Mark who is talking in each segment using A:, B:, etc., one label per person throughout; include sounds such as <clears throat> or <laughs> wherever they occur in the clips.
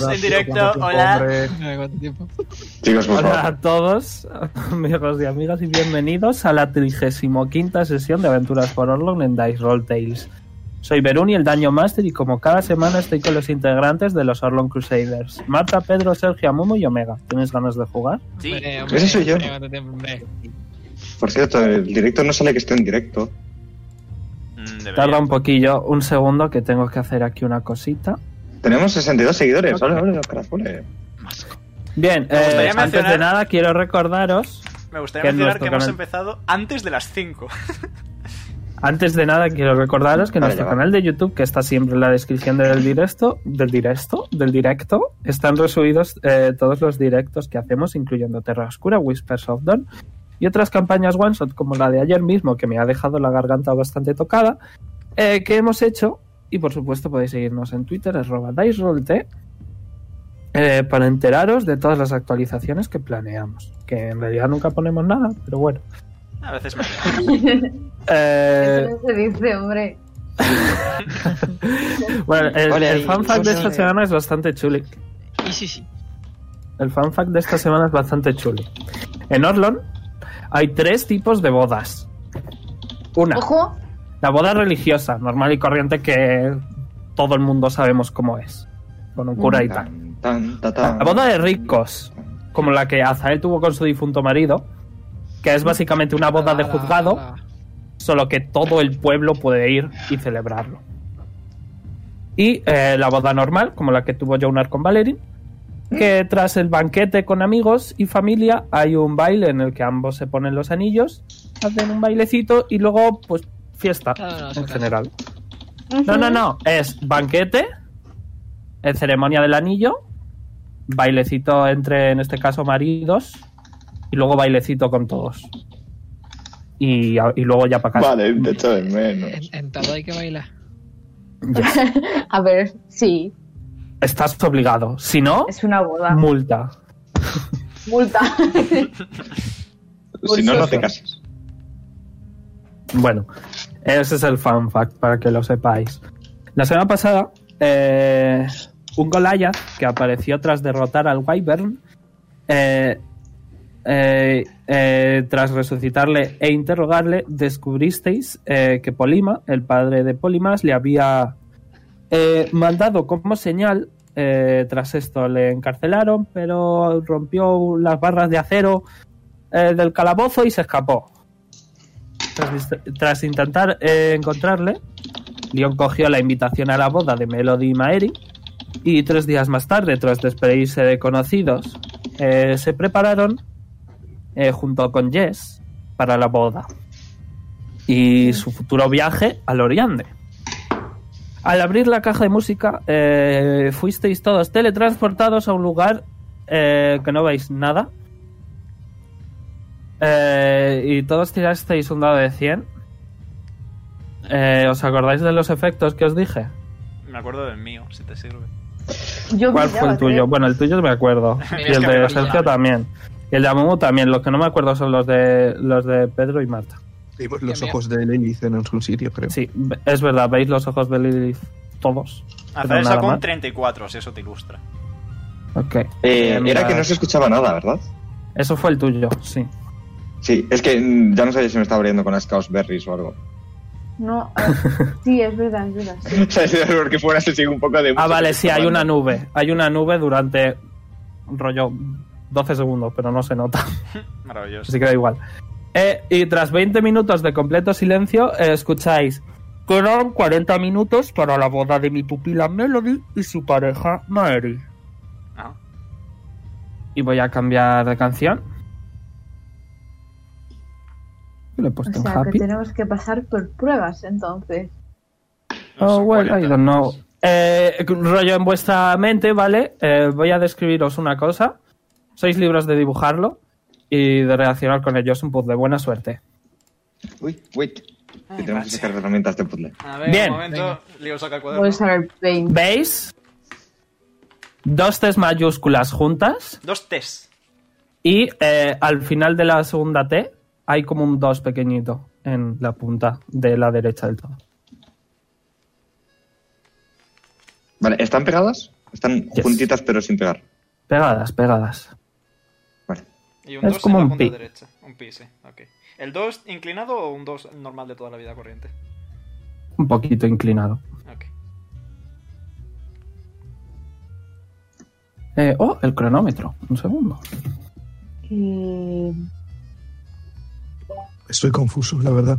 A: En directo, hola.
B: Chicos, por
C: Hola
B: favor.
C: a todos, amigos y amigas, y bienvenidos a la 35 sesión de Aventuras por Orlon en Dice Roll Tales. Soy Beruni, el Daño Master, y como cada semana estoy con los integrantes de los Orlon Crusaders: Marta, Pedro, Sergio, Amumu y Omega. ¿Tienes ganas de jugar?
A: Sí.
B: Ese soy yo. Por cierto, el directo no sale que esté en directo.
A: Mm, debería.
C: Tarda un poquillo, un segundo, que tengo que hacer aquí una cosita.
B: Tenemos 62 seguidores. Hola, hola, los caracoles.
C: Bien,
A: Me gustaría
C: eh, antes
A: mencionar-
C: de nada, quiero recordaros
A: Me gustaría
C: que
A: mencionar que
C: nuestro
A: hemos
C: canal-
A: empezado antes de las 5.
C: Antes de nada, quiero recordaros que
B: Vale,
C: nuestro
B: ya va.
C: canal de YouTube, que está siempre en la descripción del directo, del directo, del directo, están resubidos eh, todos los directos que hacemos, incluyendo Terra Oscura, Whispers of Dawn y otras campañas one shot como la de ayer mismo, que me ha dejado la garganta bastante tocada, eh, que hemos hecho. Y por supuesto podéis seguirnos en Twitter, arroba DiceRollT, eh, para enteraros de todas las actualizaciones que planeamos. Que en realidad nunca ponemos nada, pero bueno.
A: <laughs> A veces me
C: Eh,
D: Eso no se dice, hombre.
C: Bueno, el,
E: Ole,
C: el
E: ahí,
C: fan fact de esta
E: cosas.
C: semana es bastante chuli.
E: Y sí, sí.
C: El fan fact de esta semana es bastante chuli. En Orlon hay tres tipos de bodas. Una,
D: Ojo,
C: la boda religiosa, normal y corriente que todo el mundo sabemos cómo es. Con un cura y tal.
B: Tan, tan, ta, tan.
C: La boda de ricos, como la que Azael tuvo con su difunto marido, que es básicamente una boda de juzgado,
E: Ah,
C: solo que todo el pueblo puede ir y celebrarlo. Y eh, la boda normal, como la que tuvo Jonar con Valerie, que tras el banquete con amigos y familia hay un baile en el que ambos se ponen los anillos, hacen un bailecito y luego, pues, fiesta
E: Claro, Ah, no, eso
C: en
E: no.
C: general. No, no, no, es banquete, eh, ceremonia del anillo, bailecito entre, en este caso, maridos, y luego bailecito con todos. Y, y luego ya para casa.
B: Vale, te echo de menos.
E: En, en todo hay que bailar.
D: a ver, sí,
C: Estás obligado. Si no,
D: es una boda.
C: multa.
D: Multa. <laughs>
B: Si no, no te
D: cierto.
B: casas.
C: Bueno, ese es el fan fact para que lo sepáis. La semana pasada, eh, un Goliath que apareció tras derrotar al Wyvern, eh, eh, eh, tras resucitarle e interrogarle, descubristeis eh, que Polima, el padre de Polimas, le había eh, mandado como señal. eh, tras esto le encarcelaron, pero rompió las barras de acero eh, del calabozo y se escapó. Tras, dist- tras intentar eh, encontrarle, Leon cogió la invitación a la boda de Melody y Maeri y tres días más tarde, tras despedirse de conocidos, eh, se prepararon eh, junto con Jess para la boda y su futuro viaje al Oriande. Al abrir la caja de música, eh, fuisteis todos teletransportados a un lugar eh, que no veis nada, eh, y todos tirasteis un dado de 100. Eh, ¿Os acordáis de los efectos que os dije?
A: Me acuerdo del mío, si te sirve.
D: Yo ¿eh?
C: ¿Cuál
D: brillaba,
C: fue el tuyo?
D: creo.
C: Bueno, el tuyo
A: <laughs>
C: me acuerdo. Y
A: Es
C: el
A: que me
C: de
A: brillaba.
C: Sergio también. Y el de Amumu también. Los que no me acuerdo son los de los de Pedro y Marta.
F: Leímos
E: Dios
F: pues, los
E: mío.
F: ojos de Lilith en algún sitio, creo.
C: Sí, ve- es verdad. ¿Veis los ojos de Lilith todos?
A: Hacer
C: nada
A: sacó un
C: más.
A: 34, si eso te ilustra.
C: Ok.
B: Eh,
C: Eh,
B: era
C: mira,
B: que no se escuchaba nada, ¿verdad?
C: Eso fue el tuyo, sí.
A: Ah,
B: Sí, es que mm, ya no sabía si me estaba abriendo con las Chaos Berries o algo. <laughs>
C: <laughs>
D: No, a ver, sí, es verdad, es verdad. sí.
B: O sea, Porque fuera se sigue un poco de.
C: Ah,
B: música
C: vale,
B: que
C: sí,
B: está
C: hay una
B: hablando.
C: nube. Hay una nube durante rollo 12 segundos, pero no se nota.
A: Maravilloso.
C: así Pues que da igual. Eh, y tras 20 minutos de completo silencio, eh, escucháis. Quedan 40 minutos para la boda de mi pupila Melody y su pareja Mary.
A: Ah,
C: Y voy a cambiar de canción. Yo le he puesto
D: O sea,
C: en happy.
D: que tenemos que pasar por pruebas, entonces.
A: no
C: Oh,
A: sé,
C: well, I
A: 40.
C: don't know. Eh, rollo en vuestra mente, ¿vale? Eh, voy a describiros una cosa. Sois libres de dibujarlo y de relacionar con ellos un puzzle. Buena suerte.
B: Uy, wait. Que
A: Ay,
B: tenemos que
A: macho.
B: sacar herramientas de puzzle.
A: A ver,
C: Bien.
A: un momento. Leo saca el cuaderno.
D: Voy a usar el paint.
C: ¿Veis? Dos T's mayúsculas juntas
A: Dos T's.
C: y eh, al final de la segunda T hay como un 2 pequeñito en la punta de la derecha del todo.
B: Vale, ¿están pegadas? Están
C: Yes.
B: juntitas pero sin pegar.
C: Pegadas, pegadas.
B: Vale.
A: Y un
C: Es
A: 2 en
C: como
A: la
C: un
A: punta
C: pi.
A: derecha. Un pi, sí. Ok. ¿El 2 inclinado o un 2 normal de toda la vida corriente?
C: Un poquito inclinado.
A: Ok.
C: Eh, oh, el cronómetro. Un segundo.
D: Que...
F: Estoy confuso, la verdad.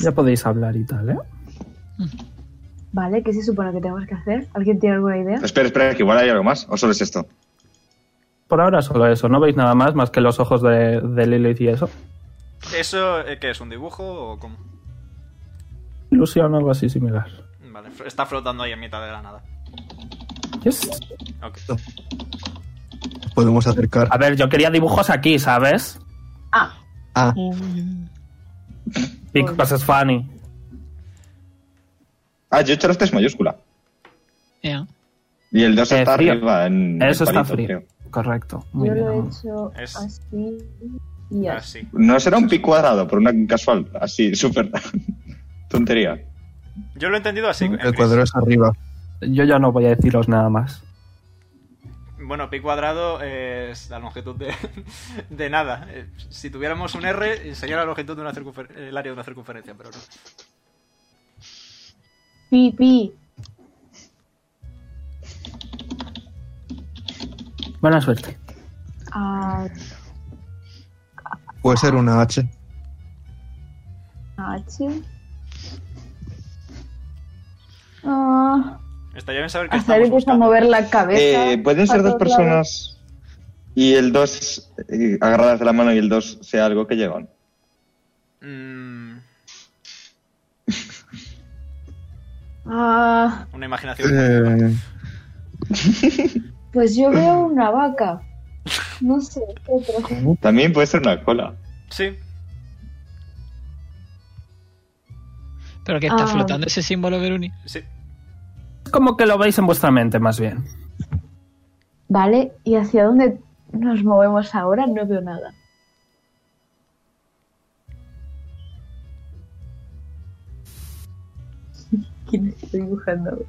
C: Ya podéis hablar y tal, ¿eh?
D: Vale, ¿qué se supone que tenemos que hacer? ¿Alguien tiene alguna idea?
B: Espera, espera, que igual hay algo más. ¿O solo es esto?
C: Por ahora solo eso. No veis nada más más que los ojos de, de Lilith y eso.
A: ¿Eso eh, qué es? ¿Un dibujo o cómo?
C: Ilusión o algo así similar.
A: Vale, fl- está flotando ahí en mitad de la nada.
C: Yes.
A: Ok.
F: Podemos acercar.
A: Ah,
C: A ver, yo quería dibujos aquí, ¿sabes?
D: Ah,
F: Ah,
C: Because it's funny.
B: Ah, yo he hecho los tres mayúscula.
E: Ya.
B: Y el 2
C: Eh,
B: está
C: frío.
B: arriba en.
C: Eso
B: el
C: está
B: palito,
C: frío.
B: creo.
C: Correcto. Muy
D: yo
C: bien.
D: lo he
C: amor.
D: hecho
A: Es-
D: así y así.
A: Así.
B: No será un pi cuadrado, por una casual. Así, <laughs> súper. tontería.
A: Yo lo he entendido
C: Mm,
A: así. en
F: el
A: gris.
F: cuadro es arriba.
C: Yo ya no voy a deciros nada más.
A: Bueno, pi cuadrado es la longitud de, <laughs> de nada. Eh, Si tuviéramos un R, sería la longitud de una circunfer- el área de una circunferencia, pero no.
D: Pi, pi.
C: Buena suerte.
D: Ah,
F: Puede ser una H.
D: H. Ah,
A: Estaría bien saber qué
D: hasta él
A: estamos
D: empieza a
A: buscando.
D: mover la cabeza.
B: Eh, ¿Pueden ser
D: para
B: dos
D: todos lados.
B: personas y el 2 agarradas de la mano y el 2 sea algo que llevan?
A: Mm,
D: Ah,
A: una imaginación.
F: Eh,
D: pues yo
B: <clears throat>
D: veo una vaca. No sé, otro.
B: También puede ser una cola.
A: Sí,
E: Pero que está
D: Ah.
E: flotando ese símbolo, Veruni.
A: sí.
C: Es como que lo veis en vuestra mente, más bien.
D: Vale, ¿y hacia dónde nos movemos ahora? No veo nada. <laughs> ¿Quién estoy dibujando ahora?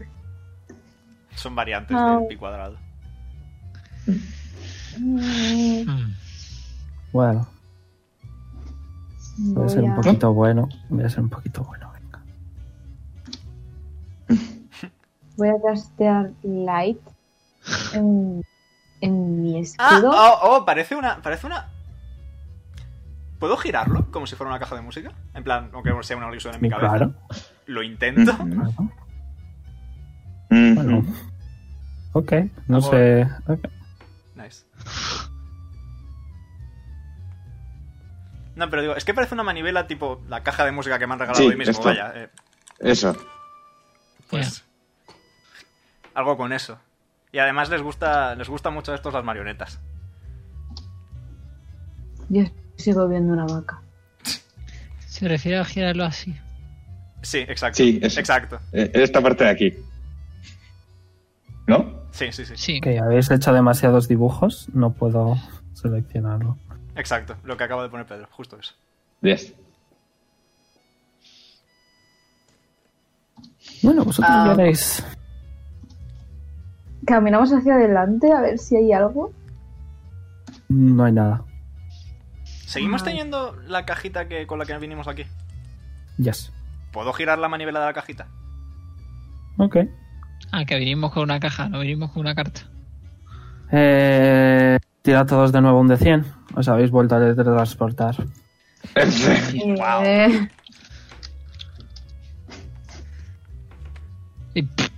A: Son variantes
D: Ah.
A: del pi cuadrado.
D: Mm,
C: Bueno, voy a
D: voy
C: ser un
D: a-
C: poquito bueno. Voy a ser un poquito bueno, venga.
D: Voy a castear Light en, en mi
A: Ah,
D: escudo.
A: oh, oh, parece una. Parece una. ¿Puedo girarlo? Como si fuera una caja de música. En plan, aunque sea una ilusión en mi cabeza.
C: Claro.
A: Lo intento.
B: Ujú.
C: claro.
B: Ujú.
C: Bueno. Ok, no
A: Vamos.
C: sé. ok.
A: Nice. No, pero digo, es que parece una manivela tipo la caja de música que me han regalado
B: Sí,
A: hoy mismo,
B: esto.
A: vaya. eh,
B: Eso.
A: pues. Algo con eso. Y además les gusta, les gusta mucho a estos las marionetas.
D: Yo sigo viendo una vaca.
E: Se refiere a girarlo así.
A: Sí, exacto.
B: Sí, eso.
A: Exacto.
B: Eh, Esta parte de aquí. ¿No?
A: Sí, sí, sí.
E: Sí.
C: Ok, habéis hecho demasiados dibujos. No puedo seleccionarlo.
A: Exacto. Lo que acaba de poner Pedro, justo eso.
C: <laughs>
B: Yes.
C: Bueno, vosotros
A: Ah.
C: veréis.
D: Caminamos hacia adelante a ver si hay algo.
C: No hay nada.
A: ¿Seguimos
D: Ah.
A: teniendo la cajita que, con la que vinimos aquí?
C: Yes.
A: ¿Puedo girar la manivela de la cajita?
C: Ok.
E: Ah, que vinimos con una caja, no vinimos con una carta.
C: Eh, tira todos de nuevo un de 100. Os habéis vuelto a teletransportar.
A: Wow.
D: Eh,
E: Y, pff,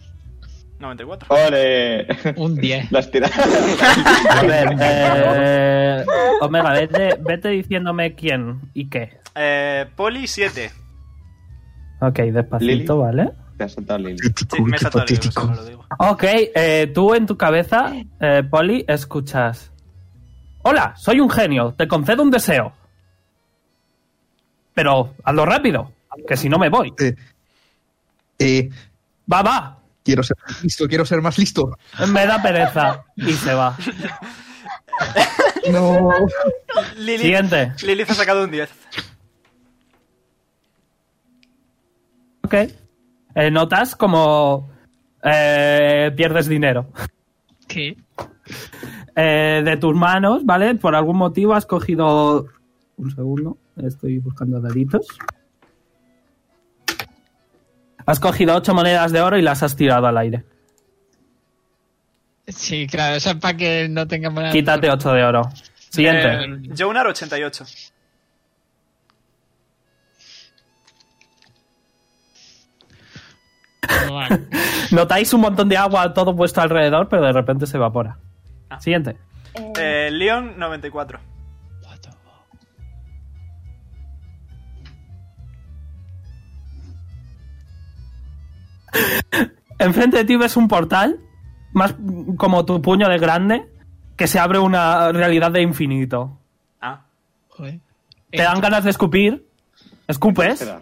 A: 94.
B: ¡Ole! <laughs>
E: un 10.
B: Las tiras.
C: A <laughs> ver, eh, Omega, vete, vete diciéndome quién y qué.
A: Eh, poli 7.
C: Ok, despacito,
B: Lili.
C: ¿vale.
B: <laughs> Te has saltado, Lili.
A: Sí,
F: patético,
A: me he
F: qué
A: saltado el libro,
F: patético.
A: solo lo digo.
C: Ok, eh, tú en tu cabeza, eh, Poli, escuchas. Hola, soy un genio, te concedo un deseo. Pero hazlo rápido, que si no me voy.
F: Eh, eh,
C: Va, va,
F: quiero ser más listo, quiero ser más listo.
C: me da pereza. Y se va.
A: <laughs>
F: No.
A: Lilith,
C: Siguiente.
A: Lilith ha sacado un 10.
C: Ok. Eh, notas como Eh, pierdes dinero.
E: ¿Qué?
C: Eh, de tus manos, ¿vale? Por algún motivo has cogido. Un segundo, estoy buscando daditos. Has cogido ocho monedas de oro y las has tirado al aire.
E: Sí, claro, eso es para que no tenga buena...
C: Quítate ocho de oro. Siguiente.
E: Eh,
A: Jonar 88.
E: no va.
C: Notáis un montón de agua a todo vuestro alrededor, pero de repente se evapora.
A: Ah.
C: Siguiente.
D: Eh,
A: Eh, Leon 94.
E: What the fuck?
C: Enfrente de ti ves un portal, más como tu puño de grande, que se abre una realidad de infinito.
A: Ah.
E: Joder.
C: <laughs> Te dan ganas de escupir, escupes
B: Espera.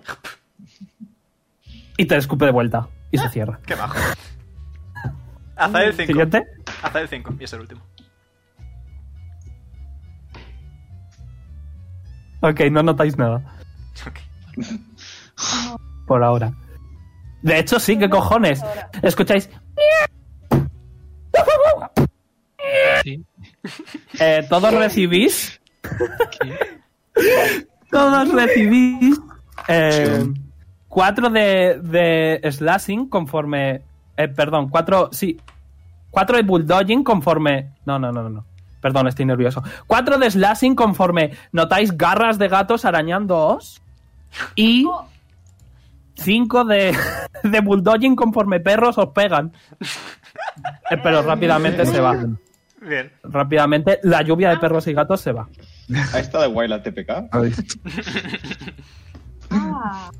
C: y te escupe de vuelta y se cierra.
A: Qué bajo. Azael 5.
C: Siguiente.
A: Azael 5. Y es el último.
C: Ok, no notáis nada
A: Ok.
C: por ahora. De hecho, sí, qué cojones. Escucháis
E: Sí.
C: Eh, todos recibís.
E: ¿Qué?
C: Todos recibís. eh, cuatro de, de slashing conforme. eh, perdón, cuatro. Sí. Cuatro de bulldogging conforme. No, no, no, no, no. Perdón, estoy nervioso. Cuatro de slashing conforme notáis garras de gatos arañándoos. Y. Cinco de, <laughs> de bulldogging conforme perros os pegan. Eh, pero rápidamente se va.
A: Bien.
C: Rápidamente la lluvia de
E: Ah,
C: perros y gatos se va.
B: ¿Ha estado guay la TPK?
F: A ver.
D: <laughs>
A: Pues
D: ah,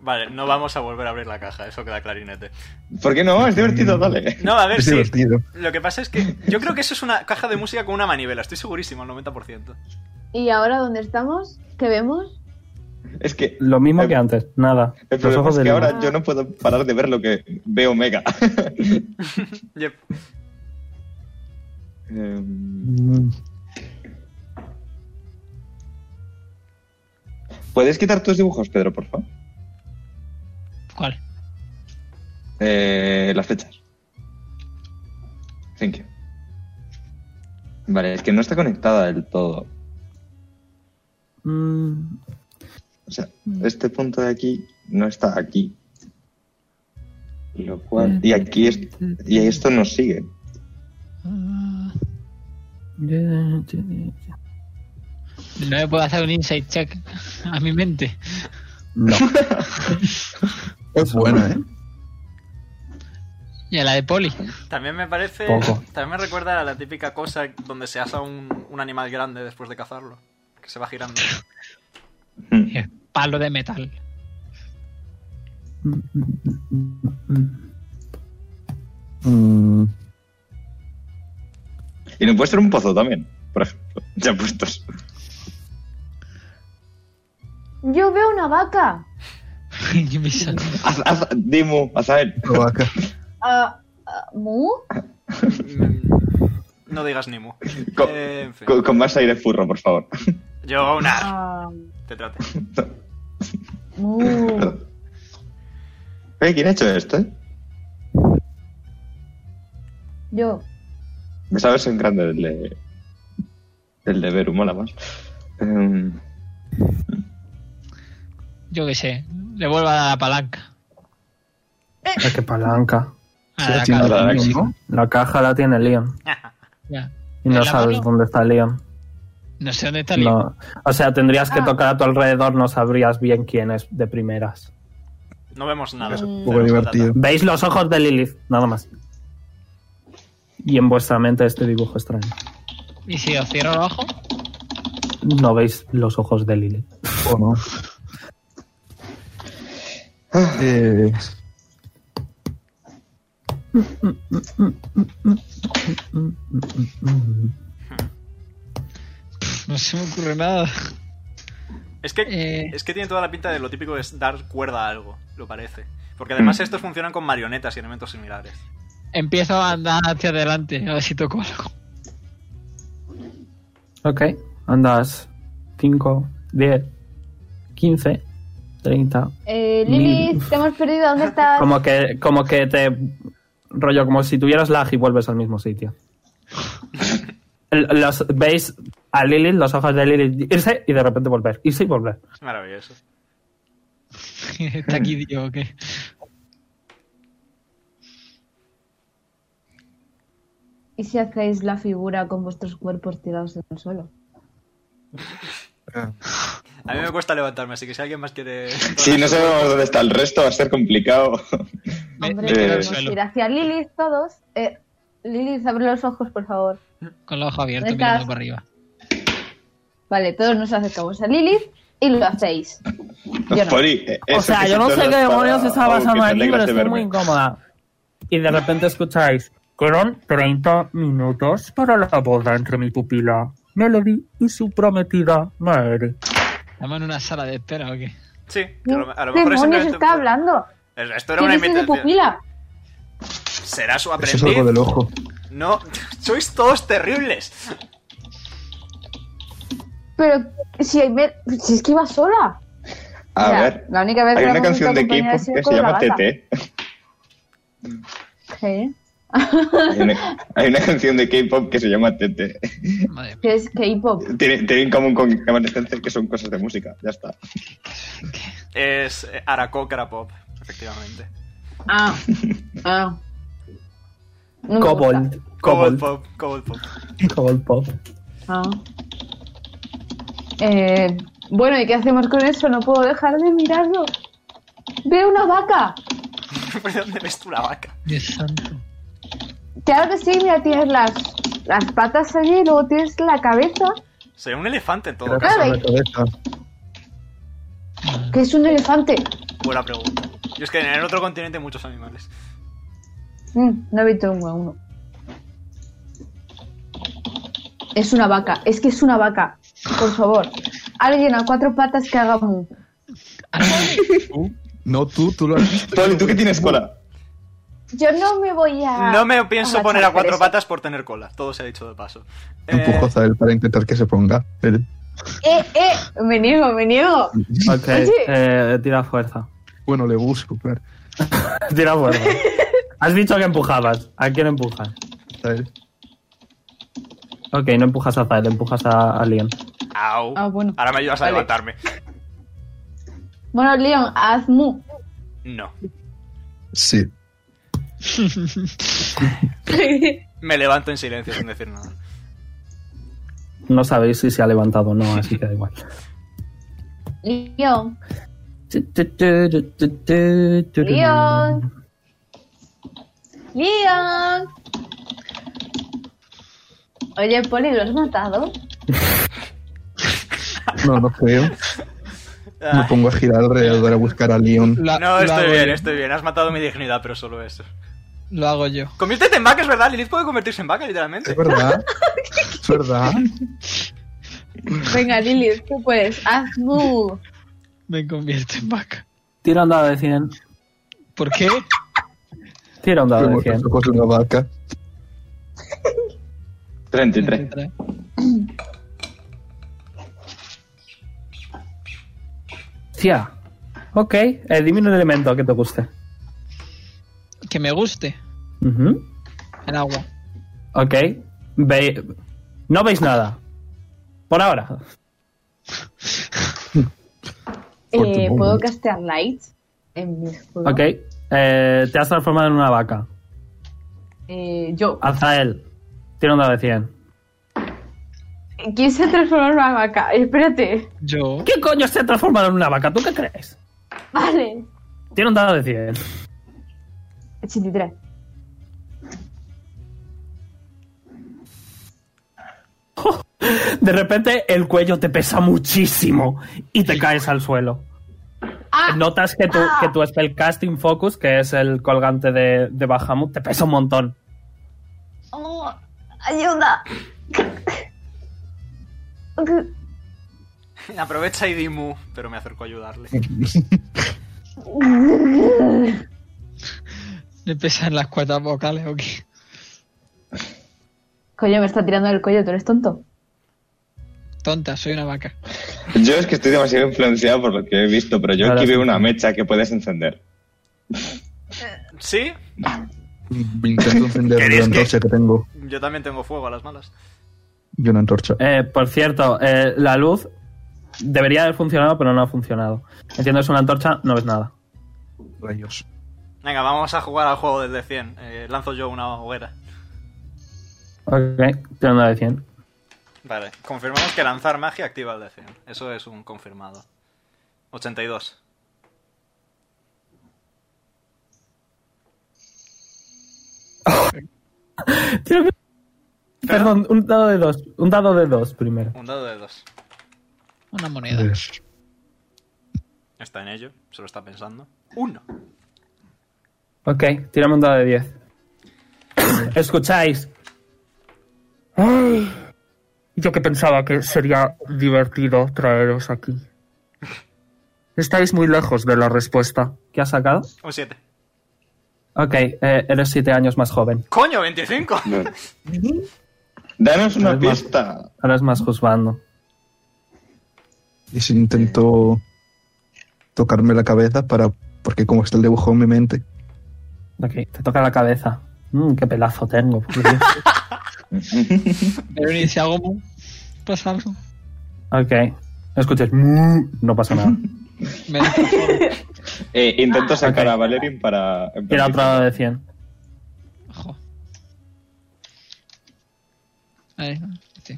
A: Vale, no vamos a volver a abrir la caja, eso queda clarinete.
B: ¿Por qué no? Es divertido, dale.
A: No, a ver
F: Es
A: si.
F: divertido.
A: Lo que pasa es que yo creo que eso es una caja de música con una manivela, estoy segurísimo, al 90%.
D: ¿Y ahora dónde estamos? ¿Qué vemos?
B: Es que
C: Lo mismo
B: Eh,
C: que antes, nada.
B: el
C: Los
B: problema
C: ojos
B: es
C: de
B: que
C: Luna.
B: ahora yo no puedo parar de ver lo que veo
C: <laughs>
B: Mega.
A: Yep.
B: Em,
F: Mm,
B: ¿Puedes quitar tus dibujos, Pedro, por favor?
E: ¿Cuál?
B: Eh, las fechas. Thank you. Vale, es que no está conectada del todo.
C: Mm,
B: O sea, este punto de aquí no está aquí. Lo cual. Y aquí es, y esto nos sigue.
E: Ah,
C: ya, ya, ya.
E: No le puedo hacer un insight check a mi mente.
F: No. es buena, ¿eh?
E: Y a la de Poli.
A: También me parece.
C: Poco.
A: También me recuerda a la típica cosa donde se asa un, un animal grande después de cazarlo, que se
F: <laughs>
A: va girando.
B: Hmm.
E: Es Palo de metal. <laughs>
C: Mm, mm, mm, mm.
F: Mm,
B: Y no puede ser un pozo también, por ejemplo. <laughs> Ya puestos.
D: Yo veo una vaca.
E: Yo me sal-
B: Haz, haz, Dimu, Azael.
F: la
A: <laughs>
F: vaca.
D: Ah, ah, ¿Mu?
A: Mm, No digas Nimu.
B: Con,
A: Eh, en fin.
B: con- con más aire furro, por favor.
A: Jonar,
D: Ah,
A: te trate.
D: ¿Mu?
B: Eh, ¿Quién ha hecho esto? eh?
D: Yo.
B: Me sabes en grande el de. El de Beru, mola más. Em,
E: Yo qué sé. Le vuelvo a dar la palanca. Eh.
C: Ay, qué palanca.
E: A la
F: Sí,
E: cara.
B: la
F: sí,
B: Galaxy.
F: ¿no?
C: La caja la tiene Leon.
E: Ya.
C: Y no
E: ¿La
C: sabes
E: mano?
C: dónde está Leon.
E: No sé dónde está el
C: No. O sea, tendrías que
D: Ah.
C: tocar a tu alrededor, no sabrías bien quién es de primeras.
A: No vemos nada.
D: Es un
F: Un poco
A: Tenemos
F: divertido.
C: Veis los ojos de Lilith, nada más. Y en vuestra mente este dibujo extraño.
E: ¿Y si os cierro los ojos?
C: No veis los ojos de <laughs> Lilith.
F: ¿O no? Eh,
E: <laughs> No se me ocurre nada.
A: plata. Es que,
E: Eh.
A: es que tiene toda la pinta de lo típico de dar cuerda a algo, lo parece. Porque
F: Mm.
A: además estos funcionan con marionetas y elementos similares.
E: Empiezo a andar hacia adelante. A ver si toco algo. <laughs>
C: Ok, andas 5, 10, 15, 30.
D: Eh, Lilith, te hemos perdido. ¿Dónde estás?
C: Como que, como que te. Rollo, como si tuvieras lag y vuelves al mismo sitio. L- Los, veis a Lilith, los ojos de Lilith irse y de repente volver. Irse y volver.
A: Es maravilloso.
E: Está aquí, tío, ¿o qué?
D: ¿Y si hacéis la figura con vuestros cuerpos tirados en el suelo?
A: A mí me cuesta levantarme, así que si alguien más quiere.
B: Si no sabemos dónde está el resto, va a ser complicado.
E: Me-
D: Hombre,
E: me quedo al
B: eh,
D: podemos
E: suelo,
D: ir hacia Lilith todos. Eh, Lilith, abre los ojos, por favor.
E: con los ojos abiertos,
D: ¿Dónde
E: mirando
D: estás?
E: para arriba.
D: Vale, todos nos acercamos a Lilith y lo hacéis. Yo no.
B: Poli, eh,
C: O
B: eso
C: sea,
B: que
C: yo no
B: son
C: sé
B: las
C: qué demonios
B: para-
C: estaba
B: Pau,
C: pasando
B: que te
C: aquí, pero
B: alegras de
C: estoy muy
B: verme.
C: incómoda. Y de repente escucháis, quedan 30 minutos para la boda entre mi pupila, Melody y su prometida, Mary.
E: ¿Estamos en una sala de espera o qué?
A: Sí, que
D: ¿Qué
A: a lo, a lo mejor es
D: demonios
A: simplemente un-
D: está hablando?
A: El- Esto era
D: ¿Quién
A: una
D: es ese
A: imitación.
D: pupila?
A: ¿Será su
F: Eso es algo
A: aprendiz?
F: del ojo.
A: No, <laughs> sois todos terribles.
D: Pero si, hay ver- si es que iba sola.
B: A
D: Mira,
B: ver,
D: La única vez
B: hay
D: que la
B: una
D: hemos
B: canción de
D: visto
B: K-pop
D: acompañada ha sido
B: que se
D: con la
B: llama
D: banda.
B: TT.
D: Sí.
B: Hay una, hay una canción de K-pop que se llama TT.
E: Madre mía,
D: Que es K-pop.
B: Tiene, tiene en común con Evanescence que son cosas de música. Ya está.
A: Es eh, Arako Karapop, efectivamente.
D: Ah. Ah. No me gusta.
C: Cobalt.
A: Cobalt Pop, Cobalt
C: Cobalt.
A: Pop. <laughs>
C: Cobalt Pop.
D: Ah. Eh, bueno, ¿y qué hacemos con eso? No puedo dejar de mirarlo. Veo una vaca.
A: ¿Por dónde ves tú la vaca?
E: Dios santo.
D: Claro que sí, mira, tienes las, las patas allí y luego tienes la cabeza,
A: Sería un elefante en
F: Creo
A: todo
F: que
A: caso.
F: son la cabeza.
D: que es un elefante.
A: Buena pregunta. Yo es que en el otro continente hay muchos animales.
D: Mm, no he visto un uno. Es una vaca, es que es una vaca. Por favor, alguien a cuatro patas que haga mu.
F: Tú, No, tú, tú lo has
A: Eh.
F: visto.
B: Poli, ¿tú qué tienes cola?
D: Yo no me voy a.
A: No me pienso
D: agachar
A: poner a
D: por
A: cuatro
D: eso.
A: patas por tener cola. Todo se ha dicho de paso. Eh,
F: Empujos a él para intentar que se ponga. Él-
D: Eh, eh, me niego, me niego.
C: Ok,
D: Oye.
C: eh, tira fuerza.
F: Bueno, le busco, claro.
C: Tira fuerza. <laughs> Has dicho que empujabas. ¿A quién empujas?
F: A él.
C: Ok, no empujas a Zael, empujas a, a Leon.
A: au.
D: Ah, bueno.
A: Ahora me ayudas a
D: Vale.
A: levantarme.
D: Bueno, Leon, haz mu.
A: No.
F: Sí.
A: Me levanto en silencio sin decir nada.
C: No sabéis si se ha levantado o no, así que da igual.
D: Leon, Leon. Leon. Oye, Poli, ¿lo has matado?
F: No, no creo. <laughs> Me
A: Ah,
F: pongo a girar alrededor a buscar a Leon.
E: La-
A: no,
E: lo
A: estoy
E: hago
A: bien,
E: yo.
A: estoy bien. Has matado mi dignidad, pero solo eso.
E: Lo hago yo.
A: Conviértete en vaca, es verdad. Lilith puede convertirse en vaca, literalmente.
F: Es verdad. Es verdad.
D: Venga, Lili, tú puedes. Haz mu.
E: Me convierto en vaca.
C: Tira un dado de 100.
E: ¿Por qué?
C: Tira un dado
F: Tengo
C: de 100.
F: los ojos de una vaca.
B: 33.
C: Tía. Ok, eh, dime un elemento que te guste.
E: Que me guste
C: Ujú.
E: el agua.
C: Ok. Ve- no veis nada. Por ahora.
F: Por tu
D: Eh,
F: mundo.
D: ¿Puedo castear light en mi escudo?
C: Ok. Eh, te has transformado en una vaca.
D: Eh, yo.
F: Ah.
C: Azael. Tira un dado de 100.
D: ¿Quién se transformó en una vaca? Espérate.
E: Yo.
C: ¿Qué coño se ha transformado en una vaca? ¿Tú qué crees?
D: Vale.
C: Tiene un dado de 100.
D: 83.
C: De repente el cuello te pesa muchísimo y te caes al suelo.
D: ¡Ah!
C: Notas que tu,
D: Ah.
C: que tu spellcasting focus, que es el colgante de, de Bahamut, te pesa un montón.
D: Oh, ¡Ayuda!
A: Aprovecha y Dimu, pero me acerco a ayudarle.
E: ¿Le pesan las cuerdas vocales o qué?
D: Coño, me está tirando del cuello, ¿tú eres tonto?
E: tonta, soy una vaca.
B: Yo es que estoy demasiado influenciado por lo que he visto, pero yo
C: Ahora
B: aquí
C: sí.
B: veo una mecha que puedes encender.
A: ¿Sí?
F: Intento encender la
A: ¿Queréis que-
F: antorcha que tengo
A: Yo también tengo fuego a las malas.
F: y una antorcha.
C: Eh, por cierto, eh, la luz debería haber funcionado, pero no ha funcionado. Enciendes una antorcha, no ves nada.
F: Rayos.
A: Venga, vamos a jugar al juego desde 100. Eh, lanzo yo una hoguera.
C: Ok, tiene una de 100.
A: Vale, confirmamos que lanzar magia activa el de 100. Eso es un confirmado. 82.
C: Tiene- Perdón, un dado de 2. Un dado de 2 primero.
A: Un dado de 2.
E: Una moneda.
F: Pues,
A: Está en ello, se lo está pensando. ¡Uno!
C: Ok, tirame un dado de <coughs> 10. Escucháis. Yo que pensaba que sería divertido traeros aquí. Estáis muy lejos de la respuesta. ¿Qué has sacado?
A: Un 7.
C: Ok, eh, eres 7 años más joven.
A: ¡Coño, 25!
B: No. Danos una
C: Además-
B: pista.
C: Ahora es más juzgando.
F: Y si intento tocarme la cabeza para. Porque como está el dibujo en mi mente.
C: Ok, te toca la cabeza. Mm, qué pelazo tengo. por Dios. <laughs>
E: Pero ni si hago mu- pasa algo.
C: ok, escuchas. "Mu", No pasa nada.
E: Me descojono.
B: Eh, intento sacar
C: Ah, ok.
B: a Valerin para... en
C: Tira
B: plan-
C: otro dado de 100.
E: Jo. Ahí, ¿no? Sí.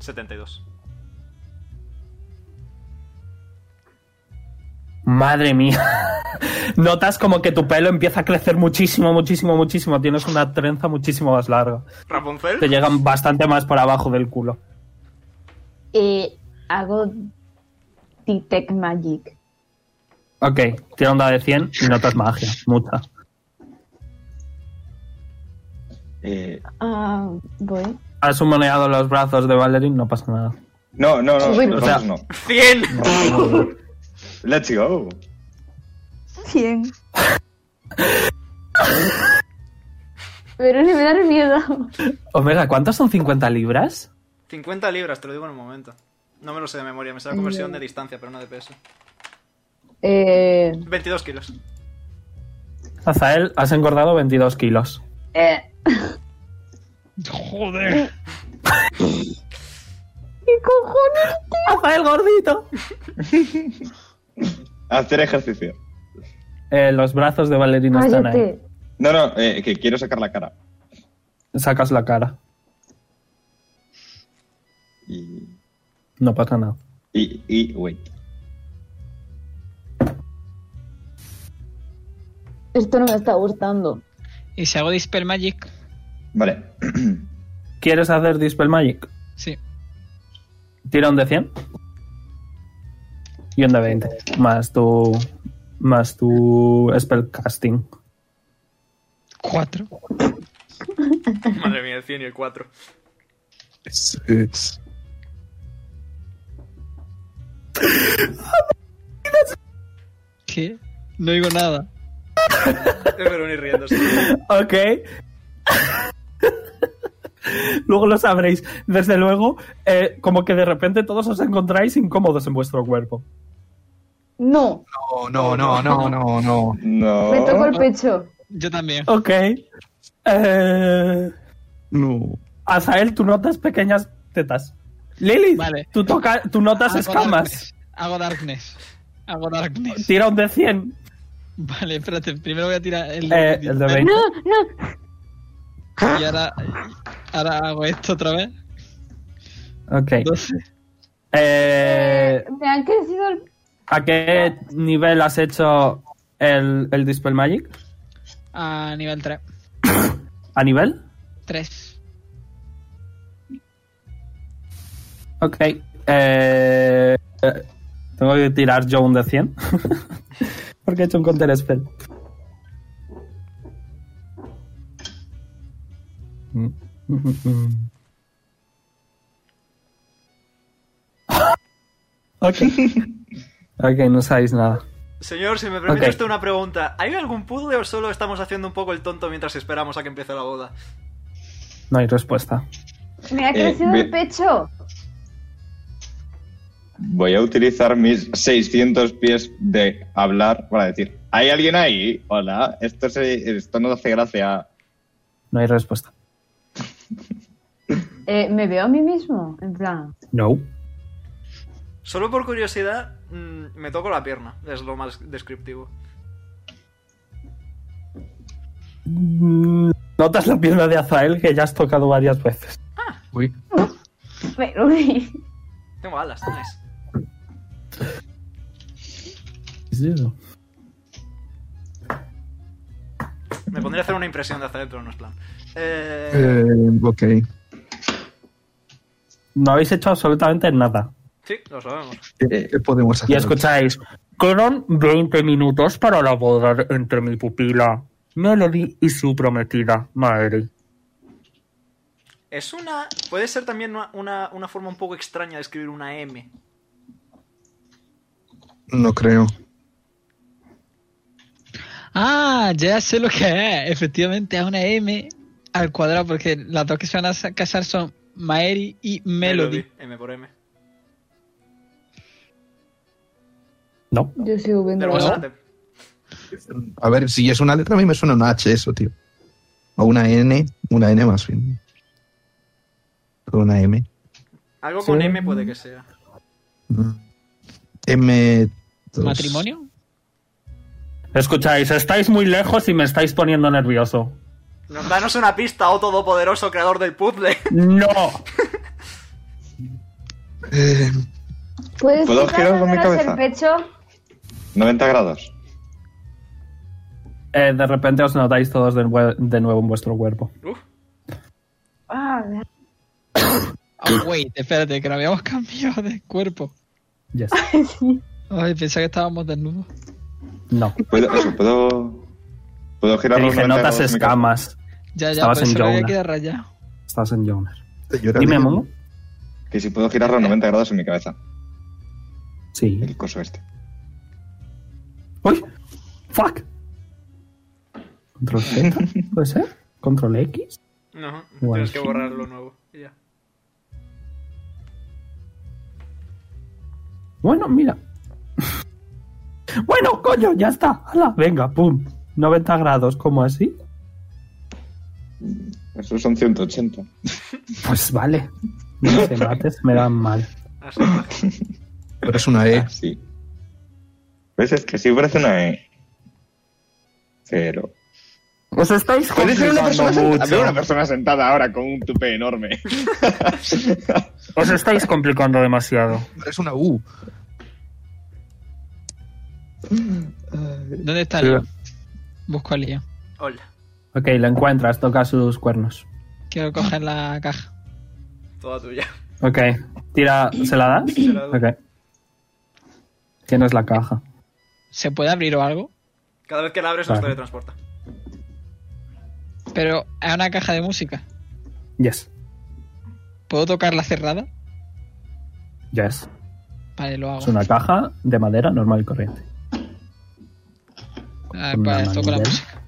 A: ¡72!
C: Madre mía. <laughs> Notas como que tu pelo empieza a crecer muchísimo, muchísimo, muchísimo. Tienes una trenza muchísimo más larga. Te
A: ¿Rapunzel?
C: llegan bastante más por abajo del culo.
D: Eh, hago Detect Magic.
C: Ok, tira un dado de 100 y notas magia. Mucha.
B: Eh,
D: Ah, voy.
C: Has humoneado los brazos de Valerín, no pasa nada.
B: no, no, no,
D: Uy,
B: los
C: o sea-
B: dos no.
A: ¡100!
B: Let's go.
F: <laughs>
D: 100. Pero ni me da miedo.
C: Omega, ¿cuántas son 50 libras?
A: 50 libras, te lo digo en un momento. No me lo sé de memoria, me sé la conversión de distancia, pero no de peso.
D: Eh,
A: 22 kilos.
C: Azael, has engordado 22 kilos.
D: eh,
E: Joder.
D: ¿Qué cojones?
C: ¡Azael gordito!
B: Hacer ejercicio.
C: Eh, los brazos de Valerín están ahí.
D: Cállate.
B: No, no, eh, que quiero sacar la cara.
C: Sacas la cara.
B: Y...
C: No pasa nada.
B: Y... Y... Wait.
D: Esto no me está gustando.
E: ¿Y si hago Dispel Magic?
B: Vale.
C: ¿Quieres hacer Dispel Magic?
E: Sí.
C: Tira un de 100 y un de 20. Más tu. Más tu spellcasting.
E: Cuatro.
A: <laughs> Madre mía, el 100 y el 4.
F: Es- es-
E: ¿Qué? No digo nada.
A: Es Veroni riéndose.
C: <laughs> Ok. luego lo sabréis. Desde luego, eh, como que de repente todos os encontráis incómodos en vuestro cuerpo.
D: No,
F: No, no, no, no, no, no.
B: No.
D: me tocó el pecho.
E: Yo también.
C: Ok. Eh,
F: No.
C: Azael, tú notas pequeñas tetas. Lilith,
E: Vale. Ah,
C: tú, toca, tú notas escamas.
E: darkness. Hago Darkness. Hago Darkness.
C: Tira un de 100.
E: Vale, espérate. Primero voy a tirar el
C: Eh, el de 20.
D: No, no.
E: Y ahora, ahora hago esto otra vez.
C: Ok.
E: 12.
C: Eh,
D: Me han crecido el.
C: ¿A qué nivel has hecho el, el Dispel Magic?
E: A nivel 3.
C: ¿A nivel?
E: 3.
C: Ok. eh, eh, tengo que tirar yo un de 100. <laughs> Porque he hecho un counter <laughs> spell. Mm, mm, mm, mm. ok. Ok, no sabéis nada.
A: Señor, si me permite
C: Ok.
A: usted una pregunta, ¿hay algún puzzle o solo estamos haciendo un poco el tonto mientras esperamos a que empiece la boda?
C: No hay respuesta.
D: Me ha crecido
B: ve-
D: el pecho.
B: Voy a utilizar mis 600 pies de hablar para decir, ¿hay alguien ahí? Hola, esto, se- esto no hace gracia.
C: No hay respuesta.
D: Eh, me veo a mí mismo, en plan. <laughs>
C: No.
A: Solo por curiosidad, mm, me toco la pierna, es lo más descriptivo.
C: Mm, Notas la pierna de Azael que ya has tocado varias veces.
E: Uy.
D: Pero, <laughs>
A: Tengo alas, nice.
C: ¿Qué es eso?
A: Me pondría a hacer una impresión de hacer, pero no es plan. Eh,
F: Eh, ok.
C: No habéis hecho absolutamente nada.
A: Sí, lo sabemos.
F: ¿Qué, qué podemos hacer?
C: Y escucháis, quedan 20 minutos para la boda de- entre mi pupila, Melody y su prometida, Mary.
A: Es una. Puede ser también una, una, una forma un poco extraña de escribir una M.
F: No creo.
E: Ah, ya sé lo que es. Efectivamente, es una M al cuadrado, porque las dos que se van a sa- casar son Maeri y Melody.
A: M por M.
C: No.
D: yo sigo viendo.
A: Pero
E: Bueno.
A: bastante.
F: A ver, si es una letra, a mí me suena una H eso, tío. O una N, una N más bien. O una M.
A: Algo con
C: Sí.
A: M puede que sea.
C: Mm.
F: M.
E: ¿Matrimonio?
C: Escucháis, estáis muy lejos y me estáis poniendo nervioso.
A: Nos danos una pista, oh todopoderoso creador del puzzle. <laughs>
C: No.
D: ¿Puedes
B: ¿Puedo
D: tocar
B: girar con mi
D: dándonos
B: cabeza?
D: el pecho?
B: 90 grados.
C: Eh, de repente os notáis todos de, nue- de nuevo en vuestro cuerpo.
A: Uf,
D: Ah,
E: Oh, wait, espérate, que lo habíamos <laughs> cambiado de cuerpo.
C: Yes.
D: sí.
E: Ay, pensé que estábamos desnudos.
B: <laughs>
C: No.
B: ¿Puedo, eso, ¿puedo, puedo girar
C: Te
B: los 90
C: dije, notas
B: grados mi
C: escamas.
E: Ya, ya,
C: Estabas
E: por
C: en
E: eso lo había
C: Jonah.
E: quedado rayado.
C: Estás en Jonas.
F: Señora,
C: Dime,
F: diga-
C: Momo.
B: cabeza? Que si puedo girar los 90 grados en mi cabeza.
C: Sí.
B: El coso este.
C: ¡Uy! ¡Fuck!
B: <laughs>
C: ¿Control Z? ¿Puede ser? ¿Control X?
A: no,
C: Bueno.
A: tienes que borrarlo nuevo. y Ya.
C: Bueno, mira. <laughs> bueno, coño, ya está. ¡Hala! Venga, pum. 90 grados, como así.
B: Eso son 180.
C: Pues vale. No se mates, me dan mal.
A: Así está.
F: Pero es una
C: ¿Eh?
F: E.
B: Sí. ¿Ves? Es que sí parece una E. Pero...
C: Os estáis
B: Puede ser una persona
C: complicando
B: sentada. Veo una
C: mucho.
B: persona sentada ahora con un tupe enorme.
C: Os estáis complicando demasiado.
F: Es una U.
E: ¿Dónde está Lía? Busco a Lía.
A: Hola.
C: Ok, lo encuentras, toca sus cuernos.
E: Quiero coger la caja.
A: Toda tuya.
C: Ok, tira, ¿se la das?
A: Se la doy.
C: Ok. Tienes la caja.
E: ¿Se puede abrir o algo?
A: Cada vez que la abres nos
C: Vale.
A: teletransporta.
E: Pero es una caja de música.
C: Yes.
E: ¿Puedo tocar la cerrada?
C: Yes.
E: Vale, lo hago.
C: Es una caja de madera normal y corriente.
E: Ah,
C: con
E: pues
C: una
E: toco la
C: manivela.
E: música.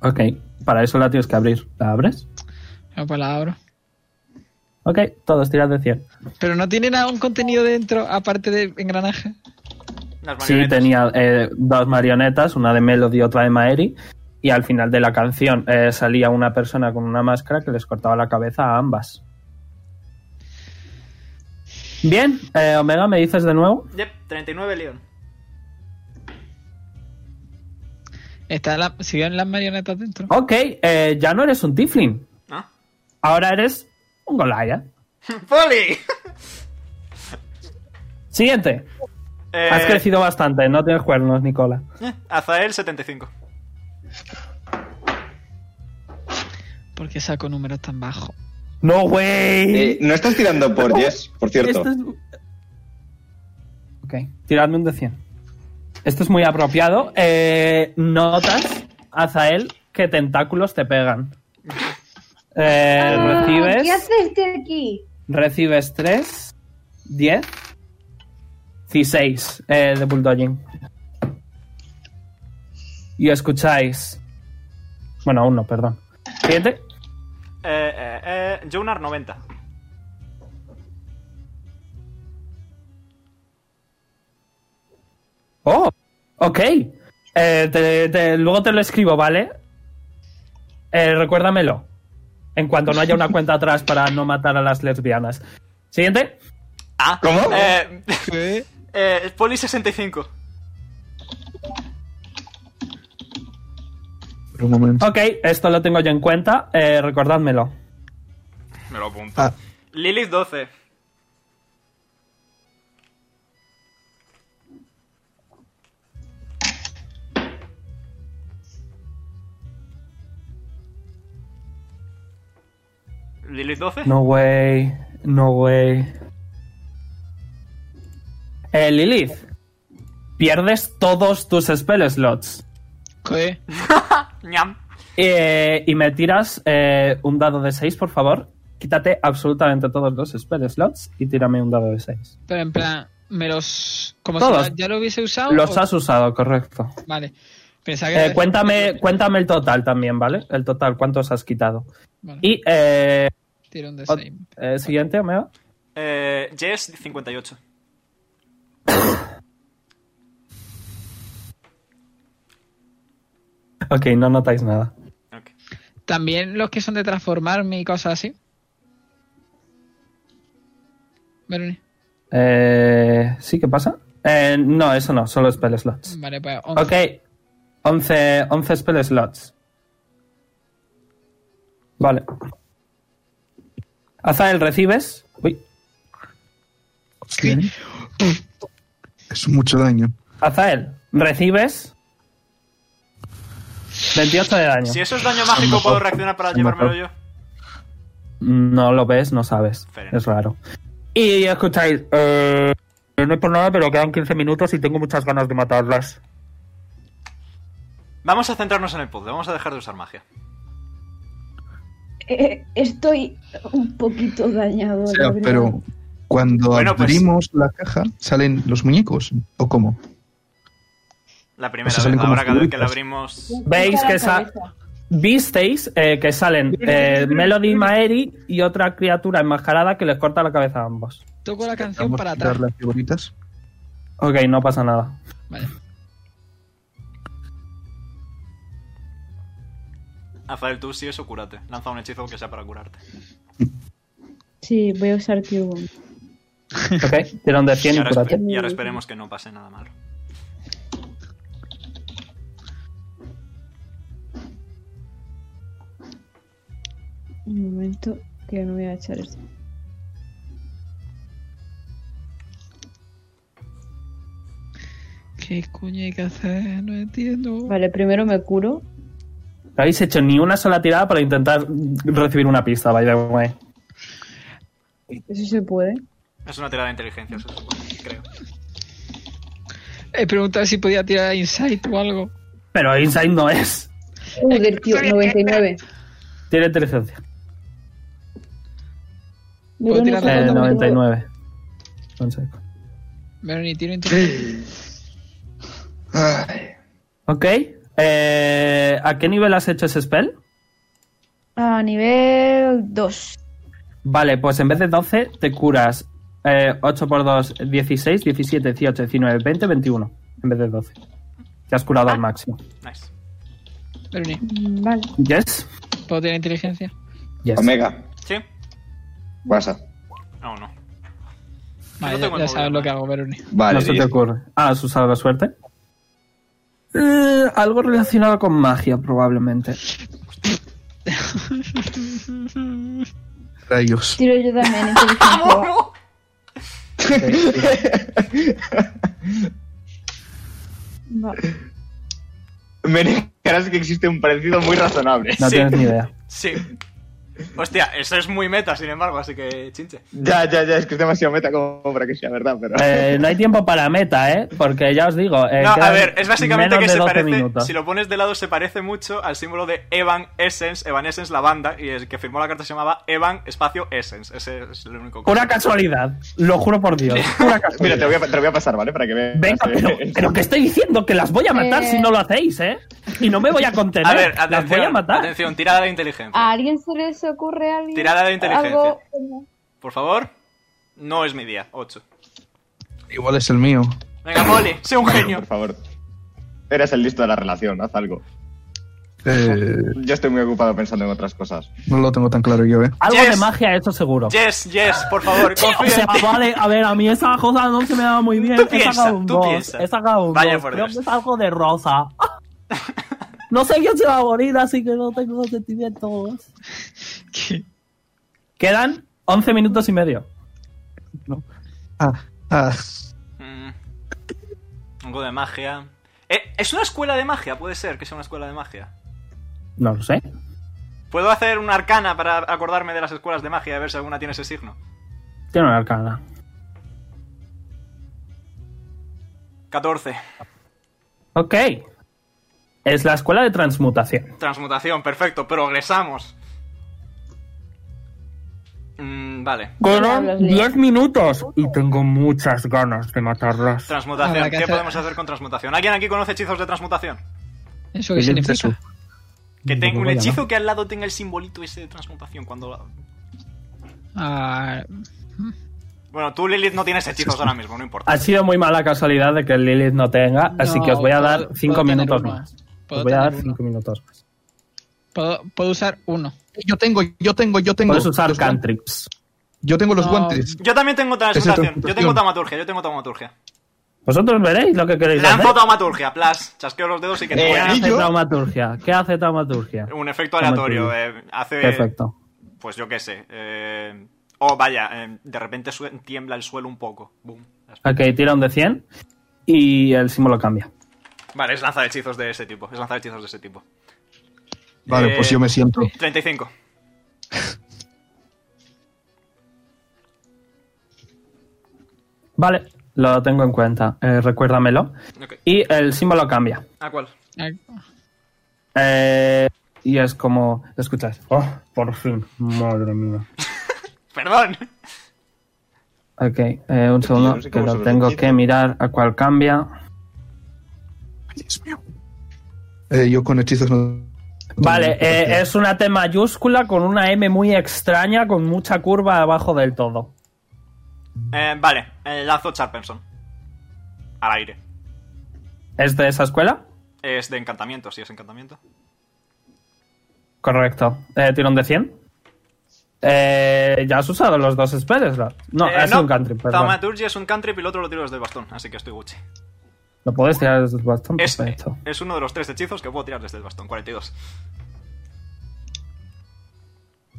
C: Ok, para eso la tienes que abrir. ¿La abres?
E: Bueno, pues la abro.
C: Ok, todos tiras de 100.
E: Pero no tiene nada un contenido dentro, aparte de engranaje.
A: Las
C: Sí,
A: marionetas.
C: tenía eh, dos marionetas, una de Melody y otra de Maeri. Y al final de la canción eh, salía una persona con una máscara que les cortaba la cabeza a ambas. Bien, eh, Omega, ¿me dices de nuevo?
A: Yep, 39 León.
E: Está la, siguen las marionetas dentro.
C: Ok, eh, ya no eres un Tiflin.
A: ¿Ah?
C: Ahora eres un Goliath.
A: <laughs> ¡Poli!
C: Siguiente.
A: Eh,
C: Has crecido bastante, no tienes cuernos, Nicola.
A: eh, Azael 75.
E: ¿Por qué saco números tan bajos?
C: No, güey.
B: Eh, no estás tirando <laughs> por Jess, por cierto.
C: Esto es- Ok, tiradme un de 100. Esto es muy apropiado. Eh, notas, Azael, que tentáculos te pegan. Eh,
D: Ah,
C: recibes,
D: ¿Qué haces tú aquí?
C: recibes 3, 10 y 6 eh, de bulldogging. y escucháis. Bueno, aún no, perdón. Siguiente.
A: Eh, eh, eh, Jonar 90.
C: Oh, ok. Eh, te- te- luego te lo escribo, ¿vale? Eh, recuérdamelo. En cuanto no haya una cuenta atrás para no matar a las lesbianas. Siguiente.
A: Ah,
B: ¿Cómo?
A: Eh,
E: ¿Qué?
A: <laughs> eh, Poli 65.
F: Pero un momento.
C: Ok, esto lo tengo yo en cuenta. Eh, recordádmelo.
G: Me lo apunto.
F: Ah,
A: Lilith 12. ¿Lilith 12?
C: No way. No way. Eh, Lilith. Pierdes todos tus spell slots.
E: ¿Qué?
A: Ñam.
C: Eh, y me tiras eh, un dado de 6, por favor. Quítate absolutamente todos los spell slots y tírame un dado de 6.
E: Pero en plan, me los. Como
C: Todos.
E: si ya lo hubiese usado.
C: Los
E: o-
C: has usado, correcto.
E: Vale. Pensaba que.
C: Eh, cuéntame, cuéntame el total también, ¿vale? El total, ¿cuántos has quitado?
E: Bueno,
C: Y eh,
E: tiro un de
C: ot-
E: seis.
C: eh, siguiente, Omega.
A: Eh, Jess 58.
C: Ok, no notáis nada.
A: Ok.
E: También los que son de transformarme y cosas así. Veroni.
C: Eh, ¿Sí? ¿Qué pasa? Eh, no, eso no, solo spell slots.
E: Vale, pues. once.
C: Ok, 11, 11 spell slots. Vale. Azael, ¿recibes? Uy,
F: ¿qué? Es mucho daño.
C: Azael, recibes 28 de daño.
A: Si eso es daño mágico, ¿puedo reaccionar para
F: A lo mejor.
A: llevármelo yo?
C: No lo ves, no sabes.
A: Fair
C: Es raro. Y escucháis, eh, no es por nada, pero quedan 15 minutos y tengo muchas ganas de matarlas.
A: Vamos a centrarnos en el puzzle, vamos a dejar de usar magia.
D: Eh, estoy un poquito dañado.
F: O
D: la
F: sea,
D: verdad.
F: pero cuando
A: Bueno, pues-
F: abrimos la caja, ¿salen los muñecos? ¿O cómo?
A: La primera
F: Eso
A: vez,
F: salen como
A: ahora cada vez que la
F: figuritas.
A: abrimos.
C: Veis que esa-
D: Cabeza.
C: Visteis eh, que salen eh, Melody, Maeri y otra criatura enmascarada que les corta la cabeza a ambos.
E: Toco la canción
F: Vamos
E: para
F: a tirar
E: atrás.
F: las figuritas.
C: Ok, no pasa nada.
E: Vale.
A: Azael, tú sí, eso cúrate. Lanza un hechizo que sea para curarte.
D: Sí, voy a usar Cure Wound.
C: Ok, tira un de 100
A: Y
C: y
A: ahora,
C: cúrate.
A: espe- y ahora esperemos que no pase nada malo.
D: Un momento, que no voy a echar esto.
E: ¿Qué coño hay que hacer? No entiendo.
D: Vale, primero me curo.
C: No habéis hecho ni una sola tirada para intentar recibir una pista, by the way.
D: Eso se puede.
A: Es una tirada de inteligencia, se supone, creo.
E: He preguntado Eh, si podía tirar Insight o algo.
C: Pero Inside no es.
D: Uh, del tío, 99.
C: Tiene inteligencia.
E: Puedo tirar
D: Verona,
C: Eh,
E: Totalmente.
C: 99. Un seco.
E: Veroni, tiro Insight.
C: Ok. eh, ¿A qué nivel has hecho ese spell?
D: A Ah, nivel 2.
C: Vale, pues en vez de 12 te curas eh, 8 por 2, 16, 17, 18, 19, 20, 21. En vez de 12. Te has curado al máximo.
A: Nice.
E: Veroni,
D: Mm, Vale.
C: Yes.
E: ¿puedo tirar inteligencia?
C: Yes.
B: Omega,
A: ¿Sí?
B: pasa.
A: No, no. tengo
E: Vale, ya,
A: el
E: ya
A: móvil,
E: sabes
A: ¿no? <laughs>
E: lo que hago, Veroni.
B: Vale,
C: no se te
B: diez.
C: ocurre. Ah, ¿has usado la suerte? Eh, algo relacionado con magia, probablemente.
F: Rayos.
D: Tiro yo también. inteligencia. Va.
B: Me negarás que existe un parecido muy razonable.
C: No
A: Sí.
C: tienes ni
A: <laughs>
C: idea.
A: Sí. Hostia, eso es muy meta, sin embargo, así que chinche.
B: <laughs> Ya, ya, ya, es que es demasiado meta como para que sea verdad, pero...
C: Eh, no hay tiempo para meta, ¿eh? Porque ya os digo. eh,
A: No, a
C: quedan
A: ver, es básicamente
C: menos
A: que
C: de
A: se
C: 12
A: parece.
C: minutos.
A: Si lo pones de lado, se parece mucho al símbolo de Evan Essence, Evan Essence, la banda, y el que firmó la carta se llamaba Evan Espacio Essence. Ese es el único.
C: Una casualidad. Lo juro por Dios.
A: <laughs>
C: Una casualidad.
B: Mira, te, voy a, te lo voy a pasar, ¿vale? Para que veas... <laughs>
C: Venga, pero,
B: eh,
C: pero que estoy diciendo que las voy a matar
D: Eh.
C: si no lo hacéis, ¿eh? Y no me voy a contener.
A: A ver,
C: las voy a
A: atención,
C: matar.
A: atención, tirada de inteligencia.
D: ¿A alguien se les ocurre algo?
A: Tirada de inteligencia.
D: Algo como-
A: Por favor, no es mi día. 8.
F: Igual es el mío.
A: Venga, mole, sé un genio.
B: Por favor. Eres el listo de la relación, haz algo.
F: Eh,
B: Yo estoy muy ocupado pensando en otras cosas.
F: no lo tengo tan claro yo, ¿eh?
C: Algo
A: Yes.
C: de magia, eso seguro.
A: Yes, yes, por favor,
C: <laughs> O sea,
A: confía.
C: vale, a ver, a mí esa cosa no se me da muy bien.
A: Tú
C: he
A: piensa,
C: sacado un
A: tú
C: dos,
A: piensa.
C: He sacado un
A: Vaya
C: dos.
A: por
C: Creo
A: Dios.
C: que es algo de rosa. No sé quién se va a morir, así que no tengo sentimientos.
E: ¿Qué?
C: Quedan 11 minutos y medio.
F: Ah, ah,
A: Mm. Algo de magia. Eh, ¿Es una escuela de magia? Puede ser que sea una escuela de magia.
C: No lo sé.
A: ¿Puedo hacer una arcana para acordarme de las escuelas de magia y ver si alguna tiene ese signo?
C: Tiene una arcana.
A: 14.
C: Ok. Es la escuela de transmutación.
A: Transmutación, perfecto, progresamos. Mm, vale.
D: Quedan 10
C: minutos y tengo muchas ganas de matarlas.
A: Transmutación.
E: Habrá que
A: ¿Qué
E: hacer-
A: podemos hacer con transmutación? ¿Alguien aquí conoce hechizos de transmutación?
E: ¿Eso qué significa?
A: Que tenga un
C: Vaya, ¿no?
A: hechizo que al lado tenga el simbolito ese de transmutación cuando... la-
E: Ah,
A: Bueno, tú Lilith no tienes hechizos ahora mismo, no importa.
C: Ha sido muy mala casualidad de que Lilith no tenga, así
E: no,
C: que os voy a
E: puedo-
C: dar
E: puedo
C: 5
E: tener
C: minutos
E: uno.
C: más.
E: Puedo
C: Os voy a
E: tener
C: dar
E: uno.
C: 5 minutos más.
E: Puedo, puedo usar uno.
F: Yo tengo, yo tengo, yo tengo.
C: Puedes usar
F: Los guan-
C: cantrips.
F: Yo tengo los
E: No.
F: guantes.
A: Yo también tengo
F: Ese
A: transmutación.
F: transmutación.
A: Yo tengo taumaturgia, yo tengo taumaturgia.
C: Vosotros veréis lo que queréis hacer.
A: Lanzo taumaturgia, plas. Chasqueo los dedos y que te
B: Eh,
C: ¿Qué
A: muera.
C: hace
F: yo?
C: taumaturgia? ¿Qué hace taumaturgia?
A: Un efecto aleatorio. eh, hace...
C: Perfecto.
A: Pues yo qué sé. Eh... Oh, vaya, eh, de repente sue- tiembla el suelo un poco. Boom.
C: Ok, tira un de 100 y el símbolo cambia.
A: Vale, es lanzar hechizos de ese tipo. Es lanzar hechizos de ese tipo.
F: Vale,
A: Eh,
F: pues yo me siento.
A: 35.
C: Vale, lo tengo en cuenta. eh, recuérdamelo.
A: Ok.
C: Y el símbolo cambia.
A: ¿A cuál?
E: Ah,
C: Eh, y es como, escuchas, oh, por fin, madre mía.
A: Perdón.
C: Ok, eh, un
B: Yo
C: segundo,
B: no sé
C: que
B: cómo
C: lo
B: se
C: tengo
B: repite.
C: que mirar a cuál cambia.
F: Dios mío. Eh, yo con hechizos no.
C: Vale, eh, es una T mayúscula con una M muy extraña, con mucha curva abajo del todo.
A: Eh, vale, eh, lanzo Charpenson. Al aire.
C: ¿Es de esa escuela?
A: Es de encantamiento, sí es encantamiento.
C: Correcto. Eh, ¿Tirón de 100? Eh, ya has usado los dos spells, ¿no? No,
A: Eh,
C: es un country, perdón.
A: Thaumaturgia es un cantrip y el otro lo tiro desde el bastón, así que estoy Gucci.
C: Lo puedes tirar desde el bastón,
A: Es,
C: perfecto.
A: es uno de los tres hechizos que puedo tirar desde el bastón, 42.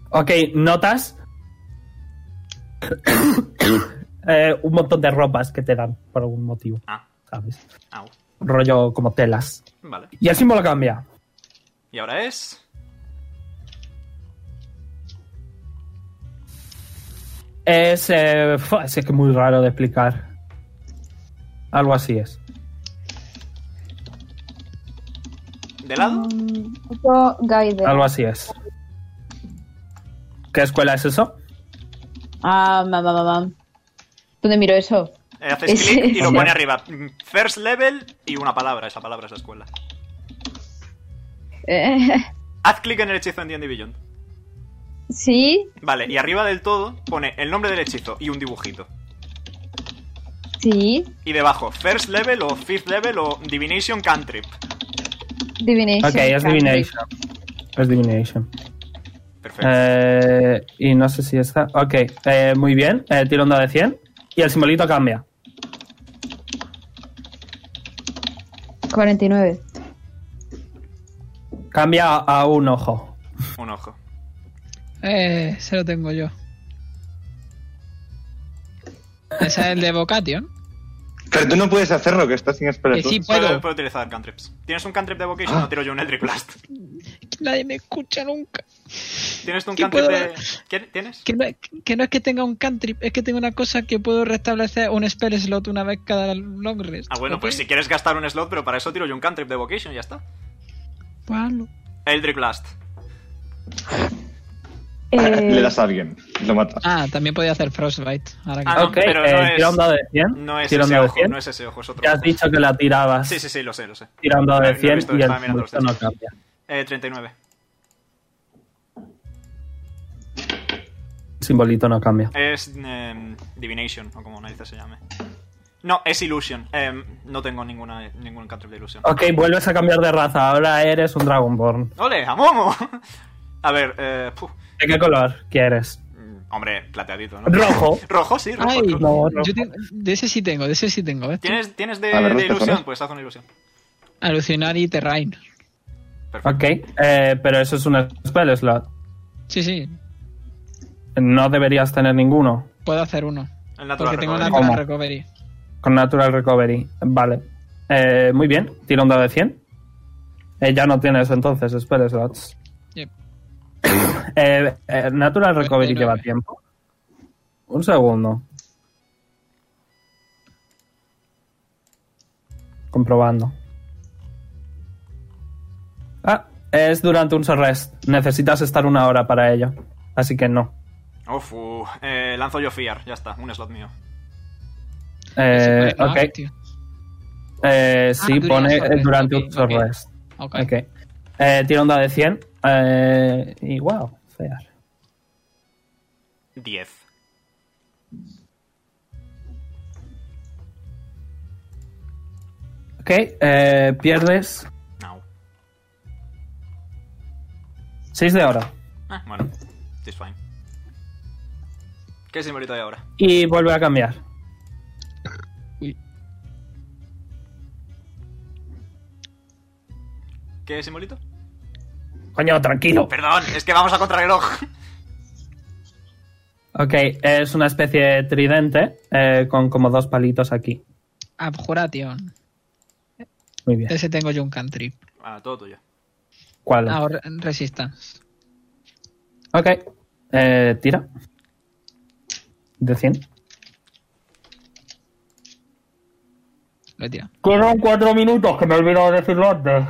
C: Ok, notas. <coughs> Eh, un montón de ropas que te dan por algún motivo,
A: Ah,
C: ¿sabes?
A: au.
C: Rollo como telas.
A: Vale.
C: Y el símbolo cambia.
A: Y ahora es.
C: Es, eh, fu- es que es muy raro de explicar. Algo así es.
A: ¿De lado?
D: Mm, Otro guide.
C: Algo así es. ¿Qué escuela es eso?
D: Ah, mamá, mamá. ¿Dónde miro eso?
A: Eh, haces
D: Ese-
A: clic y lo
C: Hombre.
A: pone arriba. Mm, First level y una palabra. Esa palabra es la escuela.
D: Eh, <laughs>
A: Haz clic en el hechizo en D&D Beyond.
D: sí,
A: Vale, y arriba del todo pone el nombre del hechizo y un dibujito.
D: sí.
A: Y debajo, first level o fifth level o divination cantrip.
D: Divination.
C: Ok, es
D: Cantrip.
C: Divination. Es Divination.
A: Perfecto.
C: Eh, y no sé si está. Ok, eh, muy bien. Eh, tiro onda de 100. Y el simbolito cambia.
D: 49.
C: Cambia a un ojo.
A: Un ojo.
E: eh, se lo tengo yo. Ese es el de Vocation.
B: Pero tú no puedes hacerlo, que estás sin esperar.
E: Que sí
A: Solo
E: puedo.
A: puedo utilizar cantrips. ¿Tienes un cantrip de vocation?
E: Ah.
A: No tiro yo un Eldritch Blast.
E: Nadie me escucha nunca.
A: <laughs> ¿Tienes tú un
E: ¿Qué
A: cantrip
E: puedo
A: de...?
E: ver?
A: ¿Qué- ¿Tienes?
E: Que no, que no es que tenga un cantrip, es que tengo una cosa que puedo restablecer un spell slot una vez cada long rest.
A: Ah, bueno,
E: ¿Ok?
A: pues si quieres gastar un slot, pero para eso tiro yo un cantrip de vocation, ya está.
E: Pues hazlo.
A: Eldritch Blast.
D: Eh,
B: Le das a alguien, lo matas.
E: Ah, también podía hacer Frostbite. Ahora que
A: Ah, no,
C: ok,
A: pero
C: eh,
A: no es-
C: tira un dado de 100.
A: No es
C: tira un
A: ese
C: dado de
A: ojo,
C: 100.
A: no es ese ojo, es otro.
C: Ya has
A: ojo.
C: dicho que la tirabas.
A: Sí, sí, sí, lo sé, lo sé.
C: Tira un dado
A: No,
C: de
A: no, he
C: 100
A: visto,
C: y el
A: estaba mirando los
C: pulso no
A: datos.
C: cambia.
A: Eh, 39.
C: El simbolito no cambia.
A: Es em, Divination, o como narices se llame. No, es Illusion. Em, no tengo ninguna, ningún cantrip de Illusion.
C: Ok, vuelves a cambiar de raza. Ahora eres un Dragonborn.
A: ¡Ole, a Momo! <laughs> A ver, eh, puf.
C: ¿De qué color quieres?
A: Mm, hombre, plateadito, ¿no?
C: Rojo.
A: <laughs> Rojo, sí, rojo.
E: Ay,
A: rojo.
C: no, no.
E: yo te- de ese sí tengo, de ese sí tengo. ¿eh?
A: ¿Tienes, tienes de,
B: A ver,
A: de
B: los
A: ilusión?
B: tesoros.
A: Pues haz una ilusión.
E: Alucinar y Terrain.
A: Perfecto.
C: Ok, eh, pero eso es un spell slot.
E: Sí, sí,
C: No deberías tener ninguno.
E: puedo hacer uno.
A: El natural
E: Porque tengo
A: recovery.
E: una Natural
C: ¿Cómo?
E: Recovery.
C: Con Natural Recovery. Vale. Eh, muy bien. Tira un dado de 100. Eh, ya no tienes entonces spell slots.
E: Yep.
C: Eh, eh, Natural
E: 29.
C: Recovery lleva tiempo. Un segundo. Comprobando. Ah, es durante un rest. Necesitas estar una hora para ello. Así que no.
A: Uf, uh, eh, lanzo yo Fear, ya está, un slot mío.
C: Eh,
E: Se pone- pues, no,
C: ok.
E: tío. Ah,
C: Eh, sí,
E: tú
C: pone
E: ya sabes,
C: eh, durante
E: ok,
C: un short
E: ok.
C: rest.
E: Ok.
C: Ok. Eh, tira onda de 100. eh, y wow, fear.
A: 10.
C: Ok, eh, pierdes
A: No.
C: 6 de oro.
A: Ah, bueno, it's fine. ¿Qué simbolito hay ahora?
C: Y vuelve a cambiar.
A: ¿Qué simbolito? Oh,
C: Coño, tranquilo.
A: Perdón, es que vamos a contrarreloj.
C: Ok, es una especie de tridente eh, con como dos palitos aquí.
E: Abjuration.
C: Muy bien.
E: De ese tengo yo un cantrip.
A: <laughs> Ah, todo tuyo.
C: ¿Cuál?
E: Ahora resistance.
C: Ok. Eh, tira. De 100.
E: Lo he tirado.
C: Quedan 4 minutos que me olvidado de decirlo antes.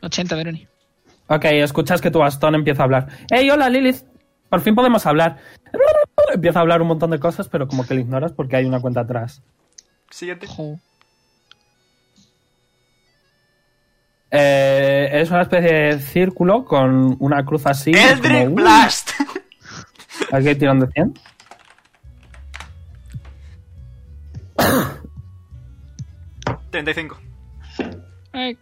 E: Ujú. 80, Veroni.
C: Ok, escuchas que tu bastón empieza a hablar. ¡Hey, hola, Lilith! Por fin podemos hablar. Empieza a hablar un montón de cosas, pero como que lo ignoras porque hay una cuenta atrás.
A: Siguiente.
E: Jo.
C: Eh, es una especie de círculo con una cruz así.
A: Eldritch
C: como, uh,
A: Blast. <laughs>
C: Aquí tirando 100.
A: Blast. 35.
E: Ay,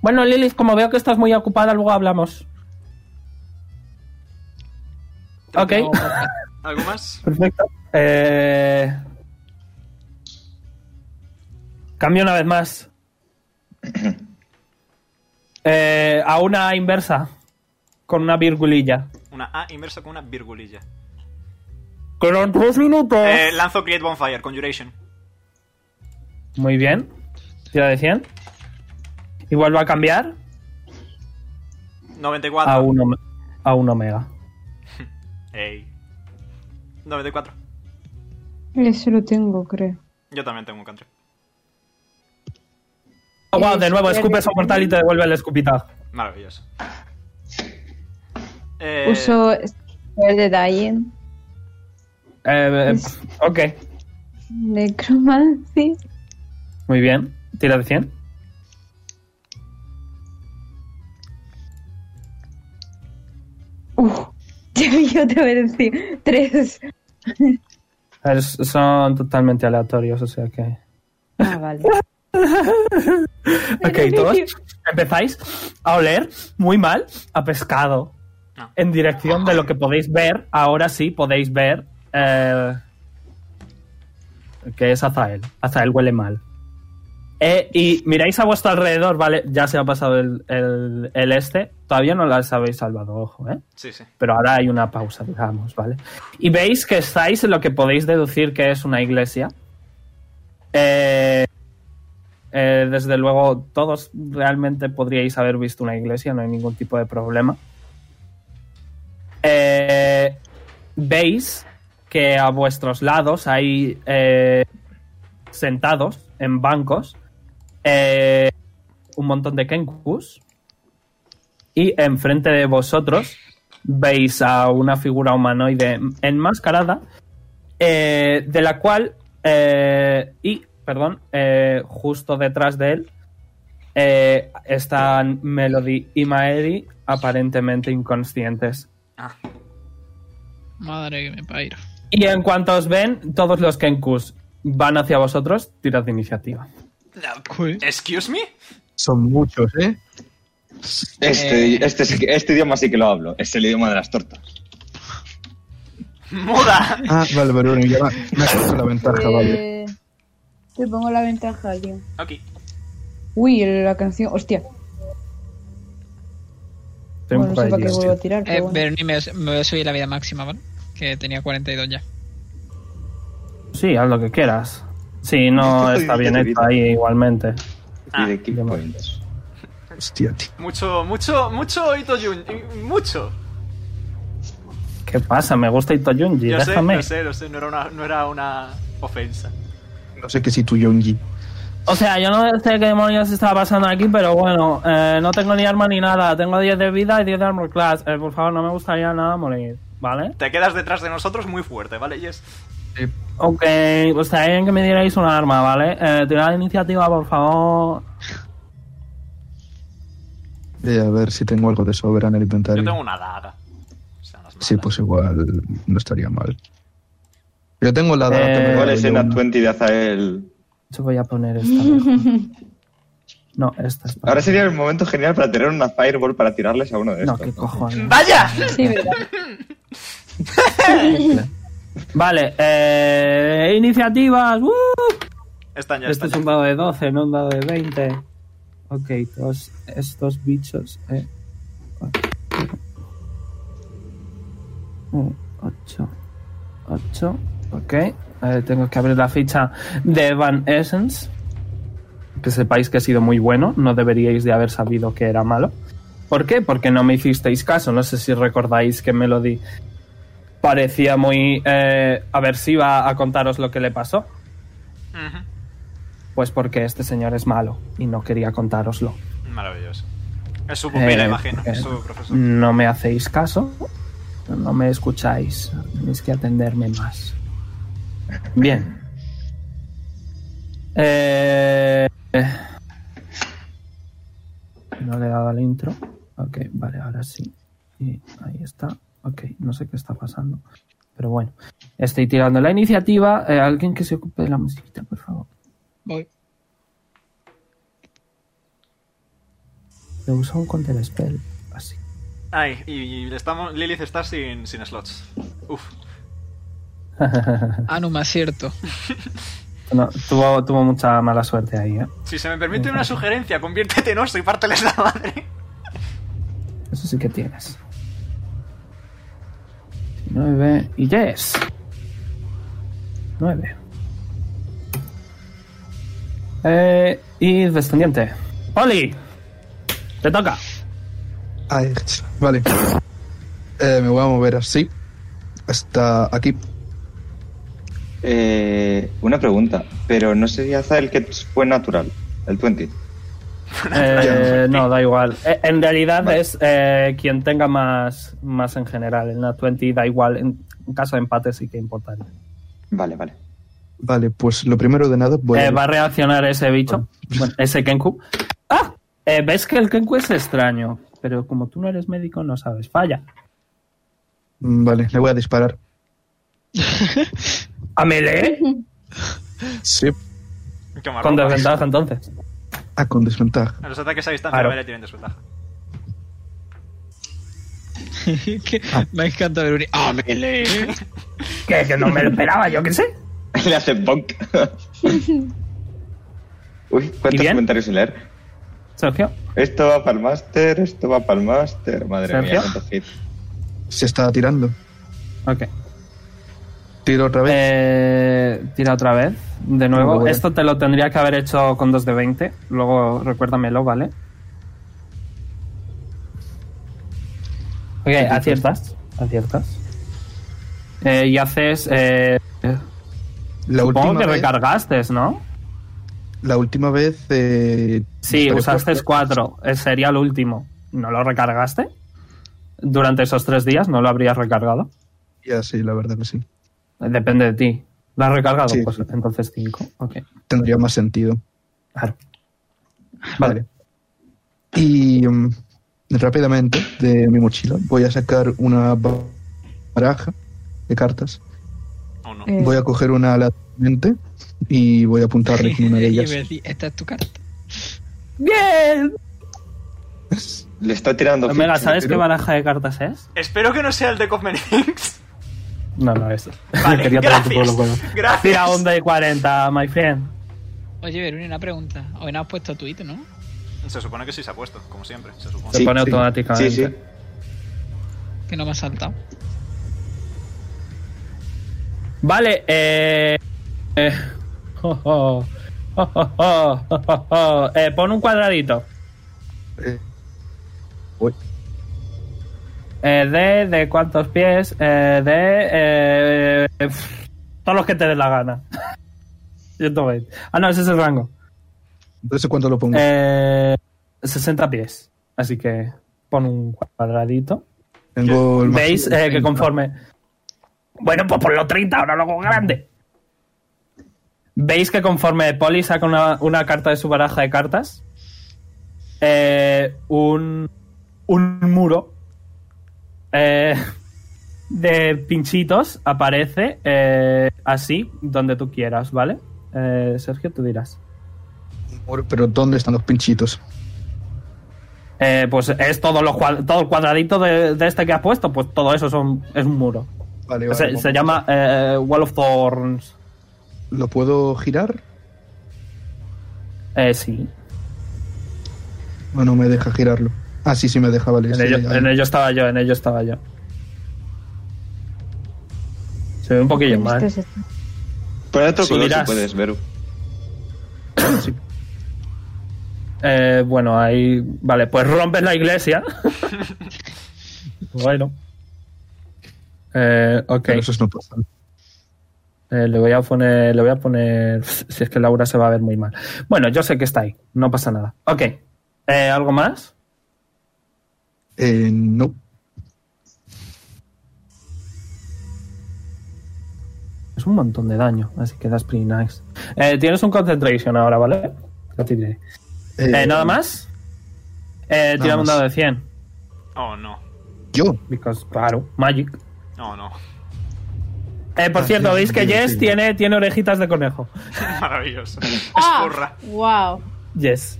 C: Bueno, Lilith, como veo que estás muy ocupada, luego hablamos. Ok,
E: no, papá.
A: ¿Algo más?
C: perfecto. Eh, Cambio una vez <clears throat> más. Eh, a una inversa. Con una virgulilla.
A: Una A inversa con una virgulilla.
C: Quedan tres minutos.
A: Eh, lanzo Create Bonfire, Conjuration.
C: Muy bien. Tira de 100. Y vuelvo a cambiar
A: 94.
C: a un, ome- a un omega.
A: Ey. 94.
D: Ese lo tengo, creo.
A: Yo también tengo un country.
C: Oh, wow, de
D: Eh,
C: nuevo,
D: sí,
C: escupes
D: sí.
C: un portal y te devuelve el escupitajo.
A: Maravilloso. Eh,
D: Uso el de Dying,
C: <laughs> Eh, eh,
D: Es-
C: pf, ok,
D: Necromancy.
C: muy bien. Tira de 100.
D: Uf, <laughs> yo te voy a decir. Tres.
C: Es- son totalmente aleatorios, o sea que...
D: Ah, vale.
C: Ok, todos empezáis a oler muy mal a pescado.
A: No.
C: En dirección de lo que podéis ver, ahora sí podéis ver eh, que es Azael. Azael huele mal. Eh, y miráis a vuestro alrededor, ¿vale? Ya se ha pasado el, el- el este. Todavía no las habéis salvado, ojo, ¿eh?
A: Sí, sí.
C: Pero ahora hay una pausa, digamos, ¿vale? Y veis que estáis en lo que podéis deducir que es una iglesia. Eh, eh, desde luego, todos realmente podríais haber visto una iglesia, no hay ningún tipo de problema. Eh, veis que a vuestros lados hay eh, sentados en bancos eh, un montón de Kenkus. Y enfrente de vosotros veis a una figura humanoide enmascarada, eh, de la cual, eh, y, perdón, eh, justo detrás de él, eh, están Melody y Maeri aparentemente inconscientes.
E: Madre que me pairo.
C: Y en cuanto os ven, todos los Kenkus van hacia vosotros, tirad de iniciativa.
A: ¿Excuse me?
F: Son muchos, ¿eh?
B: Este, este, sí que- este idioma sí que lo hablo. Es el idioma de las tortas.
A: ¡Muda!
F: Ah, vale, vale, bueno, ya me me has puesto la ventaja, vale.
D: Eh, Te pongo la ventaja, tío.
A: Ok.
D: Uy, la canción. Hostia.
C: Estoy
D: Bueno, no
C: un poco
D: sé para
C: allí,
D: qué
C: hostia.
D: vuelvo a tirar,
E: Eh,
D: pero bueno.
E: Bernie, me, me voy a subir la vida máxima, ¿vale? Que tenía 42 ya.
C: Sí, haz lo que quieras. Sí, no
B: Estoy
C: está bien
B: bien de
C: hecho
B: vida.
C: ahí igualmente.
A: Ah.
B: Y de key
C: Idioma.
B: points.
F: Hostia, tío.
A: Mucho, mucho, mucho Ito Jun. Mucho.
C: ¿Qué pasa? Me gusta Ito Junji,
A: Yo sé,
C: déjame.
A: lo sé, lo sé. No era una, no era una ofensa.
F: No sé qué si tu Yonji.
C: O sea, yo no sé qué demonios está pasando aquí, pero bueno, eh, no tengo ni arma ni nada. Tengo 10 de vida y 10 de armor class. Eh, por favor, no me gustaría nada morir, ¿vale?
A: Te quedas detrás de nosotros muy fuerte, ¿vale? Y es.
C: Ok, gustaría bien que me dierais un arma, ¿vale? Eh, tirad iniciativa, por favor.
F: Eh, a ver si tengo algo de sobra en el inventario.
A: Yo tengo una daga. O sea, las
F: Sí,
A: malas.
F: pues igual no estaría mal. Yo tengo la daga
C: Eh,
F: que me
B: ¿Cuál
F: vale
B: es
F: yo
B: el
F: una.
B: Nat 20 de Azael?
C: Yo voy a poner esta. mejor. No, esta es
B: Ahora sería el momento genial para tener una fireball para tirarles a uno de
C: No,
B: estos.
C: qué cojones.
A: ¡Vaya!
D: Sí, verdad.
C: Vale, eh, iniciativas. ¡uh!
A: Están ya,
C: Este
A: están ya.
C: es un dado de 12, no un dado de 20. Ok, todos estos bichos. Eh. 8. 8. eh, Ok. eh, tengo que abrir la ficha de Van Essence. Que sepáis que he sido muy bueno. No deberíais de haber sabido que era malo. ¿Por qué? Porque no me hicisteis caso. No sé si recordáis que Melody parecía muy eh, aversiva a contaros lo que le pasó.
A: Ujú.
C: Pues porque este señor es malo y no quería contároslo.
A: Maravilloso. Es su
C: Eh,
A: pupila, imagino.
C: eh,
A: Es su profesor.
C: No me hacéis caso, no me escucháis, tenéis que atenderme más. Bien. Eh, eh. No le he dado al intro. Ok, vale, ahora sí. Y ahí está. Ok, no sé qué está pasando. Pero bueno, estoy tirando la iniciativa. Eh, Alguien que se ocupe de la musiquita, por favor.
E: Voy.
C: Le uso un counter spell. Así.
A: Ay, y, y estamos, Lilith está sin, sin slots. Uf.
E: Ah, no me <laughs> acierto.
C: No, tuvo, tuvo mucha mala suerte ahí, ¿eh?
A: Si se me permite una sugerencia, conviértete en oso y párteles la madre. <laughs>
C: Eso sí que tienes. 9 y yes. 9. Eh, y descendiente. ¡Oli! ¡Te toca!
F: Ah, eh, vale. Eh, me voy a mover así. Hasta aquí.
B: Eh, una pregunta, pero no sería Azael que fue natural, el 20.
C: Eh, no, da igual. Eh, en realidad es eh, quien tenga más, más en general. En la 20 da igual. En, en caso de empate sí que importaría.
B: Vale, vale.
F: Vale, pues lo primero de nada voy
C: Eh,
F: a...
C: va a reaccionar ese bicho, bueno, ese Kenku. ¡Ah! Eh, ¿Ves que el Kenku es extraño? Pero como tú no eres médico, no sabes. Falla.
F: Mm, Vale, le voy a disparar.
C: ¿A melee?
F: Sí.
A: Qué mal
C: Con
A: ropa.
C: desventaja, entonces.
F: Ah, con desventaja.
A: A los ataques a distancia
C: Claro.
A: vale, tienen desventaja.
E: Que me encanta ver un... ¡Ah, mele!
C: Que, que no me lo esperaba, yo qué sé.
B: <laughs> Le hace
C: <laughs>
B: bonk. Uy,
C: ¿Y
B: cuántos
C: bien?
B: comentarios sin leer.
C: Sergio,
B: Esto va para el máster, esto va para el máster. Madre mía,
C: ¿Sergio?
B: cuántos hits.
F: Se está tirando.
C: ok.
F: Tiro otra vez.
C: Eh, tira otra vez, de
F: No,
C: nuevo.
F: bueno.
C: Esto te lo tendría que haber hecho con 2 de 20. Luego recuérdamelo, ¿vale? Ok, aciertas. Aciertas. Eh, y haces. eh,
F: la
C: supongo
F: última
C: que
F: vez-
C: recargaste, ¿no?
F: la última vez. eh,
C: Sí,
F: pero
C: usaste
F: fue-
C: 4. Sería el último. ¿No lo recargaste? Durante esos tres días no lo habrías recargado.
F: Ya, sí, la verdad que sí.
C: Eh, Depende de ti. ¿Lo has recargado?
F: Sí.
C: Pues entonces 5. Ok.
F: Tendría más sentido.
C: Claro. Vale.
F: Vale. Y mm, rápidamente de mi mochila voy a sacar una ba- baraja de cartas.
A: ¿O no?
D: Eh,
F: <laughs> Voy a coger una lateralmente y voy a apuntarle con una
C: <laughs>
F: de
E: Y
F: ellas.
E: me decís, esta es tu carta.
C: ¡Bien!
F: <laughs>
B: Le está tirando.
C: Omega,
B: fichas,
C: ¿sabes qué
B: pero-
C: baraja de cartas es?
A: Espero que no sea el de
C: <laughs>
A: Cosmenix.
C: No, no es.
A: Vale,
C: Quería tener tu
A: gracias.
C: pueblo, bueno.
A: Gracias.
C: Tira onda de 40, my friend.
E: Oye, Veruni, una pregunta. Hoy no has puesto tweet, ¿no?
A: Se supone que sí se ha puesto, como siempre. Se supone.
C: Se
B: Sí,
C: pone
F: sí.
C: automáticamente.
B: Sí, sí.
E: Que no me ha saltado.
C: Vale, eh. eh, jo, jo, jo, jo, jo, jo, jo. Eh, pon un cuadradito.
F: Eh, uy,
C: Eh, de, de cuántos pies, eh, de. eh, pf, todos los que te dé la gana. <laughs> 120. Ah, no, ese es el rango.
F: entonces, ¿cuánto lo pongo?
C: Eh, 60 pies. Así que pon un cuadradito.
F: Tengo el máximo
C: ¿Veis
F: de
C: eh, que
F: 30.
C: conforme... Bueno, pues por los 30, ahora lo hago grande. ¿Veis que conforme Polly saca una, una carta de su baraja de cartas? eh, un, un muro eh, de pinchitos aparece eh, así donde tú quieras, ¿vale? Eh, Sergio, tú dirás.
F: Pero ¿dónde están los pinchitos?
C: Eh, pues es todo, los cuad- todo el cuadradito de, de este que has puesto, pues todo eso son, es un muro.
F: Vale,
C: Se,
F: vale,
C: se
F: vamos.
C: llama eh, Wall of Thorns.
F: ¿Lo puedo girar?
C: Eh, sí.
F: ¿O no me deja girarlo? Ah, sí, sí me deja, vale.
C: En
F: sí,
C: ello,
F: ahí.
C: en ello estaba yo, en ello estaba yo. Se ve un poquillo mal.
D: este es-
B: Pon otro
C: Sí,
B: color si
C: dirás.
B: puedes, Veru.
F: Sí.
C: Eh, bueno, ahí. Vale, pues rompes
F: <laughs>
C: la iglesia. bueno. Eh, ok.
F: Pero esos no pasan.
C: Eh, le voy a poner. Le voy a poner. <laughs> Si es que Laura se va a ver muy mal. Bueno, yo sé que está ahí. No pasa nada. Ok. Eh, ¿Algo más?
F: Eh, no.
C: Es un montón de daño, así que das pretty nice. Eh, tienes un concentration ahora, ¿vale? Ya te diré. Eh, ¿Nada más? Eh,
F: nada
C: tira un
F: más.
C: dado de 100.
A: Oh, no.
F: Yo.
C: Because, claro, magic.
A: Oh, no. <laughs>
C: Eh, por
F: Ah,
C: cierto,
F: sí,
C: veis que
F: sí,
C: Jess
F: sí.
C: tiene, tiene orejitas de conejo.
A: Maravilloso.
D: ¡Ah!
A: Escurra.
D: <laughs> ¡Wow!
C: Jess.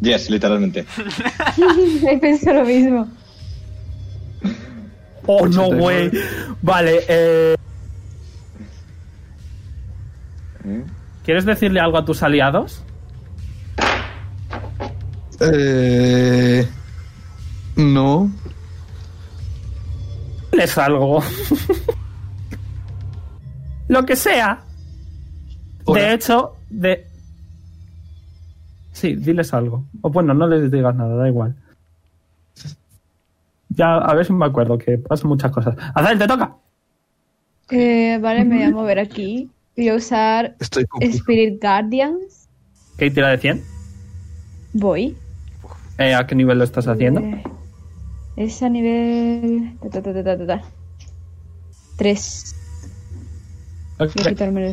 B: Yes, literalmente.
D: He pensado lo mismo.
C: Oh, no, güey. Vale, eh, ¿quieres decirle algo a tus aliados?
F: Eh, no.
C: Les algo. Lo que sea.
F: Hola.
C: De hecho, de. Sí, diles algo. O bueno, no les digas nada, da igual. Ya, a ver si me acuerdo, que pasan muchas cosas. Azael, te toca.
D: Eh, vale, me voy <laughs> a mover aquí. Voy a usar
F: Estoy con...
D: Spirit Guardians.
C: ¿Qué tira de 100?
D: Voy.
C: Eh, ¿A qué nivel lo estás haciendo?
D: Eh, es a nivel. Ta, ta, ta, ta, ta, ta, ta. Tres.
C: Ok.
D: Voy a quitarme el-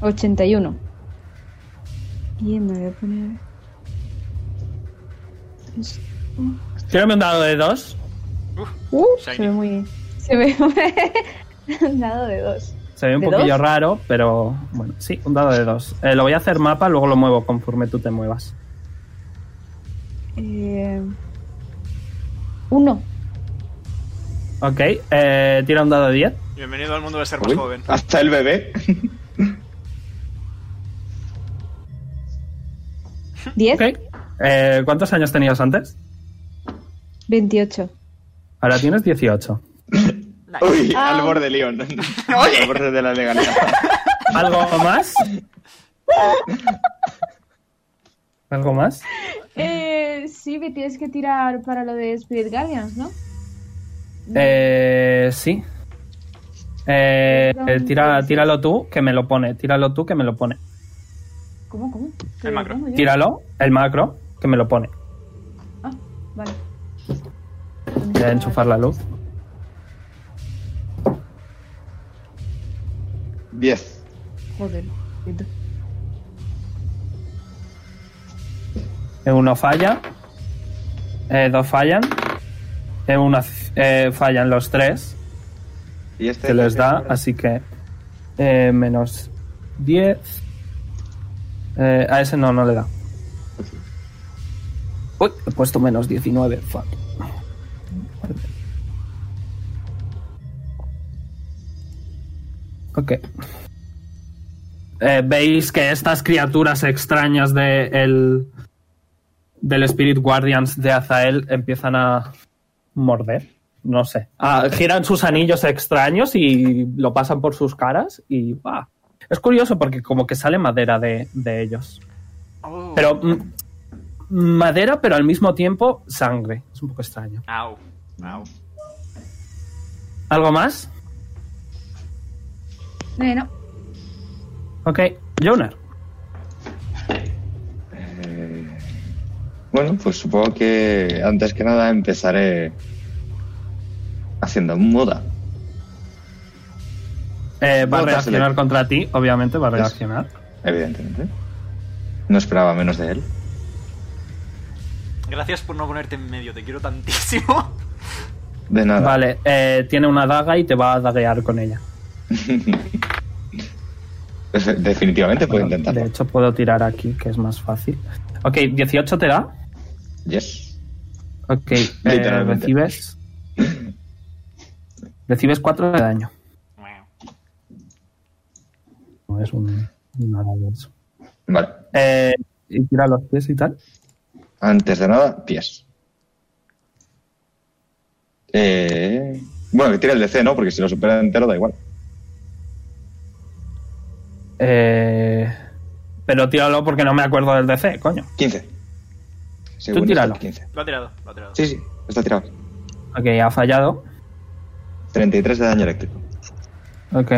D: Ochenta y uno. Y me voy a poner.
C: Tírame un dado de 2.
D: Uh,
A: Shiny.
D: se ve muy. Se ve <laughs> un dado de dos.
C: Se ve un
D: ¿De
C: poquillo
D: dos?
C: raro, pero bueno, sí, un dado de 2. lo voy a hacer mapa, luego lo muevo conforme tú te muevas.
D: Eh, uno.
C: Ok, eh, tira un dado de 10.
A: Bienvenido al mundo de ser más
B: Uy,
A: joven.
B: Hasta el bebé.
D: Diez.
C: Ok. Eh, ¿Cuántos años tenías antes?
D: Veintiocho.
C: Ahora tienes 18.
B: Uy,
D: Ah.
B: al borde León. Al borde de la legalidad.
C: ¿Algo más? ¿Algo más?
D: Eh, sí, me tienes que tirar para lo de Spirit Guardians, ¿no?
C: Eh, sí. Eh, eh, tira, tíralo tú, que me lo pone. Tíralo tú, que me lo pone.
D: ¿Cómo, cómo? ¿Que
A: El
D: lo
A: macro.
D: pongo yo?
C: Tíralo, el macro, que me lo pone.
D: Ah, vale.
C: Voy a enchufar la luz.
B: 10.
D: Joder.
C: Eh, Uno falla. Eh, dos fallan. Eh, uno ac- eh, fallan los tres.
B: Y este
C: Se les da, así que. eh, menos 10. Eh, a ese no, no le da. Uy, he puesto menos 19. Fuck. Ok. Eh, Veis que estas criaturas extrañas de el- del Spirit Guardians de Azael empiezan a morder. No sé. Ah, giran sus anillos extraños y lo pasan por sus caras y va. Es curioso porque como que sale madera de, de ellos.
A: Oh.
C: Pero mm, madera, pero al mismo tiempo sangre. Es un poco extraño.
A: Au. Au.
C: ¿Algo más?
D: Eh, no.
C: Ok. Jonar.
B: Bueno, pues supongo que antes que nada empezaré haciendo moda.
C: eh, va a
B: Otra
C: reaccionar
B: selección.
C: contra ti, obviamente va a
B: Yes.
C: reaccionar.
B: Evidentemente. No esperaba menos de él.
A: Gracias por no ponerte en medio, te quiero tantísimo. <laughs>
B: De nada.
C: Vale, eh, tiene una daga y te va a daguear con ella.
B: Definitivamente puedo
C: Bueno,
B: intentarlo.
C: De hecho, puedo tirar aquí, que es más fácil. Ok, 18 te da.
B: Yes.
C: Ok, eh,
B: Literalmente.
C: recibes. Recibes 4 de daño. No es un. Nada de eso.
B: Vale.
C: Eh, y tira los pies y tal.
B: Antes de nada, pies. Eh... Bueno, que tire el DC, ¿no? Porque si lo supera entero da igual.
C: Eh, pero tíralo porque no me acuerdo del DC, coño.
B: 15. Según
C: tíralo.
B: esto, 15.
A: Lo ha tirado, lo ha tirado.
B: Sí, sí, está tirado.
C: Ok, ha fallado.
B: 33 de daño eléctrico.
C: Ok.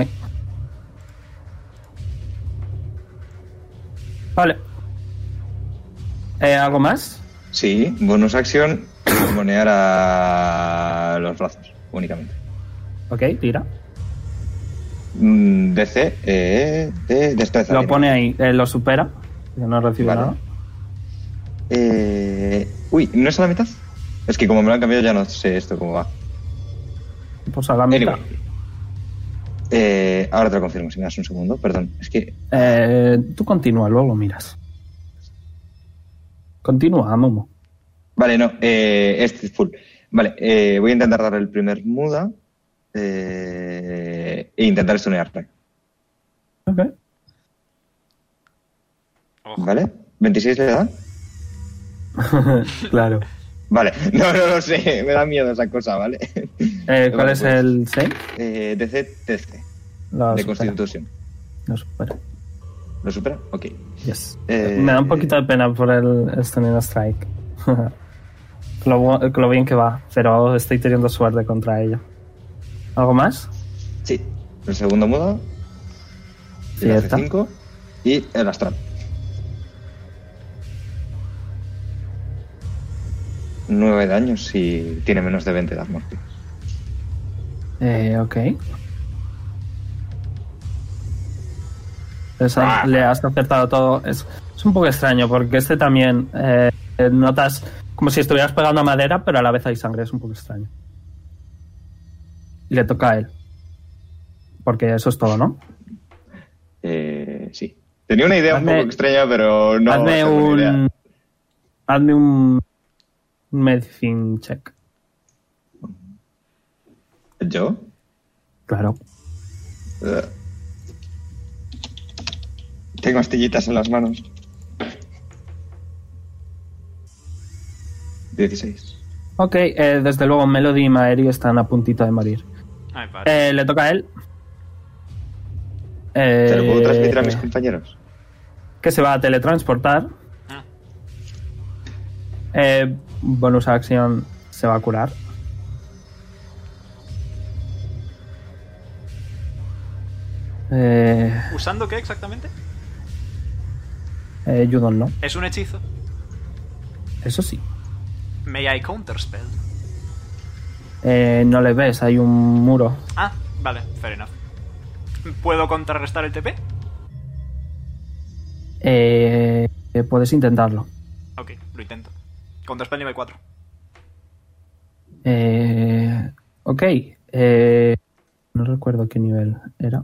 C: Vale. Eh, ¿Algo más?
B: Sí, bonus acción, <coughs> monear a los brazos, únicamente.
C: Ok, tira.
B: Mm, DC, eh, de destreza.
C: Lo
B: tiene.
C: pone ahí, eh, lo supera. Yo no recibo
B: Vale.
C: nada.
B: Eh, uy, ¿no es a la mitad? Es que como me lo han cambiado ya no sé esto cómo va.
C: Pues a la mitad.
B: Anyway. Eh, ahora te lo confirmo, si me das un segundo, perdón. Es que
C: Eh, tú continúa, luego miras. Continúa, Momo.
B: Vale, no, eh, este es full. Vale, eh, voy a intentar dar el primer muda eh, e intentar stunearle,
C: Ok.
G: Ojo.
B: ¿vale? ¿26 le da?
C: claro.
B: Vale, <laughs> no, no lo sé, me da miedo esa cosa, ¿vale? <laughs>
C: Eh, ¿Cuál
B: Vale,
C: es
B: pues.
C: el save?
B: Eh, DC, DC,
C: Lo
B: de
C: Ah, supera.
B: Constitución.
C: Lo supera.
B: ¿Lo supera? Ok.
C: Yes.
B: Eh,
C: Me da un poquito de pena por el Stunning Strike. <laughs> lo, bu- lo bien que va, pero estoy teniendo suerte contra ello. ¿Algo más?
B: Sí, el segundo muda,
C: Sí,
B: el
C: ya está.
B: AC5 y el astral. Nueve daños y tiene menos de 20 de armor.
C: Eh, ok. Les ha-
B: Ah.
C: le has acertado todo. Es, es un poco extraño porque este también eh, eh, notas como si estuvieras pegando a madera, pero a la vez hay sangre. Es un poco extraño. Y le toca a él. Porque eso es todo, ¿no?
B: Eh, sí. Tenía una idea un
C: Hazme-
B: poco extraña, pero no.
C: hazme
B: tengo ni idea.
C: un. Hazme un. un Medicine check.
B: ¿Yo?
C: Claro.
B: Eh. Tengo astillitas en las manos. 16.
C: Ok, eh, desde luego Melody y Maeri están a puntito de morir.
A: Ay, padre.
C: Eh, le toca a él. Eh,
B: ¿Se lo puedo transmitir a mis compañeros?
C: que se va a teletransportar.
A: Ah.
C: Eh, bonus acción se va a curar. Eh,
A: ¿Usando qué exactamente?
C: eh, you don't know.
A: Es un hechizo.
C: Eso sí.
A: May I counterspell.
C: Eh, no le ves, hay un muro.
A: Ah, vale, fair enough. ¿Puedo contrarrestar el TP?
C: Eh, eh, puedes intentarlo.
A: Ok, lo intento. Counterspell nivel 4.
C: Eh, ok. eh, no recuerdo qué nivel era.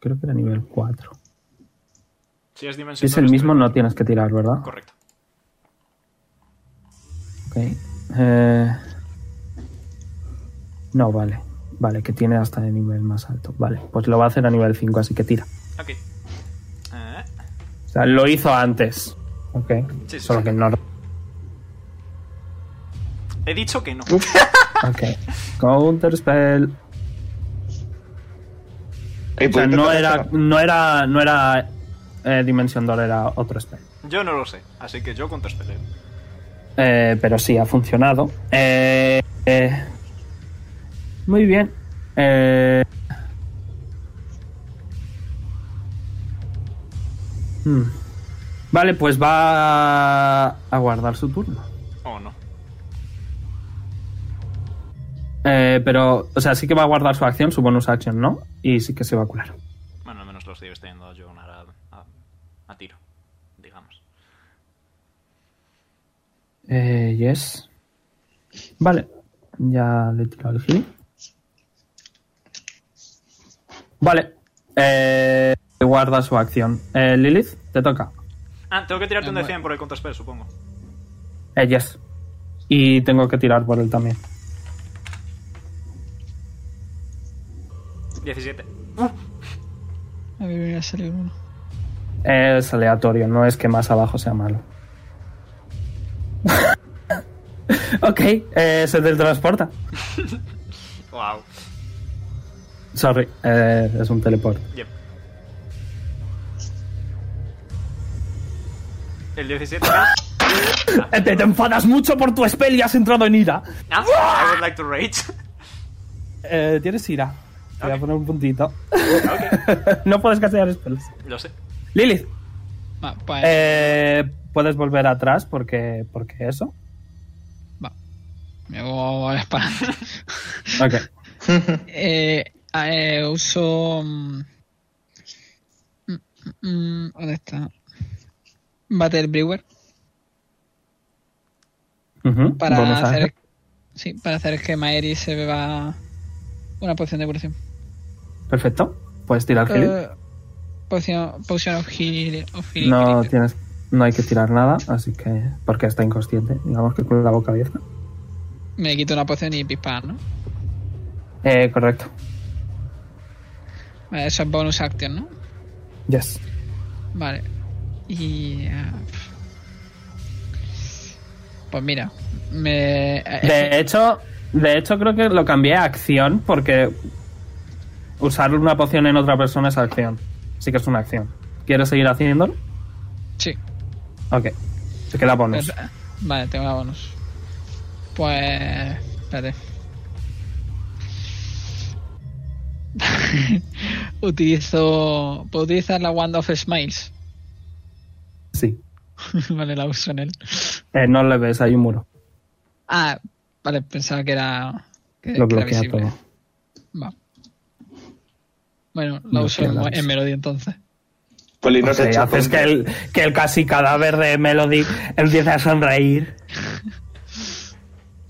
C: Creo que era nivel 4.
A: Si es
C: Si
A: dimensión
C: es el mismo, no tienes que tirar, ¿verdad?
A: Correcto.
C: Ok. Eh, no, vale. Vale, que tiene hasta el nivel más alto. Vale, pues lo va a hacer a nivel 5, así que tira.
A: Ok. Eh,
C: O sea, lo hizo antes. Ok.
A: Sí, sí,
C: Solo
A: sí.
C: que no.
A: he dicho que no.
C: Ok. Counter spell.
B: Ey,
C: O sea,
B: ¿puedo
C: no
B: intentar
C: era,
B: esto?
C: no era, no era eh, Dimension Door, era otro spell.
A: Yo no lo sé, así que yo counterspelleo.
C: Eh, pero sí, ha funcionado. Eh, eh, muy bien. Eh, hmm. Vale, pues va a guardar su turno.
A: O Oh, no.
C: Eh, pero, o sea, sí que va a guardar su acción, su bonus action, ¿no? Y sí que se va a curar.
A: Bueno, al menos lo estoy teniendo yo una a, a, a tiro, digamos.
C: Eh, yes. Vale. Ya le he tirado el heal. Vale. Eh, guarda su acción. Eh, Lilith, te toca.
A: Ah, tengo que tirarte un de
E: Bueno.
A: 100 por el counterspell, supongo.
C: Eh, yes. Y tengo que tirar por él también.
A: 17.
E: A mí me hubiera salido uno.
C: Es aleatorio, no es que más abajo sea malo. <laughs> ok, eh, se teletransporta.
A: Wow.
C: Sorry, eh, es un teleport.
A: Yep. El 17. era-
C: Eh, te, te enfadas mucho por tu spell y has entrado en ira.
A: Ah, I would like to rage. <laughs>
C: Eh, tienes ira. Te voy a
A: Ok.
C: poner un puntito. <laughs> no puedes castear spells.
A: Lo sé.
C: Lilith,
E: Va, pues.
C: eh, puedes volver atrás porque, porque eso.
E: Va. Me hago ahora para adelante.
C: Ok.
E: eh, eh, uso. mm, mm, mm, ¿Dónde está? Battle Brewer.
C: Ujú,
E: Para
C: bonus action.
E: hacer. Sí, para hacer que Maeri se beba una poción de curación.
C: Perfecto. Puedes tirar healing.
E: Eh, poción, potion of healing. Of healing
C: No
E: creature.
C: tienes, no hay que tirar nada, así que porque está inconsciente, digamos que con la boca abierta.
E: Me quito una poción y pispar, ¿no?
C: Eh, correcto.
E: Vale, Eso es bonus action, ¿no?
C: Yes.
E: Vale. Y. ah, pf. pues mira. Me. eh,
C: De hecho, de hecho creo que lo cambié a acción porque usar una poción en otra persona es acción. Sí que es una acción. ¿Quieres seguir haciéndolo?
E: sí.
C: Ok. Se queda bonus.
E: Espera. Vale, tengo la bonus. Pues. Espérate. <laughs> Utilizo. Puedo utilizar la Wand of Smiles. <laughs>
C: Sí.
E: vale, la uso en él.
C: Eh, no le ves, hay un muro.
E: Ah, vale, pensaba que era. Que,
C: Lo
E: que era
C: bloquea
E: visible.
C: todo.
E: Va. Bueno, la
C: Bloquea
E: uso en,
C: la
E: en
C: visión.
E: Melody entonces.
B: Poli, no
C: Ok,
B: has hecho
C: haces
B: tonto.
C: que el, que el casi cadáver de Melody empiece a <laughs> sonreír.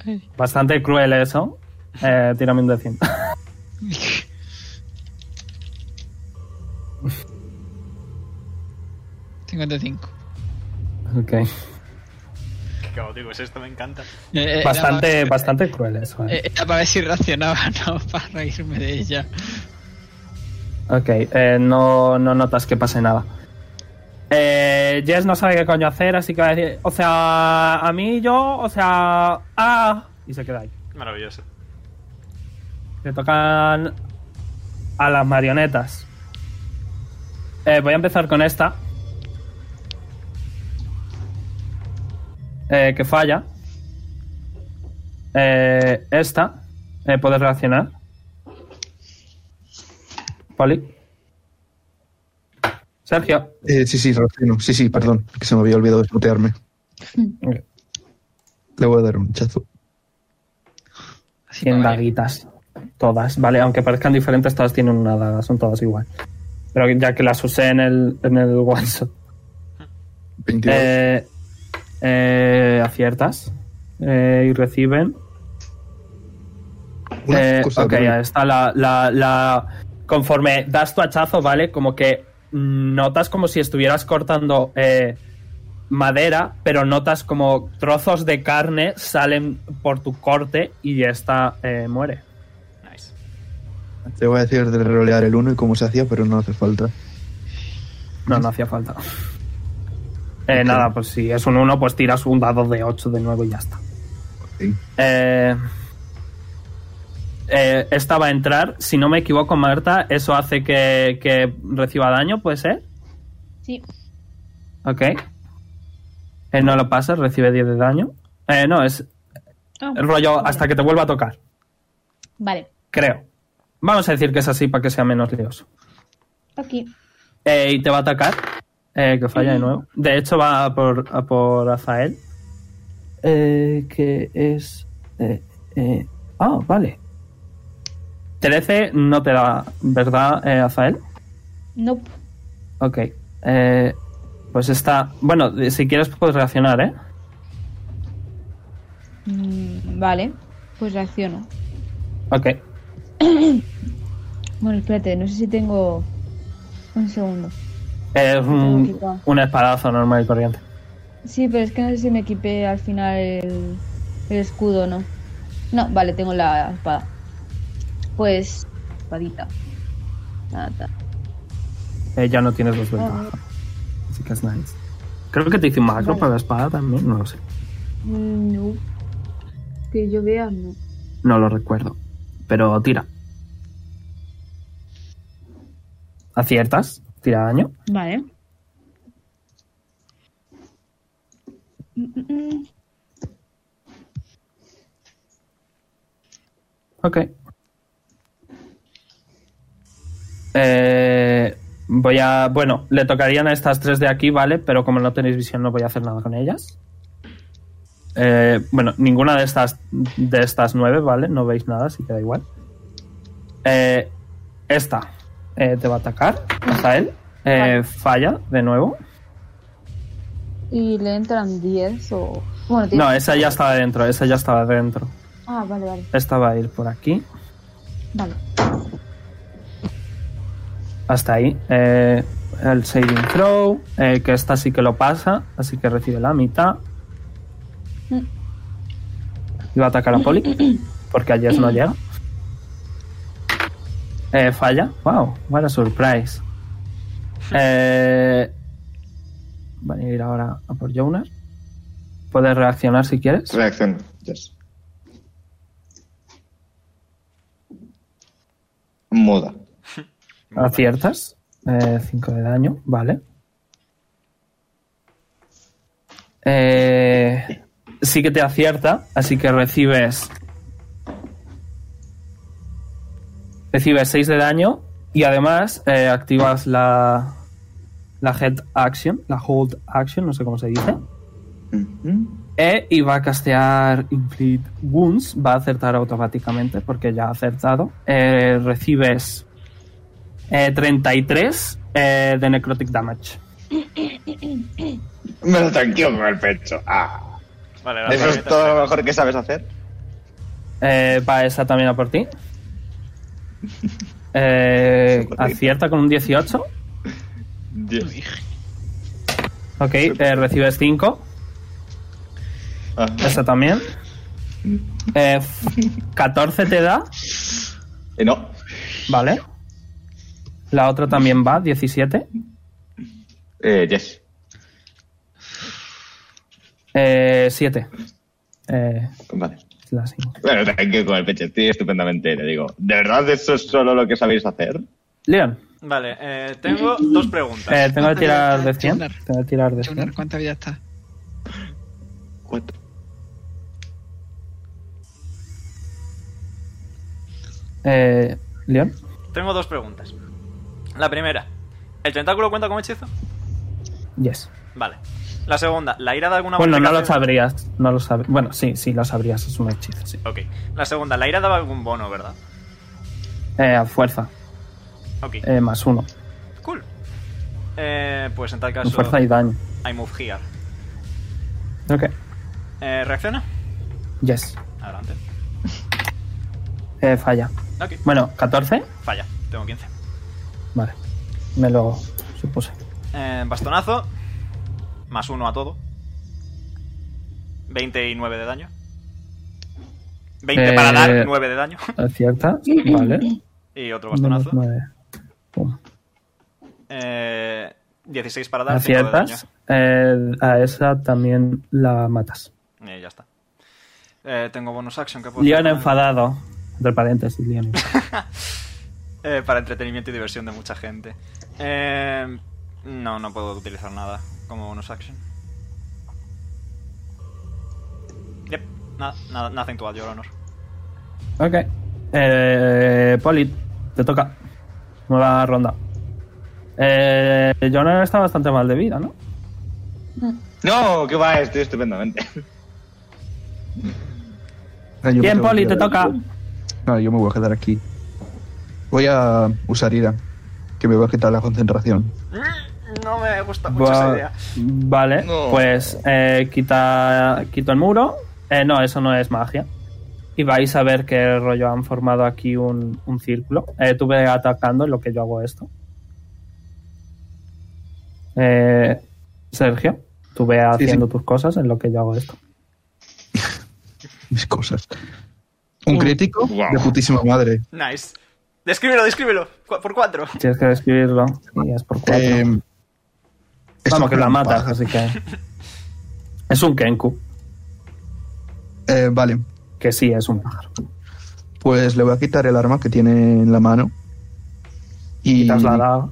E: Ay.
C: Bastante cruel eso. Eh, tírame un de 100.
E: ¿55?
C: <laughs> Ok.
A: Qué caótico es esto, me encanta.
E: Eh, eh, era
C: Bastante,
E: para-
C: bastante cruel eso. eh.
E: eh, Era para ver si reaccionaba, <laughs> no para reírme de ella.
C: Ok, eh, no, no notas que pase nada. Eh, Jess no sabe qué coño hacer, así que va a decir, o sea, a mí yo, o sea, ah, y se queda ahí.
A: Maravilloso.
C: Le tocan a las marionetas. Eh, voy a empezar con esta. Eh, que falla. Eh, esta. Eh, ¿Puedes reaccionar? Poli. Sergio.
F: Eh, sí, sí, Rocino. Sí, sí, perdón, que se me había olvidado desmutearme. Le voy a dar un hachazo.
C: 100 daguitas. Todas, ¿vale? Aunque parezcan diferentes, todas tienen una daga, son todas igual. Pero ya que las usé en el, en el <laughs> one shot.
F: 22.
C: Eh, eh, aciertas. Eh, y reciben.
F: Una
C: Eh,
F: cosa
C: ok,
F: que-
C: ahí está la, la- la- Conforme das tu hachazo, ¿vale? Como que mm, notas como si estuvieras cortando eh, madera, pero notas como trozos de carne salen por tu corte y esta eh, muere.
A: Nice.
F: Te voy a decir de rolear el 1 y cómo se hacía, pero no hace falta.
C: No, no hacía falta. Eh, Nada, pues si es un 1, pues tiras un dado de 8 de nuevo y ya está.
F: Sí.
C: Eh, eh, esta va a entrar. Si no me equivoco, Marta, eso hace que, que reciba daño, ¿puede ser?
H: Sí.
C: Ok. Eh, no lo pasa, recibe 10 de daño. Eh, no, es
H: Ah,
C: el rollo hasta que te vuelva a tocar,
H: Vale.
C: creo. Vamos a decir que es así para que sea menos lioso.
H: Ok.
C: Eh, y te va a atacar. eh, que falla de nuevo. De hecho, va a por, a por Azael. Eh, que es. eh, eh, Ah, vale. 13 no te da, ¿verdad, eh, Azael?
H: No.
C: Ok. eh, pues está. Bueno, de- si quieres puedes reaccionar, ¿eh?
H: Mm, vale. Pues reacciono.
C: Ok.
H: Bueno, espérate, no sé si tengo. Un segundo.
C: Es un,
H: Tengo que-
C: un espadazo normal y corriente.
H: Sí, pero es que no sé si me equipé al final el, el escudo o no. No, vale, tengo la espada. Pues, espadita. Ta, ta.
C: Eh, ya no tienes desventaja. Así que es nice. Creo que te hice un macro
H: Vale.
C: para la espada también, no lo sé.
D: Mm, No. Que yo vea, no.
C: No lo recuerdo. Pero tira. ¿Aciertas? ¿Tira daño?
H: Vale. Mm, mm, mm.
C: Ok. Eh, voy a... Bueno, le tocarían a estas tres de aquí, ¿vale? Pero como no tenéis visión no voy a hacer nada con ellas. Eh, bueno, ninguna de estas de estas nueve, ¿vale? No veis nada, así que da igual. Eh, esta eh, te va a atacar, hasta él. Eh, Falla de nuevo.
D: Y le entran 10 o. Bueno, tiene-
C: No, eh. esa ya estaba dentro, esa ya estaba dentro.
D: Ah, vale, vale.
C: Esta va a ir por aquí.
D: Vale.
C: Hasta ahí. Eh, el saving throw, eh, que esta sí que lo pasa, así que recibe la mitad. Y va a atacar a Poli, porque ayer no llega. Eh, falla. Wow, what a surprise. Eh, van a ir ahora a por Jonas. Puedes reaccionar si quieres.
B: Reacción. Yes. Muda.
C: Aciertas. 5 de daño, vale. Eh, sí que te acierta, así que recibes. Recibes 6 de daño y además eh, activas la. La head action, la hold action, no sé cómo se dice. Eh, y va a castear Inflict Wounds. Va a acertar automáticamente porque ya ha acertado. Eh, recibes eh, 33 eh, de Necrotic Damage.
B: Me lo tranquilo con el pecho. Ah.
A: Vale, la
B: Eso es
A: tarjeta-
B: todo lo mejor que sabes hacer.
C: Eh, va esa también a por ti. Eh, acierta con un 18. Ok, eh, recibes 5.
B: Ah.
C: Esa también. Eh, 14 te da.
B: Eh, no.
C: Vale. La otra también va, 17.
B: Eh, yes.
C: Eh, 7. Eh,
B: Vale.
C: la cinco.
B: Bueno, tranquilo con el pecho. Estoy estupendamente. Le digo, ¿de verdad eso es solo lo que sabéis hacer?
C: Leon,
A: Vale, eh, tengo dos preguntas.
C: eh, tengo que tirar de
E: Jonar,
C: 100.
E: Jonar.
C: Tengo que tirar de 100.
E: Jonar, ¿cuánta vida está?
B: Cuatro.
C: Eh, Leon, Eh,
A: Tengo dos preguntas. La primera, ¿El tentáculo cuenta como hechizo?
C: Yes.
A: Vale. La segunda, ¿la ira de alguna
C: bueno, no lo
A: bonificación-
C: sabrías. No lo sab- Bueno, sí, sí, lo sabrías. Es un hechizo, sí.
A: Ok. La segunda, la ira daba algún bono, ¿verdad?
C: Eh, a fuerza.
A: Ok.
C: Eh, más uno.
A: Cool. Eh, pues en tal caso.
C: Fuerza y daño.
A: I move here.
C: Ok.
A: Eh, ¿Reacciona?
C: Yes.
A: Adelante.
C: Eh, falla.
A: Ok.
C: Bueno, 14.
A: Falla. Tengo 15.
C: Vale. Me lo supuse.
A: Eh, bastonazo. Más uno a todo. 29 de daño. 20 para
C: Eh,
A: dar, 9 de daño. <laughs>
C: Acierta. Vale.
A: Y otro
C: Menos
A: bastonazo.
C: nueve. Pum.
A: Eh, 16 para dar, 5 de daño.
C: Aciertas. Eh, a esa también la matas.
A: Y ya está. Eh, tengo bonus action que puedo hacer
C: León
A: con él.
C: enfadado. Entre paréntesis, León. enfadado.
A: Eh, para entretenimiento y diversión de mucha gente. Eh, no, no puedo utilizar nada como bonus action. Yep, nada, nada, nothing to add, your honor.
C: ok. Eh, Poli, te toca. Nueva ronda. Eh, Jonar está bastante mal de vida, ¿no?
B: No, que va, estoy estupendamente.
F: Ah, yo me
C: Bien,
F: tengo que
C: Poli, te
F: quedar-
C: toca.
F: No, yo me voy a quedar aquí. Voy a usar ira, que me va a quitar la concentración.
A: No me gusta
F: Ah, pues
A: mucho esa
C: Va-
A: idea.
C: vale,
B: No.
C: pues eh, quita, quito el muro. Eh, no, eso no es magia. Y vais a ver que rollo han formado aquí un, un círculo. Eh, tú ve atacando en lo que yo hago esto. Eh, Sergio, tú ve
F: Sí, sí.
C: haciendo tus cosas en lo que yo hago esto.
F: Mis cosas. Un crítico
B: Wow.
F: de putísima madre.
A: Nice. Descríbelo, descríbelo. Cu- por cuatro.
C: Tienes que describirlo. Y es por cuatro.
F: Eh, esto
C: Vamos, que
F: es
C: la
F: una
C: matas,
F: paja.
C: así que. Es un Kenku,
F: Eh, vale,
C: que sí es un pájaro.
F: pues le voy a quitar el arma que tiene en la mano. Y
C: Quitas la daga.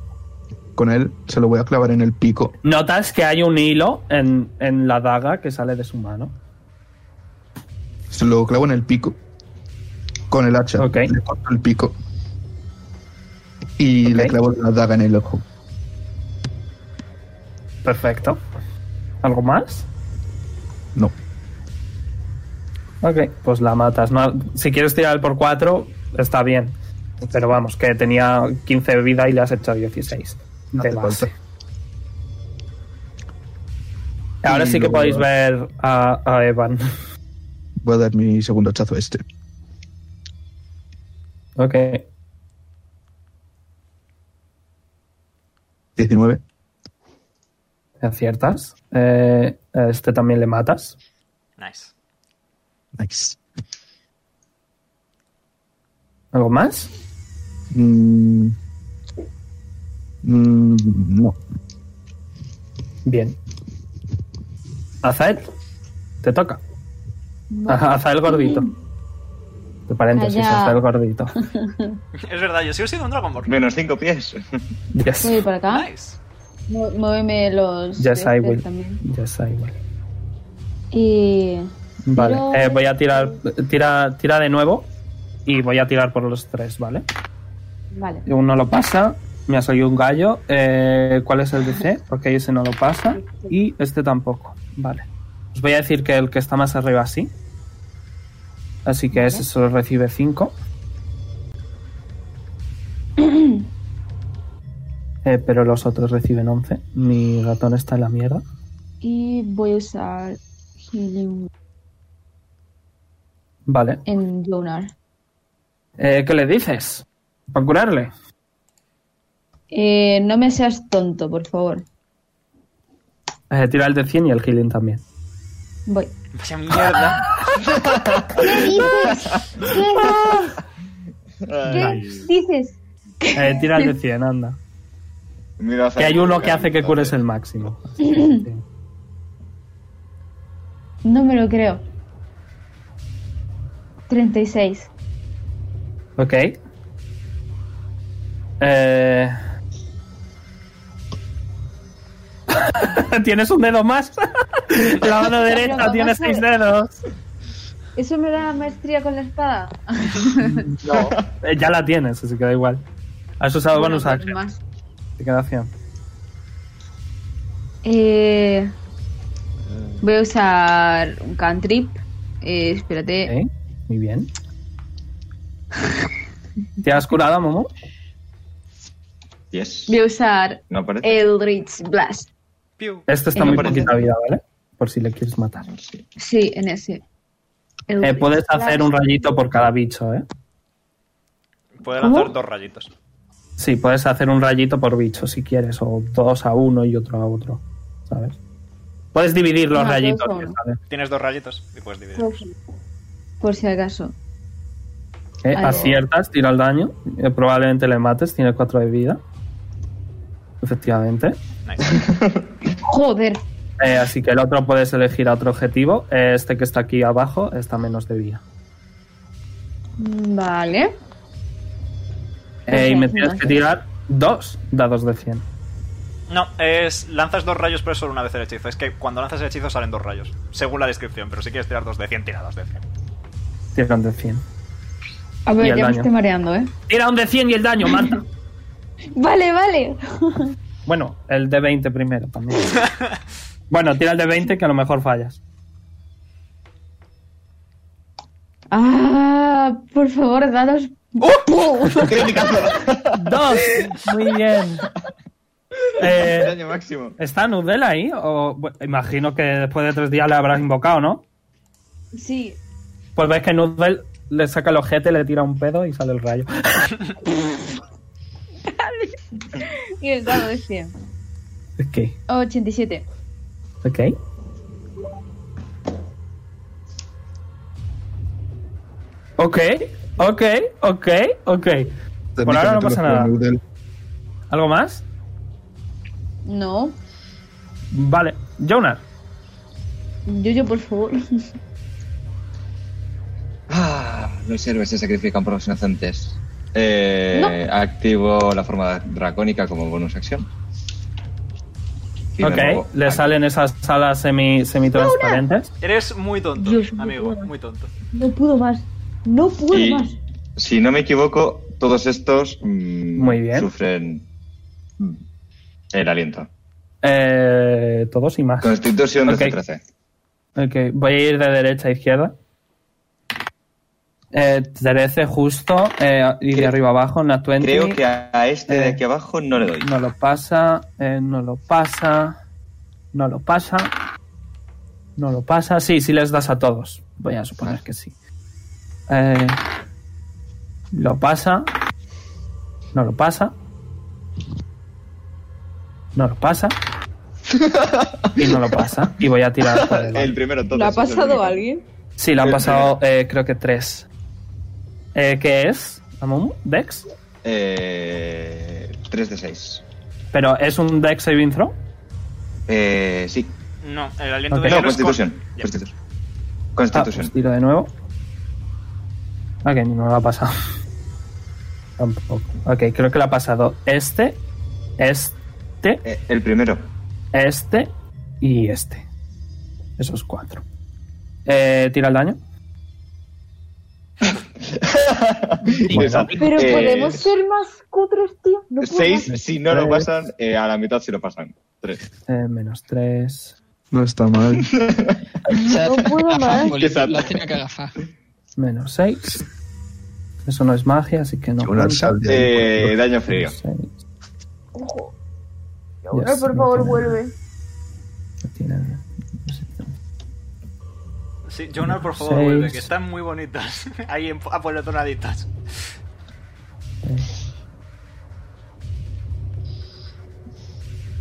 F: con él se lo voy a clavar en el pico.
C: Notas que hay un hilo en, en la daga que sale de su mano.
F: Se lo clavo en el pico. Con el hacha.
C: Ok.
F: Le corto el pico. Y le
C: Ok.
F: clavo la daga en el ojo.
C: Perfecto. ¿Algo más?
F: No.
C: Ok, pues la matas. No, si quieres tirar el por 4, está bien. Pero vamos, que tenía 15 de vida y le has hecho 16
F: No
C: de
F: hace
C: base.
F: falta.
C: Ahora
F: Y
C: sí que
F: luego
C: podéis
F: ya-
C: ver a, a Evan. <laughs>
F: Voy a dar mi segundo hachazo a este.
C: Ok.
F: 19.
C: Aciertas. Eh, a este también le matas.
A: Nice. <laughs>
F: Nice.
C: ¿Algo más?
F: Mm. Mm, no.
C: Bien. Azael, te toca. Ajá, Azael gordito. De paréntesis,
H: Allá.
C: Azael gordito.
A: Es verdad, yo sigo siendo un Dragon Ball.
B: Menos cinco pies.
C: Yes.
H: Voy para
D: ¿Ah?
H: acá.
A: Nice.
H: Mu- Muéveme los.
C: Yes, I
H: este
C: will.
H: También.
C: Yes, I will.
H: Y.
C: Vale,
H: Pero-
C: eh, voy a tirar. Tira, tira de nuevo. Y voy a tirar por los tres, ¿vale?
H: Vale.
C: Uno lo pasa. Me ha salido un gallo. Eh, ¿Cuál es el DC? Porque ese no lo pasa. Y este tampoco. Vale. Os voy a decir que el que está más arriba sí. Así que ese solo recibe 5. Eh, pero los otros reciben 11. Mi ratón está en la mierda.
H: Y voy a usar Healing
C: Vale.
H: en Jonar.
C: Eh, ¿Qué le dices? ¿Para curarle?
H: Eh, no me seas tonto, por favor.
C: Eh, tira el de 100 y el healing también.
H: Voy. <laughs>
A: Vaya mierda.
D: ¿Qué dices? ¿Qué dices? ¿Qué dices?
C: Eh, tira el de 100, anda.
B: Mira, hace-
C: Que hay uno que hace que cures el máximo. Así que, sí.
H: No me lo creo. 36.
C: Ok. Eh... <laughs> tienes un dedo más. <laughs> La mano derecha
H: vamos
C: tiene
H: a ver.
C: seis dedos.
H: ¿Eso no era maestría con la espada?
C: <laughs> Eh, ya la tienes, así que da igual. Has usado
H: Bueno,
C: bonus
H: pues
C: action.
H: más.
C: Te queda 100.
H: Eh, voy a usar un cantrip. Eh, espérate.
C: Ok, Muy bien. ¿Te has curado, Momo?
B: Yes.
H: Voy a usar
B: No aparece.
H: Eldritch Blast.
A: Piu.
C: Esto Este está
H: Eh,
C: muy
B: parece.
C: poquita vida, ¿vale? Por si le quieres matar.
B: Sí.
H: Sí, en ese.
C: Eh,
H: Eldritch
C: puedes hacer
H: Blast.
C: un rayito por cada bicho, ¿eh?
A: Puede
D: ¿Cómo?
A: lanzar dos rayitos.
C: Sí, puedes hacer un rayito por bicho si quieres, o dos a uno y otro a otro, ¿sabes? Puedes dividir los
H: No, dos
C: rayitos,
H: a uno.
C: ¿sabes?
A: Tienes dos rayitos y puedes dividir.
H: Por, por si acaso.
C: Eh,
H: Vale.
C: aciertas, tira el daño, eh, probablemente le mates, tiene cuatro de vida. Efectivamente.
A: Nice.
H: Joder.
C: Eh, así que el otro puedes elegir a otro objetivo. Eh, este que está aquí abajo está menos de vida.
H: Vale.
C: Eh, y me
H: Perfecto,
C: tienes que
H: gracias.
C: tirar dos dados de 100.
A: No, es lanzas dos rayos, pero es solo una vez el hechizo. Es que cuando lanzas el hechizo salen dos rayos, según la descripción. Pero si quieres tirar dos de 100, tira dos de 100.
C: Tiran de 100.
H: A
C: Y
H: ver,
C: el
H: ya me
C: daño.
H: estoy mareando, ¿eh?
C: Tira un de 100 y el daño, Marta.
H: Vale, vale.
C: bueno, el de 20 primero también. bueno, tira el de 20 que a lo mejor fallas.
H: Ah, por favor, dados.
B: ¡Oh! <laughs>
C: Dos. Muy bien. Eh,
B: Daño máximo.
C: ¿Está Nudel ahí? O, bueno, imagino que después de tres días le habrás invocado, ¿no?
H: Sí.
C: Pues ves que Nudel le saca el ojete, le tira un pedo y sale el rayo. <laughs>
H: Y el dado de 100.
C: Ok.
H: 87.
C: Ok. Ok, ok, ok, ok. Por ahora no pasa nada. ¿Algo más?
H: No.
C: Vale. Jonar.
H: Yo, yo, por favor. <laughs>
B: Ah, los héroes se sacrifican por los inocentes. Eh, Activo la forma dracónica como bonus acción. Y me
C: Ok.
B: muevo
C: Le
B: aquí.
C: salen esas alas semi, semi-transparentes.
A: Eres muy tonto,
D: Dios mío,
A: amigo,
D: bueno.
A: muy tonto.
D: No puedo más. No puedo
B: Y,
D: más.
B: si no me equivoco, todos estos mm,
C: Muy bien.
B: sufren mm, el aliento.
C: Eh, todos y más.
B: Constitución de
C: Ok.
B: 13.
C: Ok, voy a ir de derecha a izquierda. Eh, 13 justo eh, y de
B: Creo-
C: arriba abajo, Nat 20.
B: Creo que a este de
C: Eh,
B: aquí abajo no le doy.
C: No lo pasa, eh, no lo pasa, no lo pasa, no lo pasa. Sí, sí les das a todos. Voy a suponer que sí. Eh, lo pasa, no lo pasa, no lo pasa y no lo pasa. Y voy a
B: <laughs>
C: tirar por el
B: El primero todo.
H: ¿Lo ha pasado alguien?
C: Sí, la
F: Este.
C: han
B: El
C: pasado, eh, creo que tres. Eh, ¿Qué es? ¿Amumu? ¿Dex?
B: Eh, 3 de 6.
C: ¿Pero es un Dex saving throw?
B: Eh, sí.
A: No, el aliento
C: Ok.
A: de
B: No,
A: hielo es con-
B: Constitución.
A: Ya.
B: Constitución.
C: Ah, pues
B: Constitución.
C: tiro de nuevo. Ok, no la ha pasado. <laughs> Tampoco. Ok, creo que la ha pasado este, este,
B: Eh, el primero.
C: este y este. Esos cuatro. Eh, ¿Tira el daño? Bueno.
D: Pero
B: Eh,
D: podemos ser más cutres, tío. No puedo más.
B: 6 si no lo
C: Tres.
B: pasan, eh, a la mitad si lo pasan. 3.
C: Eh, menos tres,
F: No está <laughs> mal.
D: <laughs> No puedo más.
E: Lo has tenido que agafar.
C: menos seis. Eso no es magia, así que no.
F: Jonar
C: cuenta.
F: sal de ahí,
B: Eh, daño frío.
C: Menos seis.
D: Ojo.
C: Yes,
D: Ahora, por
C: no
D: favor,
C: tiene-
D: vuelve.
C: no tiene-
A: Sí, Jonar, por favor,
C: Seis.
A: vuelve, que están muy bonitas. <laughs> Ahí en, apolitonaditas.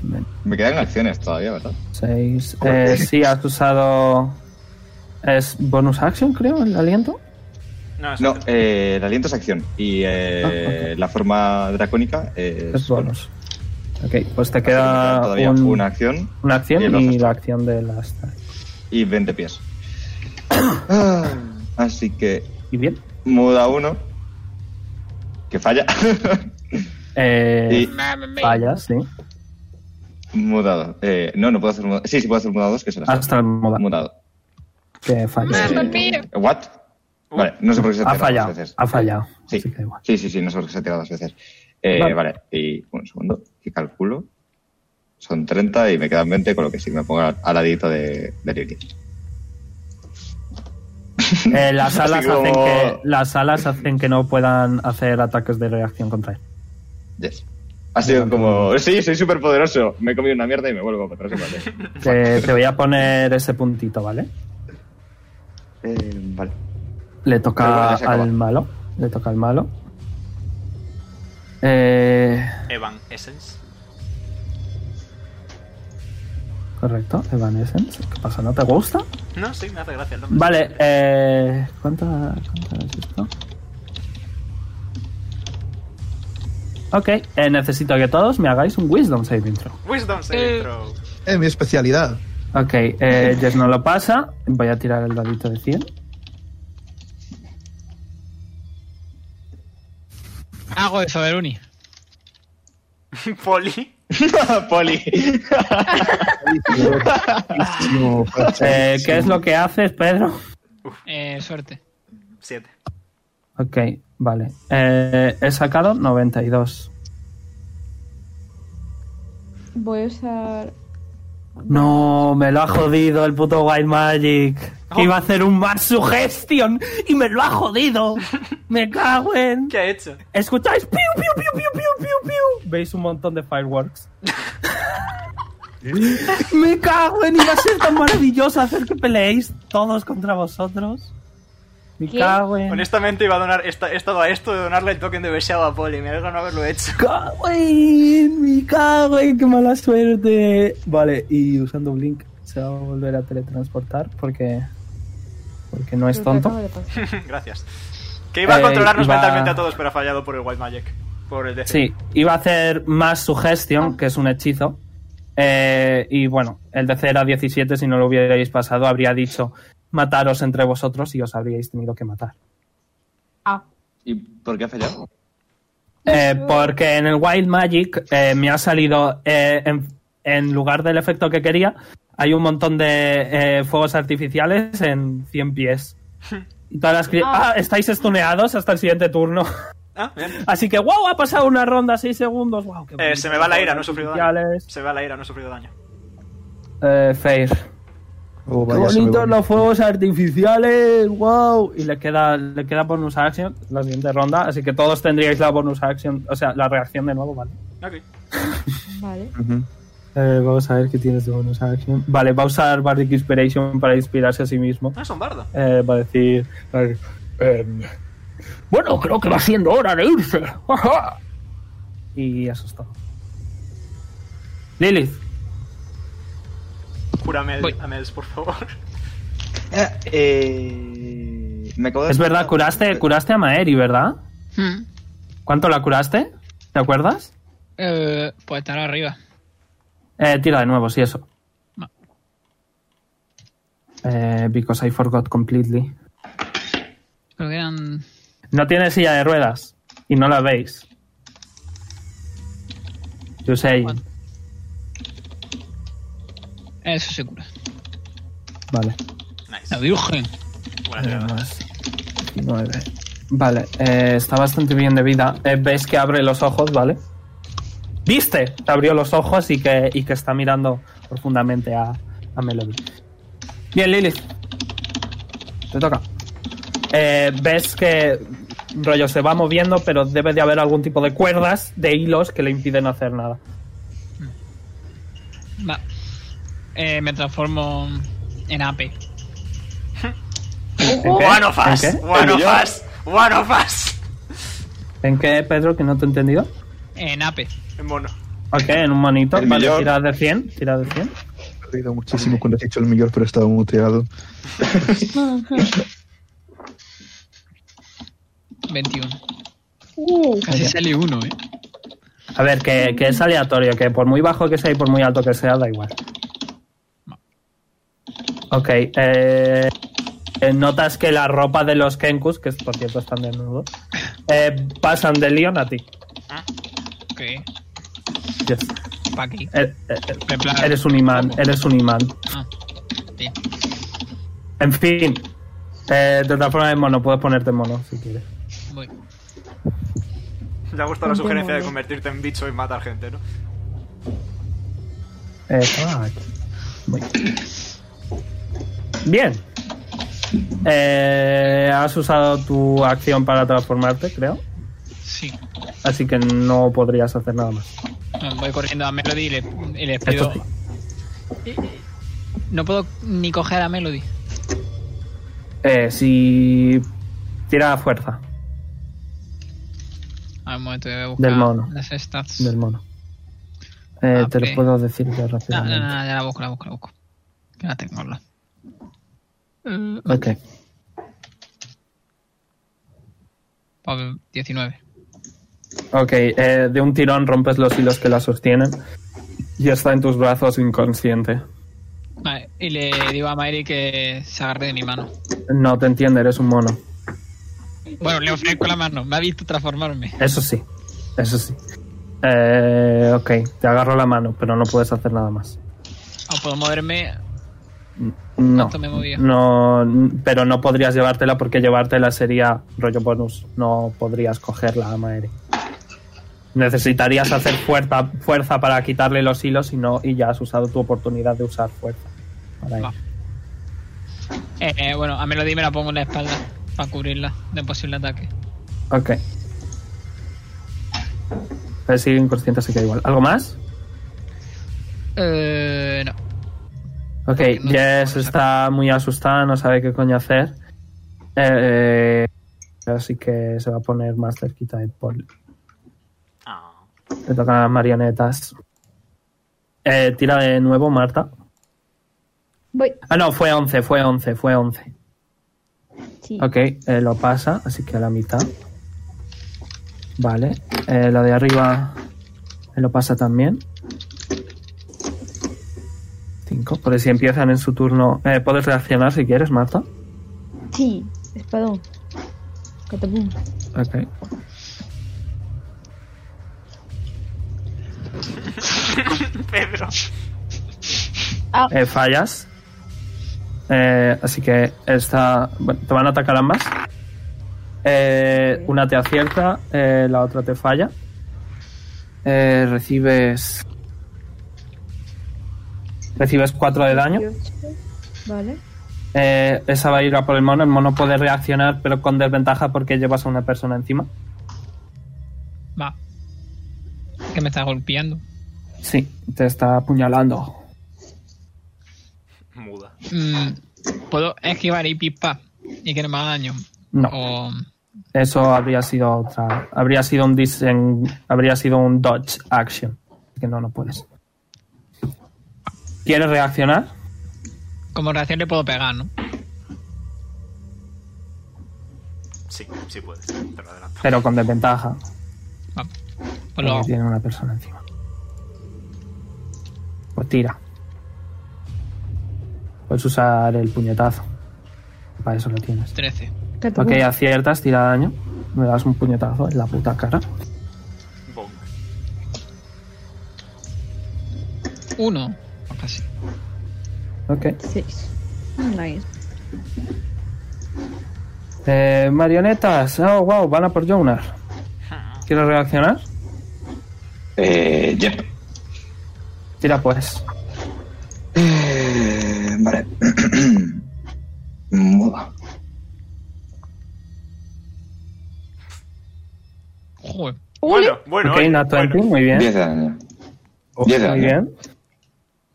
C: menos
B: Me quedan acciones todavía, ¿verdad?
C: seis. Eh, sí, has usado. ¿Es bonus action, creo, el aliento?
A: No, es
B: No, eh, el aliento es acción. Y eh, la forma dracónica es.
C: Es bonus. Ok, pues te
B: Así que me queda
C: queda
B: todavía
C: un-
B: una acción
C: una acción
B: y el
C: y
B: otro.
C: la acción de las.
B: y 20 pies. Ah, Así que
C: Y bien.
B: muda uno. Que falla. <laughs>
C: Eh,
B: y
C: Falla, sí.
B: mudado. Eh, no, no puedo hacer mudado. Sí, sí puedo hacer mudado dos, que se las
C: Hasta el Ah, moda.
B: mudado.
C: Que falla.
B: Eh, ¿What? Vale, no sé por qué se ha
C: Ha
B: tirado dos
C: fallado.
B: veces.
C: Ha fallado.
B: Sí.
C: Así que da igual.
B: Sí, sí, sí, no sé por qué se ha tirado dos veces. Eh,
C: Vale.
B: vale. y un segundo, que calculo. Son 30 y me quedan 20, con lo que sí me pongo al, al ladito de, de Lilith. <laughs>
C: Eh, las,
B: Así
C: alas
B: como-
C: hacen que, las alas hacen que no puedan hacer ataques de reacción contra
B: <laughs>
C: él.
B: Yes. Ha sido como, sí, soy súper poderoso. Me he comido una mierda y me vuelvo para atrás. Vale.
C: Te, te voy a poner ese puntito, ¿vale?
B: <laughs> Eh, vale.
C: Le
B: Pero bueno,
C: toca
B: ya se acaba.
C: al malo. Le toca al malo. Eh,
A: Evan Essence.
C: correcto, Evanescence. ¿Qué pasa? ¿No te gusta?
A: No, sí, me hace gracia el nombre.
C: Vale, eh, ¿cuánto, cuánto es esto? Ok, eh, necesito que todos me hagáis un Wisdom Saving Throw.
A: Wisdom saving throw. <laughs>
F: Es mi especialidad.
B: <laughs>
C: Ok, eh, Jess no lo pasa. Voy a tirar el dadito de 100.
E: Hago eso, Veruni.
A: Poli.
B: Poli.
F: Buenísimo,
C: Eh,
F: buenísimo.
C: ¿Qué es lo que haces, Pedro?
E: Eh, suerte.
A: 7.
C: Ok, vale. Eh, he sacado 92.
H: Voy a usar.
C: No, me lo ha jodido el puto White Magic. Que iba a hacer un Mad Suggestion y me lo ha <laughs> jodido. Me cago en.
A: ¿Qué ha hecho?
C: Escucháis piu, piu, piu, piu, piu, piu, piu. Veis un montón de fireworks. <laughs> me cago en. Iba a ser tan maravilloso hacer que peleéis todos contra vosotros. Me
H: ¿Qué?
C: cago en.
A: Honestamente iba a donar, esta- he estado a esto de donarle el token de Beshaw a Poli. Me alegro no haberlo hecho. <laughs>
C: cago en, me cago en, qué mala suerte. Vale, y usando Blink se va a volver a teletransportar porque. Porque no es
H: Creo que
C: tonto.
H: acaba de pasar.
A: Gracias. Que iba a
C: Eh,
A: controlarnos
C: iba-
A: mentalmente a todos, pero ha fallado por el White Magic. Por el DC.
C: Sí, iba a hacer más
H: Ah.
C: sugestión, que es un hechizo. Eh, y bueno, el DC era 17, si no lo hubierais pasado, habría dicho mataros entre vosotros y os habríais tenido que matar.
H: Ah,
B: ¿Y por qué ha fallado?
C: Eh, porque en el Wild Magic eh, me ha salido, eh, en, en lugar del efecto que quería, hay un montón de eh, fuegos artificiales en
A: <laughs>
C: 100 pies. Y todas las cri-
H: Ah.
C: ah, estáis estuneados hasta el siguiente turno. <laughs>
A: Ah, bien.
C: Así que, wow, ha pasado una ronda, 6 segundos. Wow, qué
A: Eh,
C: bonito,
A: se me va la ira, no he
C: fuegos
A: sufrido daño.
C: artificiales.
A: Se me va la ira, no he sufrido daño.
C: Eh, Fair.
F: Oh,
C: Qué
F: vaya, se me
C: bonitos
F: va.
C: los fuegos artificiales, wow. Y le queda, le queda bonus action la siguiente ronda, así que todos tendríais la bonus action, o sea, la reacción de nuevo, ¿vale?
A: Ok.
H: vale.
F: Ujú.
C: vamos a ver qué tienes de bonus action. Vale, va a usar Bardic Inspiration para inspirarse a sí mismo.
A: Ah, es un bardo.
C: Eh, va a decir... eh, em, bueno, creo que va siendo hora de irse. Ajá. y eso es todo. Lilith.
A: Cúrame
E: Voy.
A: el, a Mels, por
C: <laughs>
A: favor.
B: Eh, me acabo de
C: Es verdad, curaste, curaste a Maeri, ¿verdad?
E: Hmm.
C: ¿Cuánto la curaste? ¿Te acuerdas?
E: Eh, pues estar arriba.
C: Eh, tira de nuevo, sí, eso.
E: Va.
C: Eh, because I forgot completely.
E: Creo que eran.
C: No tiene silla de ruedas y no la veis. Yo sé.
E: Bueno. Eso se cura.
C: Vale.
E: La
A: Nice.
E: Virgen.
A: Buena tirada.
C: Más. Nueve. Vale, eh, está bastante bien de vida. Eh, Veis que abre los ojos, ¿vale? ¿Viste? Te abrió los ojos y que, y que está mirando profundamente a, a Melody. Bien, Lilith. Te toca. Eh, Ves que rollo se va moviendo, pero debe de haber algún tipo de cuerdas, de hilos que le impiden hacer nada.
E: Va. Eh, me transformo en AP.
B: Oh,
C: ¿En qué?
A: One of us.
C: ¿En qué?
A: One of us. One of us.
C: ¿En qué, Pedro? Que no te he entendido.
E: En AP.
A: En mono.
C: Ok, en un monito.
B: El
C: Vale,
B: millón.
C: tira de 100. Tira de 100.
F: He reído muchísimo cuando he hecho el mejor, pero he estado muteado.
E: 21.
H: Uh,
E: Casi sale uno, eh.
C: A ver, que, que es aleatorio, que por muy bajo que sea y por muy alto que sea, da igual. Ok, eh, eh, notas que la ropa de los Kenkus, que por cierto están desnudos, eh, pasan de Leon a ti.
E: Ok.
C: Yes.
E: Pa' aquí.
C: Eh, eh, eh,
E: En plan-
C: eres un imán, eres un imán.
E: Ah. Bien.
C: En fin, eh, te transformas en mono, puedes ponerte mono si quieres.
E: Voy.
A: Le ha gustado
H: Ponte
A: la sugerencia de
H: mono.
A: convertirte en bicho y matar gente, ¿no?
C: Exacto. ah, Muy bien. Bien. Eh, has usado tu acción para transformarte, creo.
E: Sí.
C: Así que no podrías hacer nada más.
E: Voy corriendo a Melody y le, y le pido.
C: Esto
E: No puedo ni coger a Melody.
C: Eh, si tira fuerza
E: A ver, un momento, voy a buscar
C: Del mono.
E: las stats.
C: del mono. Eh,
E: Ah,
C: te
E: ok. Ah,
C: lo puedo decir ya
E: No, no,
C: rápidamente.
E: no, ya la busco, la busco, la busco. Que la tengo, la. Eh,
C: Ok.
E: Pablo, 19.
C: Ok, eh, de un tirón rompes los hilos que la sostienen y está en tus brazos inconsciente.
E: Vale, y le digo a Mairi que se agarre de mi mano.
C: No te entiende, eres un mono.
E: Bueno, le ofrezco la mano, me ha visto transformarme.
C: Eso sí, eso sí. Eh, ok, te agarro la mano, pero no puedes hacer nada más.
E: O puedo moverme.
C: No,
E: ¿Cuánto me movía?
C: no, n- pero no podrías llevártela porque llevártela sería rollo bonus. No podrías cogerla a Maeri. Necesitarías hacer fuerza, fuerza para quitarle los hilos y, no, y ya has usado tu oportunidad de usar fuerza. para ello.
E: Va. Eh, eh, bueno, a Melody me la pongo en la espalda para cubrirla de posible ataque.
C: Ok. Pero sigue inconsciente, así que da igual. ¿Algo más?
E: Eh, no.
C: Ok,
E: Porque no
C: Jess
E: tengo
C: está muy asustada, no sabe qué coño hacer. Eh, eh, así que se va a poner más cerquita de Paul.
A: Ah.
C: Le tocan las marionetas. Eh, tira de nuevo, Marta.
H: Voy.
C: Ah, no, fue 11, fue 11, fue 11.
H: Sí.
C: Ok, eh, lo pasa, así que a la mitad. Vale, eh, la de arriba eh, lo pasa también. 5, por si empiezan en su turno. Eh, puedes reaccionar si quieres, Marta.
H: Sí, espadón. Catapum.
C: Ok.
A: Pedro.
C: Eh, fallas. Eh, así que está. bueno, te van a atacar ambas. Eh, una te acierta, eh, la otra te falla. Eh, recibes. Recibes 4 de daño.
H: 18. Vale.
C: Eh, esa va a ir a por el mono. El mono puede reaccionar, pero con desventaja porque llevas a una persona encima.
E: Va. Que me está golpeando.
C: Sí, te está apuñalando.
G: Muda.
E: Mm, puedo esquivar y pispa y que no me haga daño.
C: No.
E: O.
C: Eso habría sido otra. Habría sido un disen, habría sido un dodge action. Que no, no puedes. ¿Quieres reaccionar?
E: Como reacción le puedo pegar, ¿no?
G: Sí, sí puedes. Te lo adelanto.
C: Pero con desventaja.
E: Va. Pues lo
C: Porque
E: hago.
C: tiene una persona encima. Pues tira. Puedes usar el puñetazo. Para eso lo tienes.
E: 13.
H: Catapum.
C: Ok, aciertas, tira daño. Me das un puñetazo en la puta cara.
G: Bonk.
E: 1. Casi.
C: Ok.
H: Seis. Nice.
C: Eh, marionetas. Oh, wow, van a por Jonar. ¿Quieres reaccionar?
B: Eh, yep.
C: Tira pues.
B: Eh, vale. <clears throat> Muda.
E: Joder.
B: <laughs>
G: Bueno, bueno.
C: ok,
G: oye,
C: Nat 20,
G: bueno.
C: muy bien.
B: 10 de daño.
F: Oh,
B: 10 de
C: Muy
B: daño.
C: bien.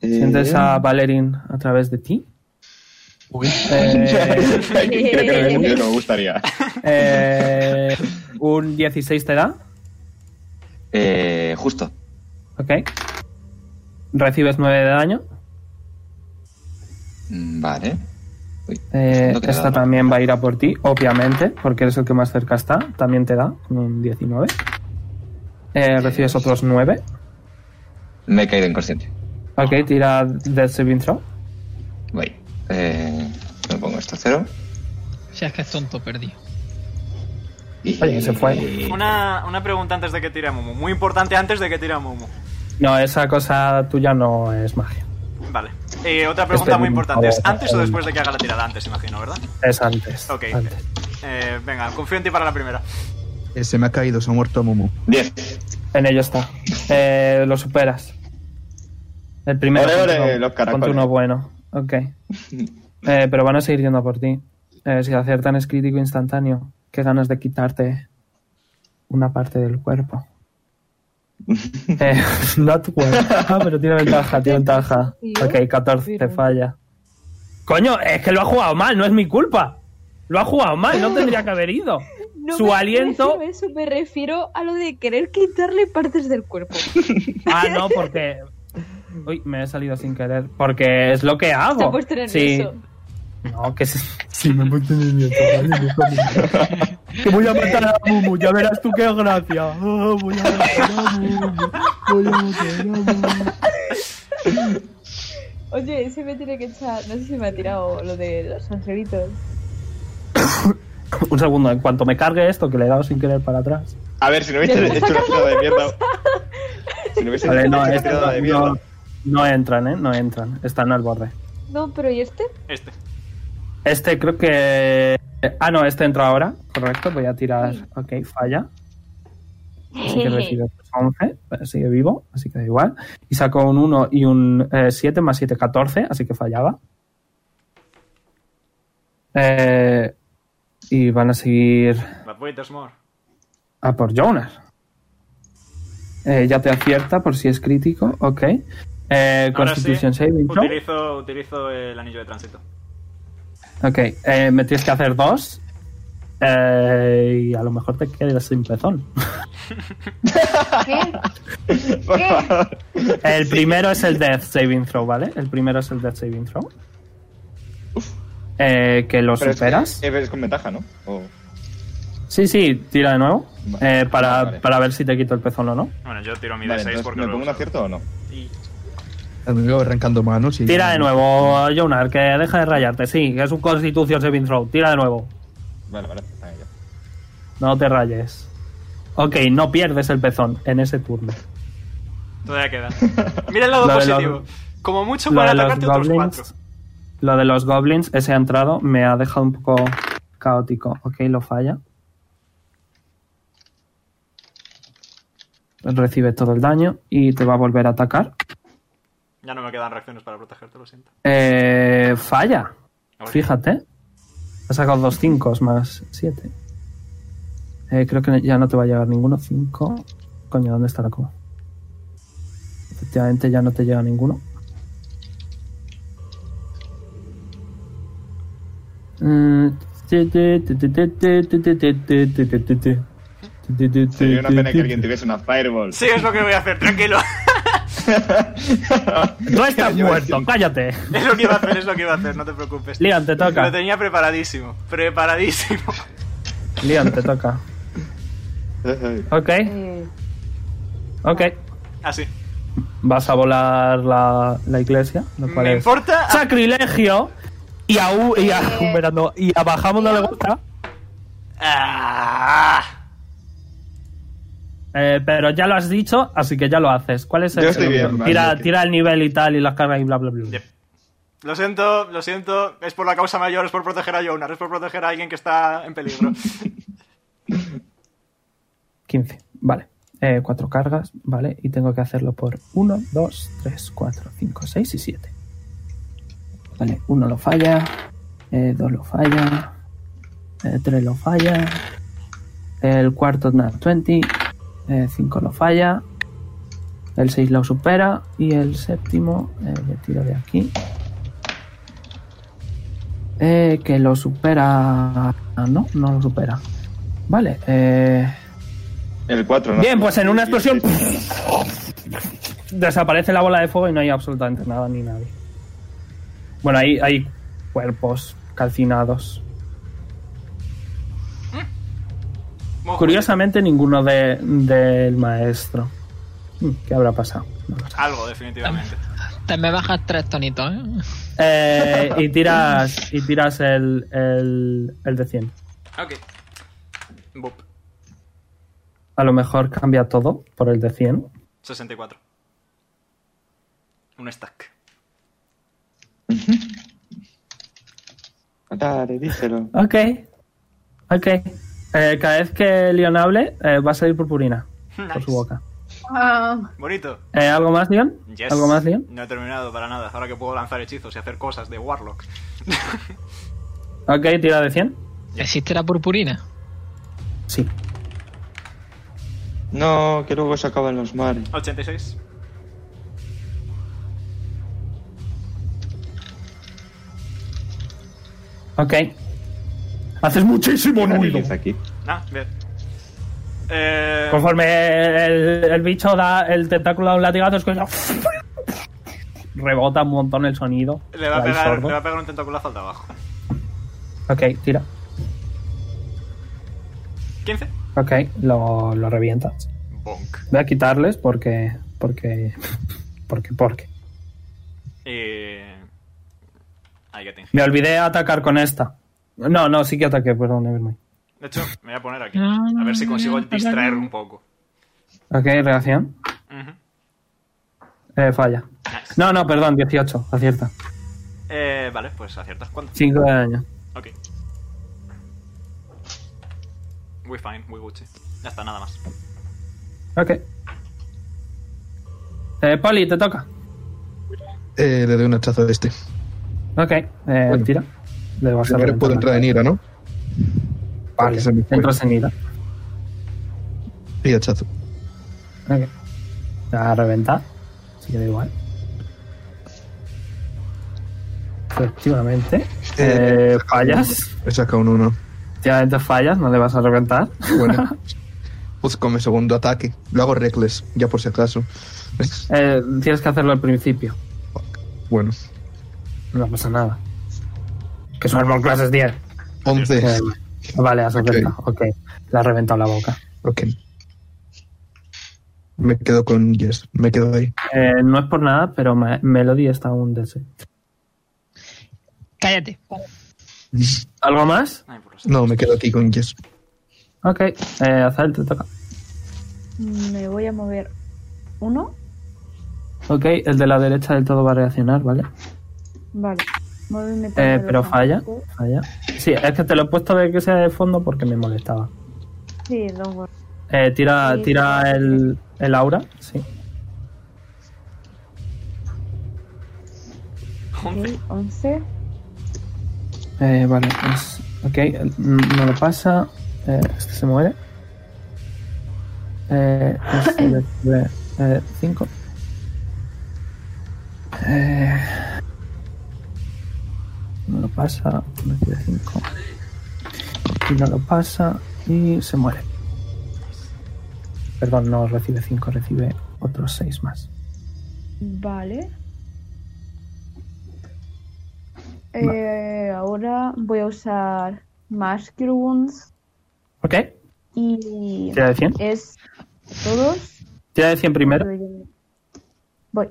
B: Eh,
C: Sientes a Valerín a través de ti. Eh,
B: Creo
H: <laughs>
B: que <laughs> me murió, no me gustaría.
C: eh, un 16 te da.
B: Eh, justo.
C: Ok. Recibes 9 de daño.
B: Mm, Vale. Uy,
C: Eh,
B: no queda
C: esta
B: nada.
C: también va a ir a por ti, obviamente, porque eres el que más cerca está. También te da con un 19. Eh, recibes otros 9.
B: Me he caído inconsciente.
C: Ok, tira Death Saving Throw.
B: Voy. Eh, me pongo esto a cero.
E: Si es que es tonto, perdí.
B: Y...
C: Oye, se fue.
A: Una, una pregunta antes de que tire a Momo. Muy importante antes de que tire a Momo.
C: No, esa cosa tuya no es magia.
A: Vale. Eh, otra pregunta
C: Espera,
A: muy importante. ¿Es
C: por favor,
A: antes o
C: eh,
A: después de que haga la tirada? Antes, imagino, ¿verdad?
C: Es antes.
A: Ok.
C: antes.
A: Eh, venga, confío en ti para la primera.
F: Eh, se me ha caído, se ha muerto Momo.
B: 10.
C: En ello está. Eh, lo superas. El primero.
B: Ole, ole,
C: ponte uno-
B: los caracoles.
C: ponte uno bueno.
B: <laughs>
C: Ok. Eh, pero van a seguir yendo a por ti. Eh, si aciertan es crítico instantáneo. Qué ganas de quitarte una parte del
B: <laughs>
C: cuerpo. Eh, <laughs> not well. Ah, pero tiene ventaja, tiene ventaja. Ok, 14, te falla. Coño, es que lo ha jugado mal, no es mi culpa. Lo ha jugado mal, no tendría que haber ido.
D: No
C: Su
D: me
C: aliento-
D: refiero a eso, me refiero a lo de querer quitarle partes
C: <laughs>
D: del cuerpo.
C: Ah, no, porque. Uy, me he salido sin querer. Porque es lo que hago.
D: Se ha puesto nervioso.
C: No, que si me he puesto nervioso. vale, me jodas. que voy a matar a Mumu, ya verás tú qué gracia. Ah, voy a matar a Mumu. Voy a matar a Mumu.
D: Oye, ese me tiene que echar. No sé si me ha tirado lo de los angelitos.
C: Un segundo, en cuanto me cargue esto, que le he dado sin querer para atrás.
B: A ver, si no hubiese
D: Deja
B: hecho una tirada de mierda. Si no hubiese
C: Vale,
B: hecho
C: no,
B: una
C: esto
B: tirada de
C: no,
B: mierda.
C: no- no entran, ¿eh? No entran. Están al borde.
D: No, pero ¿y este?
A: Este.
C: Este creo que. Ah, no, este entra ahora. Correcto, voy a tirar. Ok, falla. Así que recibe 11. pero Sigue vivo, así que da igual. Y sacó un 1 y un 7 más 7, 14. Así que fallaba. Eh, y van a seguir
A: But wait, there's more.
C: a por Jonas. Eh, ya te acierta por si es crítico. Ok. Eh,
A: Ahora sí,
C: Constitution Saving. throw.
A: utilizo, utilizo el anillo de tránsito.
C: Ok, eh, me tienes que hacer dos. eh, y a lo mejor te quedas sin pezón.
I: ¿Qué?
B: Por
C: <laughs>
B: favor.
C: ¿Eh? El primero es el Death Saving Throw, ¿vale? El primero es el Death Saving Throw. Eh, que
B: Pero
C: lo
B: es que-
C: superas.
B: eh, Es con ventaja, ¿no? O-
C: Sí, sí, tira de nuevo.
B: Vale,
C: eh, para,
B: vale, Mm. vale.
C: para ver si te quito el pezón o no.
A: Bueno, yo tiro mi
B: Vale,
A: D6
B: entonces,
A: porque
B: ¿me
A: lo
B: pongo un
A: uso.
B: acierto o no?
A: Y-
F: Me voy arrancando manos y...
C: Tira de nuevo, Jonar, que deja de rayarte. Sí, que es un Constitution Saving Throw. Tira de nuevo.
B: Vale, vale. está bien, ya.
C: No te rayes. Ok, no pierdes el pezón en ese turno.
A: Todavía queda.
B: <laughs>
A: Mira el lado
C: Lo de los-
A: positivo. Como mucho
C: lo
A: para
C: de los
A: atacarte otros cuatro.
C: goblins lo de los goblins ese ha entrado me ha dejado un poco caótico ok lo falla recibe todo el daño y te va a volver a atacar
A: Ya no me quedan reacciones para protegerte, lo siento.
C: Eh, falla
A: Ahora.
C: fíjate ha sacado dos 5 más 7 creo que ya no te va a llegar ninguno 5 coño ¿dónde está la coma? efectivamente ya no te llega ninguno
B: Sería
C: Mm, Sería
B: una pena que
C: <laughs>
B: alguien tuviese una fireball.
A: Sí, es lo que voy a hacer, tranquilo. <laughs>
C: Tú estás
B: Yo
C: muerto,
B: decía-
C: cállate.
A: Es lo que iba a hacer, es lo que iba a hacer, no te preocupes.
C: Leon, te toca.
A: Lo tenía preparadísimo. Preparadísimo. <laughs>
C: Leon, te toca. Ok,
I: Eh,
C: ok.
A: Así.
C: Vas a volar la, la iglesia, lo cual
A: ¿Me
C: es
A: importa?
C: sacrilegio. Y a, U- y a,
I: Eh,
C: verano, y a Bajamo no le gusta.
A: Ah.
C: Eh, pero ya lo has dicho, así que ya lo haces. ¿Cuál es el
B: Yo estoy bien, vale,
C: tira,
B: ok.
C: tira el nivel y tal, y las cargas y bla, bla, bla.
A: Yep. Lo siento, lo siento. Es por la causa mayor, es por proteger a Jonar, es por proteger a alguien que está en
C: <laughs>
A: peligro.
C: 15, vale. Eh, cuatro cargas, vale. Y tengo que hacerlo por 1, 2, 3, 4, 5, 6 y 7. Vale, 1 lo falla, 2 lo falla, 3 lo falla, el cuarto nat 20, 5 eh, lo falla, el 6 lo supera y el séptimo eh, le tiro de aquí. Eh, que lo supera... ah, No, no lo supera. Vale, eh...
B: <laughs> El 4, ¿no?
C: Bien, pues en una explosión desaparece la bola de fuego y no hay absolutamente nada ni nadie. Bueno, hay, hay cuerpos calcinados.
A: Mojo.
C: Curiosamente, ninguno de- del maestro. Hmm, ¿Qué habrá pasado? No lo sé.
A: Algo, definitivamente.
E: Te me bajas tres tonitos, ¿eh?
C: Eh, y tiras, y tiras el, el, el de 100.
A: Ok. Boop.
C: A lo mejor cambia todo por el de 100.
A: 64. Un stack.
B: Dale, díselo.
C: Ok. Ok. Eh, cada vez que Leon hable, eh, va a salir purpurina por
A: Nice.
C: su boca.
J: Ah,
A: Bonito.
C: Eh, ¿Algo más, Leon?
A: Yes.
C: ¿Algo más, Leon?
A: No he terminado para nada. Ahora que puedo lanzar hechizos y hacer cosas de Warlock.
C: Ok, tira de 100.
E: ¿Existe la purpurina?
C: Sí.
B: No, que luego se acaban los mares.
A: 86.
C: Ok. Haces muchísimo ruido.
B: Está aquí.
A: Ah, bien. Eh,
C: Conforme el, el bicho da el tentáculo a un latigazo, es que rebota un montón el sonido.
A: le, va a
C: Vais
A: pegar,
C: sordo.
A: le va a pegar un tentaculazo al de abajo.
C: Ok, tira.
A: 15.
C: Ok, lo, lo revientas.
A: Bonk.
C: Voy a quitarles porque. Porque. Porque. Porque.
A: Eh, I get in here.
C: Me olvidé de atacar con esta. No, no, sí que ataqué, perdón, nevermind.
A: De hecho, me voy a poner aquí.
E: No, no,
A: A ver si
E: no,
A: consigo
E: no, no,
A: distraer
E: no.
A: un poco.
C: Ok, reacción.
A: Ujú.
C: Eh, falla.
A: Nice.
C: No, no, perdón, 18, acierta.
A: Eh, vale, pues aciertas. ¿Cuánto?
C: 5 de daño.
A: Ok. We fine, we Gucci. Ya está, nada más.
C: Ok. Eh, Poli, te toca.
F: Eh, le doy un hachazo a este.
C: Ok, eh, tira. Le vas a
F: Primero
C: reventar
F: Pues puedo
C: la
F: entrar en ira, ¿no?
C: Vale,
F: Porque se me fue.
C: entras en ira.
F: Y hachazo.
C: Ok. Te va a reventar. Así que da igual. Efectivamente.
F: Este,
C: Eh, fallas.
F: He sacado un 1.
C: Efectivamente fallas, no le vas a reventar.
F: Bueno. <laughs> pues con mi segundo ataque. Lo hago reckless, ya por si acaso. <laughs>
C: Eh, tienes que hacerlo al principio.
F: bueno.
C: No pasa nada. Que son con clases 10.
F: 11.
C: Eh, vale, has
F: Ok.
C: reventado. Ok. Le has reventado la boca.
F: Ok. Me quedo con Yes. Me quedo ahí.
C: Eh, no es por nada, pero Ma- Melody está un DC.
E: Cállate.
C: ¿Algo más?
A: Ay, por los-
F: No, me quedo aquí con Yes.
C: Ok. Eh, Azael, te toca.
D: Me voy a mover uno.
C: Ok, el de la derecha del todo va a reaccionar, ¿vale?
D: Vale. Moverme
C: Eh, pero falla, falla. Sí, es que te lo he puesto de que sea de fondo porque me molestaba.
D: Sí, dos guardas.
C: Eh, tira
D: Sí,
C: tira el, el aura, sí.
A: 11.
D: 11.
C: Eh, vale, es- ok, mm, no lo pasa. Eh, este se muere. Eh, este recibe 5. Eh, no lo pasa, recibe 5. Y no lo pasa y se muere. Perdón, no recibe 5, recibe otros 6 más.
D: Vale. Eh, ahora voy a usar más Wounds
C: ¿Ok?
D: y
C: ¿Tira de 100?
D: es todos.
C: Tira de 100 primero,
D: Voy.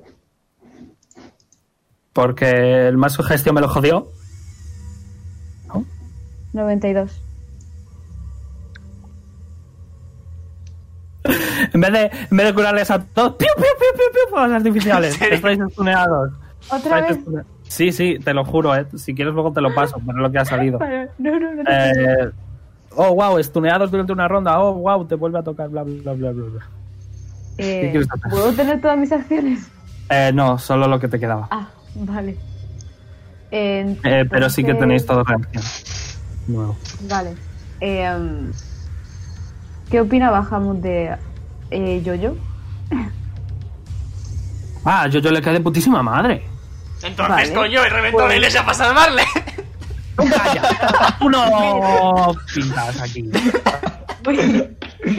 C: porque el más sugestión me lo jodió.
D: 92.
C: En vez de, en vez de curarles a todos, ¡piu, piu, piu, piu, piu! Fuegos artificiales. Estáis estuneados.
D: ¿Otra vez?
C: Sí, sí, te lo juro, eh. Si quieres luego te lo paso, pero es lo que ha salido.
D: Para- No, no, no.
C: Eh, oh, wow, estuneados durante una ronda. Oh, wow, te vuelve a tocar, bla, bla, bla, bla, bla.
D: Eh,
C: ¿qué quieres hacer?
D: ¿Puedo tener todas mis acciones?
C: Eh, no, solo lo que te quedaba.
D: Ah, vale.
C: Eh, pero sí que
D: Entonces-
C: tenéis todo reacción. Nuevo.
D: Vale. Em, ¿Qué opina Bahamut de eh, Jojo?
C: Ah, yo, yo le quedé putísima madre.
A: Entonces,
D: Vale.
A: coño, he reventado la iglesia para salvarle.
C: Calla.
D: ¡Ah,
C: Tú no <laughs> pintas aquí.
D: Voy,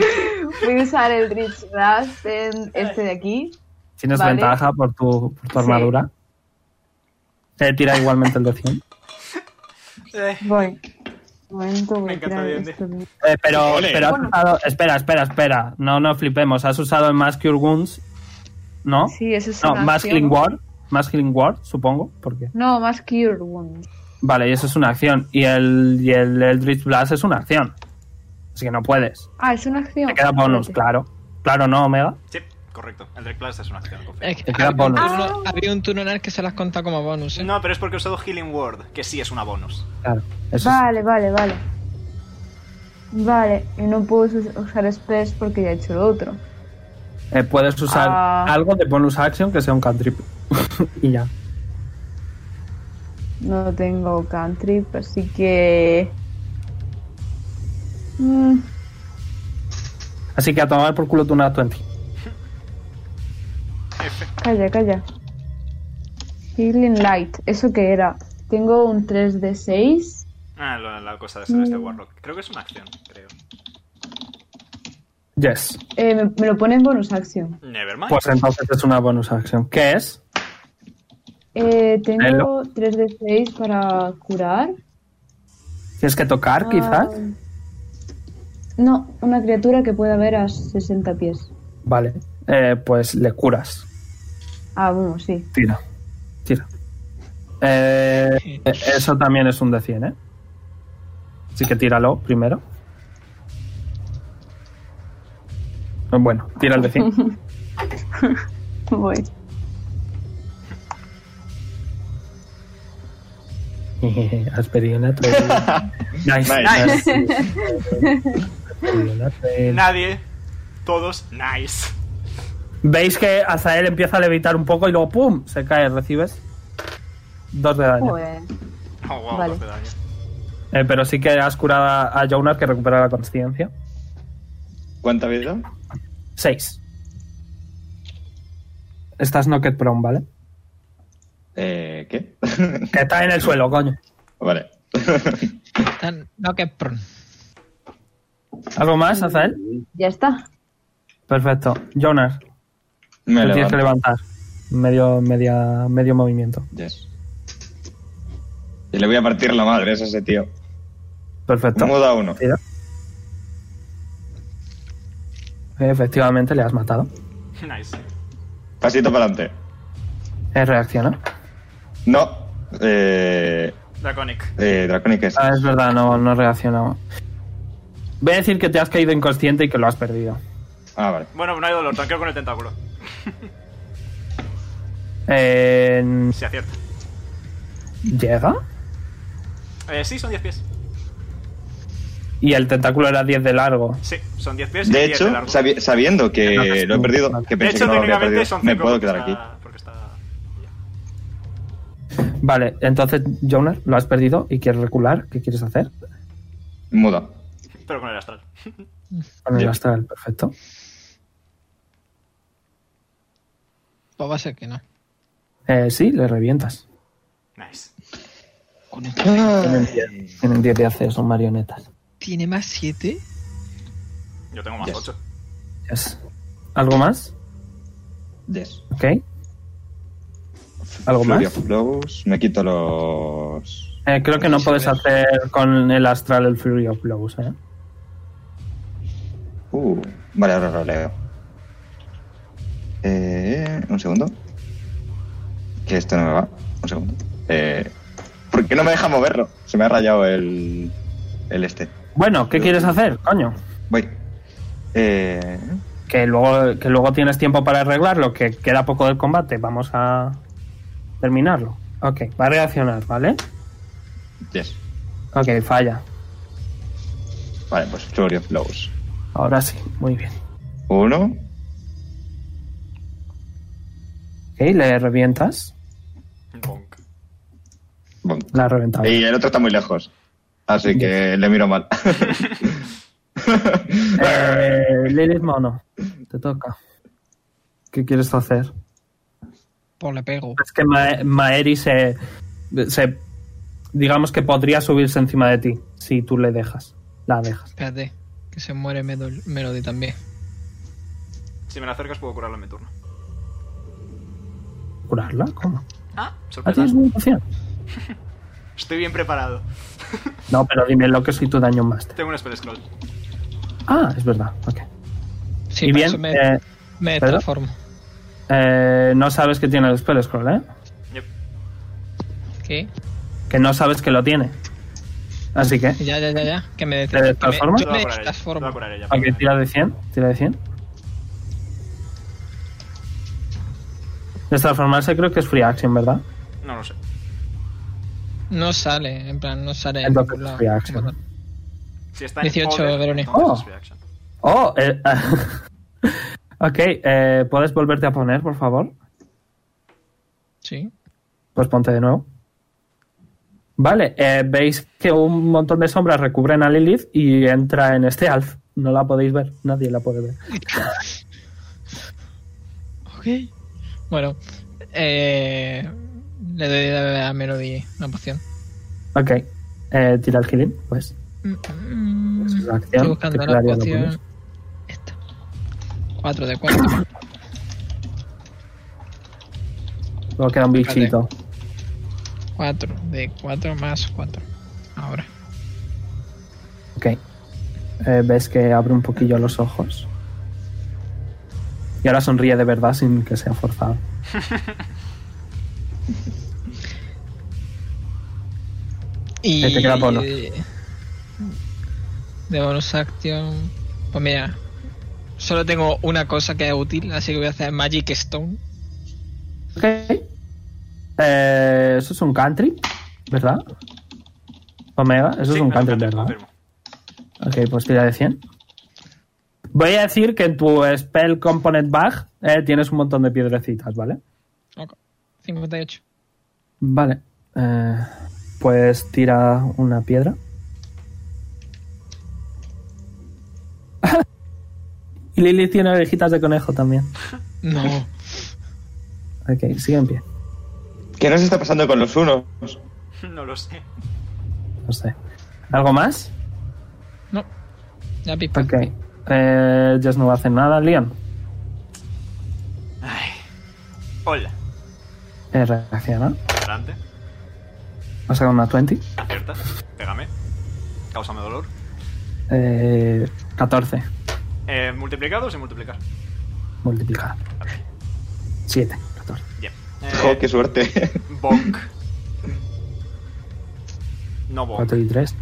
D: <laughs> voy a usar el Rich Rush en este de aquí.
C: Tienes
D: Vale.
C: ventaja por tu, por tu
D: Sí.
C: armadura. Te tira igualmente el de 100.
A: Eh,
D: Voy. Un momento, voy
A: Me
D: a
A: encanta
D: tirar
A: D&D.
D: esto.
C: Eh, pero,
B: Ole.
C: pero has usado- Espera, espera, espera. No, no flipemos. Has usado más Cure Wounds, ¿no?
D: Sí, eso es
C: No,
D: una
C: más
D: acción.
C: Healing Ward. Más Healing Ward, supongo. Porque...
D: No, más Cure Wounds.
C: Vale, y eso es una acción. Y el, y el Eldritch Blast es una acción. Así que no puedes.
D: Ah, es una acción.
C: Te queda bonus,
D: Espérate.
C: claro. Claro, no, Omega.
A: sí, correcto. El Drake Blast es una acción, confío.
E: Es que
C: Te queda
E: había, un
C: bonus.
E: turno, había un turno en el que se las contaba como bonus. ¿eh?
A: No, pero es porque he usado Healing Word, que sí es una bonus.
C: Claro. Eso es-
D: Vale, vale, vale. Vale, y no puedo us- usar Spells porque ya he hecho lo otro.
C: Eh, puedes usar
D: Ah.
C: algo de bonus action que sea un cantrip. <laughs> y ya.
D: No tengo country, así que. Mm,
C: Así que a tomar por culo tu una 20.
D: calla, calla. Healing Light, ¿eso qué era? Tengo un 3 de 6.
G: Ah, la, la cosa de ser este Warlock. Creo que es una acción, creo.
C: Yes.
D: Eh, me, me lo pone en bonus action.
G: Nevermind.
C: Pues entonces es una bonus action. ¿Qué es?
D: Eh, tengo
C: Hello.
D: 3 de 6 para curar.
C: ¿Tienes que tocar, quizás?
D: Ah, No, una criatura que pueda ver a 60 pies.
C: Vale. Eh, pues le curas.
D: Ah, bueno, sí.
C: Tira. Tira. Eh, eso también es un de 100, ¿eh? Así que tíralo primero. Eh, Bueno, tira el de 100.
D: Voy.
C: Has pedido una 3. nice.
B: Nice.
D: <laughs>
C: Has pedido una 3.
G: Nadie. Todos. Nice. <laughs>
C: Veis que Azael empieza a levitar un poco y luego ¡pum! se cae, recibes dos de daño.
D: Joder.
G: Oh, wow,
D: Vale.
G: dos de daño. <laughs>
C: Eh, pero sí que has curado a a Jonar que recupera la conciencia.
B: ¿Cuánta vida?
C: Seis. Estás knocked prone, ¿vale?
B: Eh, ¿Qué? <laughs>
C: Que estás en el suelo, coño.
B: vale. <laughs>
E: Tan- No, que prun.
C: ¿Algo más, Azael?
D: Ya está.
C: Perfecto. Jonar,
B: Me
C: te tienes
B: levanto.
C: que levantar. Medio, media, medio movimiento.
B: Yes. Y le voy a partir la madre a ese tío.
C: Perfecto.
B: Muda uno.
C: Tira. Efectivamente, le has matado.
G: Nice.
B: Pasito para adelante.
C: Eh, reacciona.
B: No. Eh,
G: Draconic.
B: eh, Draconic es.
C: Ah, es verdad, no, no reaccionamos. Voy a decir que te has caído inconsciente y que lo has perdido.
B: Ah, vale.
G: Bueno, no hay dolor. Tanqueo con el tentáculo.
C: Eh,
G: Si acierta.
C: ¿Llega?
G: Eh, sí, son 10 pies.
C: Y el tentáculo era 10 de largo.
G: Sí, son 10 pies. y
B: De
G: 10
B: hecho,
G: largo.
B: sabi- sabiendo que
C: No, no, no,
B: lo he perdido,
C: vale.
B: que
G: de
B: pensé
G: hecho
B: que no lo había
G: técnicamente
B: perdido,
G: son 5.
B: me puedo quedar aquí.
G: Porque está.
C: Vale, entonces, Jonar, lo has perdido y quieres recular. ¿Qué quieres hacer?
B: Muda.
G: Pero con el astral. <laughs>
C: Con el
B: Bien.
C: astral, perfecto.
E: Pues va a ser que no.
C: Eh, sí, le revientas.
G: Nice.
C: Tienen 10 tienen 10 de AC, son marionetas.
E: ¿Tiene más 7?
G: Yo tengo más
B: Yes.
G: 8.
C: Yes. ¿Algo más?
B: Yes.
C: Ok. Eh, ¿Algo más?
B: Flurry of Blows. Me quito los.
C: Eh, creo que no puedes hacer con el astral el Fury of Blows, ¿eh?
B: Uh, vale, ahora lo leo. Eh, un segundo. Que esto no me va. Un segundo. Eh, ¿Por qué no me deja moverlo? Se me ha rayado el. El este.
C: Bueno, ¿qué quieres hacer, coño?
B: Voy. Eh,
C: que luego, que luego tienes tiempo para arreglarlo, que queda poco del combate, vamos a terminarlo. Ok, va a reaccionar, ¿vale?
B: yes.
C: Ok, falla.
B: Vale, pues Flurry of Blows.
C: Ahora sí, muy bien.
B: Uno.
C: Ok, le revientas.
G: Bonk.
B: Bom.
C: La reventamos.
B: Y el otro está muy lejos. Así que le miro mal. <laughs>
C: Eh, Lilith Mono, te toca. ¿Qué quieres hacer?
E: Pues le pego.
C: Es que Ma- Maeri se, se. Digamos que podría subirse encima de ti si tú le dejas. La dejas.
E: Espérate, que se muere Medol- Melody también.
G: Si me la acercas, puedo curarlo en mi turno.
C: ¿Curarla? ¿Cómo?
G: Ah,
C: ¿Ah,
G: sorpresa.
C: tienes munición?
G: Estoy bien preparado.
C: No, pero dime lo que soy tu daño máster.
G: Tengo un spell scroll.
C: Ah, es verdad. Ok.
E: Sí, para
C: y bien,
E: eso me,
C: eh,
E: me
C: ¿perdón?
E: transformo.
C: eh, no sabes que tiene el spell scroll, ¿eh?
G: Yep.
E: ¿Qué?
C: Que no sabes que lo tiene. Así que,
E: Ya, ya, ya, ya. Que me
C: ¿Te
E: que me-
C: transformas?
E: yo
G: Te voy
E: me
G: a curar ella. Te voy a
E: transformo.
G: curar ella.
C: ok, Ah, tira de 100, tira de 100. De transformarse creo que es free action, ¿verdad?
G: No lo sé.
E: No sale, en plan, no sale. en
C: Entonces,
E: ningún lado.
C: free action.
E: Bueno,
G: Si está en
E: 18
G: order,
E: Verónica.
G: entonces
C: Oh.
G: es reaction.
C: Oh, eh, <laughs> Ok, eh, ¿puedes volverte a poner, por favor?
E: Sí.
C: Pues ponte de nuevo. Vale, eh, veis que un montón de sombras recubren a Lilith y entra en este alf. No la podéis ver, nadie la puede ver.
E: ok. Bueno, eh, le doy a Melody una poción.
C: Ok, eh, tira el healing, pues.
E: Mm,
C: Esa es la acción,
E: Estoy buscando
C: que
E: la
C: todavía no
E: poción.
C: pones.
E: Esta. 4 de 4.
C: Luego queda un bichito.
E: 4 de 4 más 4. Ahora.
C: Ok. Eh, ves que abre un poquillo los ojos. Y ahora sonríe de verdad sin que sea forzado.
E: Y
C: Ahí te queda Pablo.
E: De bonus action. Pues mira, solo tengo una cosa que es útil, así que voy a hacer Magic Stone.
C: Ok. Eh, eso es un country, ¿verdad? Omega, eso es un country, ¿verdad? Ok, pues tira de 100. Voy a decir que en tu spell component bag eh, tienes un montón de piedrecitas, ¿vale?
E: Ok, 58.
C: Vale. Eh, pues tira una piedra. <laughs> y Lily tiene orejitas de conejo también. <laughs>
E: No.
C: Ok, sigue en pie.
B: ¿Qué nos está pasando con los unos?
G: No lo sé.
C: No sé. ¿Algo más?
E: No. Ya pipa.
C: Ok. Eh, Jess no va a hacer nada. Leon.
G: Hola.
C: Eh, reacciona.
G: Adelante.
C: Va a sacar una 20.
G: Acierta. Pégame. Cáusame dolor.
C: Eh, 14.
G: Eh, ¿Multiplicado o sin multiplicar?
C: Multiplicada. 7. 14.
G: Bien. Eh,
B: ¡Jo, qué suerte! <laughs>
G: Bonk. No bonk.
C: 4 y 3.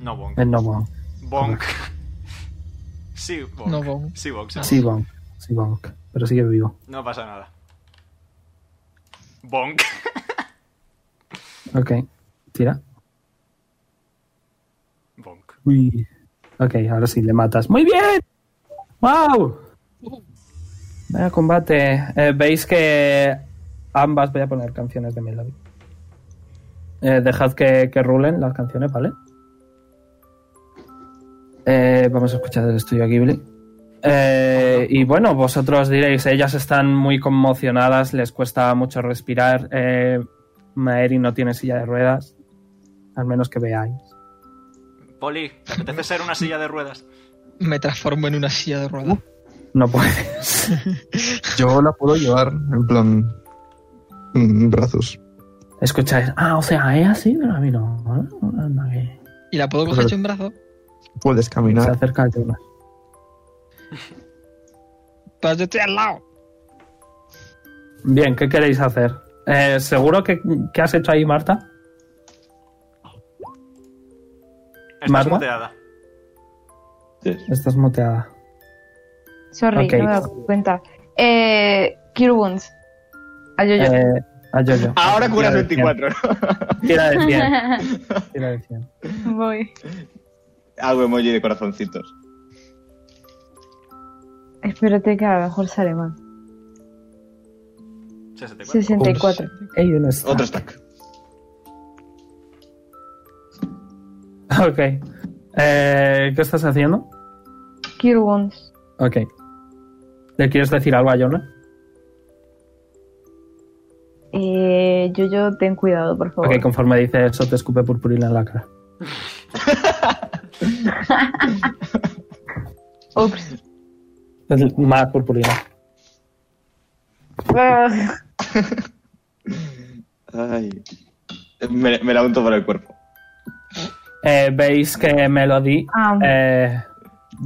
G: No bonk.
C: Eh, no, bonk.
G: Bonk. <laughs> Sí, bonk.
E: No bonk.
G: Sí, bonk. sí,
C: Sí,
G: bonk.
C: bonk. Sí, bonk. Pero sigue vivo.
G: No pasa nada. Bonk. <laughs>
C: Ok. Tira.
G: Bonk.
C: Uy. Ok, ahora sí, le matas. ¡Muy bien! ¡Wow! Vaya combate. Eh, Veis que ambas voy a poner canciones de Melody. Eh, dejad que, que rulen las canciones, ¿vale? Eh, vamos a escuchar el estudio Ghibli. Eh, y bueno, vosotros diréis, ellas están muy conmocionadas, les cuesta mucho respirar. Eh, Maeri no tiene silla de ruedas, al menos que veáis.
G: Poli, ¿te apetece ser una silla de ruedas?
E: Me transformo en una silla de ruedas.
C: Uh. No puede. <laughs>
F: Yo la puedo llevar, en plan. En brazos.
C: Escucháis, ah, o sea, a ella sí, pero a mí no. Ah, anda, que-
E: ¿Y la puedo
C: Pues
E: coger
F: Correcto.
E: hecho en brazo?
F: Puedes
C: Se
F: caminar.
C: acerca el tema.
E: Pues yo estoy al lado.
C: Bien, ¿qué queréis hacer? Eh, ¿Seguro que, que has hecho ahí, Marta?
G: Estás
C: ¿Marta?
G: muteada.
C: Estás muteada.
D: Sorry,
C: Ok.
D: no me he dado cuenta. Eh, Cure Wounds. A yo, yo.
C: Eh, a Jojo.
B: Ahora curas
C: Tira de
B: 24.
C: cien. Tira de 100.
D: <laughs>
C: Tira de 100.
D: Voy.
B: <laughs> Hago emoji de corazoncitos.
D: Espérate que a lo mejor sale mal.
G: 64.
D: 64.
C: Ey, ¿dónde está?
B: Otro stack.
C: Ok. Eh, ¿Qué estás haciendo?
D: Cure Wounds.
C: Ok. ¿Le quieres decir algo a Jonah?
D: Eh, yo, yo, ten cuidado, por favor.
C: Ok, conforme dice eso, te escupe purpurina en la cara.
D: Ups.
C: Más purpurina.
D: <laughs> Ah,
B: Ay. Me, me la unto por el cuerpo.
C: Eh, Veis que Melody
D: Ah.
C: eh,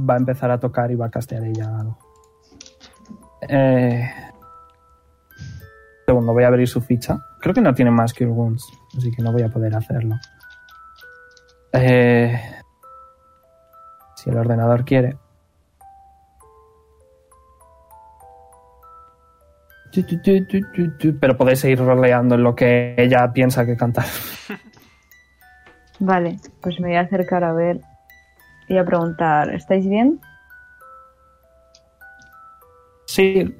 C: va a empezar a tocar y va a castear ella algo. Eh, segundo, voy a abrir su ficha. Creo que no tiene más Cure Wounds, así que no voy a poder hacerlo. Eh, si el ordenador quiere. Tu, tu, tu, tu, tu, tu. Pero podéis seguir roleando en lo que ella piensa que cantar.
D: vale, pues me voy a acercar a ver. Voy a preguntar, ¿estáis bien?
C: Sí,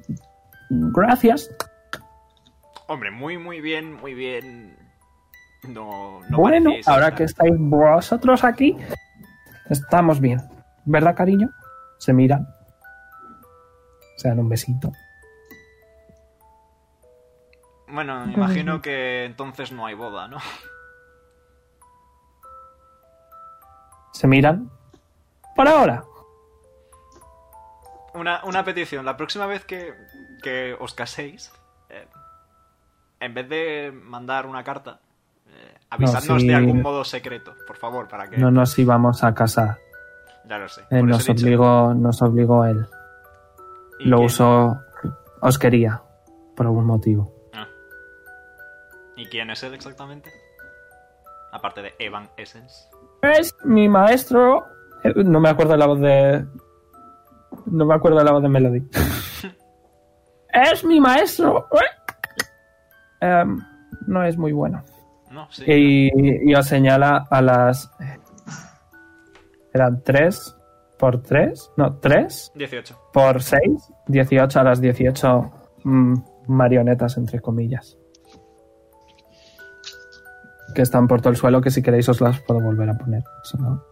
C: gracias.
A: Hombre, muy, muy bien, muy bien. No, no
C: bueno,
A: parecéis
C: ahora
A: estar-
C: que estáis vosotros aquí, estamos bien. ¿Verdad, cariño? Se miran. Se dan un besito.
A: Bueno, me imagino que entonces no hay boda, ¿no?
C: Se miran. Por ahora.
A: Una, una petición. La próxima vez que, que os caséis, eh, en vez de mandar una carta, eh, avisadnos
C: sí.
A: de algún modo secreto, por favor, para que...
C: No nos íbamos a casar.
A: Ya lo sé. por
C: Eh,
A: eso
C: nos,
A: he dicho.
C: obligó, nos obligó él.
A: ¿Y
C: Lo
A: quién?
C: usó. Os quería. Por algún motivo.
A: Ah. ¿Y quién es él exactamente? Aparte de Evan Essence.
C: Es mi maestro. Eh, No me acuerdo la voz de. No me acuerdo la voz de Melody.
A: <laughs>
C: es mi maestro. Em, no es muy bueno.
A: No, sí.
C: Y, y os señala a las. Eran 3 por 3. No, 3
A: 18.
C: por 6. 18 a las 18 mm, marionetas, entre comillas. Que están por todo el suelo, que si queréis os las puedo volver a poner. si no.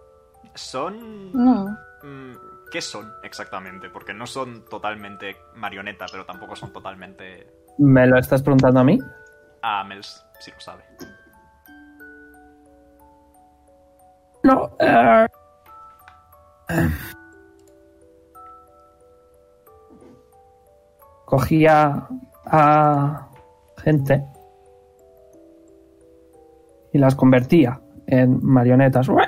A: Son...
D: No.
A: mm, ¿Qué son exactamente? Porque no son totalmente marioneta, pero tampoco son totalmente
C: ¿Me lo estás preguntando a mí?
A: Amels, si lo sabe.
C: No. eh, Cogía a gente y las convertía en marionetas. ¡Ué!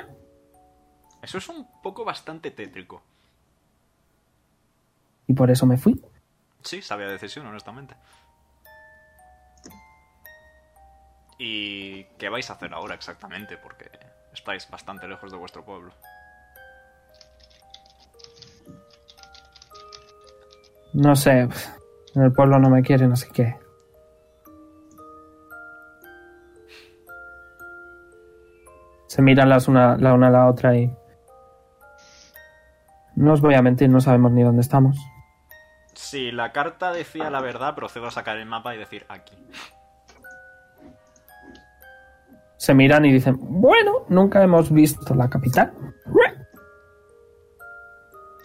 A: Eso es un poco bastante tétrico.
C: Y por eso me fui.
A: Sí, sabia decisión, honestamente. ¿Y qué vais a hacer ahora exactamente? Porque estáis bastante lejos de vuestro pueblo.
C: No sé, en el pueblo no me quieren, así que... Se miran las una, la una a la otra y... No os voy a mentir, no sabemos ni dónde estamos.
A: Si la carta decía la verdad, procedo a sacar el mapa y decir aquí.
C: Se miran y dicen, bueno, nunca hemos visto la capital.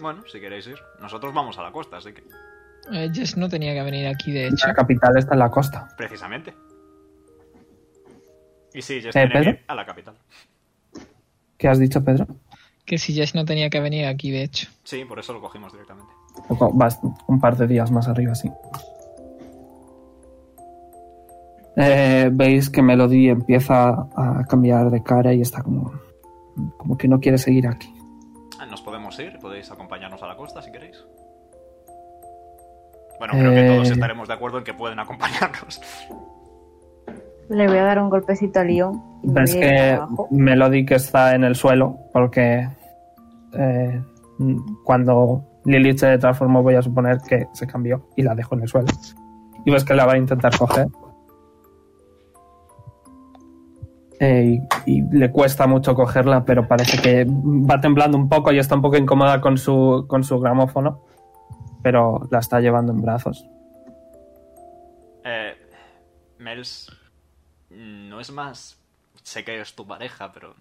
A: Bueno, si queréis ir. Nosotros vamos a la costa, así que...
E: Eh, Jess no tenía que venir aquí, de hecho.
C: La capital está en la costa.
A: Precisamente. Y sí, ya
C: Eh,
A: tiene que
C: Pedro.
A: ir a la capital.
C: ¿Qué has dicho, Pedro?
E: Que si Jess no tenía que venir aquí, de hecho.
A: Sí, por eso lo cogimos directamente.
C: Poco- vas un par de días más arriba, sí. Eh, Veis que Melody empieza a cambiar de cara y está como, como que no quiere seguir aquí.
A: Ah, Nos podemos ir, podéis acompañarnos a la costa si queréis. Bueno, creo que
C: Eh.
A: todos estaremos de acuerdo en que pueden acompañarnos. <laughs>
K: Le voy a dar un golpecito a León. y me
C: Ves
K: voy a ir
C: que
K: abajo.
C: Melody que está en el suelo porque eh, cuando Lilith se transformó voy a suponer que se cambió y la dejó en el suelo. Y ves que la va a intentar coger. Eh, y, y le cuesta mucho cogerla, pero parece que va temblando un poco y está un poco incómoda con su, con su gramófono. Pero la está llevando en brazos.
A: Eh, Mels, no es más... Sé que es tu pareja, pero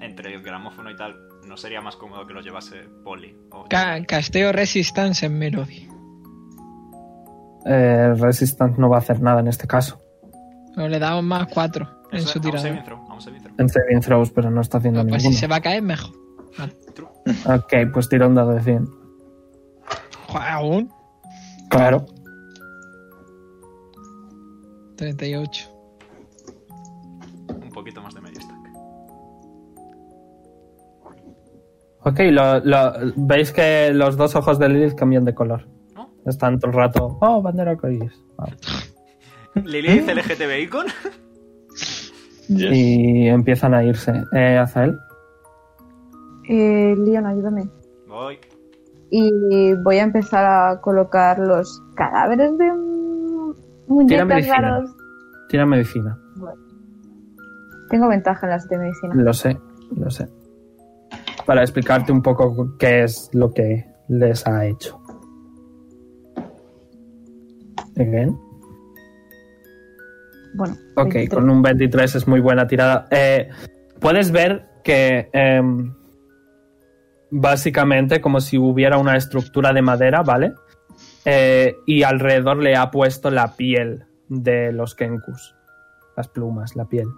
A: entre el gramófono y tal, ¿no sería más cómodo que lo llevase Polly? o-
E: Ca- casteo Resistance en Melody.
C: Eh, Resistance no va a hacer nada en este caso.
E: Pero le damos más 4 en
A: Eso,
E: su
A: a un saving
E: tirada.
A: throw, a un saving throw.
C: En saving throws, pero no está haciendo
E: No, pues si
C: ninguno.
E: se va a caer, mejor.
C: Ok, pues tira un dado de 100.
E: Jo, Aún.
C: Claro.
E: 38.
A: Un poquito más de medio stack.
E: <laughs>
C: Ok, lo- lo- veis que los dos ojos de Lilith cambian de color.
A: ¿No?
C: Están todo el rato. Oh, bandera arcoíris. Vale.
A: ¿Lilith LGTBI con?
C: Y empiezan a irse. Eh, Azael.
D: Eh, Leon, ayúdame.
A: Voy.
K: Y voy a empezar a colocar los cadáveres de mu- muñecas
C: medicina.
K: raros.
C: Tira medicina.
K: Tengo ventaja en las de medicina.
C: Lo sé, lo sé. Para explicarte un poco qué es lo que les ha hecho. Again.
L: Bueno.
C: Ok,
L: 23.
C: con un 23 es muy buena tirada. Eh, Puedes ver que em, básicamente como si hubiera una estructura de madera, ¿vale? Eh, y alrededor le ha puesto la piel de los kenkus. Las plumas, la piel.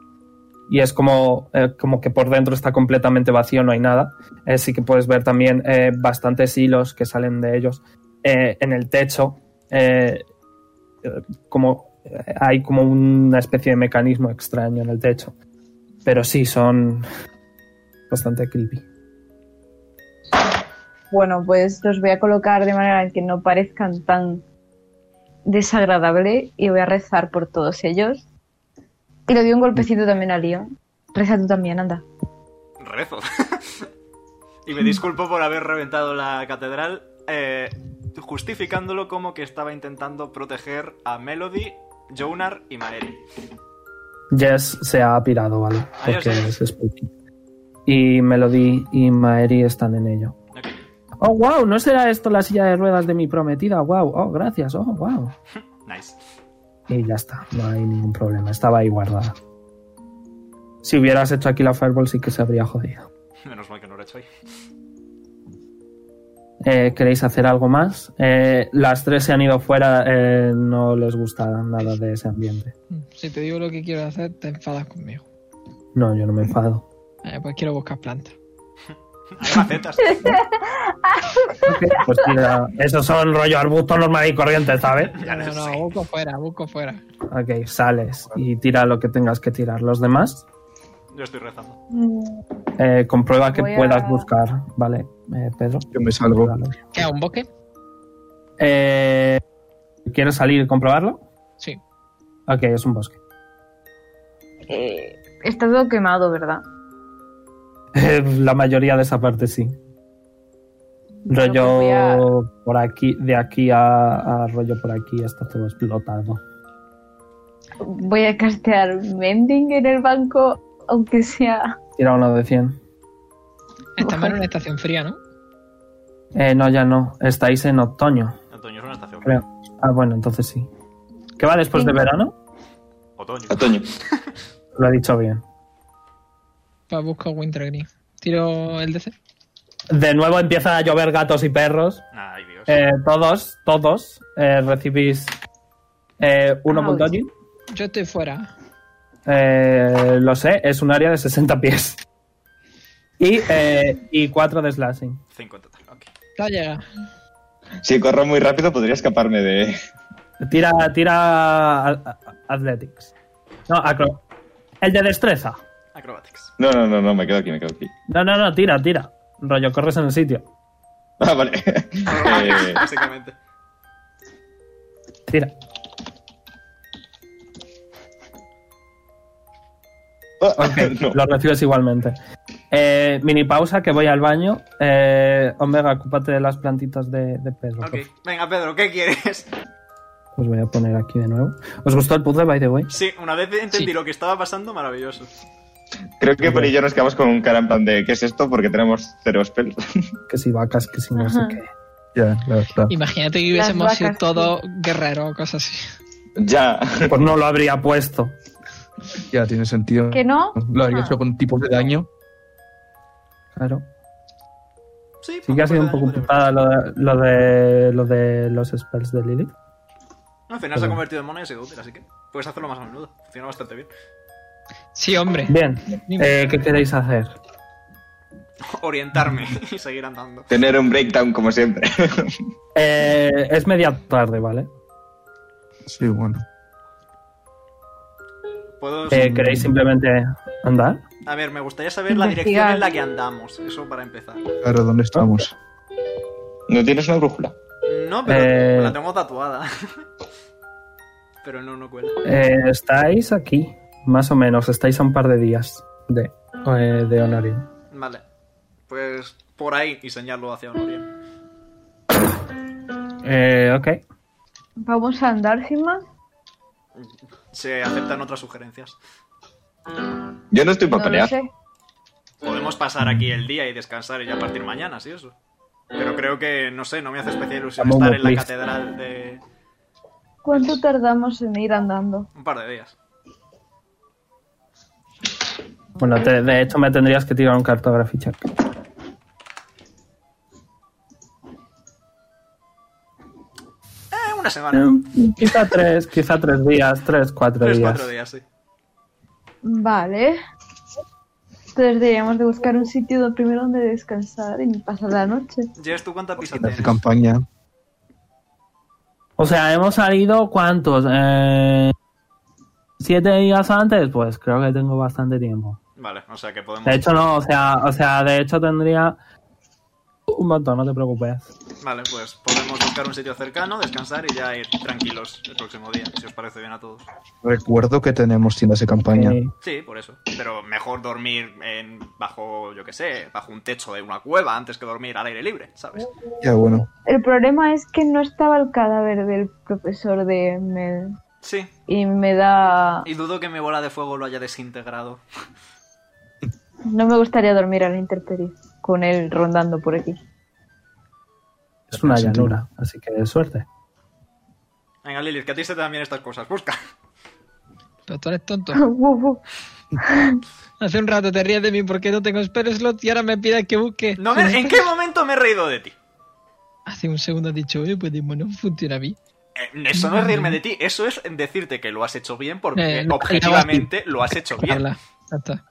C: Y es como, eh, como que por dentro está completamente vacío, no hay nada. Eh, sí que puedes ver también eh, bastantes hilos que salen de ellos. Eh, en el techo eh, eh, como eh, hay como una especie de mecanismo extraño en el techo. Pero sí, son bastante creepy.
D: Bueno, pues los voy a colocar de manera en que no parezcan tan desagradable y voy a rezar por todos ellos. Y le doy un golpecito también a Leon. Reza tú también, anda.
A: Rezo. <laughs> y me disculpo por haber reventado la catedral, eh, justificándolo como que estaba intentando proteger a Melody, Jonar y Maeri.
C: Jess se ha pirado, ¿vale? Porque
A: Adiós,
C: es spooky. Y Melody y Maeri están en ello.
A: Ok.
C: Oh, wow, ¿no será esto la silla de ruedas de mi prometida? Wow, oh, gracias, oh, wow.
A: Nice. <laughs>
C: Y ya está, no hay ningún problema. Estaba ahí guardada. Si hubieras hecho aquí la fireball, sí que se habría jodido.
A: Menos mal que no lo he hecho hoy. <laughs>
C: Eh, ¿Queréis hacer algo más? Eh, las tres se han ido fuera, eh, no les gusta nada de ese ambiente.
E: Mm, Si te digo lo que quiero hacer, te enfadas conmigo.
C: No, yo no me enfado.
E: Eh, pues quiero buscar plantas.
A: Hay
E: <laughs>
A: macetas.
C: <laughs> Pues mira, esos son rollo arbustos normal y corriente, ¿sabes?
A: Ya
E: no,
A: no
E: no,
A: sé.
E: busco fuera, busco fuera.
C: Ok, sales y tira lo que tengas que tirar. Los demás,
A: Yo estoy rezando.
C: eh, comprueba que
D: Voy a-
C: puedas buscar, ¿vale, eh, Pedro?
F: Yo me salgo.
E: ¿Qué? ¿Un bosque?
C: Eh, ¿Quieres salir y comprobarlo?
E: Sí.
C: Ok, es un bosque. <laughs>
D: Eh, está todo quemado, ¿verdad?
C: Eh, La mayoría de esa parte sí.
D: Bueno,
C: rollo
D: pues voy a-
C: por aquí, de aquí a, a rollo por aquí está todo explotado.
D: Voy a castear Mending en el banco, aunque sea...
C: Tira uno de 100.
E: Estamos en una estación fría, ¿no?
C: Eh, no, ya no. Estáis en otoño,
A: Antonio, es una estación.
C: creo. Ah, bueno, entonces sí. ¿Qué va después de verano?
A: Otoño.
B: Otoño.
C: Lo he dicho bien.
E: Pues busco Wintergreen. Tiro el DC.
C: De nuevo empieza a llover gatos y perros.
A: Ay, Dios.
C: Eh, todos, todos eh, recibís eh, uno
D: Ouch.
C: bulldogging.
E: Yo estoy fuera.
C: Eh, lo sé, es un área de 60 pies. Y, eh, y cuatro de slashing.
A: Cinco en total. Ok.
E: No llega.
B: Si corro muy rápido, podría escaparme de.
C: Tira, tira a- a- Athletics. No, acro. El de destreza.
A: Acrobatics.
B: No, no, no, no, me quedo aquí, me quedo aquí. <laughs>
C: No, no, no, tira, tira. Rollo, corres en el sitio.
B: Ah,
C: <laughs>
B: vale. Eh,
A: <laughs> Básicamente.
C: Tira.
B: ah,
C: <laughs> Ok,
B: <laughs> no.
C: Lo recibes igualmente. Eh, mini pausa, que voy al baño. Eh, Omega, ocúpate de las plantitas de, de Pedro.
A: Ok.
C: porfa.
A: Venga, Pedro, ¿qué quieres?
C: Os voy a poner aquí de nuevo. ¿Os gustó el puzzle, by the way?
A: Sí, una vez entendí
E: Sí.
A: lo que estaba pasando, maravilloso.
B: Creo que por ello nos quedamos con un cara en plan de ¿qué es esto? Porque tenemos cero spells.
C: Que si vacas, que si no sé
D: Ajá.
C: qué.
F: Ya, la verdad.
E: Imagínate que hubiésemos sido
D: vacas,
E: todos guerreros o cosas así.
B: <laughs> ya. <laughs>
C: Pues no lo habría puesto.
F: Ya tiene sentido.
D: ¿Que no?
F: Lo había
D: Ah.
F: hecho con tipos de daño.
C: Claro.
A: Sí, pues,
C: Sí que ha sido un poco putada lo de, lo de, lo de los spells de Lilith.
A: No, al final se ha
C: Perdón.
A: convertido en mona y ha sido útil, así que puedes hacerlo más a menudo. Funciona bastante bien.
E: Sí, hombre.
C: Bien, eh, ¿qué queréis hacer?
A: Orientarme <laughs> y seguir andando.
B: Tener un breakdown como siempre. <laughs>
C: Eh, es media tarde, ¿vale?
F: Sí, bueno.
A: Puedo...
C: Eh, ¿Queréis simplemente andar?
A: A ver, me gustaría saber la dirección
D: Investigar.
A: en la que andamos. Eso para empezar.
F: Claro, ¿dónde estamos?
B: ¿No tienes una brújula?
A: No, pero
C: Eh.
A: la tengo tatuada. <laughs> pero no, no cuela.
C: Eh, estáis aquí, más o menos, estáis a un par de días de, eh, de Honorin.
A: Vale. Pues por ahí y señalo hacia Oriente.
C: Eh, ok.
D: Vamos a andar sin más.
A: Se aceptan otras sugerencias.
B: Yo no estoy
D: No
B: para
D: lo
B: pelear.
D: sé.
A: Podemos pasar aquí el día y descansar y ya partir mañana, sí, eso. Pero creo que, no sé, no me hace especial ilusión
C: Vamos,
A: estar en la
C: please.
A: catedral de,
K: ¿Cuánto tardamos en ir andando?
A: Un par de días.
C: Bueno, te- de hecho me tendrías que tirar un cartography check.
A: Eh, una semana.
C: Eh, quizá tres, quizá tres días, tres, cuatro
A: Tres,
C: días.
A: cuatro días, sí.
K: Vale. Entonces deberíamos de buscar un sitio do- primero donde descansar y pasar la noche.
A: Jess, ¿tú cuánta pizza
F: Hacer
A: tienes?
F: campaña.
C: O sea, hemos salido cuántos? Eh, siete días antes, pues creo que tengo bastante tiempo.
A: Vale, o sea que podemos...
C: De hecho no, o sea, o sea, de hecho tendría un montón, no te preocupes.
A: Vale, pues podemos buscar un sitio cercano, descansar y ya ir tranquilos el próximo día, si os parece bien a todos.
F: Recuerdo que tenemos tiendas de campaña.
C: Eh,
A: Sí, por eso. Pero mejor dormir en bajo, yo qué sé, bajo un techo de una cueva antes que dormir al aire libre, ¿sabes?
F: Ya bueno.
K: El problema es que no estaba el cadáver del profesor de Mel.
A: Sí,
K: Y me da...
A: y dudo que mi bola de fuego lo haya desintegrado.
K: No me gustaría dormir a la intemperie con él rondando por aquí. <laughs>
C: es una llanura, así que suerte.
A: Venga, Lilith, que a ti se te dan bien estas cosas, busca.
E: Pero tú eres tonto.
K: Uf, uf.
E: Hace un rato te ríes de mí porque no tengo spell slot y ahora me pides que busque.
A: No me- ¿En qué momento me he reído de ti?
E: <laughs> Hace un segundo has dicho, oye, pues Dimo, no funciona bien.
A: Eh, Eso no es reírme de ti, eso es decirte que lo has hecho bien porque
E: Eh, no,
A: objetivamente lo has hecho bien.
E: Habla. Ya está.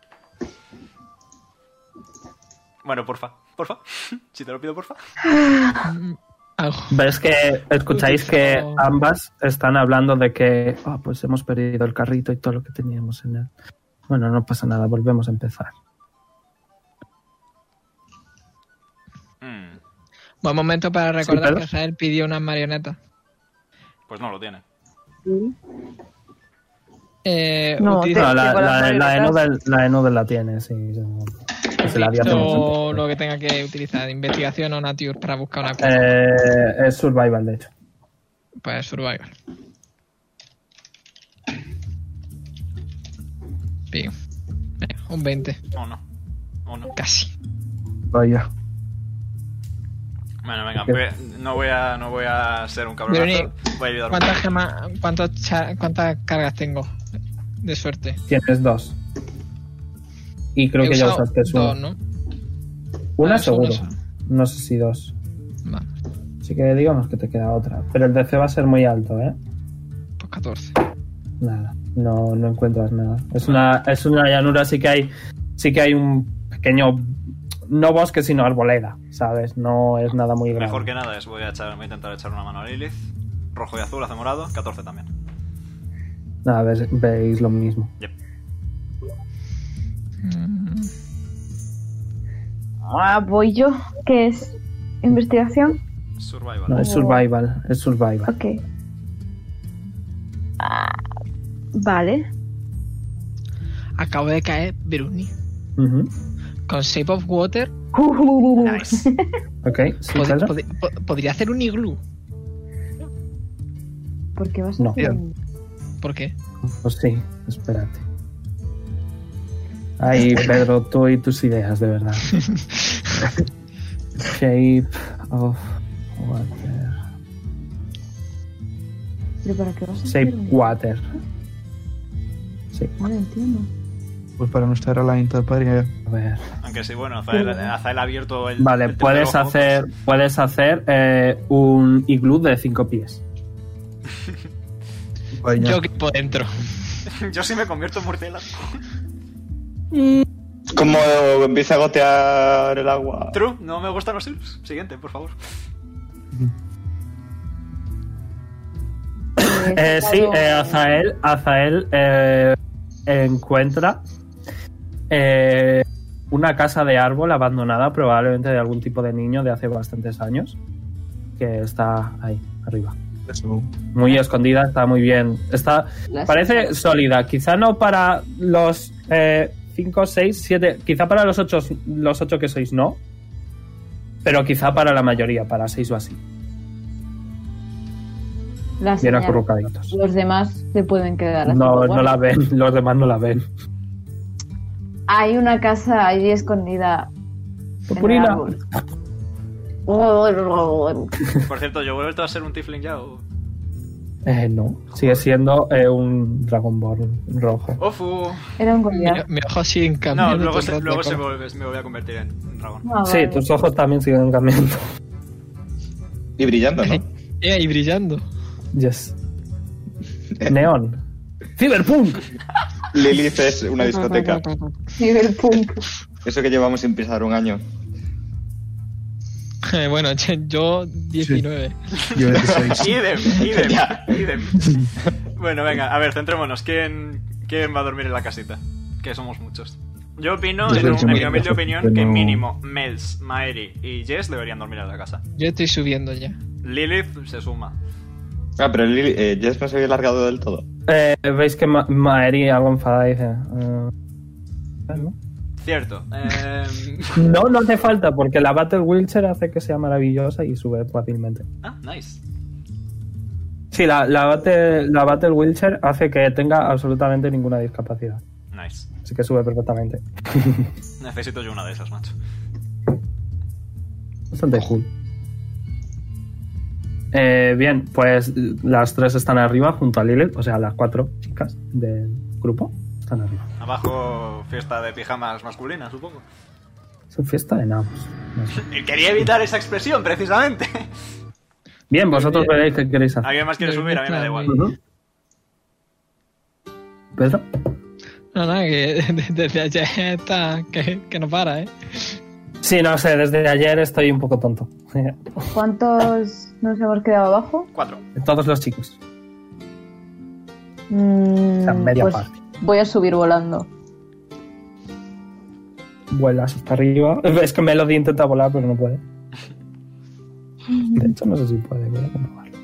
A: Bueno, porfa, porfa. <laughs> Si te lo pido, porfa.
E: Mm, Algo.
C: Ves que escucháis que ambas están hablando de que, "Ah, pues hemos perdido el carrito y todo lo que teníamos en él. Bueno, no pasa nada, volvemos a empezar.
A: Mm,
E: Buen momento para recordar
C: pero-
E: que Israel pidió unas marionetas.
A: pues no lo tiene.
E: Eh,
K: No,
E: utiliza-
C: No, la,
K: con las
C: la, la, de
K: marionetas.
C: Nudel, la de Nudel la tiene, sí. sí, sí. Se la había
E: o
C: tomado.
E: lo que tenga que utilizar, investigación o nature para buscar una cosa.
C: Eh, es survival, de hecho.
E: Pues survival. Pío. Venga, Un 20,
A: O no. O no.
E: casi.
F: Vaya.
A: Bueno, venga, voy- no, voy a, no voy a ser un cabrón.
E: Veroni,
A: Voy a ayudar.
E: ¿Cuántas gemas, cuántos cha- cuántas cargas tengo? De suerte.
C: Tienes dos. Y creo
E: He
C: que ya
E: usado
C: usaste una.
E: dos, ¿no?
C: Una
E: Ah, eso,
C: seguro.
E: una
C: No sé si dos.
E: Vale,
C: Así que digamos que te queda otra. Pero el DC va a ser muy alto, ¿eh?
E: pues 14.
C: Nada, no, no encuentras nada. Es una, es una llanura, sí que hay, sí que hay un pequeño, no bosque, sino arboleda, ¿sabes? No es nada muy grande.
A: Mejor que nada es, voy a, echar, voy a intentar echar una mano a Lilith. Rojo y azul, hace morado, 14 también.
C: Nada, ves- veis lo mismo.
E: Mm,
K: Ah, voy yo. ¿Qué es? ¿Investigación?
A: Survival.
C: No, es survival, es survival.
K: Ok. Ah, vale. <laughs>
E: Acabo de caer, Bruni.
C: Ujú.
E: Con Shape of Water
A: Nice.
C: Ok, sí,
E: pod-
C: Zelda?
E: pod- pod- podría hacer un iglú.
K: ¿Por qué vas a
C: No.
K: hacer un-
E: ¿Por qué?
C: Pues sí, espérate. Ahí, Pedro, tú y tus ideas, de verdad. Shape of water.
K: ¿Pero para qué vas a hacer
C: Shape
K: un-
C: water. Sí,
D: Ah,
K: No lo entiendo.
F: Pues para no estar a la intemperie.
C: a ver.
A: <laughs> Aunque sí, bueno, Azael, Azael ha abierto el.
C: Vale,
A: el pues. tercer
C: puedes
A: ojo.
C: hacer, puedes hacer eh, un iglú de 5 pies.
F: Vaya.
E: Yo que por dentro.
A: <laughs> Yo sí me convierto en murciélago.
M: Como empieza a gotear el agua.
A: True, no me gustan los silbs. Siguiente, por
C: <laughs>
A: favor.
C: Eh, sí, eh, Azael, Azael eh, encuentra eh, una casa de árbol abandonada, probablemente de algún tipo de niño de hace bastantes años, que está ahí, arriba.
F: Eso.
C: Muy escondida, está muy bien. Está,
H: Las-
C: parece sólida, quizá no para los eh, 5, 6, 7, quizá para los 8 los ocho que sois no, pero quizá para la mayoría, para 6 o así.
H: las
C: Bien
H: señales.
C: acurrucaditos.
H: Los demás se pueden quedar. así,
C: No,
H: pues,
C: no
H: bueno.
C: la ven, <laughs> los demás no la ven.
K: Hay una casa ahí escondida. en el
C: Purpurina.
K: árbol. Oh, oh, oh, oh.
A: Por cierto, yo he vuelto a ser un tifling ya. o-
C: Eh, no, sigue siendo eh, un Dragonborn rojo.
A: ¡Ofu!
D: <laughs> Era un Goliath.
E: Mi, mi ojo siguen cambiando.
A: No, luego, se,
E: todo el
A: luego
E: rato.
A: se vuelve- me voy a convertir en un dragón.
D: Ah,
C: sí,
D: vale.
C: tus ojos también siguen cambiando. <laughs>
B: Y brillando, ¿no?
E: <laughs> Eh, y brillando. <laughs>
C: Yes. Neón. Cyberpunk.
B: Lilith es una discoteca.
C: <laughs>
D: Cyberpunk.
B: Eso que llevamos sin pisar un año.
E: Eh, bueno, che, yo 19.
F: Yo 26.
A: <laughs> Idem, idem,
B: Ya.
A: idem. Bueno, venga, a ver, centrémonos. ¿Quién, ¿Quién va a dormir en la casita? Que somos muchos. Yo opino,
F: Yo
A: en,
F: creo
A: un-
F: que
A: en mi
F: somos
A: humilde
F: muchos,
A: opinión,
F: pero
A: que
F: no-
A: mínimo Mels, Maeri y Jess deberían dormir en la casa.
E: Yo estoy subiendo ya.
A: Lilith se suma.
B: Ah, pero Lilith, eh, Jess no se había largado del todo.
C: Eh, Veis que Ma- Maeri algo enfadada dice... "Eh, ¿no?
A: Cierto. eh,
C: no, no hace falta porque la Battle Wheelchair hace que sea maravillosa y sube fácilmente.
A: <laughs> Ah, nice.
C: Sí, la, la, battle, la Battle Wheelchair hace que tenga absolutamente ninguna discapacidad.
A: Nice.
C: Así que sube perfectamente.
A: Necesito yo una de esas, macho.
C: Bastante cool. Eh, bien, pues las tres están arriba junto a Lilith, o sea, las cuatro chicas del grupo están arriba.
A: Abajo, fiesta de pijamas masculinas, supongo.
C: Es una fiesta de nabos. No sé.
A: Quería evitar esa expresión, precisamente. <laughs>
C: Bien, vosotros veréis qué queréis hacer.
A: ¿Alguien más quiere subir? A mí me da igual.
C: Ujú. ¿Pedro?
E: No, no, que <laughs> desde ayer está que, que no para, ¿eh?
C: Sí, no sé, desde ayer estoy un poco tonto.
D: ¿Cuántos nos hemos quedado abajo?
A: Cuatro.
C: <laughs> Todos los chicos.
D: Mm,
C: O sea, media
D: pues
C: parte.
D: Voy a subir volando.
C: Vuelas hasta arriba. Es que Melody intenta volar, pero no puede. De hecho, no sé si puede. Voy a comprobarlo.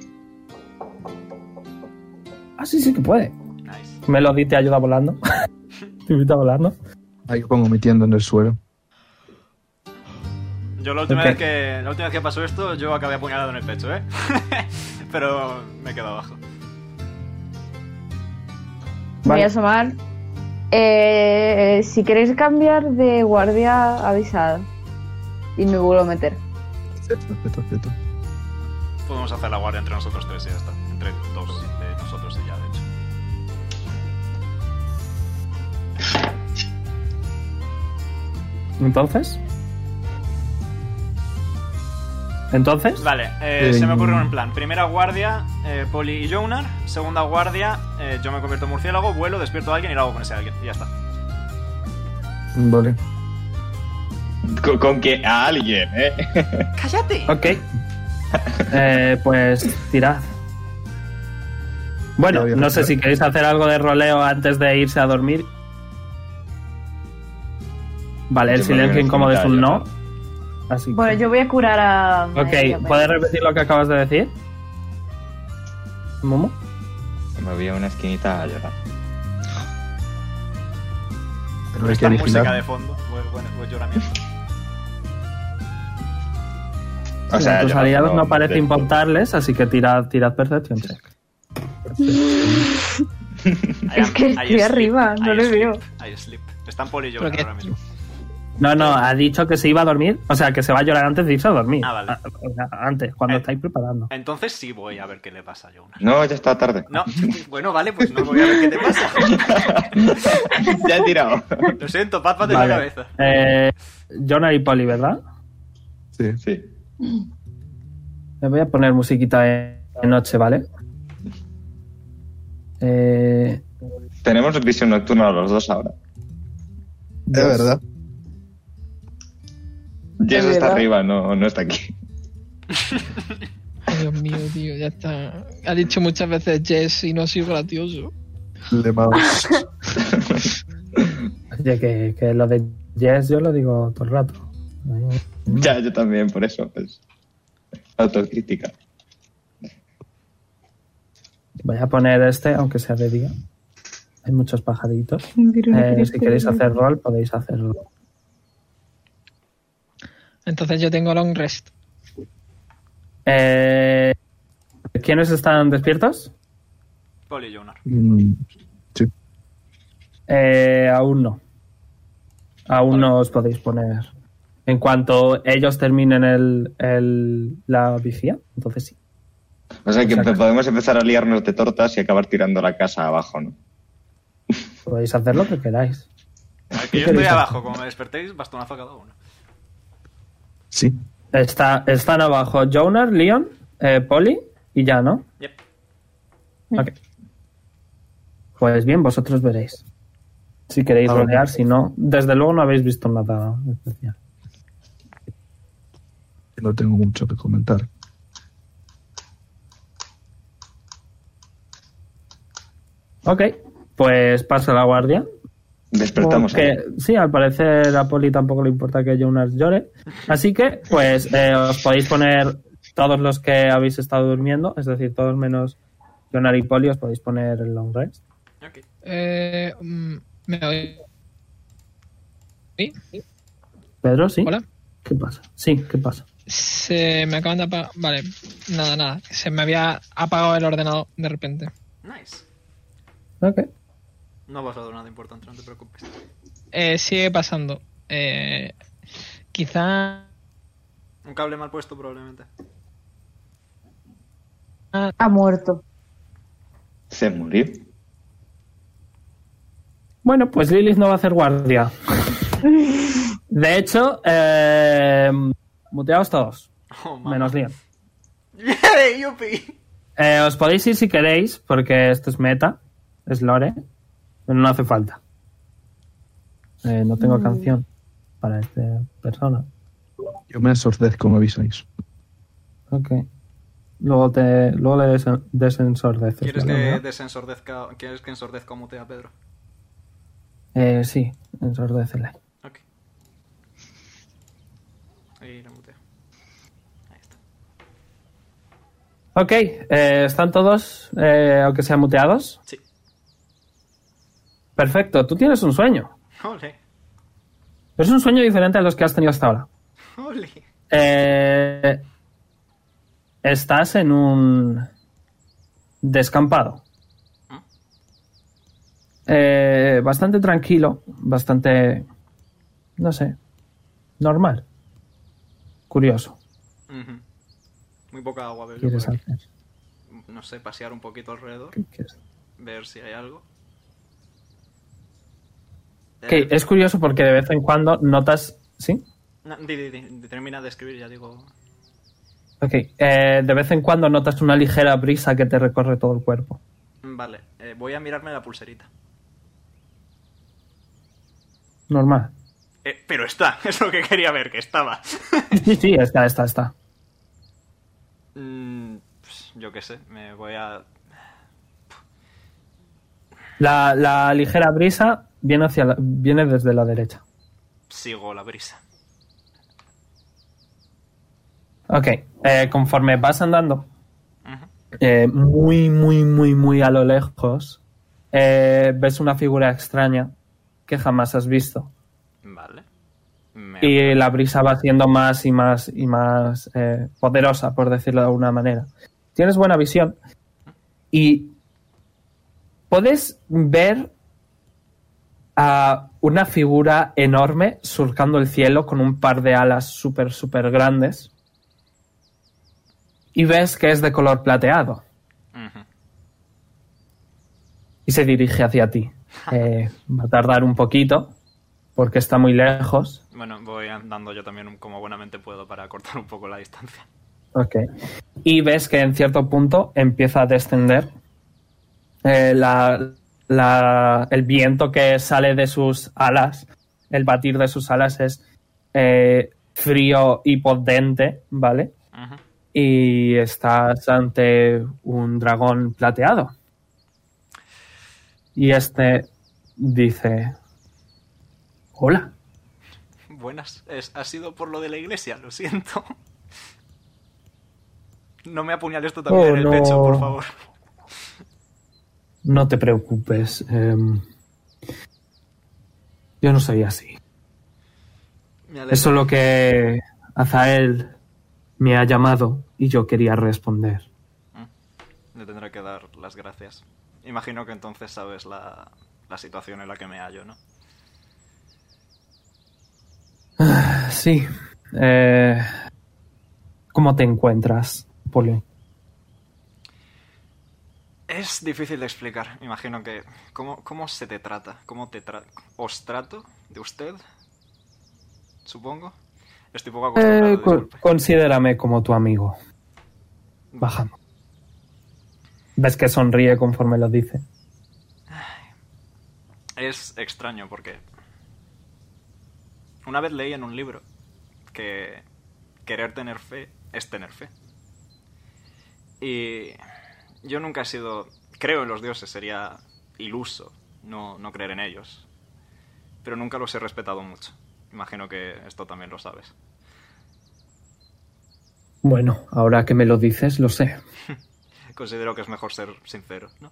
C: Ah, sí, sí que puede.
A: Nice.
C: Melody te ayuda volando. <laughs> te invita a volar, ¿no?
F: Ahí lo pongo metiendo en el <laughs> suelo.
A: Yo la última,
C: Ok.
A: vez que, la última vez que pasó esto, yo acabé apuñalado en el pecho, ¿eh? <laughs> Pero me quedo abajo.
C: Vale.
D: Voy a asomar. Eh, si queréis cambiar de guardia, avisad. Y me vuelvo a meter.
F: Zeto, zeto, zeto.
A: Podemos hacer la guardia entre nosotros tres y ya está. Entre dos de nosotros y ya, de hecho.
C: Entonces. Entonces.
A: Vale, eh, se me
F: Eh,
A: ocurre un plan. Primera guardia, eh, Poli y Jonar. Segunda guardia, eh, yo me convierto en murciélago, vuelo, despierto a alguien y lo hago con ese alguien. Y ya está.
F: Vale.
B: Con, con que a alguien, ¿eh?
C: Ok. <laughs> Eh, pues tirad.
F: Ya
C: Bueno,
F: voy a
C: no sé
F: empezar.
C: si queréis hacer algo de roleo antes de irse a dormir. Vale, el
B: Yo me voy a
C: silencio
B: los
C: incómodo es un no.
B: comentarios.
C: Así
D: Bueno,
C: que-
D: yo voy a curar a. Maeri, a
C: Ok,
D: Maeri.
C: ¿puedes repetir lo que acabas de decir? ¿Momo?
B: Me voy a una esquinita a llorar.
F: Pero hay que
A: Esta música de
F: vigilar.
A: fondo, buen, buen- buen lloramiento.
B: O sea,
C: tus
B: llorar,
C: aliados
B: pero
C: no parece
B: de-
C: importarles, así que tirad, tirad Perception check.
A: I
D: Es que
A: am- I
D: estoy
A: sleep,
D: arriba, no
A: I
D: lo
A: sleep,
D: veo.
A: I sleep. Están Poli y Jonar
E: Pero que-
A: ahora mismo.
C: No, no, ha dicho que se iba a dormir, o sea, que se va a llorar antes de irse a dormir.
A: Ah, vale.
C: O sea, antes, cuando
A: Eh.
C: estáis preparando.
A: Entonces sí voy a ver qué le pasa a
D: <laughs>
A: Jonar.
B: No, ya está tarde.
A: No, <laughs> bueno, vale, pues no voy a ver qué te pasa.
B: <laughs>
D: <laughs>
B: ya he tirado.
A: Lo siento, pat, pat en
C: Vale.
A: la cabeza.
C: Eh, Jonah y Polly, ¿verdad?
F: Sí.
B: Sí.
C: Me voy a poner musiquita de de noche, ¿vale? Eh,
B: Tenemos visión nocturna los dos ahora.
F: Es verdad.
B: Jess
D: Es
B: está
D: verdad.
B: arriba, no, no está aquí.
E: Ay, Dios mío, tío, ya está. Ha dicho muchas veces Jess y no ha sido gracioso.
F: Le vamos.
C: oye, que, que lo de Jess yo lo digo todo el rato.
B: Ya, yo también, por eso. pues, autocrítica.
C: Voy a poner este, aunque sea de día. Hay muchos pajaritos. Eh, si queréis hacer rol, podéis hacerlo.
E: Entonces yo tengo long rest.
C: Eh, ¿Quiénes están despiertos?
A: Poli y Jonar.
F: Mm, Sí.
C: Eh, aún no. Aún no os podéis poner. En cuanto ellos terminen el, el- la vigía, entonces sí.
B: O sea que podemos empezar a liarnos de tortas y acabar tirando la casa abajo, ¿no?
C: Podéis hacer lo que queráis.
A: Aquí yo estoy abajo, como me despertéis, bastonazo a cada uno.
F: Sí.
C: Está, están abajo Jonar, Leon, eh, Polly y ya, ¿no?
A: Yep.
C: Ok. Pues bien, vosotros veréis. Si queréis
F: Ahora.
C: rodear, si no. Desde luego no habéis visto nada especial.
F: No tengo mucho que comentar.
C: Ok, pues pasa la guardia.
B: Despertamos.
C: Porque-
B: ahí.
C: sí, al parecer a Poli tampoco le importa que Jonas llore. Así que, pues, eh, os podéis poner todos los que habéis estado durmiendo, es decir, todos menos Jonar y Poli, os podéis poner el long rest.
E: Eh, mm, ¿Me oí? ¿Sí?
C: Pedro, ¿sí?
E: Hola.
C: ¿Qué pasa? Sí, ¿qué pasa?
E: Se me acaban de apagar. Vale, nada, nada. Se me había apagado el ordenador de repente.
A: Nice.
C: Ok.
A: No ha pasado nada importante, no te preocupes.
E: Eh, sigue pasando. Eh, quizá.
A: Un cable mal puesto, probablemente.
D: Ha muerto.
B: Se murió.
C: Bueno, pues Lilith no va a hacer guardia. De hecho, eh, muteados todos.
A: Oh, mamá.
C: Menos Leon.
A: <laughs> ¡Yay, yupi!
C: Eh, os podéis ir si queréis, porque esto es meta, es lore, pero no hace falta. Eh, no tengo canción para esta persona.
F: Yo me ensordezco, me avisáis.
C: Ok. Luego, te, luego le desen- desensordeces.
A: ¿Quieres que
C: ¿verdad?
A: desensordezca, quieres que ensordezca o mutea a Pedro?
C: Eh, sí, ensordécele.
A: Ok. Ahí la muteo. Ahí está.
C: Ok, eh, ¿están todos, eh, aunque sean muteados?
A: Sí.
C: Perfecto, tú tienes un sueño.
A: Ole,
C: Es un sueño diferente a los que has tenido hasta ahora.
A: ole.
C: Eh, estás en un descampado. Eh, bastante tranquilo, bastante, no sé, normal. Curioso.
A: Ujú. Muy poca agua veo yo por
C: ¿Quieres
A: aquí.
C: hacer?
A: No sé, pasear un poquito alrededor,
C: ¿Qué quieres?
A: ver si hay algo.
C: Ok, es curioso porque de vez en cuando notas, ¿sí?
A: No, di, di, di, termina de escribir, ya digo.
C: Ok, eh, de vez en cuando notas una ligera brisa que te recorre todo el cuerpo.
A: Vale, eh, voy a mirarme la pulserita.
C: <laughs> Normal.
A: Eh, pero está, <laughs> es lo que quería ver, que estaba. <laughs>
C: Sí, sí, está, está, está.
A: Mm, pues, yo qué sé, me voy a.
C: La, la ligera brisa viene, hacia la- viene desde la derecha.
A: Sigo la brisa.
C: Ok, eh, conforme vas andando,
A: Ujú.
C: eh, muy, muy, muy, muy a lo lejos, eh, ves una figura extraña que jamás has visto.
A: Vale. Me-
C: Y la brisa va siendo más y más y más eh, poderosa, por decirlo de alguna manera. Tienes buena visión y puedes ver a una figura enorme surcando el cielo con un par de alas súper, súper grandes. Y ves que es de color plateado
A: Ujú.
C: y se dirige
A: <laughs>
C: hacia ti. Eh, va a tardar un poquito porque está muy lejos.
A: Bueno, voy andando yo también como buenamente puedo para cortar un poco la distancia. <laughs>
C: Ok. Y ves que en cierto punto empieza a descender eh, la- la- el viento que sale de sus alas, el batir de sus alas es eh, frío y potente, ¿vale?
A: Ujú.
C: Y estás ante un dragón plateado. Y este dice, hola.
A: Buenas, es- ha sido por lo de la iglesia, lo siento. <laughs> No me apuñales tú también
C: Oh,
A: en el
C: no.
A: pecho, por favor. <laughs>
C: No te preocupes. em, yo no soy así.
A: Me alegro.
C: Es solo que Azael me ha llamado y yo quería responder.
A: Le tendré que dar las gracias. Imagino que entonces sabes la, la situación en la que me hallo, ¿no?
C: Sí. eh, ¿Cómo te encuentras, Poli?
A: Es difícil de explicar. Imagino que. ¿Cómo, cómo se te trata? ¿Cómo te tra ¿Os trato de usted? Supongo. Estoy poco acostumbrado.
C: Eh, con-
A: disculpe.
C: considérame como tu amigo. Bajamos. Ves que sonríe conforme lo dice.
A: Es extraño porque. Una vez leí en un libro que querer tener fe es tener fe. Y yo nunca he sido. Creo en los dioses, sería iluso no, no creer en ellos. Pero nunca los he respetado mucho. Imagino que esto también lo sabes.
C: Bueno, ahora que me lo dices, lo sé.
A: Considero que es mejor ser sincero, ¿no?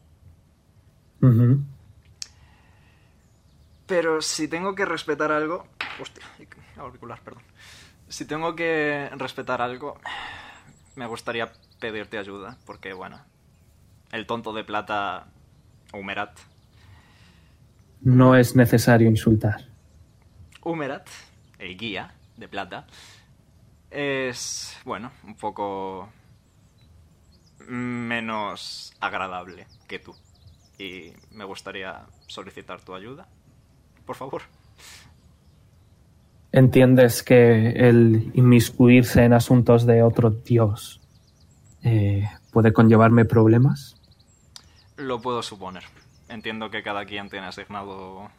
C: Ujú.
A: Pero si tengo que respetar algo. Hostia, auricular, perdón. Si tengo que respetar algo, me gustaría pedirte ayuda, porque bueno. El tonto de plata. Humerat.
C: No es necesario insultar.
A: Humerat, el guía de plata, es, bueno, un poco menos agradable que tú. Y me gustaría solicitar tu ayuda. Por favor.
C: entiendes que el inmiscuirse en asuntos de otro dios eh, puede conllevarme problemas.
A: Lo puedo suponer. Entiendo que cada quien tiene asignado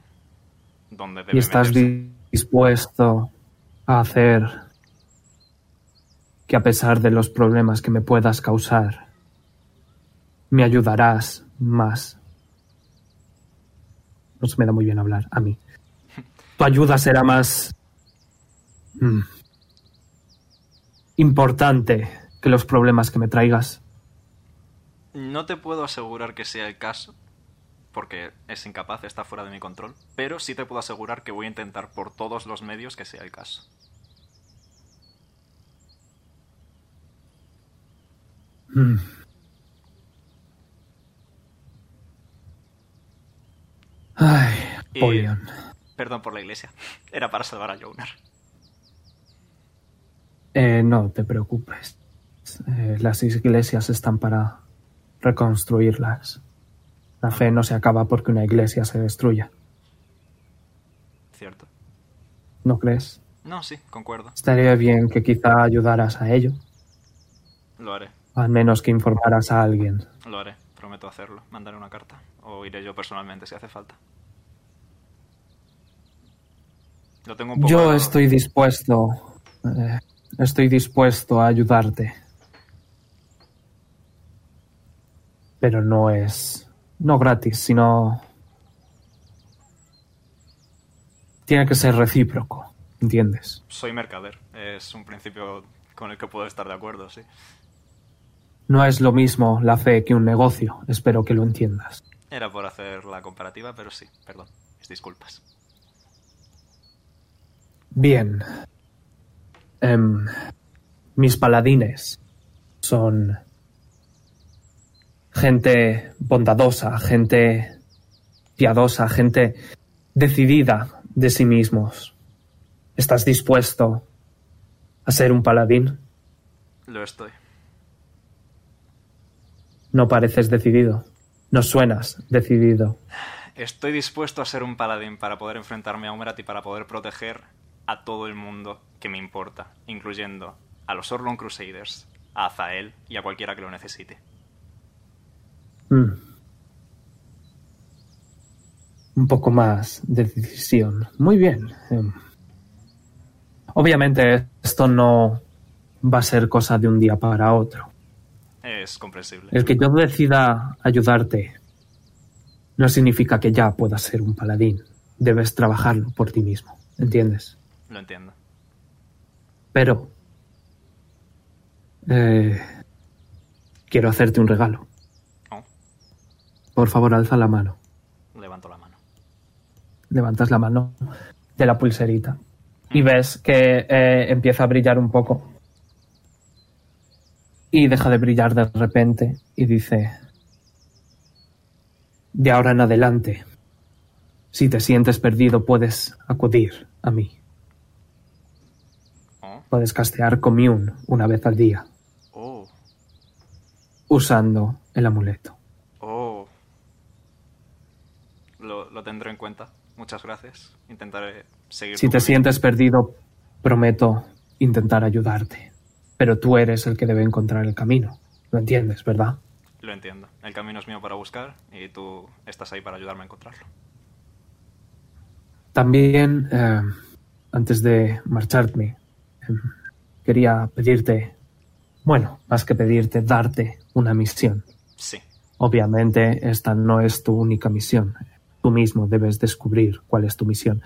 A: donde debe
C: y estás
A: meterse.
C: di- dispuesto a hacer que a pesar de los problemas que me puedas causar, me ayudarás más. No se me da muy bien hablar a mí. Tu ayuda será más mm, importante que los problemas que me traigas.
A: No te puedo asegurar que sea el caso, porque es incapaz, está fuera de mi control, pero sí te puedo asegurar que voy a intentar por todos los medios que sea el caso.
C: Mm. Ay,
A: Y-
C: Polion.
A: Perdón por la iglesia. <laughs> Era para salvar a Jonar.
C: Eh, no te preocupes. Eh, las iglesias están para reconstruirlas. La fe no se acaba porque una iglesia se destruya,
A: ¿Cierto?
C: ¿no crees?
A: No, sí, concuerdo.
C: Estaría bien que quizá ayudaras a ello,
A: Lo haré,
C: al menos que informaras a alguien.
A: lo haré. Prometo hacerlo. Mandaré una carta. O iré yo personalmente si hace falta. Lo tengo un poco.
C: Yo
A: de-
C: estoy dispuesto, eh, estoy dispuesto a ayudarte, pero no es, no gratis, sino tiene que ser recíproco, ¿entiendes?
A: Soy mercader. Es un principio con el que puedo estar de acuerdo, sí.
C: No es lo mismo la fe que un negocio, espero que lo entiendas.
A: Era por hacer la comparativa, pero sí, perdón. Mis disculpas.
C: Bien. Em, mis paladines son gente bondadosa, gente piadosa, gente decidida de sí mismos. ¿Estás dispuesto a ser un paladín?
A: Lo estoy.
C: No pareces decidido. No suenas decidido.
A: Estoy dispuesto a ser un paladín para poder enfrentarme a Umerat y para poder proteger a todo el mundo que me importa, incluyendo a los Orlon Crusaders, a Azael y a cualquiera que lo necesite.
C: Mm. Un poco más de decisión. Muy bien. Em, Obviamente esto no va a ser cosa de un día para otro.
A: Es comprensible.
C: El que yo decida ayudarte no significa que ya puedas ser un paladín. Debes trabajarlo por ti mismo. ¿Entiendes?
A: Lo entiendo.
C: Pero... eh, quiero hacerte un regalo.
A: Oh.
C: Por favor, alza la mano.
A: Levanto la mano.
C: levantas la mano de la pulserita y ves que eh, empieza a brillar un poco y deja de brillar de repente y dice de ahora en adelante si te sientes perdido puedes acudir a mí
A: Oh,
C: puedes castear commune una vez al día
A: oh,
C: usando el amuleto
A: oh. lo tendré en cuenta. Muchas gracias. Intentaré seguir.
C: Si te sientes perdido, prometo intentar ayudarte. Pero tú eres el que debe encontrar el camino. Lo entiendes, ¿verdad?
A: Lo entiendo. El camino es mío para buscar y tú estás ahí para ayudarme a encontrarlo.
C: También, eh, antes de marcharme, eh, quería pedirte, bueno, más que pedirte, darte una misión.
A: Sí.
C: Obviamente, esta no es tu única misión. Tú mismo debes descubrir cuál es tu misión.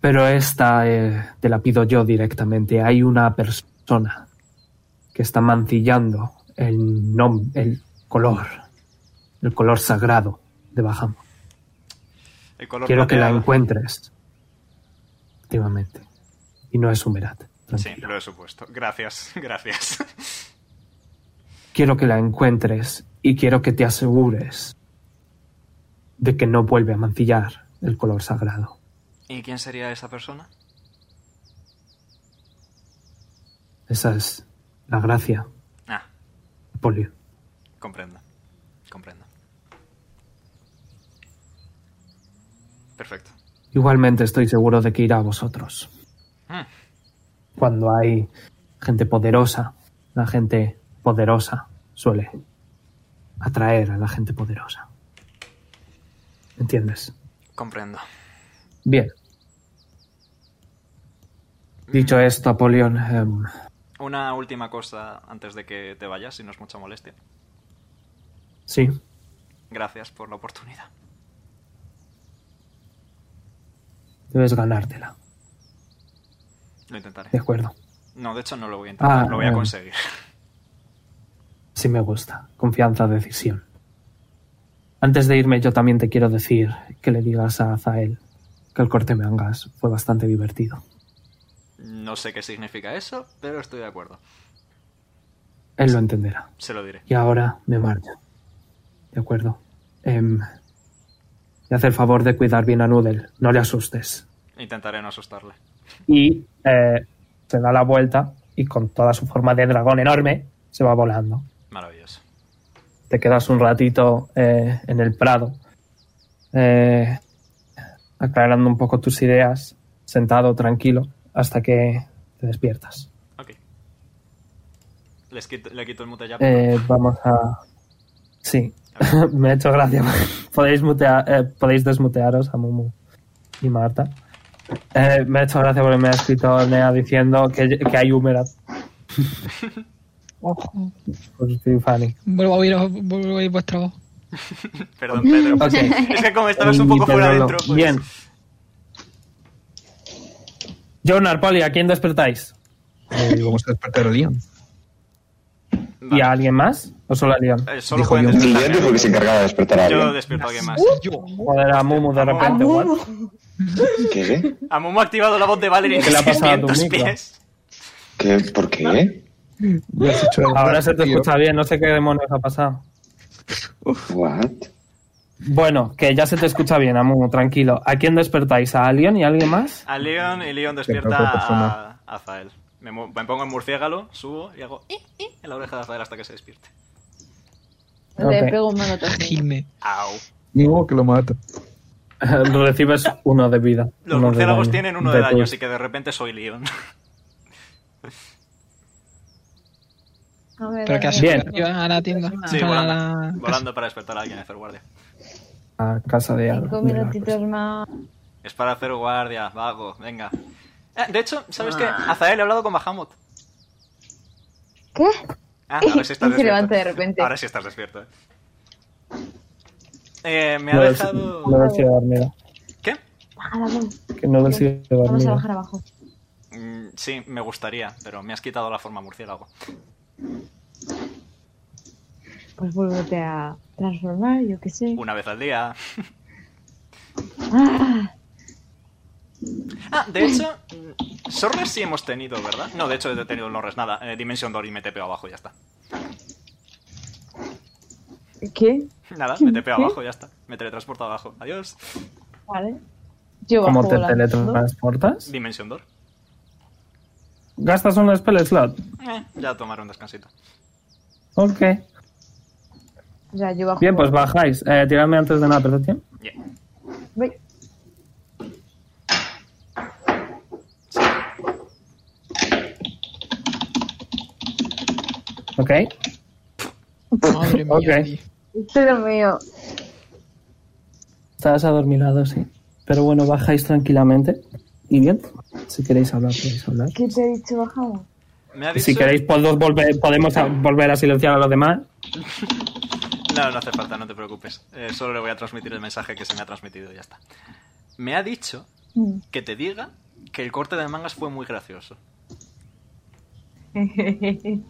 C: Pero esta eh, te la pido yo directamente. Hay una persona que está mancillando el, nom el color, el color sagrado de Bajamo.
A: El color
C: Quiero que la
A: plateado.
C: encuentres. Efectivamente. Y no es Humerat.
A: Sí, lo he supuesto. Gracias, <laughs> gracias.
C: Quiero que la encuentres y quiero que te asegures de que no vuelve a mancillar el color sagrado.
A: ¿Y quién sería esa persona?
C: Esa es la gracia.
A: Ah.
C: Polio.
A: Comprendo, comprendo. Perfecto.
C: Igualmente estoy seguro de que irá a vosotros.
A: Ah.
C: Cuando hay gente poderosa, la gente poderosa suele atraer a la gente poderosa. ¿Entiendes?
A: Comprendo.
C: Bien. Dicho esto, Apolión, em,
A: Una última cosa antes de que te vayas, si no es mucha molestia.
C: sí,
A: Gracias por la oportunidad.
C: debes ganártela,
A: Lo intentaré.
C: de acuerdo.
A: No, de hecho no lo voy a intentar,
C: Ah,
A: lo voy a
C: bueno.
A: conseguir.
C: Sí me gusta. Confianza, decisión. Antes de irme, yo también te quiero decir que le digas a Azael que el corte mangas fue bastante divertido.
A: No sé qué significa eso, pero estoy de acuerdo.
C: Él lo entenderá.
A: Se lo diré.
C: Y ahora me marcho. De acuerdo. Em, y haz el favor de cuidar bien a Noodle. No le asustes.
A: Intentaré no asustarle.
C: Y eh, se da la vuelta y con toda su forma de dragón enorme se va volando.
A: Maravilloso.
C: te quedas un ratito eh, en el prado, eh, aclarando un poco tus ideas, sentado tranquilo, hasta que te despiertas.
A: Ok. Les quito- le quito el mute ya.
C: Eh, vamos a... Sí, <laughs> me ha hecho gracia. <laughs> podéis, mutea- eh, podéis desmutearos a Mumu y Marta. Eh, me ha hecho gracia porque me ha escrito Nea diciendo que, que hay húmeras.
E: Ojo.
C: pues, funny.
E: Vuelvo a oír, vuelvo a oír vuestra voz.
A: Perdón, Pedro.
C: Ok.
A: Es que como estabas un poco
C: Ni te
A: fuera
C: rolo.
A: dentro. pues-
C: Bien. Jonar, Poli, ¿a quién despertáis?
F: Eh, vamos a despertar a Leon.
C: ¿Y a alguien más? ¿O solo a Leon?
A: Eh, solo
F: Dijo
A: pueden
F: Dion.
A: despertar.
B: Lilian dijo que se encargaba de despertar a
A: Yo
B: alguien.
A: despierto a alguien más.
C: Joder, a Mumu de repente, what?
D: Uh.
B: ¿Qué? ¿Qué?
A: Amumu Ah, ha activado la voz de Valerie
C: ¿Qué le ha
A: en <laughs>
C: pasado a tu
A: 600
C: micro?
A: pies.
B: ¿Qué? ¿Por qué?
F: Ya has hecho el-
C: Ahora se te
F: Tío.
C: escucha bien, no sé qué demonios ha pasado.
A: Ah.
B: What?
C: Bueno, que ya se te escucha bien, Amumu, tranquilo. ¿A quién despertáis? ¿A Leon y a alguien más?
A: A Leon y Leon despierta
F: otra persona.
A: a, a Zael. Me, mu- me pongo en murciélago, subo y hago "i, i" en la oreja de Zael hasta que se despierte.
C: Ok.
D: Le pego un manotazo.
E: Gime.
A: Au.
F: Digo que lo mata.
C: <laughs> Recibes uno de vida.
A: Los
C: uno de
A: murciélagos
C: daño.
A: tienen uno de daño,
C: tus-
A: así que de repente soy Leon.
N: A ver,
E: Pero
N: a ver.
E: que has
C: Bien.
E: ido a la tienda.
A: Sí,
E: a
A: volando,
E: la-
A: volando para despertar a alguien, hacer guardia.
C: A casa de
N: Cinco
C: alguien.
N: minutitos más.
A: Es para hacer guardia, vago, venga. Eh, de hecho, ¿sabes qué?
D: Ah.
A: Azael he hablado con Bahamut.
D: pues. ¿Qué? <laughs>
A: Ah, ahora sí estás
D: Y se
A: despierto.
D: levanta de repente.
A: Ahora sí estás despierto. eh. Eh, me ha
C: No del
A: dejado...
C: no del sido dormido.
A: ¿Qué?
N: Ah, la voz.
C: Que no del sido
N: Vamos a
C: dormido.
N: bajar abajo.
A: Mm, sí, me gustaría, pero me has quitado la forma murciélago.
D: Pues vuélvete a transformar, yo qué sé.
A: Una vez al día.
D: Ah,
A: Ah, de hecho, mm, Sorres sí hemos tenido, ¿verdad? No, de hecho he tenido Lorres nada. Eh, Dimension Door y me tepeo abajo, ya está.
D: ¿Qué?
A: Nada, me tepeo abajo, ya está. Me teletransporto abajo. Adiós.
N: Vale.
D: Yo bajo
C: ¿Cómo te
D: volando.
C: teletransportas?
A: Dimension Door.
C: ¿Gastas un spell slot?
A: Eh, ya tomaré un descansito.
C: Ok. pues
D: O sea, yo bajo
C: Bien, pues bajáis. Eh, tiradme antes de nada, percepción.
A: Yeah.
D: Voy.
C: Ok.
E: Madre mía.
C: Ok.
D: Dios mío.
C: Estás adormilado, sí. Pero bueno, bajáis tranquilamente. Y bien, si queréis hablar, podéis hablar.
D: ¿Qué te he dicho bajado?
A: Me ha dicho...
C: Si queréis, podemos volver, podemos a- volver a silenciar a los demás.
A: No, no hace falta, no te preocupes. Eh, solo le voy a transmitir el mensaje que se me ha transmitido y ya está. Me ha dicho
D: Mm.
A: que te diga que el corte de mangas fue muy gracioso. Y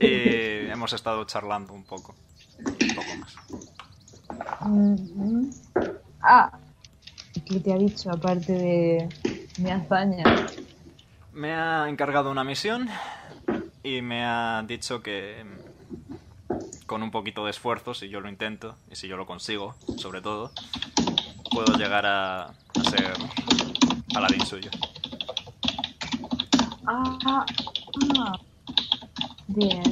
A: Eh, hemos estado charlando un poco. Un poco más.
D: Mm. Ah, ¿qué te ha dicho aparte de mi hazaña?
A: Me ha encargado una misión y me ha dicho que mm, con un poquito de esfuerzo, si yo lo intento y si yo lo consigo, sobre todo, puedo llegar a, a ser paladín suyo.
D: Ah, ah, ah. Bien.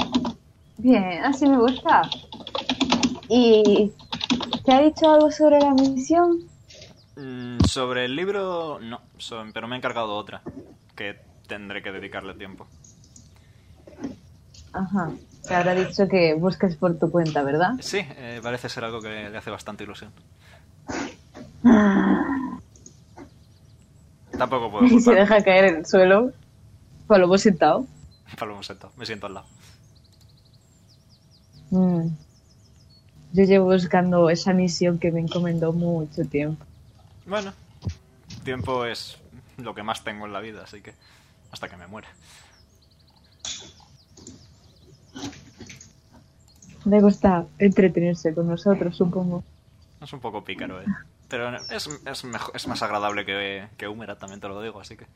D: Bien, así me gusta. ¿Y te ha dicho algo sobre la misión?
A: Mm, Sobre el libro, no, so- pero me ha encargado otra que tendré que dedicarle tiempo.
D: Ajá. Te habrá dicho que busques por tu cuenta, ¿verdad?
A: Sí, eh, parece ser algo que le hace bastante ilusión. Tampoco puedo
D: Y <laughs> se
A: culpar.
D: deja caer en el suelo. Palomo sentado.
A: Palomo sentado, me siento al lado.
D: Mm. Yo llevo buscando esa misión que me encomendó mucho tiempo.
A: Bueno, tiempo es lo que más tengo en la vida, así que hasta que me muera.
D: Le gusta entretenerse con nosotros, supongo.
A: Es un poco pícaro, ¿eh? Pero es, es, mejo- es más agradable que, que Húmera, también te lo digo, así que...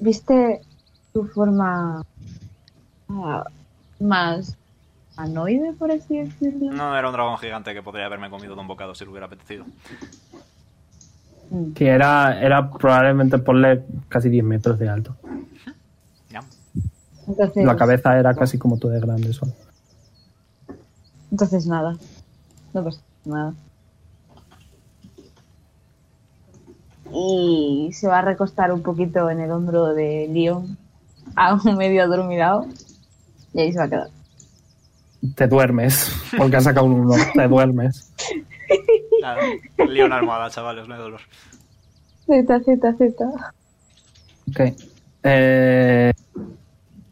D: ¿Viste tu forma ah, más anoide, por así decirlo?
A: No era un dragón gigante que podría haberme comido de un bocado si lo hubiera apetecido.
C: Que era, era probablemente ponle casi 10 metros de alto.
D: Entonces,
C: La cabeza era casi como tú de grande. Sol.
D: entonces nada. No pasa nada. Y se va a recostar un poquito en el hombro de Leon, aún <laughs> medio adormilado, y ahí se va a quedar.
C: Te duermes, <laughs> porque has sacado un uno. Te duermes.
A: Nada, lío una almohada, chavales, no hay dolor.
D: Z, Z, Z.
C: Ok. Eh,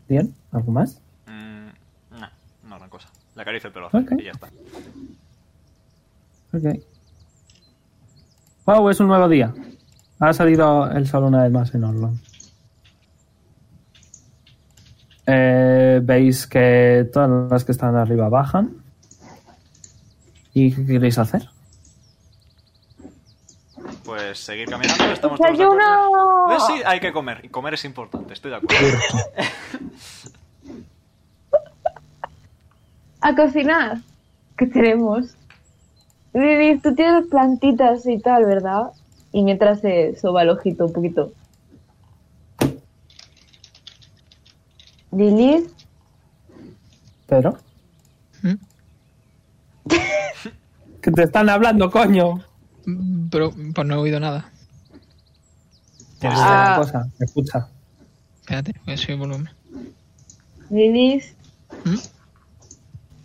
C: bien, ¿algo más?
A: Mm, no, no gran cosa. Le acaricio el pelo
C: Ok.
A: y ya está.
C: Ok. Wow, es un nuevo día. Ha salido el sol una vez más en Orlon. Eh, Veis que todas las que están arriba bajan. ¿Y qué queréis hacer?
A: Pues seguir caminando, estamos
D: Pues
A: todos de acuerdo.
D: ¡Desayuno!
A: Eh, sí, hay que comer. Y comer es importante, estoy de acuerdo.
D: a cocinar. ¿Qué tenemos? Lili, tú tienes plantitas y tal, ¿verdad? Y mientras se soba el ojito un poquito. Lili,
C: Pero.
E: ¿Mm?
C: que te están hablando, coño.
E: Mm, Pero pues no he oído nada.
C: Tienes
D: Ah.
C: una cosa, escucha.
E: Espérate, voy a subir el volumen.
D: Lili,
E: ¿Mm?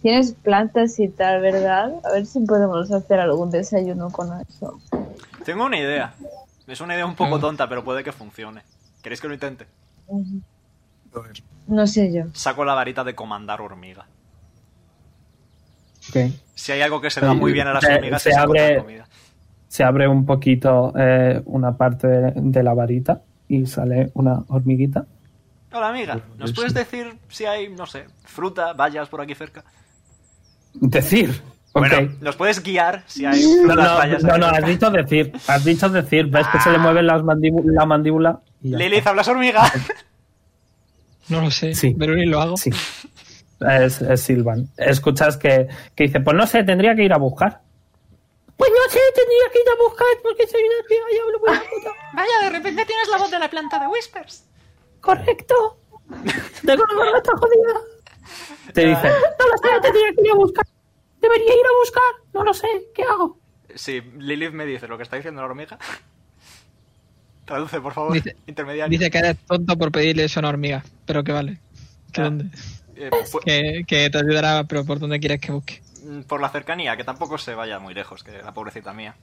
D: tienes plantas y tal, ¿verdad? A ver si podemos hacer algún desayuno con eso.
A: Tengo una idea. Es una idea un
C: Mm.
A: poco tonta, pero puede que funcione. ¿Queréis que lo intente?
D: No sé yo.
A: Saco la varita de comandar hormiga.
C: Ok.
A: Si hay algo que se da muy bien a las
C: Se-
A: hormigas
C: se
A: es
C: abre-
A: encontrar comida.
C: Se abre un poquito eh, una parte de la varita y sale una hormiguita.
A: Hola amiga, ¿nos puedes decir si hay, no sé, fruta, vallas por aquí cerca?
C: Decir. Ok.
A: Bueno, ¿nos puedes guiar si hay
C: No,
A: frutas,
C: no,
A: vallas?
C: no,
A: aquí
C: no,
A: cerca?
C: has dicho decir, has dicho decir, ves que se le mueve las mandíbu- la mandíbula y ya
A: Ah. Lilith, ¿hablas hormiga?
C: <laughs>
E: No lo sé.
C: Sí.
E: Pero ni lo hago.
C: Sí. es, es Silvan. Escuchas que, que dice, pues no sé, tendría que ir a buscar. Pues no sé, tendría que ir a buscar porque soy una tía y hablo muy puta.
G: Vaya, de repente tienes la voz de la planta de Whispers.
C: Correcto. Tengo una garganta jodida. Te dice,
O: No lo sé, tendría que ir a buscar. Debería ir a buscar. No lo sé. ¿Qué hago?
A: Si Lilith me dice lo que está diciendo la hormiga, <laughs> traduce, por favor,
E: Dice-
A: intermediario.
E: Dice que eres tonto por pedirle eso a una hormiga, pero que vale. ¿Que
A: Ah.
E: dónde?
C: pues-
A: Eh, pu-
E: Que, que te ayudará, pero por donde quieres que busque.
A: mm, por la cercanía, que tampoco se vaya muy lejos, que la pobrecita mía.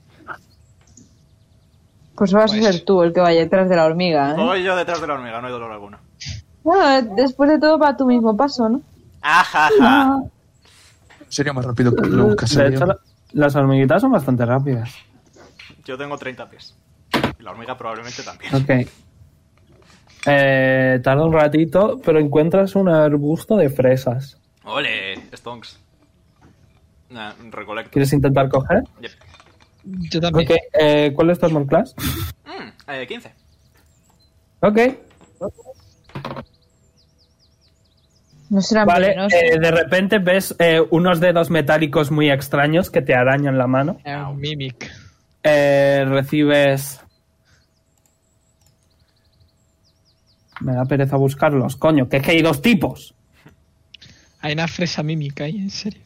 D: Pues vas a ser tú el que vaya detrás de la hormiga, ¿eh?
A: Voy yo detrás de la hormiga, no hay dolor alguno.
D: Bueno, después de todo va a tu mismo paso, ¿no?
A: ¡Ajaja!
F: Sería más rápido que lo buscase
C: de
F: yo.
C: hecho, la- las hormiguitas son bastante rápidas.
A: Yo tengo 30 pies. Y La hormiga probablemente
D: <laughs>
A: también.
C: Ok. Eh, tarda un ratito, pero encuentras un arbusto de fresas.
A: ¡Ole! Stonks. Nah, recolecto.
C: ¿Quieres intentar coger?
A: Yep.
E: Yo también.
C: Ok, eh, ¿cuál es tu armor class?
A: Mm, eh, 15.
C: Ok,
D: No será
C: vale.
D: venenoso.
C: eh, de repente ves eh, unos dedos metálicos muy extraños que te arañan la mano.
E: Es un mimic.
C: Eh, recibes. Me da pereza buscarlos, coño, que es que hay dos tipos.
E: Hay una fresa mímica ahí, en serio.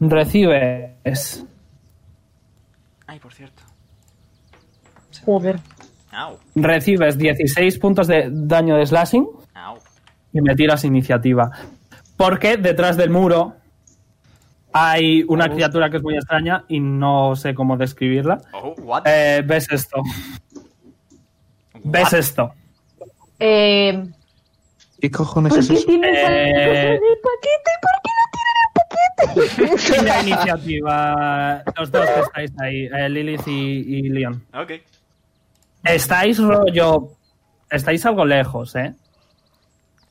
C: Recibes.
A: Ay, por cierto.
D: Joder.
A: Au,
C: Recibes 16 puntos de daño de slashing
A: au.
C: y me tiras iniciativa. Porque detrás del muro hay una criatura que es muy extraña y no sé cómo describirla.
A: Oh, what?
C: Eh, ves esto. Ves
A: What?
C: esto.
D: Eh,
F: ¿Qué cojones
D: ¿Por
F: es
D: qué
F: eso?
D: tienes
C: Eh.
D: el el paquete? ¿Por qué no tienen el paquete?
C: Y la iniciativa, los dos que estáis ahí, eh, Lilith y, y Leon.
A: Ok.
C: Estáis rollo. Estáis algo lejos, ¿eh?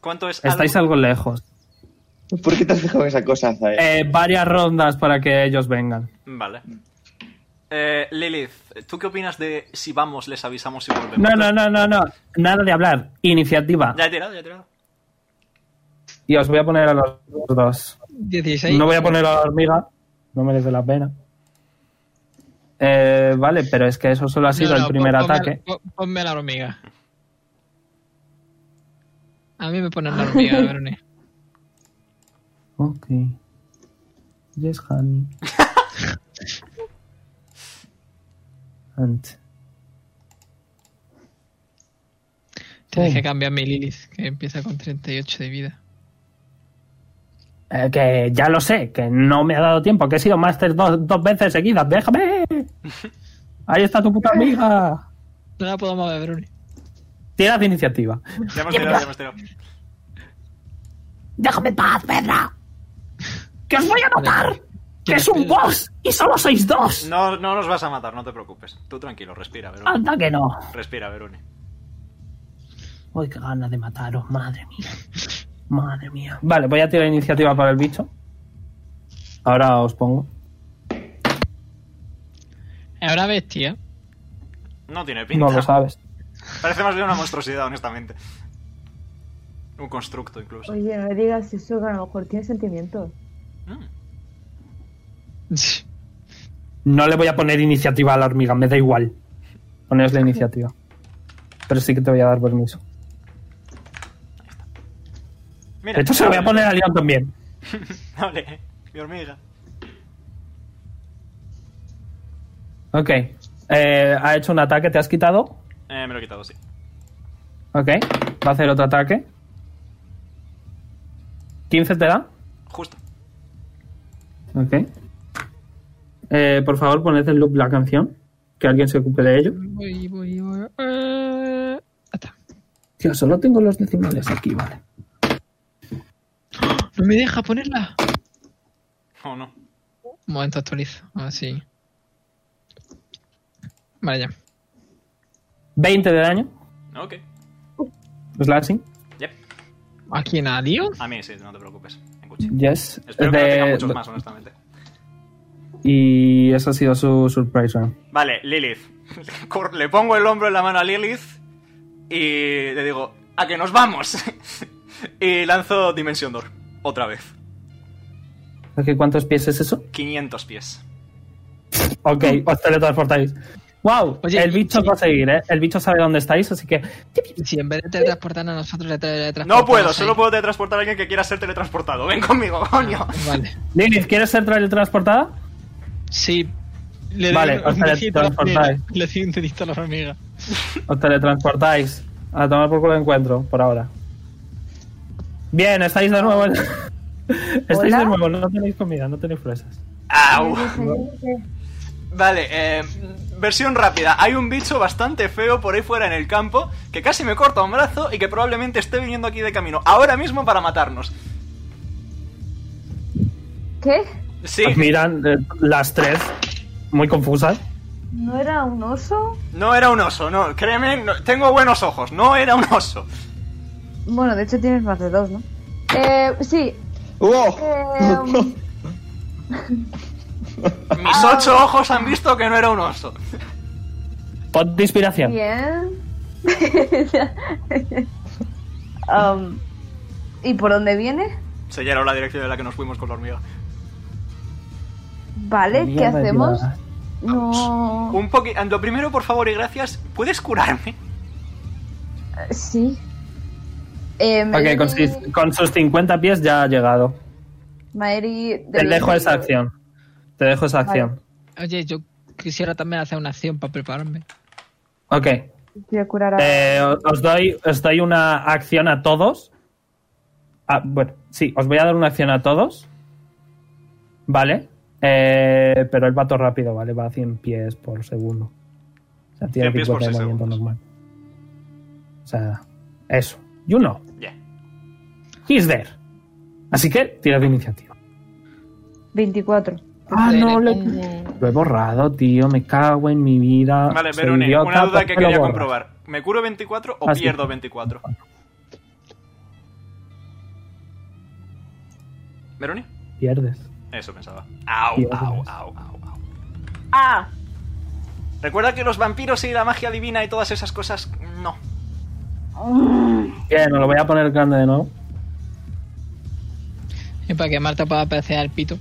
A: ¿Cuánto es
C: Estáis algo lejos.
B: ¿Por qué te has fijado en esa cosa, Zae?
C: Eh, varias rondas para que ellos vengan.
A: Vale. Eh, Lilith, ¿tú qué opinas de si vamos, les avisamos y volvemos?
C: No, no, no, no, no. Nada de hablar. Iniciativa.
A: Ya he tirado, ya he tirado.
C: Y os voy a poner a los dos.
E: 16.
C: No voy a poner a la hormiga. No merece la pena. Eh, vale, pero es que eso solo ha sido
E: No, no,
C: el primer
E: pon- ponme-
C: ataque.
E: pon- Ponme la hormiga. A mí me ponen la hormiga,
C: <laughs>
E: Verone.
C: Ok. Yes,
E: <laughs>
C: honey. And-
E: Tienes
C: Sí.
E: que cambiar mi Lilith, que empieza con 38 de vida.
C: Eh, que ya lo sé, que no me ha dado tiempo, que he sido máster dos, dos veces
E: <laughs>
C: seguidas. ¡Déjame! Ahí está tu puta amiga.
E: No la puedo mover, Verone.
C: Tiras de iniciativa.
A: Ya hemos tirado, ya hemos tirado.
O: Déjame en paz, perra. Que os voy a matar. Que es un boss y solo sois dos.
A: No, no nos vas a matar, no te preocupes. Tú tranquilo, respira,
C: Ah.
A: Verone.
O: Anda que no.
A: Respira, Verone.
C: Uy, qué ganas de mataros, madre mía. Madre mía. Vale, voy a tirar iniciativa para el bicho. Ahora os pongo.
E: Es una
C: <laughs>
E: bestia.
A: No tiene pinta.
C: No lo sabes.
A: Parece más bien una monstruosidad, honestamente. Un constructo, incluso.
D: <laughs> Oye, no me digas eso, que a lo mejor tiene sentimientos.
A: Mm.
C: No le voy a poner iniciativa a la hormiga, me da igual. Poneos la iniciativa. Pero sí que te voy a dar permiso.
A: Mira,
C: De hecho, se lo voy a poner a Leon también.
A: <laughs> Vale, mi hormiga.
C: Ok. Eh, ha hecho un ataque, te has quitado.
A: Eh, me lo he quitado, sí.
C: Ok, va a hacer otro ataque. 15 te da.
A: Justo.
C: Ok. Eh, por favor, poned en loop la canción. Que alguien se ocupe de ello.
E: Voy, voy, voy. Eh, hasta.
C: Tío, solo tengo los decimales aquí, vale.
E: No me deja ponerla.
A: Oh, no.
E: Un momento actualizo. Así. Vale, ya.
C: 20 de daño,
A: Ok.
C: slashing.
A: Yep.
E: ¿A quién? ¿A Leon?
A: A mí sí, no te preocupes. Enguche.
C: Yes.
A: Espero que no tenga
C: De-
A: muchos más, honestamente.
C: Y eso ha sido su surprise round.
A: Vale, Lilith. <laughs> Cor- Le pongo el hombro en la mano a Lilith y le digo, ¡a que nos vamos! <laughs> y lanzo Dimension Door, otra vez.
C: Ok, ¿Cuántos pies es eso?
A: 500 pies.
C: Mm. Ok, os teletransportáis. ¡Wow!
E: Oye,
C: el bicho va a seguir, ¿eh? El bicho sabe dónde estáis, así que.
E: Si en vez de teletransportarnos a nosotros, le teletransportamos
A: No puedo,
E: ahí.
A: solo puedo teletransportar a alguien que quiera ser teletransportado. Ven conmigo, <laughs> coño.
E: Vale.
C: Lilith, ¿quieres ser teletransportada?
E: Sí. Le
C: Vale,
E: doy
C: os
E: un besito a la
C: teletransportáis.
E: hormiga. Le doy un dedito a la hormiga.
C: Os teletransportáis. A tomar por culo el encuentro, por ahora. Bien, estáis de nuevo. en- <laughs> estáis
D: Hola.
C: de nuevo, no tenéis comida, no tenéis fresas.
A: Au. Vale, eh, versión rápida. Hay un bicho bastante feo por ahí fuera en el campo que casi me corta un brazo y que probablemente esté viniendo aquí de camino ahora mismo para matarnos.
D: ¿Qué?
A: Sí,
C: Os miran eh, las tres, muy confusas.
D: ¿No era un oso?
A: no era un oso, no, créeme, no- tengo buenos ojos, no era un oso.
D: Bueno, de hecho tienes más de dos, ¿no? Eh, sí.
F: <laughs>
D: Em,
A: Mis ocho ojos han visto que no era un oso.
C: Pot de inspiración.
D: bien. <laughs> Am, Um, ¿Y por dónde viene?
A: Se ya era la dirección de la que nos fuimos con la hormiga.
D: Vale, ¿qué
C: Mierda,
D: hacemos?
C: tío.
D: No.
A: Un poqui- Lo primero, por favor y gracias, ¿puedes curarme?
D: Sí. Eh,
C: Ok, con, sus- con sus 50 pies ya ha llegado.
D: Maeri.
C: Te dejo esa acción. Te dejo esa
D: Vale.
C: acción.
E: Oye, yo quisiera también hacer una acción para prepararme.
C: Ok.
D: Voy a curar a.
C: Eh, o- os, doy, os doy una acción a todos. Ah, bueno, sí, os voy a dar una acción a todos. Vale. Eh, pero el vato rápido, ¿vale? Va a 100 pies por segundo. O sea, tiene
A: 100 pies por
C: 50 de
A: seis
C: movimiento normal. O sea, eso. You know.
A: Ya.
C: He's there. Así que tira de iniciativa.
D: 24.
C: Ah,
E: Entonces,
C: no,
E: le
C: le-
E: pongo-
C: lo he borrado, tío. Me cago en mi vida.
A: Vale,
C: Soy
A: Verone,
C: idiota,
A: una duda
C: ¿por
A: que
C: qué lo
A: quería
C: borras?
A: comprobar. ¿Me curo 24 o
C: Ah, sí.
A: pierdo 24? ¿Verone?
C: Pierdes.
A: Eso pensaba. Au,
C: Pierdes.
A: au, au, au, au.
D: ¡Ah!
A: Recuerda que los vampiros y la magia divina y todas esas cosas, no.
C: Bien, os Eh, lo voy a poner grande de nuevo.
E: Y para que Marta pueda pesear el pito.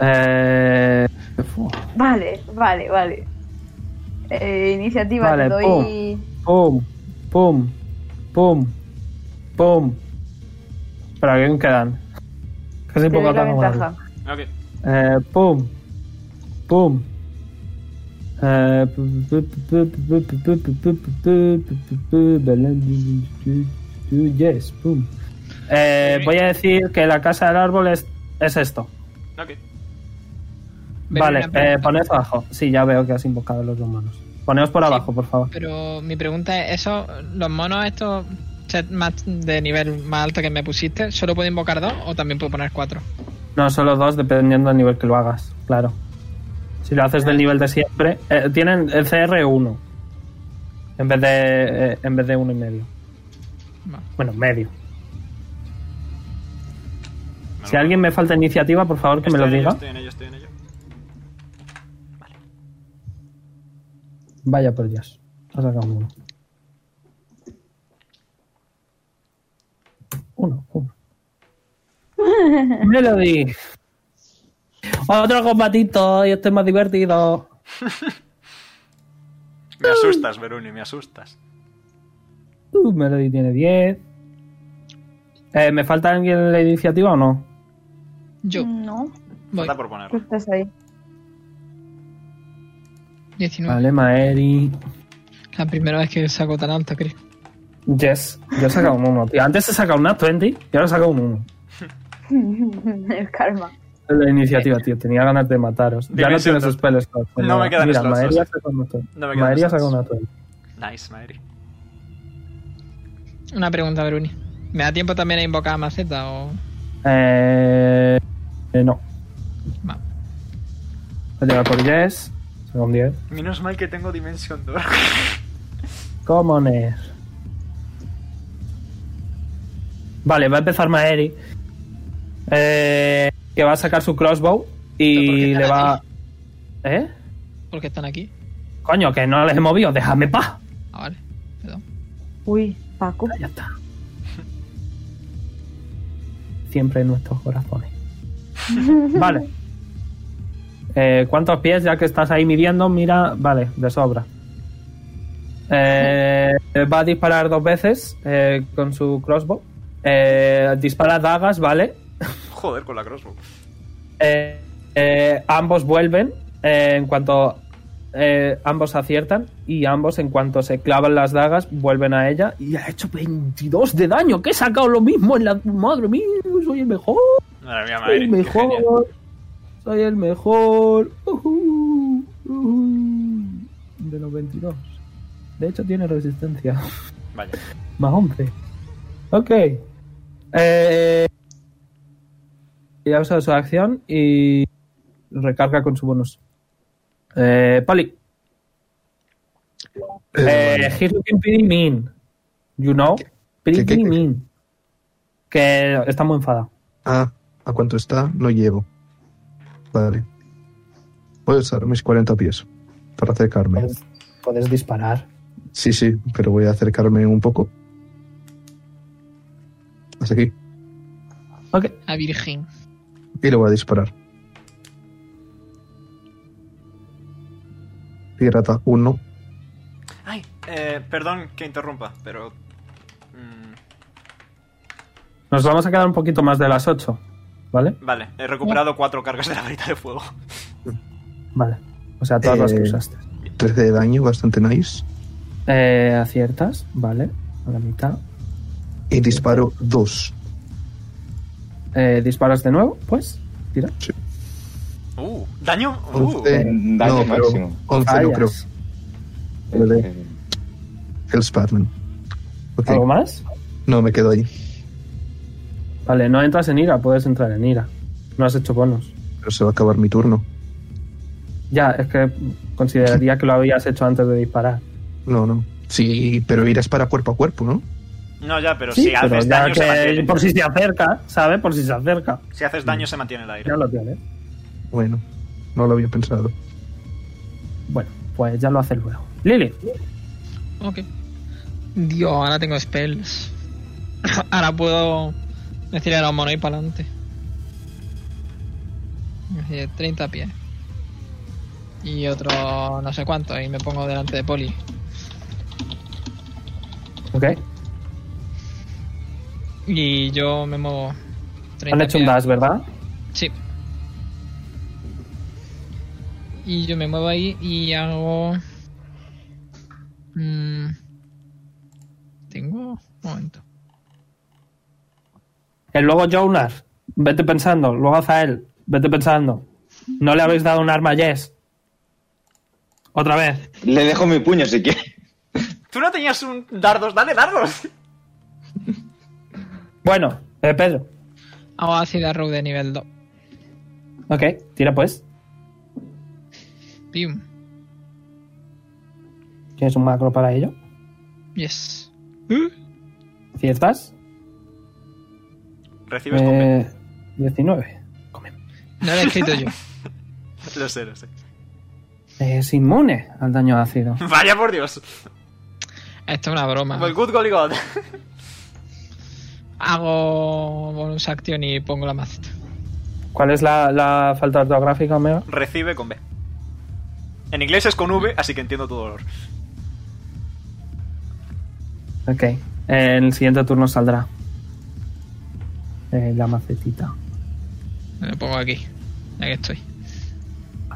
C: Eh,
D: Vale, vale, vale. Eh, iniciativa,
C: Vale,
D: te doy.
C: pum, pum, pum, pum. Pero bien quedan. Casi
D: Te
C: un poco
D: doy la
C: tan
D: ventaja.
C: mal.
A: Ok.
C: Eh, pum, pum. Eh, pu- pu- pu- pu- pu- pu- pu- pu- pu- pu- pu- pu- Belén, du- du- du- Yes, pum. Eh, voy a decir que la casa del árbol es, es esto.
A: Ok.
E: Pero
C: vale,
E: una pregunta.
C: eh, poneos abajo. Sí, ya veo que has invocado los dos manos. Poneos por abajo, por favor.
E: Pero mi pregunta es, ¿eso, ¿los monos estos set más de nivel más alto que me pusiste, solo puedo invocar dos o también puedo poner cuatro?
C: No, solo dos, dependiendo del nivel que lo hagas, claro. Si lo haces del nivel de siempre, eh, tienen el CR 1 en vez de eh, en vez de uno y medio.
E: Va.
C: Bueno, medio. Si a alguien me falta iniciativa, por favor que me lo
A: Estoy en ello,
C: diga.
A: Estoy en ello, estoy en ello.
C: Vaya por Dios. Ha sacado uno. Uno, uno. Melody. Otro combatito y este es más divertido.
A: Me asustas, Veruni, me asustas.
C: Uh, Melody tiene 10. Eh, ¿Me falta alguien en la iniciativa o no?
E: Yo
D: No,
E: voy.
A: Falta por
D: tú
A: ponerlo.
D: estás ahí. <laughs>
E: 19.
C: Vale, Maeri.
E: La primera vez que saco tan alto, creo.
C: Yes, yo he sacado un 1, tío. Antes he sacado una 20 y ahora he sacado un 1.
D: El karma.
C: La iniciativa, tío. Tenía ganas de mataros. Ya no
A: Dimension
C: tienes
A: Dot.
C: spells. Scott.
A: No me quedan
C: Mira,
A: slots,
C: Maeri
A: o
C: ha
A: sea.
C: sacado una 20.
A: No me quedan
C: Maeri ha
A: slots.
C: sacado una 20.
A: Nice, Maeri.
E: Una pregunta, Veruni. ¿Me da tiempo también a invocar a Maceta o...?
C: Eh, eh, no.
E: Va.
C: Voy a tirar por Yes. Saca un 10.
A: Menos mal que tengo Dimension Door.
C: Comoner. Vale, va a empezar Maeri. Eh, que va a sacar su crossbow
E: ¿Pero por qué
C: y
E: te la
C: le va. ¿Eh?
E: ¿Por qué están aquí?
C: Coño, que no les he movido, déjame pa.
E: Ah, vale. Perdón.
D: Uy, Paco.
C: Ya está. <laughs> Siempre en nuestros corazones. vale. Eh, ¿Cuántos pies, ya que estás ahí midiendo? Mira, vale, de sobra. Eh, va a disparar dos veces eh, con su crossbow. Eh, dispara dagas, ¿vale?
G: <laughs> Joder, con la crossbow.
C: Eh, eh, ambos vuelven eh, en cuanto eh, ambos aciertan y ambos en cuanto se clavan las dagas vuelven a ella y ha hecho 22 de daño, que he sacado lo mismo en la... Madre mía, soy el mejor.
G: Madre mía,
C: Soy
G: madre.
C: el
G: qué genial.
C: mejor. Soy el mejor. Ujú, ujú. De los 22. De hecho tiene resistencia.
G: Vaya.
C: Más 11. Ok. Eh, ya ha usado su acción y recarga con su bonus. Eh, Poli. Eh, here's what can be mean. You know? Pretty
F: qué, qué?
C: mean. Que está muy enfadado.
F: Ah, ¿a cuánto está? Lo llevo. Vale. Voy a usar mis 40 pies para acercarme.
C: Puedes, puedes disparar.
F: Sí, sí, pero voy a acercarme un poco. Hasta aquí.
C: Ok.
P: A Virgen.
F: Y le voy a disparar. Pirata 1.
G: Ay, eh, perdón que interrumpa, pero. mm,
C: Nos vamos a quedar un poquito más de las 8. ¿Vale?
G: vale, he recuperado cuatro cargas de la varita de fuego.
C: Vale. O sea, todas las que
F: Eh.
C: usaste.
F: 13 de daño, bastante nice.
C: Eh, aciertas, ¿vale? A la mitad.
F: Y disparo 2.
C: Eh, disparas de nuevo, pues. Tira.
G: Uh, daño. Uh,
F: 11.
M: daño
F: no, pero
M: máximo.
F: 11 no creo.
C: Fallas.
F: Vale. El Sparman. Ok.
C: ¿Algo más?
F: No, me quedo ahí.
C: Vale, no entras en ira, puedes entrar en ira. No has hecho bonus.
F: Pero se va a acabar mi turno.
C: Ya, es que consideraría que lo habías hecho antes de disparar.
F: No, no. Sí, pero irás para cuerpo a cuerpo, ¿no?
G: No, ya, pero
C: Sí,
G: si
C: pero
G: haces
C: ya
G: daño se
C: que
G: mantiene.
C: por si se acerca, ¿sabes? Por si se acerca.
G: Si haces daño se mantiene el aire.
C: Ya lo tienes.
F: Bueno, no lo había pensado.
C: Bueno, pues ya lo hace luego. Lili,
E: Ok. Dios, ahora tengo spells. ahora puedo decirle a los monos y para adelante. 30 pies. Y otro no sé cuánto. Y me pongo delante de Poli.
C: ok.
E: Y yo me muevo. 30
C: Han hecho un
E: pies.
C: dash, ¿verdad?
E: Sí. Y yo me muevo ahí y hago. Mm. Tengo. Un momento.
C: El luego Jonar, vete pensando. Luego Azael, vete pensando. No le habéis dado un arma a Jess. Otra vez.
M: Le dejo mi puño si quiere.
G: Tú no tenías un dardos, dale <laughs> dardos.
C: Bueno, eh, Pedro.
E: Hago ácida rogue de nivel 2.
C: Ok, tira pues.
E: Pim.
C: Tienes un macro para ello.
E: Yes.
C: ¿Ciertas?
G: Recibes con
C: Eh, 19.
E: No lo he escrito yo.
G: Lo sé, lo sé.
C: Es inmune Eh, al daño
E: <laughs>
C: ácido.
G: Vaya por Dios.
E: Esto es una broma.
G: Como el good golly god. <laughs>
E: Hago bonus action y pongo la maceta.
C: ¿Cuál es la, la falta ortográfica, Omega?
G: Recibe con B. En inglés es con V, así que entiendo tu dolor.
C: Ok. Eh, En el siguiente turno saldrá. Eh, la macetita.
E: Me lo pongo aquí. Ya que estoy.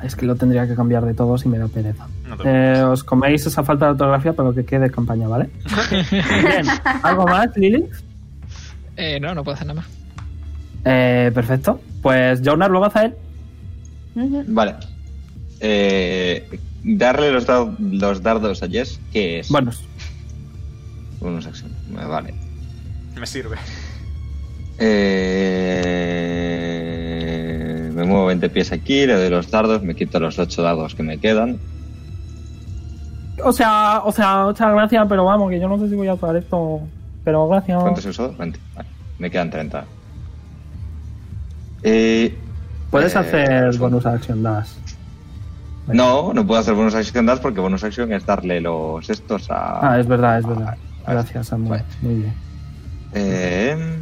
C: Es que lo tendría que cambiar de todos y me da pereza.
E: No te
C: Eh, os coméis esa falta de ortografía, pero que quede
E: <laughs>
C: campaña, ¿vale? Bien. ¿Algo más, Lili?
E: Eh, no, no puedo hacer nada más.
C: Eh, perfecto. Pues Jonar, luego Azael.
B: Vale. Eh, darle los, da- los dardos a Jess, que es.
C: Bonus.
B: Bonus acción. Eh, Vale.
G: Me sirve.
B: Eh, me muevo 20 pies aquí, le doy los dardos, me quito los 8 dados que me quedan.
C: O sea, o sea, muchas gracias, pero vamos, que yo no sé si voy a usar esto. Pero gracias.
B: ¿Cuántos he usado? 20. Vale. Me quedan 30. Eh,
C: Puedes
B: eh,
C: hacer
B: son-
A: pues
C: bonus action dash.
B: No, no puedo hacer bonus action dash porque bonus action es darle los estos a.
C: Ah, es verdad, es verdad. Gracias, Samuel. Muy bien.
B: Eh,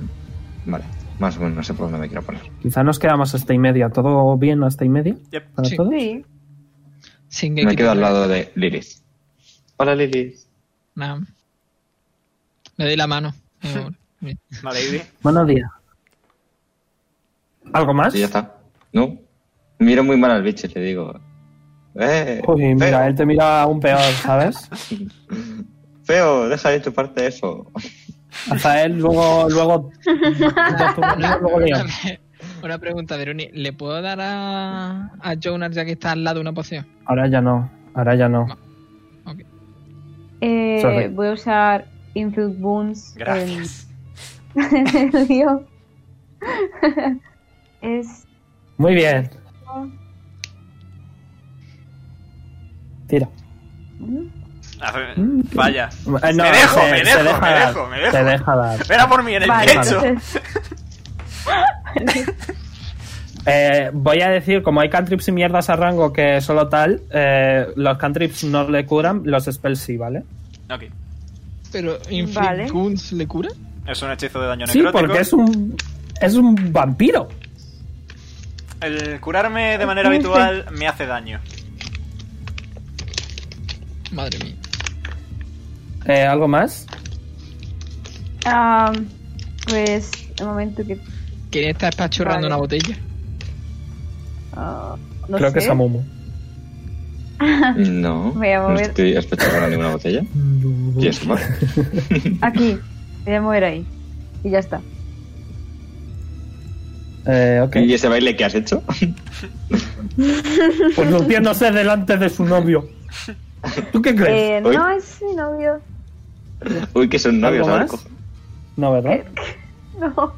B: vale. Más o menos no sé por dónde me quiero poner.
C: Quizá nos quedamos hasta y media. ¿Todo bien hasta y media?
A: Yep.
C: ¿Para
E: Sí.
C: todos?
D: Sí.
E: Sin
B: Me
E: equipo.
B: quedo al lado de Lilith. Hola Lilith.
E: Nah. Le doy la mano.
D: <laughs>
E: Eh, bien.
A: Vale, Ivy.
C: Buenos días. ¿Algo más?
B: Sí, ya está. No. Miro muy mal al bicho y le digo. Eh,
C: Uy, mira,
B: feo,
C: él te mira aún peor, ¿sabes?
B: feo, deja de tu parte eso.
C: <laughs> Hasta él luego... luego,
E: <laughs>
C: luego Leon.
E: Una pregunta, Veroni. ¿Le puedo dar a, a Jonas ya que está al lado una poción?
C: Ahora ya no, ahora ya no.
D: Eh,
C: Sorry.
D: voy a usar Inflict Wounds. en-
A: Gracias.
D: en <laughs> el lío. <laughs> es
C: Muy bien. Tira.
A: A ver, Vaya.
C: Eh, no,
A: me dejo,
C: eh,
A: me dejo,
C: se deja
A: me
C: dar,
A: dejo, me dejo.
C: Se deja dar.
A: Era por mí en el
D: Vale,
A: pecho.
D: entonces-
C: Eh, voy a decir, como hay cantrips y mierdas a rango que solo tal, eh, los cantrips no le curan, los spells sí, ¿vale?
A: Ok.
E: ¿Pero Inflict
D: Vale.
E: Wounds le cura?
A: Es un hechizo de daño
C: Sí,
A: necrótico.
C: porque es un es un vampiro.
A: El curarme de manera habitual me hace daño.
E: Madre mía.
C: Eh, ¿Algo más?
D: ah, pues el momento que
E: ¿Quién está espachurrando
D: Vale.
E: una botella?
D: ah, no
C: Creo que
D: sé.
C: es Amumu.
B: No.
D: Voy a
B: no
D: mover.
B: estoy espectacular ninguna
C: <laughs>
B: botella. Y eso, vale.
D: Aquí, voy a mover ahí. Y ya está.
C: Eh, ok.
B: ¿Y ese baile que has hecho? <laughs>
C: Pues luciéndose delante de su novio. ¿Tú qué crees?
D: Eh,
B: Uy.
D: no es mi novio.
B: Uy, que son novios,
C: ¿Algo
B: a ver,
C: más?
B: cojo.
C: No,
D: Eh.
C: ¿verdad?
D: No.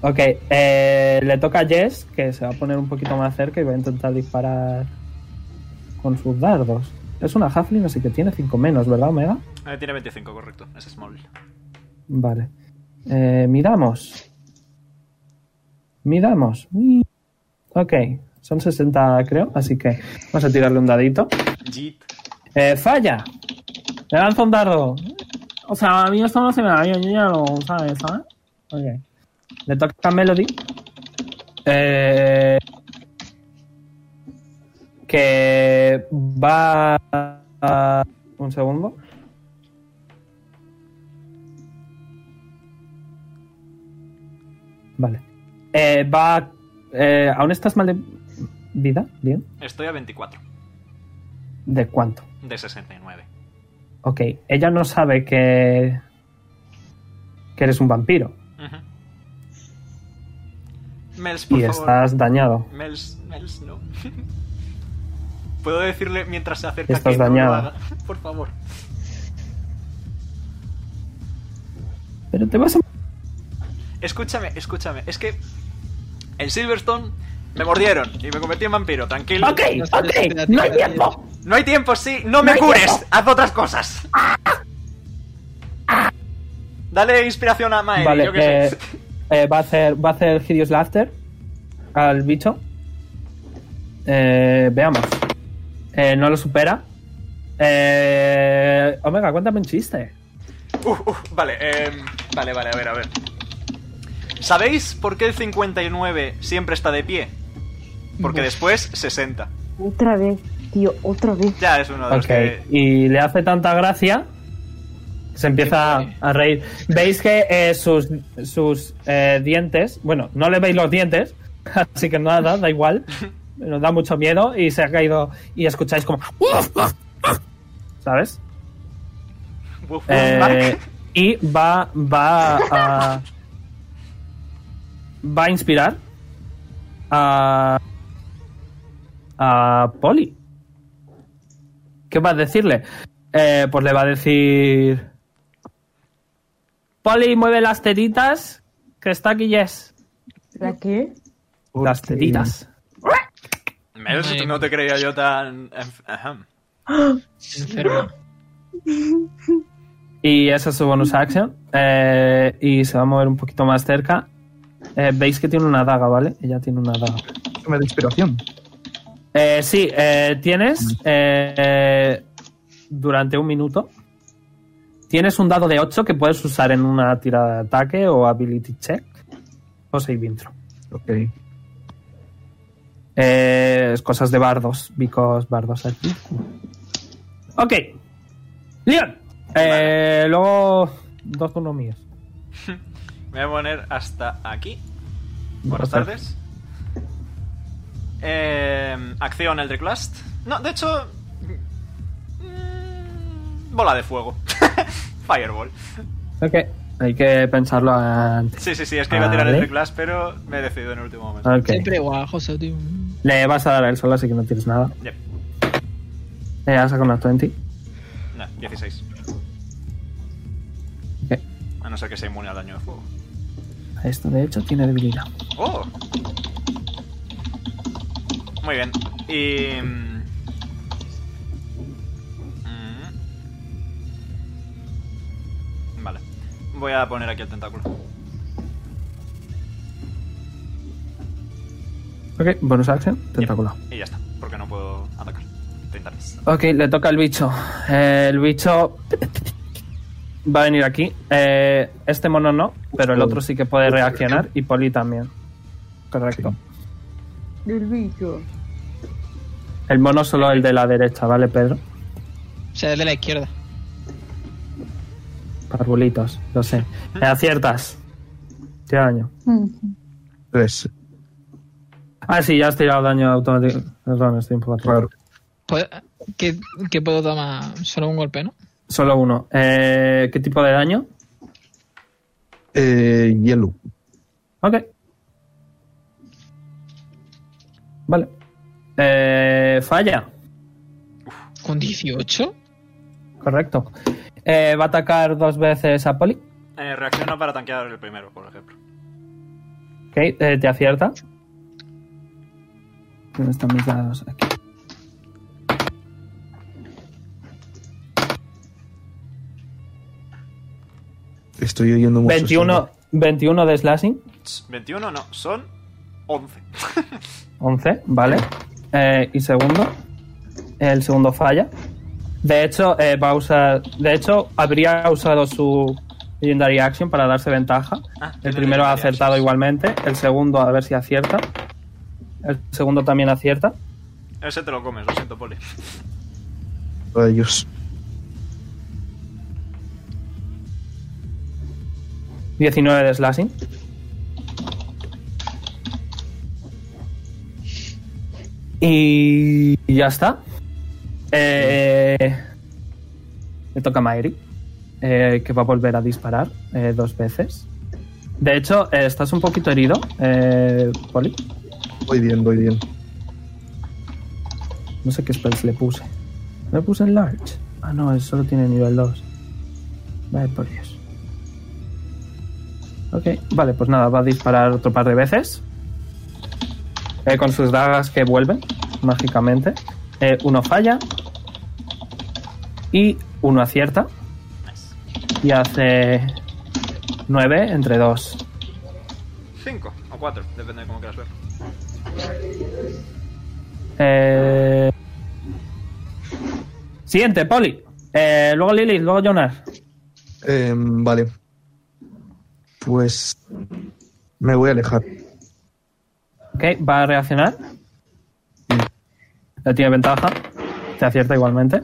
C: Ok, eh, le toca a Jess, que se va a poner un poquito más cerca y va a intentar disparar con sus dardos. Es una halfling, así que tiene 5 menos, ¿verdad, Omega?
A: Eh, tiene 25, correcto. Es small.
C: Vale. Eh, miramos. Miramos. Mm. Ok, son 60 creo, así que vamos a tirarle un dadito.
A: Jeet.
C: Eh, falla. Le lanzo un dardo. O sea, a mí esto no se me da bien, yo ya lo sabes, ¿sabes? Ok. Le toca a Melody. Eh, que va a... Un segundo. Vale. Eh, va... Eh, ¿Aún estás mal de vida? ¿Bien?
A: Estoy a 24.
C: ¿De cuánto?
A: De 69.
C: Ok, ella no sabe que. que eres un vampiro
A: Ujú. Mels, por
C: y
A: favor.
C: estás dañado.
A: Mels, Mels, no. <laughs> Puedo decirle mientras se acerca
C: Estás
A: que no lo
C: dañada.
A: haga? Por favor.
C: Pero te vas a.
A: Escúchame, escúchame. Es que en Silverstone me mordieron y me convertí en vampiro. Tranquilo.
C: Ok, ok, no hay tiempo.
A: No hay tiempo, sí. No me
C: hay
A: cures.
C: tiempo.
A: Haz otras cosas. Dale inspiración a Mae.
C: Vale,
A: yo qué <laughs>
C: eh,
A: sé.
C: eh, va a hacer, va a hacer Hideous Laughter al bicho. Eh, veamos. Eh, no lo supera. Eh, Omega, cuéntame un chiste.
A: Uf, uf, Uh, vale, em, vale, vale, a ver, a ver. ¿Sabéis por qué el 59 siempre está de pie? Porque después 60.
D: Otra vez, tío, otra vez.
A: Ya es uno de los
C: Ok, y le hace tanta gracia que se empieza a, a reír. Veis que eh, sus, sus eh, dientes, bueno, no le veis los dientes, <laughs> así que nada, da igual, nos da mucho miedo y se ha caído y escucháis como... ¿Sabes?
A: que... Uf,
C: Eh,
A: Mark.
C: y va, va a... Va a inspirar a... A Polly. ¿Qué va a decirle? Eh, pues le va a decir... Polly, mueve las tetitas, que está aquí Jess.
D: ¿La qué?
C: Las tetitas.
A: Mels, no te creía yo tan... em, en- ajá.
E: Enfermo.
C: Y esa es su bonus action. Eh, y se va a mover un poquito más cerca. Eh, Veis que tiene una daga, ¿vale? Ella tiene una daga.
F: Me da inspiración.
C: Eh, sí, eh, tienes eh, eh, durante un minuto. Tienes un dado de 8 que puedes usar en una tirada de ataque o ability check. o saving throw.
F: Ok.
C: Eh, es cosas de bardos, bicos bardos aquí. Ok. Leon. Eh, luego dos turnos míos.
A: Me voy a poner hasta aquí. Buenas tardes. Eh, acción Eldritch Blast. No, de hecho... mm, bola de fuego. <laughs> Fireball.
C: Ok. Hay que pensarlo antes.
A: Sí, sí, sí, es que iba a tirar Eldritch Blast, pero me he decidido en el último momento.
C: Ok.
E: Siempre guajo, José, tío.
C: Le vas a dar a él solo, así que no tienes nada. Eh,
A: Yep.
C: Le vas a con una 20.
A: No, 16.
C: Ok.
A: A no ser que sea inmune al daño de fuego.
C: Esto de hecho tiene debilidad.
A: ¡Oh! Muy bien. Y. mm, mm. Vale. Voy a poner aquí el tentáculo.
C: Ok, bonus action, tentáculo.
A: Y ya está, porque no puedo atacar. Intentar.
C: Ok, le toca al bicho. Eh, el bicho va a venir aquí. Eh, este mono no, pero el otro sí que puede reaccionar y Poli también. Correcto.
D: Del bicho.
C: El mono solo el de la derecha, ¿vale, Pedro?
E: O sea, desde la izquierda.
C: Parvulitos, lo sé. Me aciertas. Tira daño.
D: Mm.
F: Tres.
C: Ah, sí, ya has tirado daño automático. Perdón, estoy un poco atrás.
F: Claro.
E: Puedo- Pues, ¿Qué, qué puedo tomar? Solo un golpe, ¿no?
C: Solo uno. Eh, ¿Qué tipo de daño?
F: Eh, hielo.
C: Ok. Vale. Eh, falla.
E: ¿Con 18?
C: Correcto. Eh, va a atacar dos veces a Poli.
A: Eh, reacciono para tanquear el primero, por ejemplo.
C: Ok, eh, te acierta. ¿Dónde están mis dados? Aquí.
F: Estoy oyendo mucho.
C: 21, 21 de slashing.
A: Ch, 21 no, son 11.
C: 11, vale. Eh, y segundo. El segundo falla. De hecho, eh, va a usar. De hecho, habría usado su Legendary Action para darse ventaja.
A: Ah,
C: el
A: tiene
C: primero ha
A: legendary
C: acertado igualmente. El segundo, a ver si acierta. El segundo también acierta.
A: <laughs> Ese te lo comes, lo siento, Poli.
F: Rayos.
C: 19 de slashing. Y ya está. Eh, le toca a Mairi, eh, que va a volver a disparar eh, dos veces. De hecho, eh, estás un poquito herido, eh, Poli.
F: Voy bien, voy bien.
C: No sé qué spells le puse. ¿Le puse en large? Ah, no, él solo tiene nivel 2. Vale, por Dios. Ok, vale, pues nada, va a disparar otro par de veces. Eh, con sus dagas que vuelven, mágicamente. Eh, uno falla. Y uno acierta. Y hace 9 entre 2.
A: 5 o 4, depende de cómo quieras ver.
C: Eh... Siguiente, Poli. Eh, luego Lily, luego Jonas.
F: Eh, vale. Pues. Me voy a alejar.
C: Ok, va a reaccionar. No tiene ventaja. Te acierta igualmente.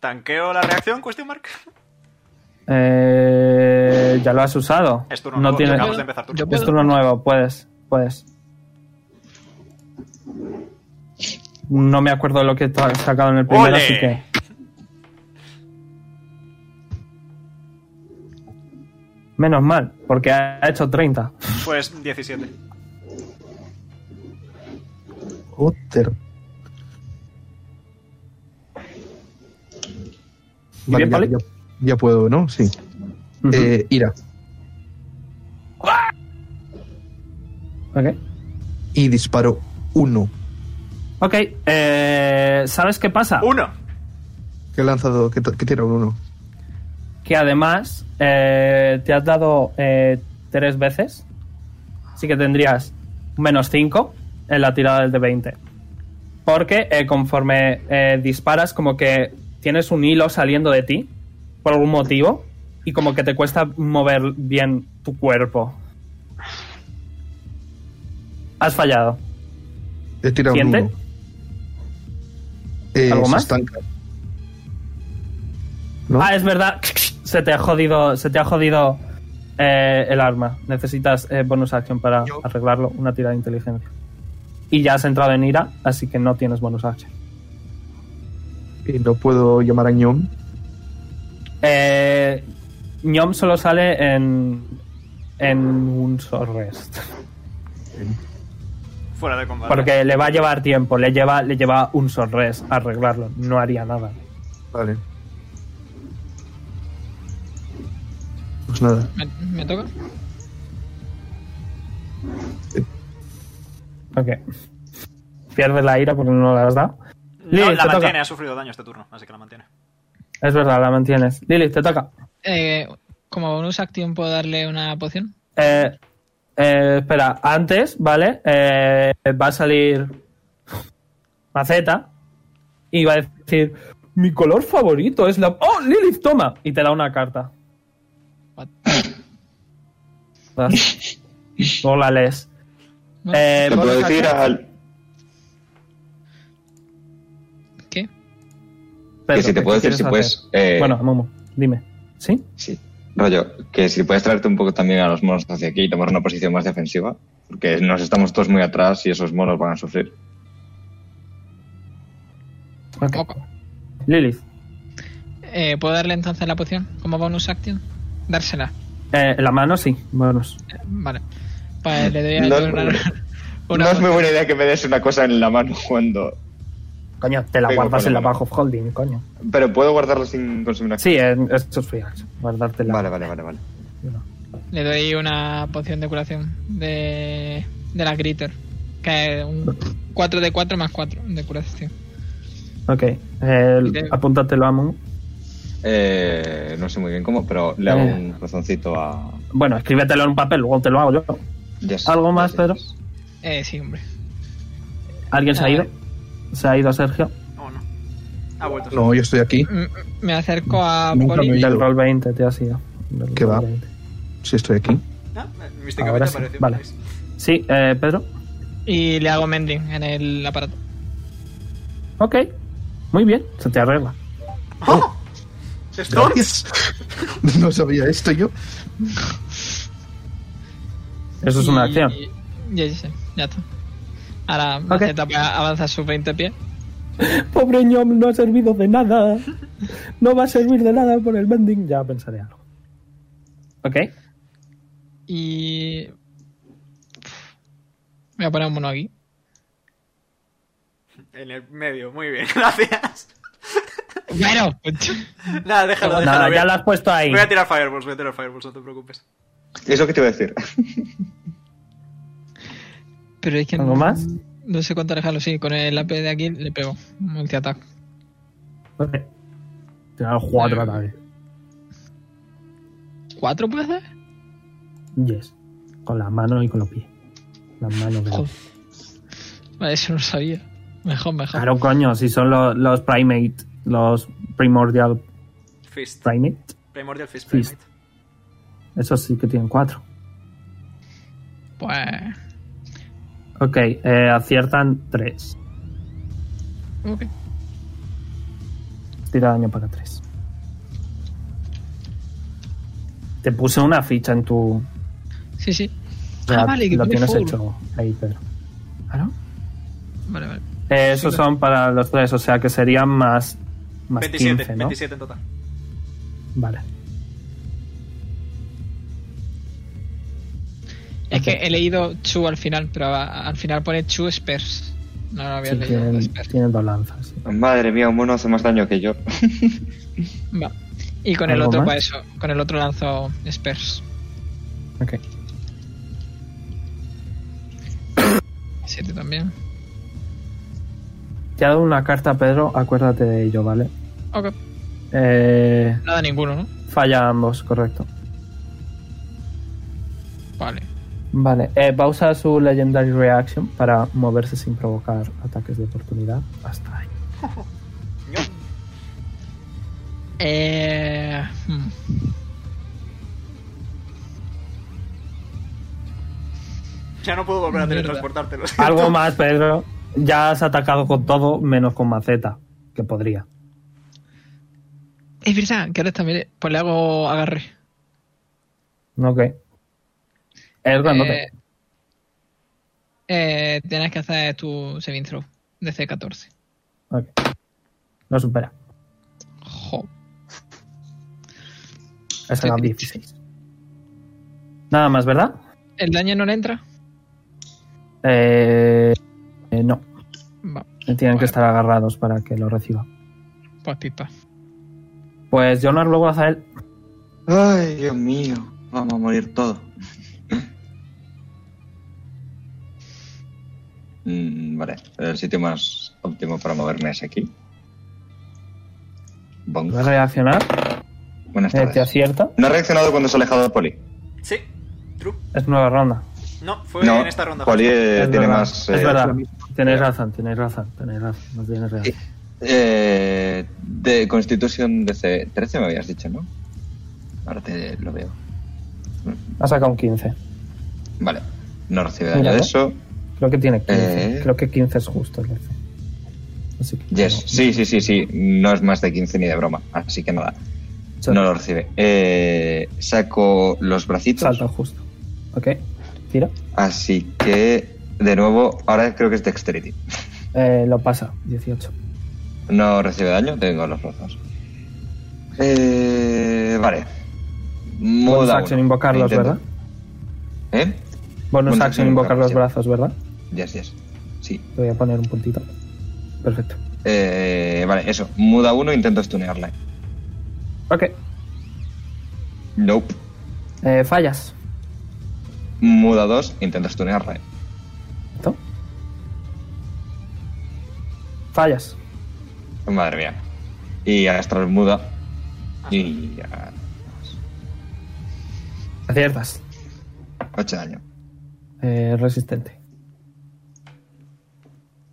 A: ¿Tanqueo la reacción? Question mark.
C: Eh, ya lo has usado.
A: Es turno
C: no
A: nuevo,
C: tiene.
A: acabamos de empezar turno.
E: Yo
C: Es
E: puedo-
C: turno nuevo, puedes. Puedes. No me acuerdo lo que tú has sacado en el primero,
A: ¡Ole!
C: así que. Menos mal, porque ha hecho 30.
A: Pues 17.
F: Joder.
C: ¿Y bien,
F: ya,
C: Pali?
F: ya- ya puedo, ¿no? Sí. Eh, ira.
C: Ok.
F: Y disparo uno.
C: Ok, eh, ¿sabes qué pasa?
A: ¡Uno!
F: Que he lanzado, que, t- que tira un uno.
C: que además eh, te has dado eh, tres veces. Así que tendrías menos 5 en la tirada del de 20. Porque eh, conforme eh, disparas, como que tienes un hilo saliendo de ti por algún motivo y como que te cuesta mover bien tu cuerpo. Has fallado.
F: He tirado un
C: ¿Siente?
F: uno. Eh,
C: ¿Algo
F: se
C: más?
F: estanca. ¿No?
C: Ah, es verdad. <laughs> Se te ha jodido, se te ha jodido eh, el arma. Necesitas eh, bonus action para arreglarlo, una tirada de inteligencia. Y ya has entrado en ira, así que no tienes bonus action.
F: Y no puedo llamar a Ñom.
C: Eh, Ñom solo sale en, en un short rest.
A: Fuera de combate.
C: Porque le va a llevar tiempo, le lleva, le lleva un short rest arreglarlo. No haría nada.
F: Vale. Pues nada.
E: ¿Me, me toca?
C: Ok. Pierdes la ira porque no la has dado. Lilith,
A: No,
C: te
A: la
C: toca.
A: mantiene, ha sufrido daño este turno, así que la mantiene.
C: Es verdad, la mantienes. Lilith, te toca.
E: Eh, como bonus action puedo darle una poción.
C: Eh, eh, espera, antes, ¿vale? Eh, va a salir Maceta y va a decir, mi color favorito es la... ¡Oh, Lilith, toma! Y te da una carta.
E: What?
C: Das. Luego la lees.
E: No.
C: Eh,
B: ¿Le puedo
C: bonus
B: decir
C: action.
B: al
E: ¿Qué?
C: Pedro,
B: que si te
C: ¿qué
B: puedo decir
C: quieres
B: si
C: hacer?
B: puedes... eh,
C: Bueno, Momo, dime. ¿Sí?
B: Sí. Rollo, que si puedes traerte un poco también a los monos hacia aquí y tomar una posición más defensiva, porque nos estamos todos muy atrás y esos monos van a sufrir.
C: Ok.
E: Moco.
C: Lilith,
E: Eh, ¿Puedo darle entonces la poción como bonus action? Dársela.
C: eh, la mano sí, bonus.
E: Eh, Vale. Pues le doy a
B: No es
E: Jonar <laughs>
B: muy
E: una,
B: buena- no es muy
E: poción.
B: buena idea que me des una cosa en la mano cuando...
C: Coño, te la
B: Venga,
C: guardas
B: ponla,
C: en la
B: ponla.
C: bajo holding, coño.
B: Pero puedo guardarla sin consumir una...
C: Sí, eh, esto es free action, guardártela.
B: Vale, vale, vale, vale.
E: Le doy una poción de curación de, de la Gritter. Que es un 4 de 4 más 4 de curación.
C: Ok, eh,
E: Y te-
C: apúntatelo a Momo.
B: Eh, no sé muy bien cómo, pero le hago
C: Eh.
B: un razoncito a...
C: Bueno, escríbetelo en un papel, luego te lo hago yo.
B: Yes.
C: ¿Algo más,
B: Yes,
C: Pedro?
B: yes, yes.
E: Eh, sí, hombre.
C: ¿Alguien se ha
E: A
C: ido?
E: ver.
C: ¿Se ha ido Sergio?
A: Oh, No, no. Ha vuelto.
F: No, yo estoy aquí.
E: M- Me acerco a
F: Nunca
E: Poli.
F: me he
C: Del
F: ido.
C: roll 20 te has ido. Del
F: ¿Qué
C: roll
F: va?
C: 20.
F: Sí, estoy aquí.
A: Ah,
C: Ahora
A: místicamente
C: sí,
A: apareció.
C: vale. Sí, eh, Pedro.
E: Y le hago mending en el aparato.
C: Ok, muy bien, se te arregla.
A: ¿Esto?
F: Gracias. <laughs> no sabía esto yo.
C: Eso es una
E: Y- <laughs>
C: acción.
E: Ya, ya, sé, ya está. Ahora Maceta va- avanza sus 20 pies.
C: Pobre ñom, no ha servido de nada. No va a servir de nada por el bending. Ya pensaré algo. Ok,
E: Y. Voy a poner un mono aquí.
A: En el medio, muy bien, <laughs> gracias.
E: Bueno,
A: Nada, déjalo, déjalo.
C: nada,
A: voy
C: ya
A: a-
C: lo has puesto ahí.
A: Voy a tirar fireballs, voy a tirar fireballs, no te preocupes.
B: Es lo que te iba a decir. <laughs>
E: pero es que.
C: ¿Algo
E: no-
C: más?
E: No sé cuánto alejarlo, sí. Con el AP de aquí le pego. Multi-attack.
C: Ok. Tirar el cuatro ataque.
E: ¿Cuatro puede ser?
C: Yes. Con la mano y con los pies. Las manos. de-
E: Joder. Vale, eso no lo sabía. Mejor, mejor.
C: Claro, coño, si son los, los primate, los primordial
A: Fist.
C: primate,
A: Primordial Fist
C: Fist.
A: Primate.
C: esos sí que tienen cuatro.
E: Pues.
C: Ok, eh, aciertan tres.
E: Ok.
C: Tira daño para tres. Te puse una ficha en tu...
E: Sí, sí.
C: ya
E: Ah, vale, que
C: lo
E: pone
C: tienes
E: full.
C: hecho ahí, Pedro. ¿Ah, no?
E: Vale, vale.
C: Eh, esos
E: claro.
C: son para los tres, o sea que serían más, más
A: 27,
C: 15, ¿no?
A: 27 en total.
C: Vale.
E: Es que he leído Chu al final, pero a- al final pone Chu Spurs. No lo había
C: Sí,
E: leído.
C: tienen,
E: Spurs.
C: tienen dos lanzas. sí.
B: Madre mía, un mono hace más daño que yo.
E: Va. Y con el
C: ¿Algo
E: otro,
C: más?
E: pues eso. Con el otro lanzo Spurs.
C: Ok.
E: Siete también.
C: Te ha dado una carta, Pedro, acuérdate de ello, ¿vale?
E: Ok.
C: Eh,
E: Nada, ninguno, ¿no?
C: falla ambos, correcto.
E: Vale.
C: Vale, eh, va a usar su Legendary Reaction para moverse sin provocar ataques de oportunidad hasta ahí.
E: Eh. hmm.
A: Ya no puedo volver a teletransportártelo.
C: Algo más, Pedro. Ya has atacado con todo, menos con maceta, que podría.
E: Es verdad, que ahora también. Pues le hago agarre.
C: Ok. Es grandote.
E: Eh, eh, tienes que hacer tu saving throw de C14.
C: Ok. No supera.
E: Jo.
C: Es una 16. Nada más, ¿verdad?
E: ¿El daño no le entra?
C: Eh, eh, no.
E: Va.
C: Tienen que
E: Vale.
C: estar agarrados para que lo reciba.
E: Pues pipa.
C: Pues Jonar luego hace él.
B: Ay, Dios mío. Vamos a morir todos. <laughs> Mm, vale, el sitio más óptimo para moverme es aquí. Bonk.
C: Va a reaccionar.
B: Buenas
C: Eh, te
B: tardes.
C: acierta.
B: ¿No ha reaccionado cuando se ha alejado de Poli?
A: Sí, true.
C: Es nueva ronda.
A: No, fue
B: No,
A: en esta ronda.
B: Poli eh,
C: Es
B: tiene
C: verdad,
B: más...
C: Es
B: eh,
C: verdad. Tenéis razón, tenéis razón, tenéis razón. No tienes razón.
B: Eh, de Constitución DC 13 me habías dicho, ¿no? Ahora te lo veo.
C: Ha sacado un 15.
B: Vale. No recibe daño
C: Mira, ¿eh?
B: de
C: ¿no?
B: eso.
C: Creo que tiene 15.
B: Eh.
C: Creo que 15 es justo. el DC. Así que
B: Yes. Sí, sí, sí, sí. No es más de 15 ni de broma. Así que nada.
C: Sal-
B: No lo recibe. Eh, saco los bracitos.
C: salta justo. Ok. Tira.
B: Así que, de nuevo, ahora creo que es Dexterity.
C: Eh, lo pasa. 18.
B: No recibe daño, tengo los brazos. Eh, vale.
C: Bonus
B: Moda
C: action
B: uno.
C: invocarlos,
B: Intento-
C: ¿verdad?
B: ¿Eh?
C: Bonus, action invocar los
B: sí.
C: brazos, ¿verdad?
B: Yes, yes. Sí.
C: Te voy a poner un puntito. Perfecto.
B: Eh, vale, eso. Muda uno, intento stunearla.
C: Ok.
B: Nope.
C: Eh, fallas.
B: Muda dos, intento stunearla.
C: Perfecto. Fallas.
B: Madre mía. Y Astral muda. Y ya.
C: Aciertas.
B: 8 daño.
C: Eh, resistente.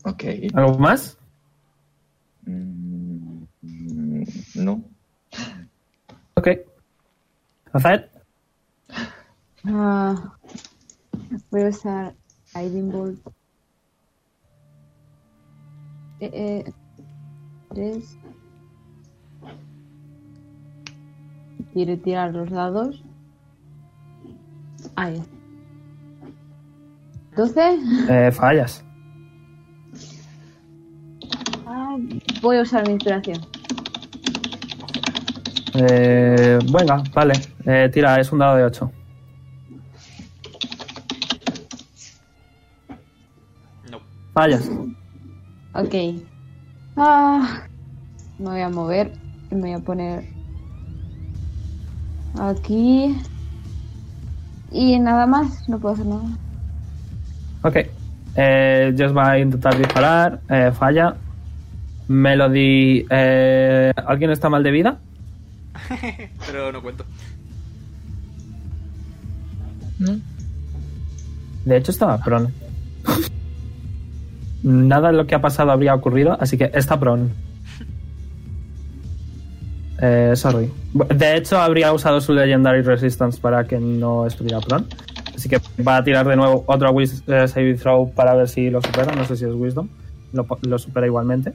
B: Ok.
C: ¿Algo más?
B: Mm, mm, No. <laughs>
C: Ok. Rafael.
D: Ah, voy a usar Hiding Bolt. Eh, eh, tres. Quiero tirar los dados. Ahí. ¿12?
C: Eh, fallas.
D: Ah, voy a usar mi inspiración.
C: Eh, venga, vale. Eh, tira, es un dado de 8.
A: No. <laughs>
C: Fallas.
D: Ok. Ah, me voy a mover y me voy a poner aquí. Y nada más, no puedo hacer nada.
C: Ok. Eh, Jess va a intentar disparar. Eh, falla. Melody. eh, ¿Alguien está mal de vida?
A: Pero no cuento.
E: ¿No?
C: De hecho, estaba prone. Nada de lo que ha pasado habría ocurrido, así que está prone. Eh, sorry. Bu- De hecho, habría usado su Legendary Resistance para que no estuviera prone. Así que va a tirar de nuevo otro wis eh, Saving Throw para ver si lo supera. No sé si es Wisdom. Lo, po- lo supera igualmente.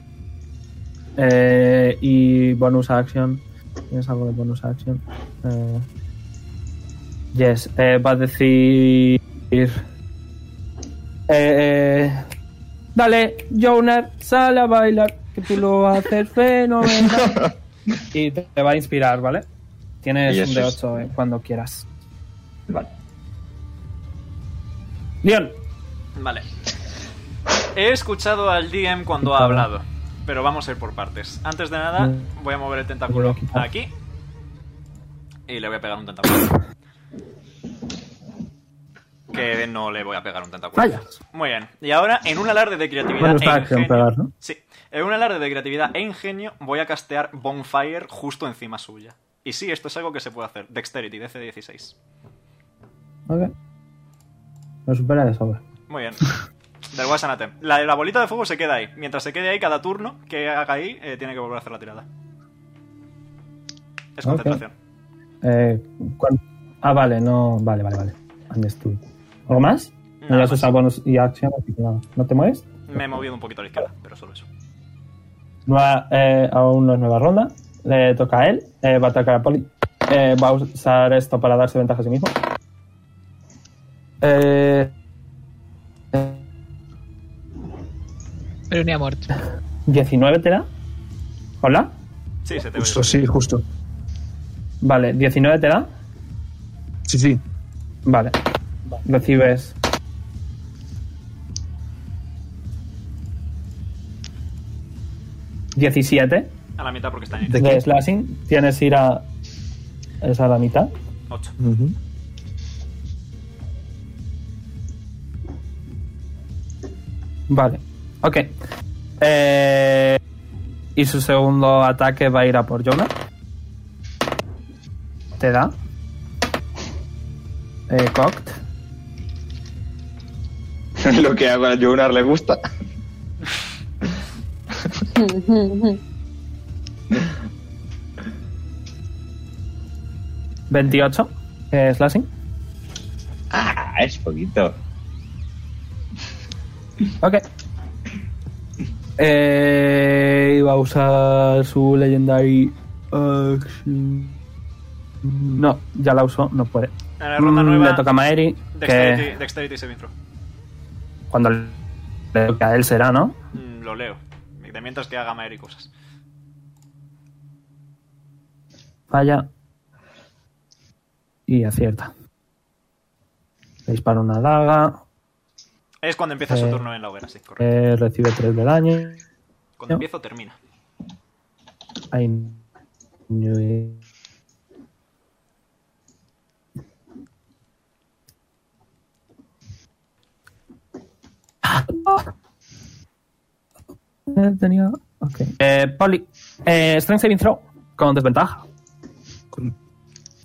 C: Eh, y bonus action. ¿Tienes algo de bonus action? Eh, yes. Eh, va a decir. Eh, eh, dale, Jonar, sale a bailar. Que tú lo haces fenomenal. y te te va a inspirar, ¿vale? Tienes
B: Y
C: un
B: eso
C: de
B: es-
C: 8 cuando quieras.
B: Vale.
C: Leon,
A: Vale. He escuchado al DM cuando ha hablado, pero vamos a ir por partes. Antes de nada, voy a mover el tentáculo aquí. Y le voy a pegar un tentáculo. Que no le voy a pegar un tentáculo.
C: Vaya.
A: Muy bien. Y ahora, en un alarde de creatividad
C: Bueno, está
A: e
C: acción
A: ingenio...
C: pegar, ¿no?
A: Sí. En un alarde de creatividad e ingenio, voy a castear Bonfire justo encima suya. Y sí, esto es algo que se puede hacer. Dexterity, DC-16.
C: Ok. Lo supera de sobra.
A: Muy bien. Del Wasanatem. La, la bolita de fuego se queda ahí. Mientras se quede ahí, cada turno que haga ahí, eh, tiene que volver a hacer la tirada. Es
C: Ok.
A: concentración.
C: Eh, ¿cuál- ah, vale, no. Vale, vale, vale. Understood. ¿Algo más? No ya has usado bonus y acción, así que nada. ¿No te mueves?
A: Me he movido un poquito a la izquierda, pero solo eso.
C: Nueva, eh, aún no es nueva ronda. Le toca a él. Eh, va a atacar a Poli. Eh, va a usar esto para darse ventaja a sí mismo. Eh,
E: Pero ni ha muerto.
C: ¿19 te da? ¿Hola?
A: Sí, se te
F: Justo, ve. sí, justo.
C: Vale, ¿19 te da?
F: Sí, sí.
C: Vale. Recibes. ¿17?
A: A la mitad porque está
C: en De slashing. Tienes ir a. Es a la mitad.
A: 8.
F: Uh -huh.
C: Vale. Ok. Eh, y su segundo ataque va a ir a por Jonah. Te da. Eh, cocked.
M: Lo que hago a Jonah le gusta.
C: ¿28? Eh, ¿Slashing?
M: Ah, es poquito.
C: Ok. Eh, iba a usar su Legendary Action. No, ya la usó, no puede. Mm,
A: En la ronda nueva.
C: Le toca a Maeri.
A: Dexterity, dexterity saving throw.
C: Cuando le toca a él será, ¿no?
A: Mm, lo leo. De mientras que haga Maeri cosas.
C: Falla. Y acierta. Le dispara una daga.
A: Es cuando empieza eh, su turno en la hoguera, sí, correcto.
C: Eh, recibe 3 de daño.
A: Cuando empieza o termina.
C: Ahí. Tenía. Ok. Eh, Poli. Eh, strength saving throw. Con desventaja.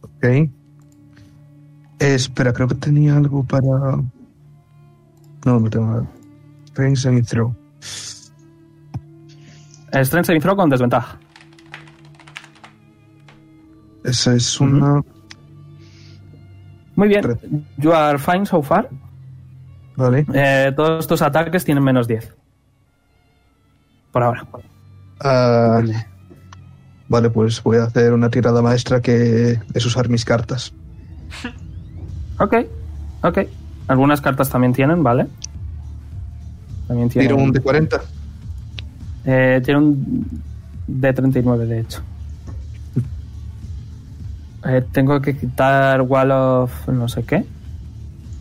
F: Ok. Eh, espera, creo que tenía algo para. No, no tengo nada. Strength saving throw.
C: Eh, Strength saving throw con desventaja.
F: Esa es una. Mm -hmm.
C: Muy bien. You are fine so far.
F: Vale.
C: Eh, todos tus ataques tienen menos 10. Por ahora.
F: Uh, vale, pues voy a hacer una tirada maestra que es usar mis cartas.
C: ok, ok. Algunas cartas también tienen, ¿vale? También tienen.
F: Tiro un de 40.
C: Eh, tiene un de 39, de hecho. <laughs> Eh, tengo que quitar Wall of no sé qué.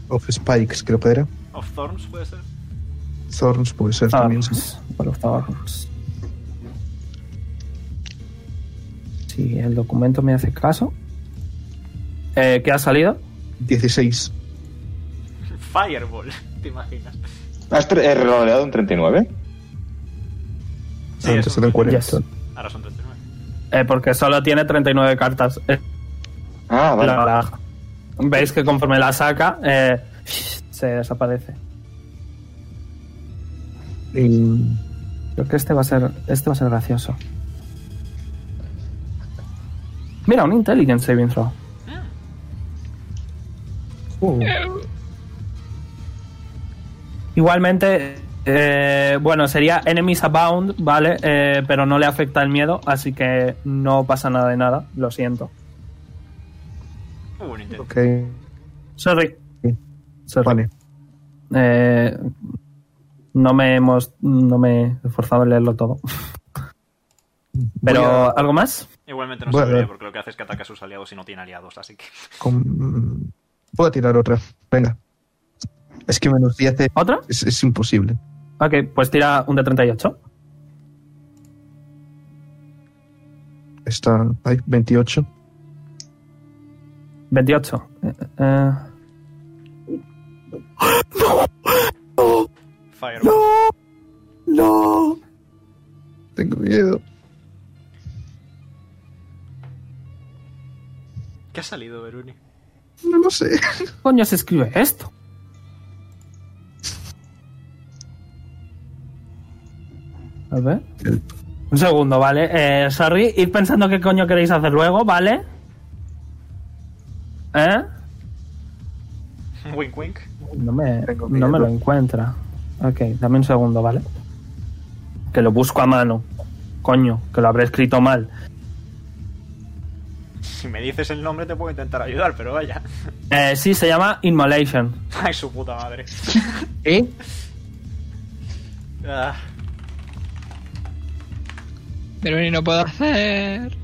F: Of Spikes, creo que era.
A: Of Thorns, puede ser. <laughs>
F: Thorns puede ser ah, también.
C: Sí. Wall of Thorns. Si sí, el documento me hace caso. Eh, ¿Qué ha salido?
F: 16.
A: Fireball, <laughs> ¿te imaginas?
M: ¿Has rodeado un 39?
A: Sí,
F: Antes son 40.
C: Yes.
A: Ahora son 39.
C: Eh, porque solo tiene 39 cartas. Eh,
M: ah, vale.
C: La baraja. Veis que conforme la saca, eh, se desaparece.
F: Y-
C: Creo que este va a ser, este va a ser gracioso. Mira, un Intelligence Saving Throw.
F: Uh.
C: Igualmente, eh, bueno, sería Enemies Abound, ¿vale? Eh, pero no le afecta el miedo, así que no pasa nada de nada, lo siento.
A: Muy buen intento.
F: Ok.
C: Sorry. Sorry.
F: Vale.
C: Eh, no me hemos. No me he esforzado en leerlo todo. Pero,
F: Voy a-
C: ¿algo más?
A: Igualmente no
F: Bueno.
A: se vería porque lo que hace es que ataca a sus aliados y no tiene aliados, así que. <laughs>
F: Con- Voy a tirar otra. Venga. Es que menos 10 es-
C: ¿Otra?
F: es, es imposible.
C: Ok, pues tira un de 38.
F: Está. Hay 28.
C: 28. Eh, eh,
A: Fireball.
F: ¡No! Tengo miedo.
A: ¿Qué ha salido, Veruni?
F: No lo sé.
C: ¿Qué coño se escribe esto? A ver. Un segundo, ¿vale? Eh, sorry, ir pensando qué coño queréis hacer luego, ¿vale? ¿Eh?
A: <laughs> Wink, wink.
C: No me, no me lo encuentra. Ok, dame un segundo, ¿vale? Que lo busco a mano. Coño, que lo habré escrito mal.
A: Si me dices el nombre te puedo intentar ayudar, pero vaya. <laughs>
C: Eh, sí, se llama Inmolation.
A: Ay, su puta madre.
C: ¿Eh?
A: Ah,
E: Pero ni no puedo hacer.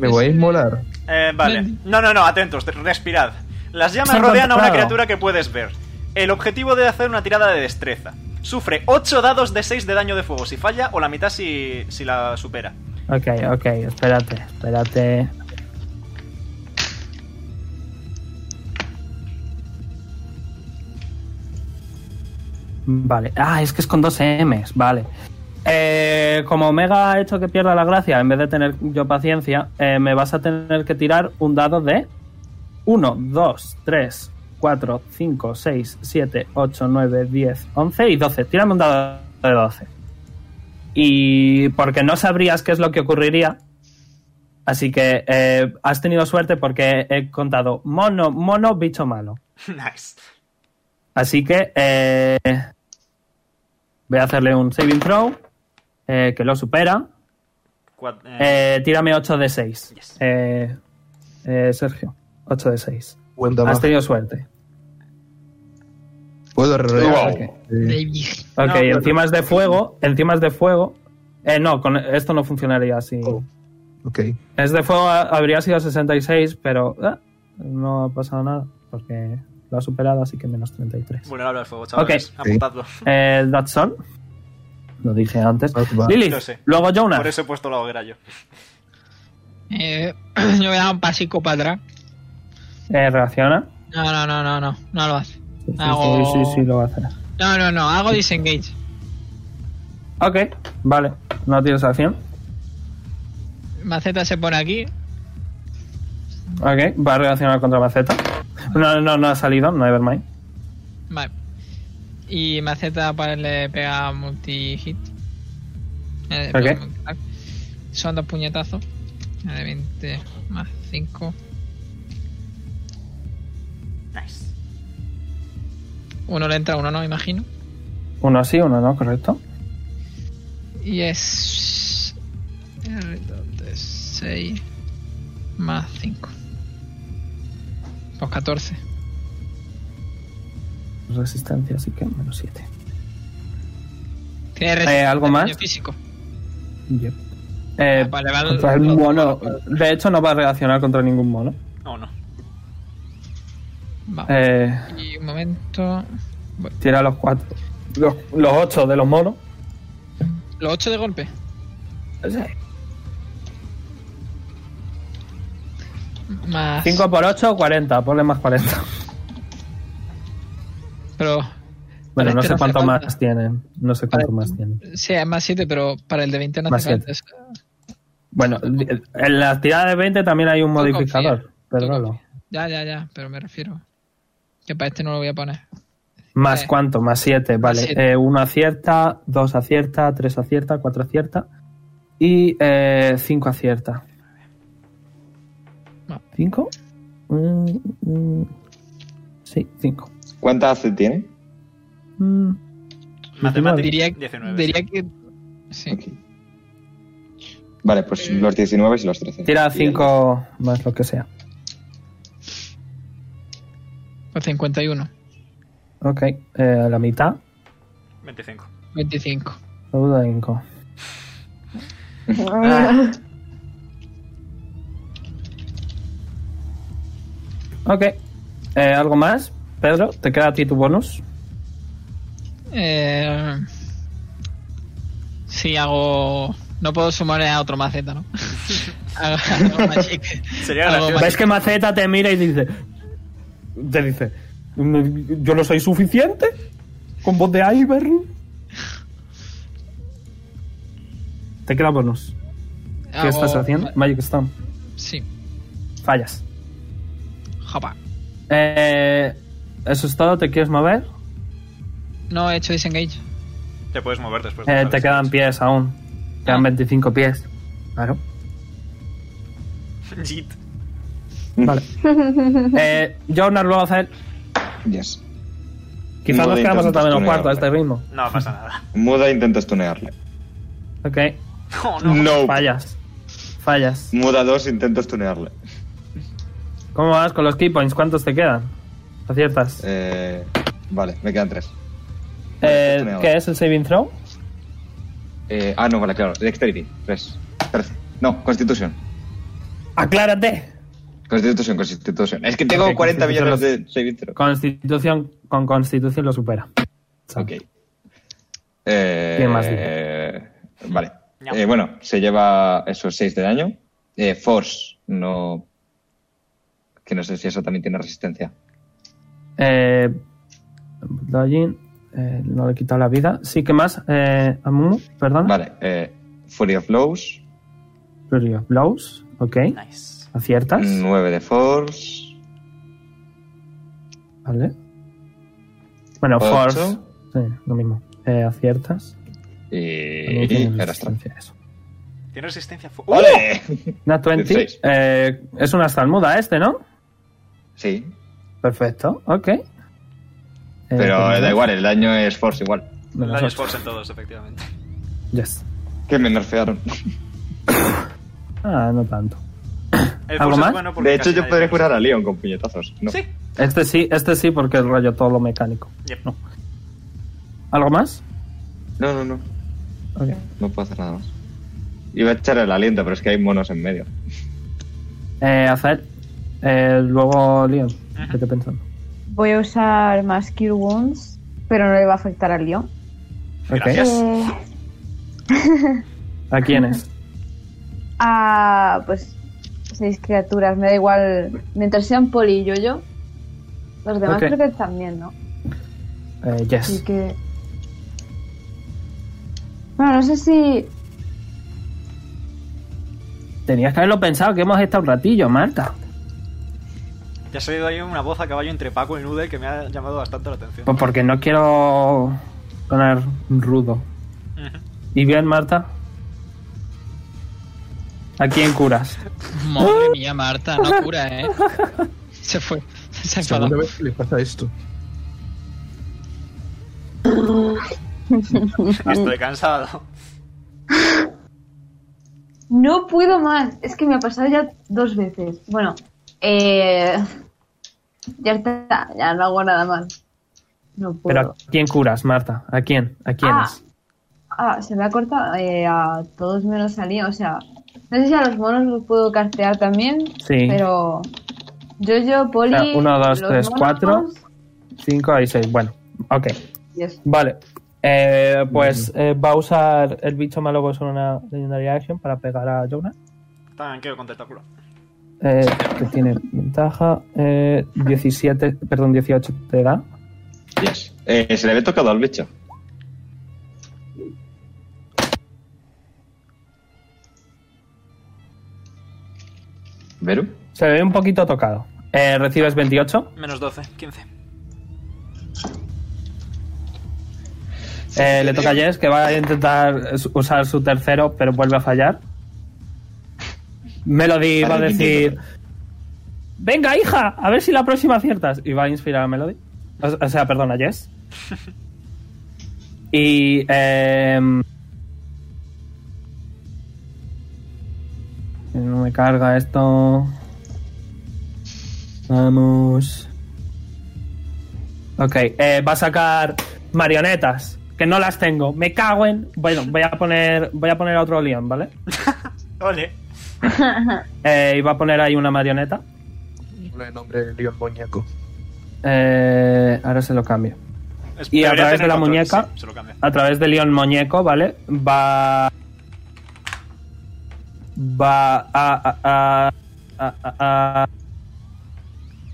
F: Me voy a inmolar.
A: eh, vale. No, no, no, atentos, respirad. Las llamas
C: Se ha
A: rodean a una
C: encontrado.
A: criatura que puedes ver. El objetivo de hacer una tirada de destreza. Sufre 8 dados de 6 de daño de fuego si falla o la mitad si, si la supera. <laughs>
C: Ok, ok, espérate, espérate. Vale. Ah, es que es con dos M's, vale. Eh, como Omega ha hecho que pierda la gracia, en vez de tener yo paciencia, eh, me vas a tener que tirar un dado de 1, 2, 3, 4, 5, 6, 7, 8, 9, 10, 11 y 12. Tírame un dado de 12. Y porque no sabrías qué es lo que ocurriría. Así que eh, has tenido suerte porque he contado mono, mono, bicho malo.
A: nice.
C: Así que eh, voy a hacerle un saving throw eh, que lo supera.
A: Cua- eh,
C: Eh, tírame 8 de 6.
A: Yes.
C: Eh, eh, Sergio, 8 de 6.
F: Buen
C: Has
F: damaje.
C: tenido suerte.
F: Puedo eh, rodear.
C: Ok,
F: Sí.
E: Baby.
C: Ok,
A: No, pero-
C: encima es de fuego. Encima es de fuego. Eh, no, con esto no funcionaría así.
F: Oh. Ok.
C: Es de fuego, Este ha- habría sido 66, pero ah, no ha pasado nada porque lo ha superado, así que menos 33.
A: vulnerable al fuego, chavales.
F: Ok.
A: Apuntadlo.
C: Eh, That's all. Lo dije antes.
F: Va, va.
C: Lilith,
A: Lo sé.
C: luego Jonas.
A: Por eso he puesto la hoguera yo.
E: Eh, <clears throat> yo voy a dar un pasico para atrás.
C: Eh, reacciona.
E: No, no, no, no, no. No lo hace.
C: Sí, sí,
E: Hago-
C: sí, sí, lo va a hacer.
E: No, no, no. Hago disengage.
C: Ok, vale. No tienes acción.
E: Maceta se pone aquí.
C: Ok, va a reaccionar contra Maceta. No, no, no ha salido, nevermind.
E: Vale. Y Maceta para- le pega multi-hit. Eh,
C: Ok.
E: perdón, multi-attack. Son dos puñetazos. La De 20 más 5.
A: Nice.
E: Uno le entra, uno no, imagino.
C: Uno sí, uno no, correcto.
E: Y es. R2 de 6 más 5. Pues 14.
C: Resistencia, así que menos 7.
E: Tiene resistencia
C: ¿algo
E: al
C: más?
E: daño Físico.
C: Yep. Eh,
E: Ah, vale, vale.
C: contra el mono. De hecho, no va a reaccionar contra ningún mono.
A: No, no.
E: Vale.
C: Eh,
E: Y un momento.
C: tira los cuatro. Los, los ocho de los monos.
E: Los 8 de golpe. Más.
C: 5 por 8, 40. Ponle más 40.
E: Pero.
C: Bueno,
E: Vale,
C: no
E: este
C: sé
E: hace
C: cuánto
E: falta.
C: más tienen. No sé cuánto
E: Vale.
C: más tienen.
E: Sí, es más 7, pero para el de 20 no
C: Más
E: hace falta. eso.
C: Bueno, en la tirada de 20 también hay un
E: confío.
C: modificador. Perdónalo.
E: Ya, ya, ya, pero me refiero. Que para este no lo voy a poner.
C: Más
E: Eh,
C: cuánto, más 7. Vale.
E: siete.
C: 1 acierta, 2 acierta, 3 acierta, 4 acierta. Y 5 acierta.
E: No.
C: ¿5? Mm, sí, 5.
M: ¿Cuánta AC tiene?
A: Matemáticas.
E: Diría,
A: 19.
E: diría que. Sí.
M: Ok. Vale, pues los 19 y los 13.
C: Tira 5 más lo que sea.
E: Pues 51.
C: Ok, eh, la mitad.
A: 25.
E: 25.
C: Saluda 5.
D: Ah.
C: Ok. Eh, ¿Algo más? Pedro, ¿te queda a ti tu bonus?
E: Eh, sí, hago. No puedo sumar a otro
A: <laughs>
E: maceta, ¿no? hago, hago magic.
A: Sería
E: Algo
A: gracioso.
E: más.
C: ¿Ves que Maceta te mira y dice... Te dice... ¿Yo no soy suficiente? ¿Con voz de Ivern? Te queda bonus. ¿Qué
E: Hago-
C: estás haciendo? Magic Stone.
E: Sí,
C: Fallas.
E: japa.
C: Eh, ¿Eso es todo? ¿Te quieres mover?
E: Pues No he hecho disengage.
A: Te puedes mover después. de
C: Eh,
A: usar
C: te
A: las
C: quedan pies aún. Quedan
E: Ah.
C: 25
E: <laughs>
C: pies. Claro.
A: Jeet. <laughs>
B: Mm.
C: Vale. eh, Jonas luego hacer
B: Yes.
C: Quizás
B: Muda
C: nos quedamos
B: intenta
C: hasta
E: pues,
C: menos cuarto a este
B: tunearle.
C: ritmo.
A: No pasa nada.
B: Muda intenta stunearle.
C: Ok.
A: No, no.
B: No.
C: Fallas. Fallas.
B: Muda 2 intenta stunearle.
C: ¿Cómo vas con los key points? ¿Cuántos te quedan? Aciertas.
B: Eh, vale, me quedan 3.
C: Eh,
B: esto me
C: ¿Qué
B: va.
C: es el saving throw?
B: Eh, ah, no, vale, claro. Dexterity. 3. 13. No, Constitución.
C: ¡Aclárate!
B: Constitución, Constitución. Es que tengo
C: Ok,
B: 40
C: Constitution
B: millones de saving throw.
C: Constitución con constitución lo supera.
B: Ok. Eh,
C: ¿Qué más
B: Vale. Eh, bueno, se lleva esos 6 de daño. Eh, force, no. Que no sé si eso también tiene resistencia.
C: Eh, dodging, eh, no le he quitado la vida. Sí, ¿qué más? Eh, a Mumu, perdón.
B: Vale, eh, Fury of Blows,
C: Flurry of Blows, ok.
A: Nice.
C: Aciertas.
B: 9 de Force,
C: Vale. Bueno,
B: Ocho.
C: Force. Sí, lo mismo. Eh, aciertas. También
B: y.
C: tiene
B: Arrastra.
C: resistencia a eso.
A: Tiene resistencia. fu- ¡Uh!
B: ¡Ole!
C: Nat 20.
B: Dieciséis.
C: eh, es una salmuda este, ¿no?
B: Sí,
C: Perfecto, ok. Eh, pues
B: pero
C: tenemos-
B: da igual, el daño es Force igual.
A: El
C: menos
A: daño es
C: ocho.
A: ¡Uh! force en todos, efectivamente.
C: Yes.
B: Que me <laughs> nerfearon.
C: Ah, no tanto.
A: El
C: ¿Algo
A: force es
C: más?
A: bueno porque
B: De hecho,
A: casi
B: yo
A: nadie
B: podría
A: lo usa.
B: curar a Leon con puñetazos. No.
A: Sí.
C: Este sí, este sí, porque el rollo todo lo mecánico.
A: Yep.
C: No. ¿Algo más?
B: no, no, no.
C: Ok.
B: No puedo hacer nada más. Iba a echar el aliento, pero es que hay monos en medio.
C: Eh, Azael. Eh, luego Leon. ¿Qué te pensando?
D: Voy a usar más Cure Wounds, pero no le va a afectar al león.
C: Ok.
A: Gracias.
D: Eh,
C: ¿A quién es?
D: a pues seis criaturas, me da igual. Mientras sean poli y yo-yo, los demás
C: Ok.
D: creo que también, ¿no?
C: Eh,
D: Así
C: yes.
D: que. Bueno, no sé si.
C: Tenías que haberlo pensado, que hemos estado un ratillo, Marta.
A: Ya ha salido ahí una voz a caballo entre Paco y Nude que me ha llamado bastante la atención.
C: Pues porque no quiero sonar rudo.
A: Ujú.
C: ¿Y bien, Marta? ¿A quién curas?
E: Madre mía, Marta, no cura, <laughs> eh. Se fue. Se enfadó.
F: Segunda vez que le pasa esto.
A: Estoy cansado. <laughs>
D: No puedo más. Es que me ha pasado ya dos veces. Bueno, eh. Ya está, ya no hago nada más. No puedo.
C: ¿Pero a quién curas, Marta? ¿A quién? ¿A quién
D: Ah,
C: es?
D: ah, se me ha cortado eh, a todos menos a Lía, o sea, no sé si a los monos los puedo castear también,
C: Sí.
D: pero yo, yo, Poli,
C: Ah, uno, dos,
D: los
C: tres,
D: monos,
C: cuatro. Cinco y seis. Bueno, ok.
D: y eso.
C: Vale. Eh, pues eh, va a usar el bicho malo con una legendaria action para pegar a Jonah.
A: Tranquilo con tentáculo.
C: Eh, que tiene ventaja. Eh, 17, perdón, 18 te da.
B: Yes. Eh, se le había tocado al bicho. ¿Veru?
C: Se ve un poquito tocado. Eh, recibes 28.
A: Menos 12, 15.
C: Eh, le toca a Jess que va a intentar eh, usar su tercero, pero vuelve a fallar. Melody va a
B: Vale,
C: decir: Venga, hija, a ver si la próxima aciertas. Y va a inspirar a Melody. O, o sea, perdón, a Jess. Y. em, no me carga esto. Vamos. Ok, eh, va a sacar marionetas, que no las tengo. Me cago en. Bueno, voy a poner, voy a poner a otro león, ¿vale?
A: Ole.
C: Eh, y va a poner ahí una marioneta.
F: El nombre de Leon Boñaco.
C: Eh, ahora se lo cambio.
A: Es-
C: Y a
A: debería
C: través
A: tener
C: de la
A: control,
C: muñeca-
A: sí, se lo cambia.
C: A través de león muñeco, ¿vale? Va. Va a. a, a, a, a- a-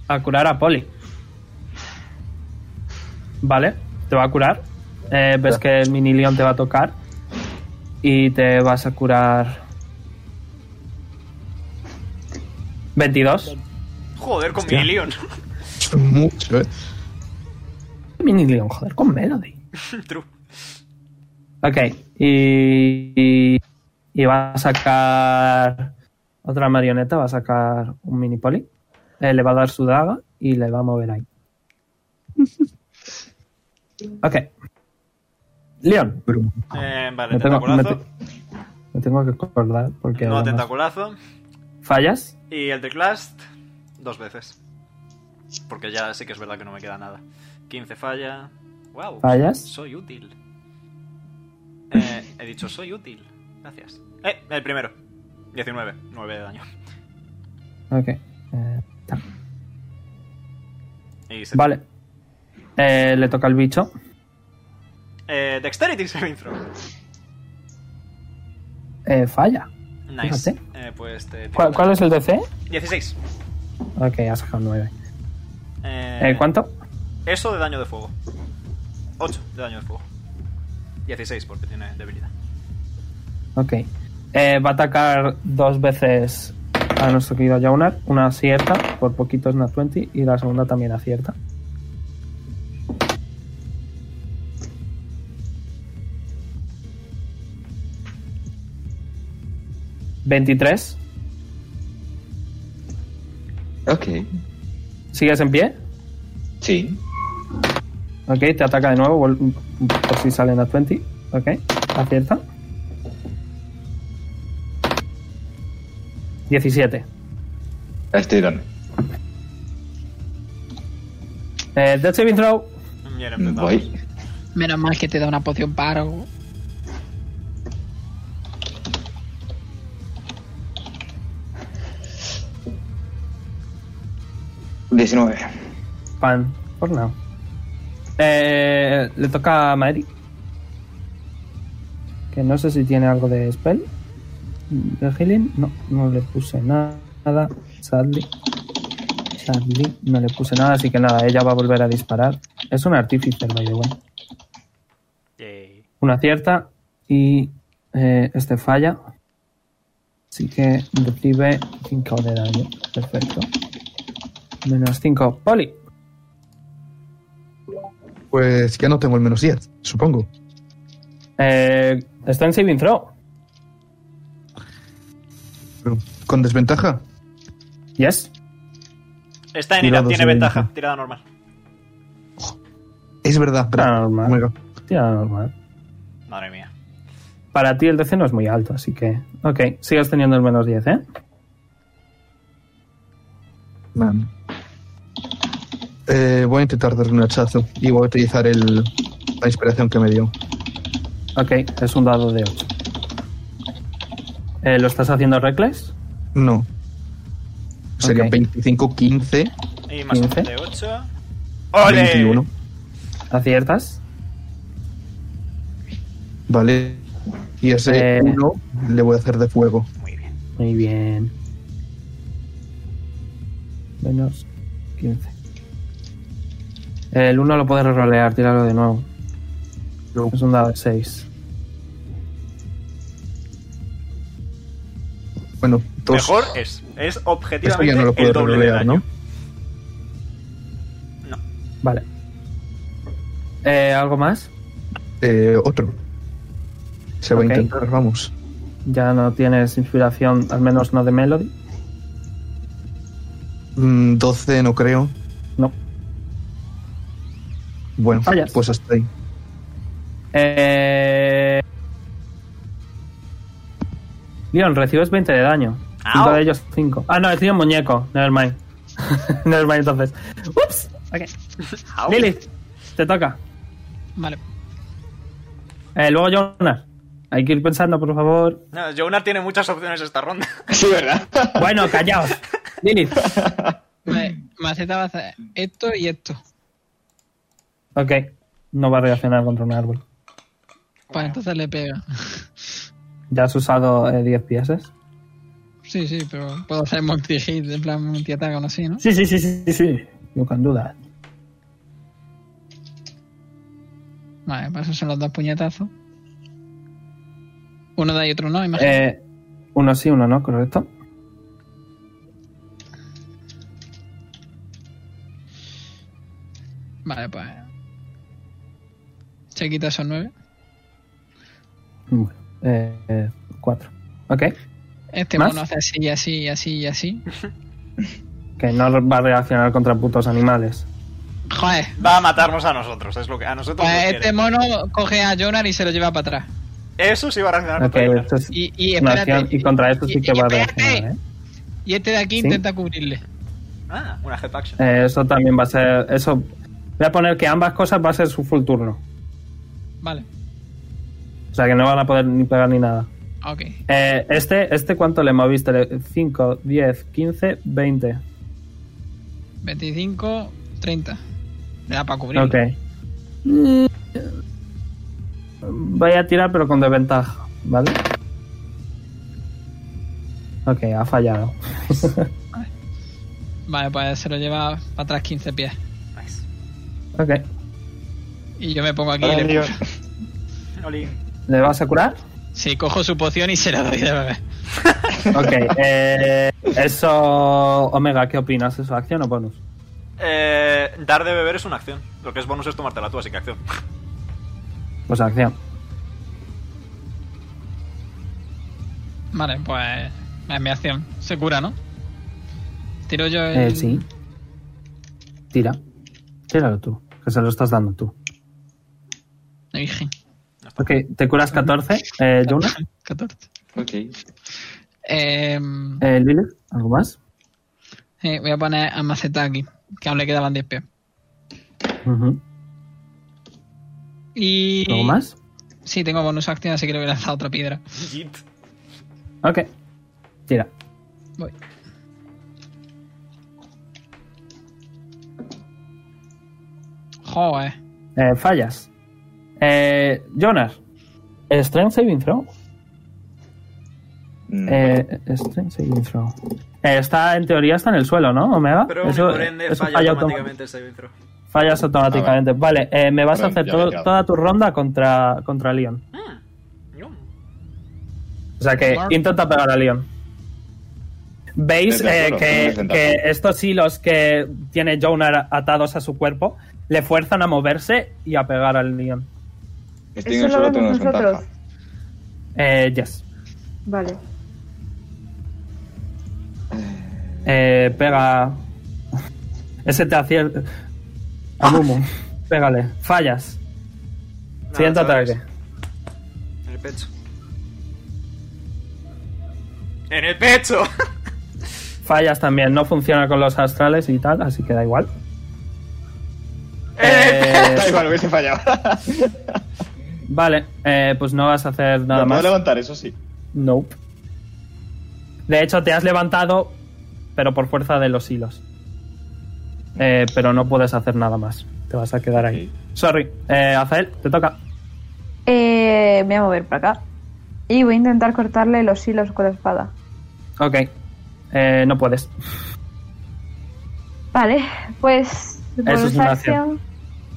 C: a curar a Poli. ¿Vale? Te va a curar. Eh, ves que el mini león te va a tocar. Y te vas a curar. 22.
A: Joder, con mi Leon.
F: Mucho, eh.
C: Mini león, joder, con Melody.
A: <laughs> True.
C: Ok, y, y, y va a sacar otra marioneta, va a sacar un mini poli, Eh, le va a dar su daga y le va a mover ahí. ok. León.
A: Eh, vale, tentaculazo.
C: Me tengo que acordar porque.
A: No,
C: además-
A: tentaculazo.
C: ¿Fallas?
A: Y el de Clast, dos veces. Porque ya sí que es verdad que no me queda nada. 15 falla. ¡Wow!
C: ¿Fallas?
A: Soy útil. Eh, he dicho, soy útil. Gracias. ¡Eh! El primero. 19. 9 de daño.
C: Ok. Eh, ta.
A: Y se-
C: vale. Eh, le toca al bicho.
A: Eh, Dexterity saving throw.
C: Eh, falla.
A: Nice.
C: Fíjate.
A: Eh, pues te tiro
C: ¿Cuál,
A: daño.
C: cuál es el DC?
A: 16.
C: Ok, ha sacado 9.
A: Eh,
C: Eh, ¿Cuánto?
A: Eso de daño de fuego. 8 de daño de fuego. 16 porque tiene debilidad.
C: Ok. Eh, va a atacar dos veces a nuestro querido Jaunar. Una acierta, por poquito es una 20, y la segunda también acierta. ¿23?
B: Ok.
C: ¿Sigues en pie?
B: Sí.
C: Ok, te ataca de nuevo, vol- por si salen a 20. Ok, acierta. 17.
B: Estoy dando.
C: Eh, Death Saving Throw.
A: Bien, empezamos.
B: Voy.
E: Menos mal que te da una poción para o-
B: Diecinueve.
C: Pan, por now. Eh, le toca a Maeri. Que no sé si tiene algo de spell. ¿De healing? No, no le puse na- nada. Sadly. Sadly, no le puse nada, así que nada, ella va a volver a disparar. Es un artífice, by the way.
A: Yay.
C: Una cierta y eh, este falla. Así que recibe 5 de daño. Perfecto. Menos 5. Poli.
F: Pues ya no tengo el menos 10, supongo.
C: Eh, está en saving throw.
F: Pero, ¿Con desventaja?
C: Yes.
A: Está en
F: Tira
A: ira,
F: dos
A: tiene
F: de
A: ventaja.
F: veinte.
A: Tirada normal.
F: Es verdad,
C: Tirada
F: pero-
C: normal.
F: Venga.
C: Tira normal.
A: Madre mía.
C: Para ti el DC no es muy alto, así que. Ok, sigues teniendo el menos 10, ¿eh?
F: Man. Eh, voy a intentar darle un hachazo y voy a utilizar el, la inspiración que me dio.
C: Ok, es un dado de 8. Eh, ¿Lo estás haciendo reckless?
F: No. Sería
C: Ok.
F: 25, 15,
A: Y más
C: Quince.
A: de 8. ¡Ole!
F: 21.
C: ¿Aciertas?
F: Vale. Y ese
C: Eh.
F: uno le voy a hacer de fuego.
A: Muy bien.
C: Muy bien. Menos 15. El 1 lo puedes rolear, tíralo de nuevo.
F: No.
C: Es un dado de 6.
F: Bueno, dos.
A: Mejor es. Es
F: Esto
A: objetivamente
F: ya no lo puedo
A: el doble de
F: rolear,
A: daño.
F: ¿no?
C: Vale. Eh, ¿Algo más?
F: Eh, otro. Se va
C: Ok.
F: a intentar, vamos.
C: Ya no tienes inspiración, al menos no de Melody.
F: Mm, 12 no creo.
C: No.
F: Bueno,
C: Fallas.
F: pues hasta ahí.
C: Eh... Leon, recibes 20 de daño. Cinco
A: Au.
C: de ellos, 5. Ah, no, he sido un muñeco. <laughs> Nevermind. Nevermind, entonces. Ups. Ok.
A: Au.
C: <laughs> Lili, te toca.
E: Vale.
C: Eh, luego Jonas. Hay que ir pensando, por favor.
A: No, Jonar tiene muchas opciones esta ronda. <laughs>
M: Sí, ¿verdad?
C: Bueno, callaos. Lili.
E: Vale, Maceta va a hacer esto y esto.
C: Ok. No va a reaccionar contra un árbol.
E: Pues entonces le pega.
C: Ya has usado eh, 10 piezas.
E: Sí, sí, pero puedo hacer multi-hit, en plan multi-ataque o algo así, ¿no?
C: Sí, sí, sí, sí, sí, sí. No con duda.
E: Vale, pues esos son los dos puñetazos. Uno da y otro no, imagino.
C: Eh, uno sí, uno no, correcto.
E: Vale, pues. Se quita esos nueve.
C: Bueno, eh, 4. Ok.
E: Este
C: ¿Más?
E: mono hace así y así <laughs> y así y así.
C: Que no va a reaccionar contra putos animales.
E: Joder.
A: Va a matarnos a nosotros, es lo que a nosotros.
E: Pues
A: nos
E: este
A: quiere.
E: mono coge a Jonar y se lo lleva para atrás.
A: Eso sí va a arrancar.
C: Ok, esto es
E: Y, y
C: una
E: espérate.
C: acción, y contra esto sí que va a haber.
E: espérate.
C: acción, ¿eh?
E: Y este de aquí
C: ¿Sí?
E: intenta cubrirle.
A: Ah, una head action.
C: Eh, Eso también va a ser. Eso. Voy a poner que ambas cosas va a ser su full turno.
E: Vale.
C: O sea que no van a poder ni pegar ni nada.
E: Ok.
C: Eh, este, este ¿cuánto le moviste? 5, 10, 15, 20.
E: 25, 30. Le da para cubrirle.
C: Ok. Mm. Voy a tirar pero con desventaja, ¿vale? Ok, ha fallado.
E: Vale, pues se lo lleva para atrás 15 pies.
A: Nice.
C: ok.
E: Y yo me pongo aquí y
Q: Ay,
E: le
Q: Dios.
A: Oli.
C: ¿Le vas a curar?
E: Sí, cojo su poción y se la doy de bebé.
C: Ok. eh, eso, Omega, ¿qué opinas? ¿Eso acción o bonus?
A: Eh, dar de beber es una acción. Lo que es bonus es tomártela tú, así que acción.
C: Pues acción.
E: Vale, pues es mi acción. Se cura, ¿no? Tiro yo el...
C: Eh, sí. Tira. Tíralo tú, que se lo estás dando tú.
E: la Virgen. <laughs>
C: Ok, te curas 14, eh, Jonah.
E: 14.
B: Ok.
E: Eh,
C: Eh, Lilith, ¿algo más?
E: eh, voy a poner a Maceta aquí, que aún le quedaban 10 pies.
C: Ujú.
E: Y...
C: ¿Algo más?
E: Sí, tengo bonus acción, así que le voy a lanzar otra piedra.
A: Git.
C: Ok. Tira.
E: Voy. Joder.
C: Eh, fallas. Eh, Jonas. Strength saving throw.
B: Mm,
C: Eh, strength saving throw. Eh, está, en teoría está en el suelo, ¿no, Omega?
A: <laughs> Pero
C: Eso-
A: por ende
C: eso
A: falla
C: falla
A: automáticamente el saving throw.
C: autom- fallas automáticamente. Ah, Vale, eh, me vas a
R: Perdón,
C: hacer
R: ya
C: todo-
R: me he quedado.
C: toda tu ronda contra, contra Leon.
A: Yum.
C: O sea que
E: Mark.
C: intenta pegar a Leon. Veis
R: Desde el
C: eh,
R: suelo, desde
C: que,
R: el
C: que
R: centavo.
C: estos hilos que tiene Jonar atados a su cuerpo le fuerzan a moverse y a pegar al Leon.
B: Estoy en
D: eso
B: el
D: lo
B: suelo, tengo
D: vemos
B: desventaja.
D: nosotros.
C: Eh, yes.
D: Vale.
C: Eh, pega. Ese te acierta. Amumu. Pégale. Fallas.
A: Nada,
C: Siguiente
A: ¿sabes?
C: ataque.
A: En el pecho. ¡En el pecho! <laughs>
C: Fallas también. No funciona con los astrales y tal, así que da igual.
A: ¡En el
C: Eh,
Q: Da igual, hubiese
C: <laughs>
Q: fallado.
C: vale, eh, pues no vas a hacer nada
Q: Lo puedo
C: más.
Q: levantar, eso sí.
C: Nope. De hecho, te has levantado, pero por fuerza de los hilos. Eh, pero no puedes hacer nada más. Te vas a quedar ahí. Sorry. Eh, Azael, te toca.
D: Eh, me voy a mover para acá. Y voy a intentar cortarle los hilos con la espada.
C: Ok. Eh, no puedes.
D: Vale, pues.
C: Eso es
D: Bonus
C: una
D: acción.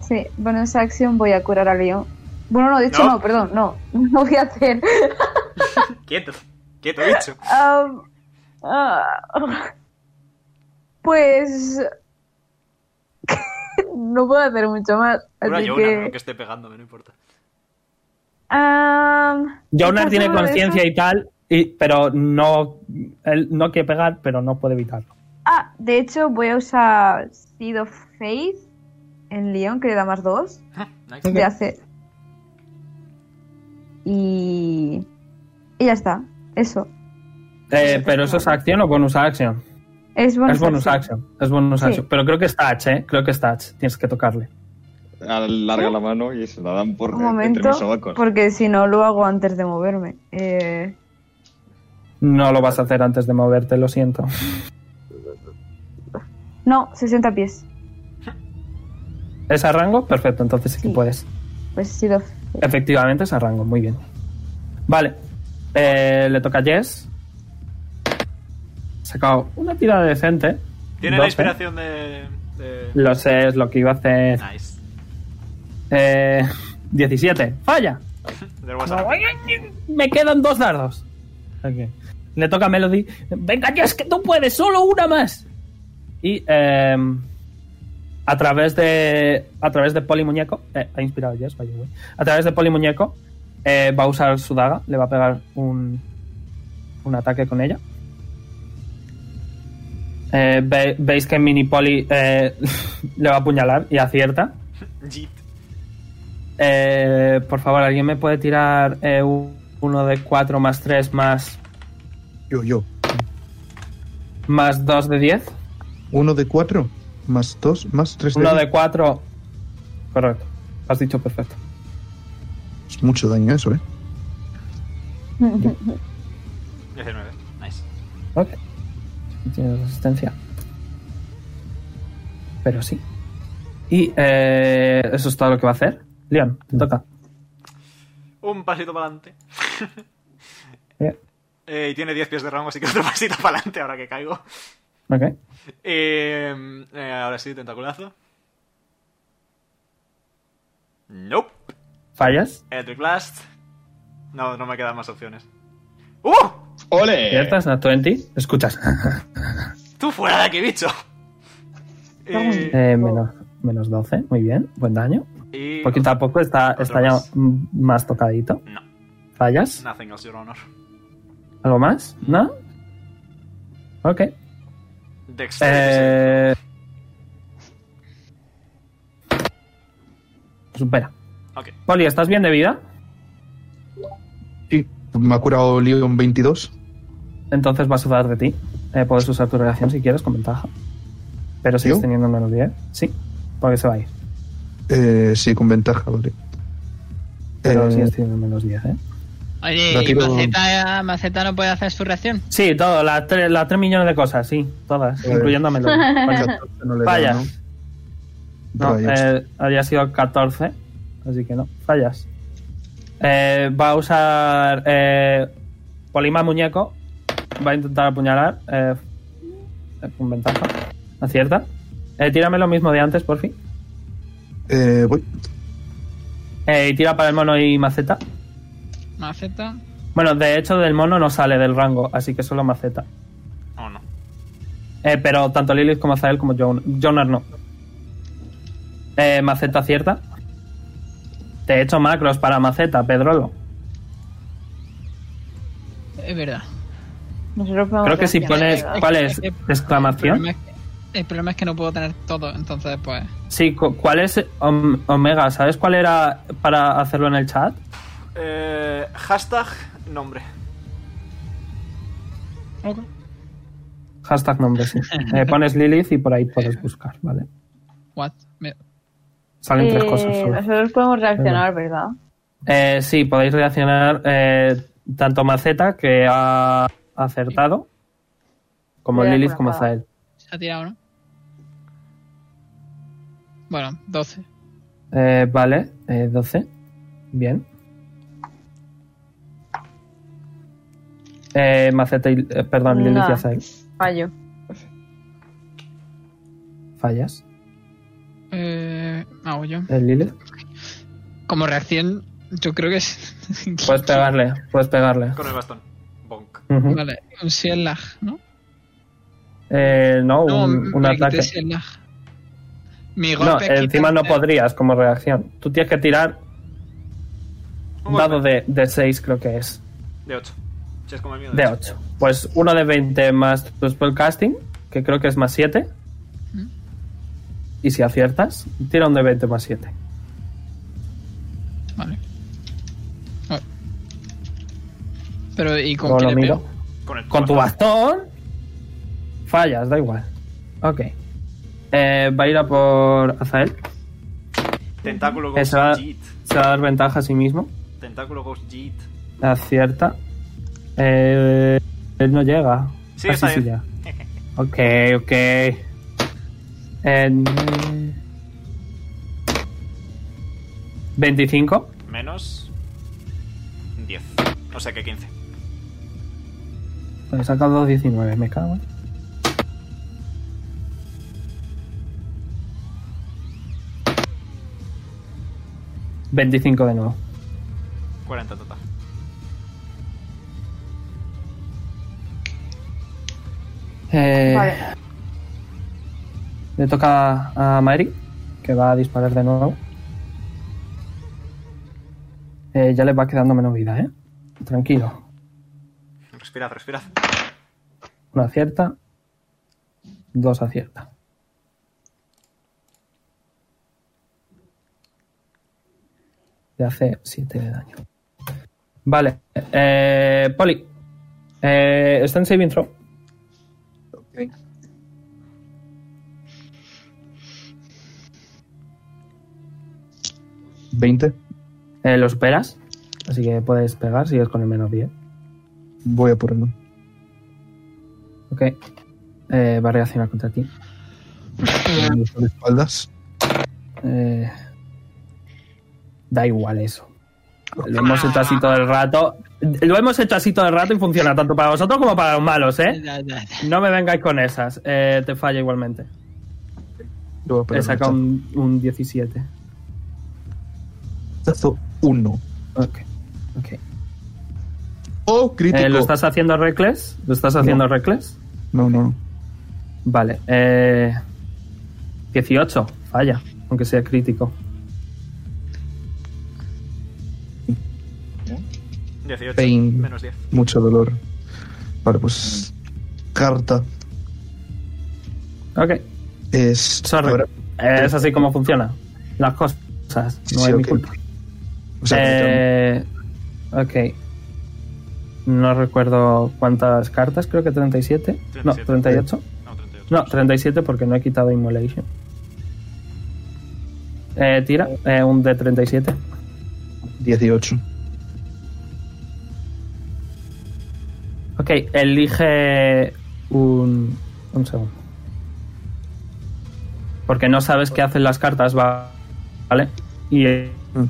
D: Sí, bonus acción voy a curar a Leon. Bueno, no, de hecho
A: No.
D: no, perdón, no. <laughs> No voy a hacer.
A: pecho! ¡Quieto! ¡Quieto, bicho!
D: Am, Um, ah, pues. <laughs> no puedo hacer mucho más.
A: Cura
D: Así
A: yo una,
D: que.
A: no que esté pegándome, no importa.
D: am,
C: Jonar tiene
D: ¿estás seguro um, de
C: conciencia
D: eso?
C: y tal, y, pero no. Él no quiere pegar, pero no puede evitarlo.
D: Ah, de hecho voy a usar Seed of Faith en Leon, que le da más dos.
C: Ah,
A: Nice.
D: de hacer. Y... y ya está. Eso.
C: Eh, pero eso es acción o bonus action.
D: Es bonus,
C: es bonus action. Es bonus
D: Sí.
C: action. Pero creo que es touch, ¿eh? Creo que es touch. Tienes que tocarle.
B: Alarga Ah, la mano y se la dan por
D: Un
B: entre
D: momento,
B: mis sobacos.
D: porque si no lo hago antes de moverme. Eh,
C: No lo vas a hacer antes de moverte, lo siento.
D: No, 60 pies.
C: ¿Es a rango? Perfecto, entonces sí que
D: Sí.
C: puedes.
D: Pues Seed of...
C: Efectivamente es a rango, muy bien. Vale. Eh, le toca a Jess. Ha sacado una tirada decente.
A: Tiene la
C: 12.
A: inspiración de. de-
C: Lo sé, es lo que iba a hacer.
A: Nice.
C: Eh, 17. ¡Falla!
A: Del WhatsApp.
C: Me quedan dos dardos. Ok. Le toca a Melody. Venga, Jess, que tú puedes, solo una más. Y eh, a través de a través de Poli Muñeco, eh, ha inspirado a Jess, by the way. A través de Poli Muñeco eh, va a usar su daga, le va a pegar un, un ataque con ella. Eh, ve- veis que Minipoli eh, <laughs> le va a apuñalar y acierta.
A: Jeet.
C: Eh, por favor, ¿alguien me puede tirar eh, un- uno de 4 más 3 más,
F: Yo, yo.
C: más 2 de 10?
F: Uno de cuatro, más dos, más tres de
C: Uno
F: diez.
C: de 4. Correcto. Has dicho perfecto.
F: Es mucho daño eso, ¿eh?
A: 19. Nice.
C: Ok. Tiene resistencia. Pero sí. Y eh, eso es todo lo que va a hacer. Leon, te toca.
A: Un pasito para adelante.
C: Eh,
A: Eh, y tiene 10 pies de rango, así que otro <laughs> pasito para adelante ahora que caigo.
C: ok.
A: Eh, eh, ahora sí, tentaculazo. Nope.
C: Fallas.
A: Electric Blast. No, no me quedan más opciones. ¡Uh!
B: ¡Ole!
C: Ciertas, Nat 20. Escuchas.
A: ¡Tú fuera de aquí, bicho! Eh,
C: <laughs> Eh, menos, menos 12. Muy bien. Buen daño.
A: y...
C: Poquito a poco está,
A: Otro
C: está ya
A: más.
C: m- más tocadito.
A: No.
C: ¿Fallas?
A: Nothing else, Your Honor.
C: ¿Algo más? ¿No? Ok.
A: Dexterity.
C: Eh... Supera.
A: Ok.
C: Poli, ¿estás bien de vida?
F: Sí, me ha curado Leon 22.
C: Entonces vas a usar de ti. Eh, puedes usar tu reacción si quieres, con ventaja. Pero sigues
F: ¿Yo?
C: teniendo menos 10. Sí, porque se va a ir.
F: Eh, sí, con ventaja, vale.
C: Pero
F: Eh,
C: sigues teniendo menos 10, ¿eh?
E: Oye,
F: Lo
E: ¿y
F: tiro-
E: Maceta, eh, Maceta no puede hacer su reacción?
C: Sí, todo, las 3 millones de cosas, sí, todas,
F: Eh.
C: incluyendo
F: <laughs>
C: a Melody. <laughs>
F: al 14 no le da,
C: Fallas.
F: ¿no?
C: No,
F: Rayos.
C: eh, había sido 14, así que no, fallas. Eh, va a usar eh, Polima Muñeco, va a intentar apuñalar eh, eh, con ventaja, acierta. Eh, tírame lo mismo de antes, por fin.
F: Eh, voy.
C: Eh, y tira para el mono y maceta.
E: Maceta.
C: Bueno, de hecho del mono no sale del rango, así que solo maceta.
A: Oh, no.
C: Eh, pero tanto Lilith como Zael como Jon- Jonar no. Eh, maceta acierta. Te he hecho macros para maceta, Pedrolo.
E: Es verdad.
D: Nosotros podemos
C: Creo que si
D: hacer-
C: pones. ¿Cuál es?
E: El Eh, problema
C: ¿Exclamación?
E: es que- el problema es que no puedo tener todo, entonces pues...
C: Sí, cu- ¿cuál es Om- Omega? ¿Sabes cuál era para hacerlo en el chat?
A: Eh, hashtag nombre.
E: ok.
C: Hashtag
E: <laughs>
C: nombre, sí. Eh, pones Lilith y por ahí puedes buscar, ¿vale?
E: What? Me-
C: Salen tres
D: Eh,
C: cosas solo.
D: Nosotros podemos reaccionar, ¿verdad?
C: Eh, sí, podéis reaccionar eh, tanto Maceta, que ha acertado, como
D: Voy a
C: Lilith como
D: colocar.
C: Zael.
E: Se ha tirado, ¿no? Bueno, 12.
C: Eh, vale, eh, 12. Bien. Eh, Maceta y. eh, perdón, Lilith
D: Nada.
C: y Zael.
D: Fallo.
C: Fallas.
E: Eh, hago yo.
C: El Lilith.
E: Como reacción, yo creo que es...
C: Puedes
E: <laughs>
C: pegarle, puedes pegarle.
A: Con el bastón. Bonk.
C: Ujú.
E: Vale, un Seal Lag, ¿no?
C: Eh, no,
E: No,
C: un, un
E: me quité
C: ataque.
E: Seal Lag. Mi golpe
C: No, eh,
E: quita-
C: encima no podrías como reacción. Tú tienes que tirar un dado de, de 6, creo que es.
A: De 8. Si es como el mío.
C: De 8. Pues uno de 20 más tu spellcasting, que creo que es más 7. Y si aciertas, tira un de 20 más 7.
E: Vale. Vale. Pero, ¿y con
C: Luego
E: qué
C: lo
E: le
C: miro.
E: pego?
A: Con el
C: Con tu bastón. Fallas, da igual. Ok. Eh, va a ir a por Azael.
A: Tentáculo goes
C: Esa-
A: Jeet.
C: Se va a dar ventaja a sí mismo.
A: Tentáculo goes Jeet.
C: Acierta. Eh, él no llega.
A: Sí,
C: Ah,
A: está
C: sí,
A: bien.
C: llega. Ok, ok. En- 25.
A: Menos 10. O sea que 15.
C: Pues he sacado 19, me cago. en- Veinticinco de nuevo.
A: 40 total.
C: Eh,
D: Vale.
C: Le toca a Mary, que va a disparar de nuevo. Eh, ya le va quedando menos vida, ¿eh? Tranquilo.
A: Respirad, respirad.
C: Una cierta. Dos acierta. Le hace 7 de daño. Vale. Eh, Poli. Eh, está en saving throw.
B: Ok.
F: ¿20?
C: Eh, lo esperas. Así que puedes pegar, sigues con el menos 10.
F: Voy a por uno.
C: Ok. Eh, va a reaccionar contra ti.
F: Sobre espaldas.
C: Eh, da igual eso. Lo hemos hecho así todo el rato. Lo hemos hecho así todo el rato y funciona tanto para vosotros como para los malos, ¿eh?
E: Ya, ya, ya.
C: No me vengáis con esas. Eh, te falla igualmente.
F: Lo voy a
C: He
F: poner
C: sacado un, un 17.
F: rechazo uno.
C: Ok. Ok.
F: Oh, crítico.
C: Eh, ¿Lo estás haciendo reckless? ¿Lo estás haciendo reckless?
F: No, no.
C: Vale. Eh, 18. Falla. Aunque sea crítico.
G: 18,
F: Pain.
G: menos 10.
F: Mucho dolor. Vale, pues. Carta.
C: Ok.
F: Es.
C: Sorry.
F: ahora-
C: Eh, es así como funciona. Las cosas.
F: Sí,
C: No
F: sí,
C: es mi
F: ok.
C: culpa.
F: O sea,
C: Eh, ok. No recuerdo cuántas cartas, creo que 37. No,
G: 37.
C: 38.
G: No, 38.
C: No, 37 porque no he quitado Immolation. Eh, tira, eh, un de 37.
F: 18.
C: Ok, elige un, un segundo. Porque no sabes qué hacen las cartas, va- ¿vale? Y eh,
F: Mm.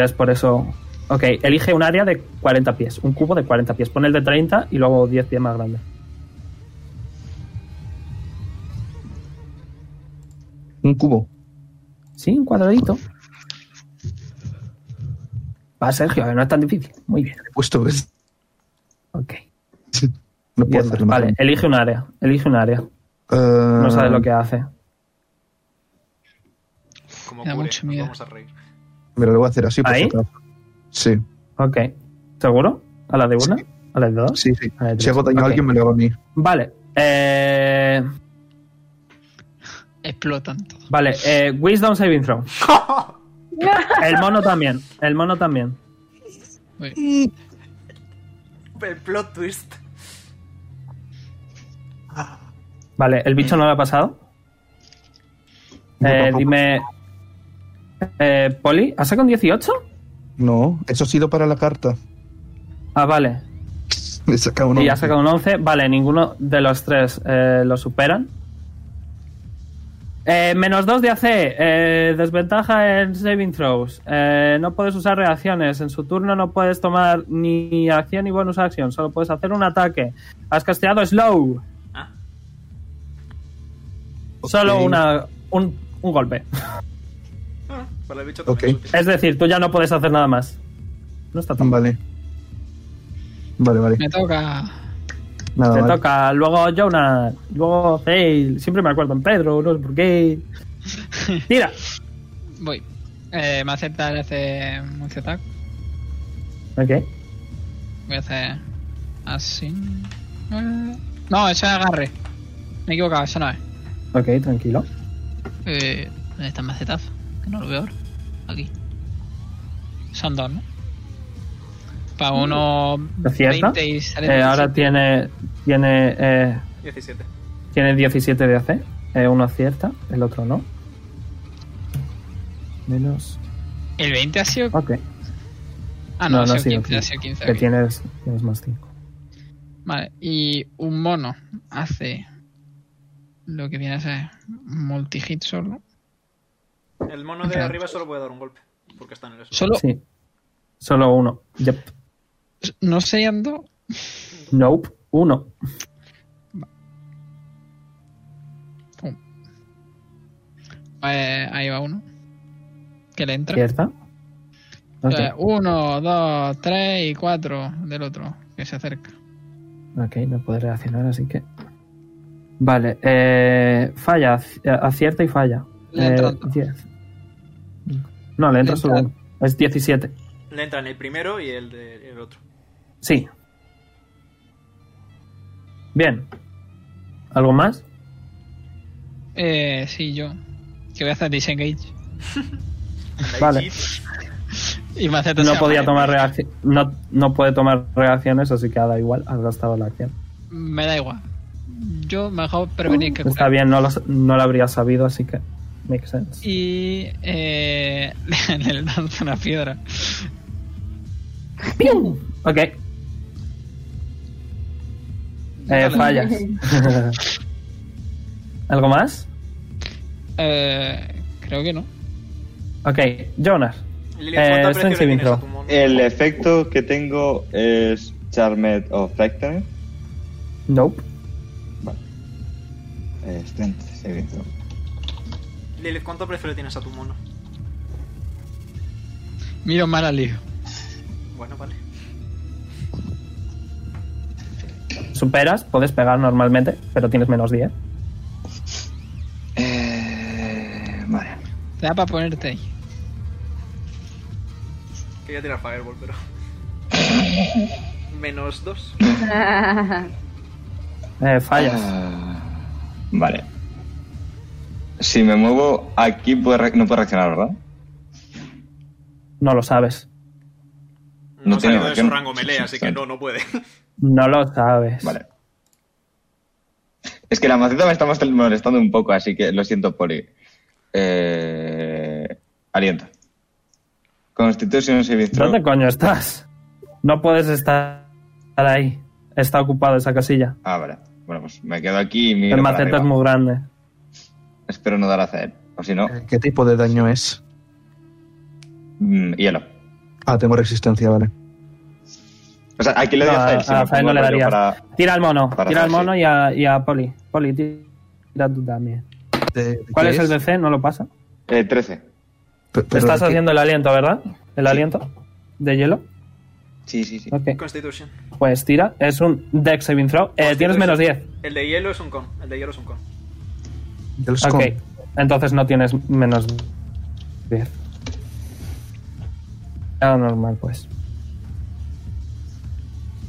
C: es por eso... Ok, elige un área de 40 pies, un cubo de 40 pies. Pon el de 30 y luego 10 pies más grande.
F: Un cubo.
C: Sí, un cuadradito. Va, Sergio, no es tan difícil. Muy bien.
F: He puesto. ¿ves?
C: Ok.
F: No puedo Eh,
C: Diez
F: hacerlo.
C: más. Vale, elige un área. Elige un área. No sabes
F: Ah.
C: lo que hace.
G: Como
E: Da
G: cure,
E: mucho
G: nos
E: miedo.
G: vamos a reír.
F: Mira, lo voy a hacer así. por
C: ¿Ahí?
F: si acaso. Sí,
C: Ok. ¿Seguro? ¿A la de una? ¿A la de dos?
F: sí, sí.
C: A la de
F: Si
C: tres.
F: hago daño
C: Ok.
F: a alguien, me lo hago a mí.
C: Vale. Eh,
E: Explotan todo.
C: vale. Eh, Wisdom
F: <laughs>
C: Saving Throw. El mono también. El mono también.
G: El plot twist.
C: Vale, el bicho no lo ha pasado.
F: Yo
C: Eh,
F: tampoco.
C: dime. Eh, Poli, ¿has sacado un 18?
F: No, eso ha sido para la carta.
C: Ah, vale.
F: He sacado uno.
C: Y ha sacado un 11. Vale, ninguno de los tres eh, lo superan. Eh, menos 2 de AC. eh, desventaja en saving throws. Eh, no puedes usar reacciones. En su turno no puedes tomar ni acción ni bonus action. Solo puedes hacer un ataque. Has casteado slow.
G: Ah.
C: Solo
F: Ok.
C: una, un, un golpe.
G: Ah, para el bicho
F: Ok.
G: también es útil.
C: Es decir, tú ya no puedes hacer nada más. No está tan mal.
F: Vale. Vale, vale.
E: Me toca.
F: Nada
C: Te
F: mal.
C: toca. Luego Jonah. Luego Zale. Siempre me acuerdo en Pedro. No sé por qué. Tira.
E: Voy. Eh, me acepta el hace mucho attack.
C: Ok.
E: Voy a hacer así. Eh, No, eso es agarre. Me he equivocado, eso no es.
C: Ok, tranquilo.
E: Eh, ¿Dónde está el macetazo? Que no lo veo ahora. Aquí. Son dos, ¿no? Para uno.
C: ¿Acierta?
E: 20 y sale
C: Mm. Eh,
E: 17.
C: ahora tiene tiene eh,
G: 17.
C: tiene 17 de AC. Eh, uno acierta, el otro no. Menos.
E: El 20 ha sido.
C: Ok.
E: Ah, no,
C: no, no
E: ha
C: ha sido
E: sido 15. Ha sido 15.
C: Que
E: ok.
C: tienes, tienes más 5.
E: Vale, y un mono hace lo que viene a ser multi-hit solo.
G: El mono de
E: Claro.
G: arriba solo puede dar un golpe. Porque está en el
E: Solo
G: suelo.
C: Sí. Solo uno. Yep.
E: no serían dos.
C: Nope. Uno.
E: Pum. Eh, ahí va uno. Que le entra.
C: Acierta. Ok.
E: Eh, uno, dos, tres y cuatro del otro que se acerca.
C: Ok, no puede reaccionar, así que. Vale, eh, falla, ac- acierta y falla.
E: Le
C: Eh,
E: entra otro.
C: 10. No, le entra
E: Le
C: solo
E: entra-
C: uno. Es 17.
G: Le entran el primero y el, de, el otro.
C: Sí. Bien. ¿Algo más?
E: Eh, sí, yo. Que voy a hacer disengage.
C: Vale.
E: Y me hace
C: No podía tomar reacciones. No, no puede tomar reacciones, así que da igual. Has gastado la acción.
E: Me da igual. Yo mejor prevenir que
C: Uh, Está
E: curar.
C: bien, no lo, no lo habría sabido, así que. Makes sense.
E: Y eh, <laughs> le lanzo una piedra.
C: ¡Pium! Ok. Eh, fallas. ¿Algo más?
E: Eh, creo que no.
C: Ok, Jonas.
A: Lilian, ¿cuánta
C: Eh,
A: presión le
C: Sensi
A: tienes a
C: Vintro.
A: tu mono?
B: El efecto que tengo es Charmed of Fractal.
C: Nope.
B: Eh, Strength, saving throw.
A: Lilith, ¿cuánto precio le tienes a tu mono?
E: Miro mal al hijo.
A: Bueno, vale.
C: Superas, puedes pegar normalmente, pero tienes menos 10.
B: Eh, vale.
E: Te da para ponerte ahí.
A: Quería tirar Fireball, pero. <laughs> Menos dos.
C: Eh, fallas.
B: Ah, vale. Si me muevo aquí puedo re- no puedo reaccionar, ¿verdad?
C: No lo sabes.
A: No,
B: No
A: ha
B: tiene
A: salido de
B: reacción.
A: su rango melee, así que no, no puede. <laughs>
C: No lo sabes.
B: Vale. Es que la maceta me está mol- molestando un poco, así que lo siento, Poli. Eh, aliento. Constitution Saving Throw.
C: ¿Dónde coño estás? No puedes estar ahí. Está ocupada esa casilla.
B: Ah, vale. Bueno, pues me quedo aquí y miro
C: El
B: para
C: maceta es
B: arriba.
C: muy grande.
B: Espero no dar a él. O si no,
F: ¿Qué tipo de daño es?
B: mm, hielo.
F: Ah, tengo resistencia, vale.
B: O sea, aquí le
C: No,
B: doy a
C: a-
B: Zael. si me
C: a Zael
B: pongo
C: no le
B: rollo
C: darías.
B: para-
C: Tira al mono.
B: Para
C: Tira al
B: Zael,
C: mono
B: sí.
C: y a, y a Poli. Poli, tira tú también.
F: ¿De- de
C: ¿Cuál
F: qué
C: es el DC? ¿No lo pasa?
B: Eh, 13.
F: Pe- pero
C: Estás
F: ¿de qué?
C: haciendo el aliento, ¿verdad? ¿El aliento? ¿De hielo?
B: Sí, sí, sí.
C: Ok.
A: Constitution.
C: Pues tira. Es un Dex Saving Throw. Eh, tienes
B: pues
A: Constitution.
C: menos 10.
A: El de hielo es un con. El de hielo es un con.
F: de los
C: Ok.
F: con-
C: Entonces no tienes menos 10. Nada normal, pues.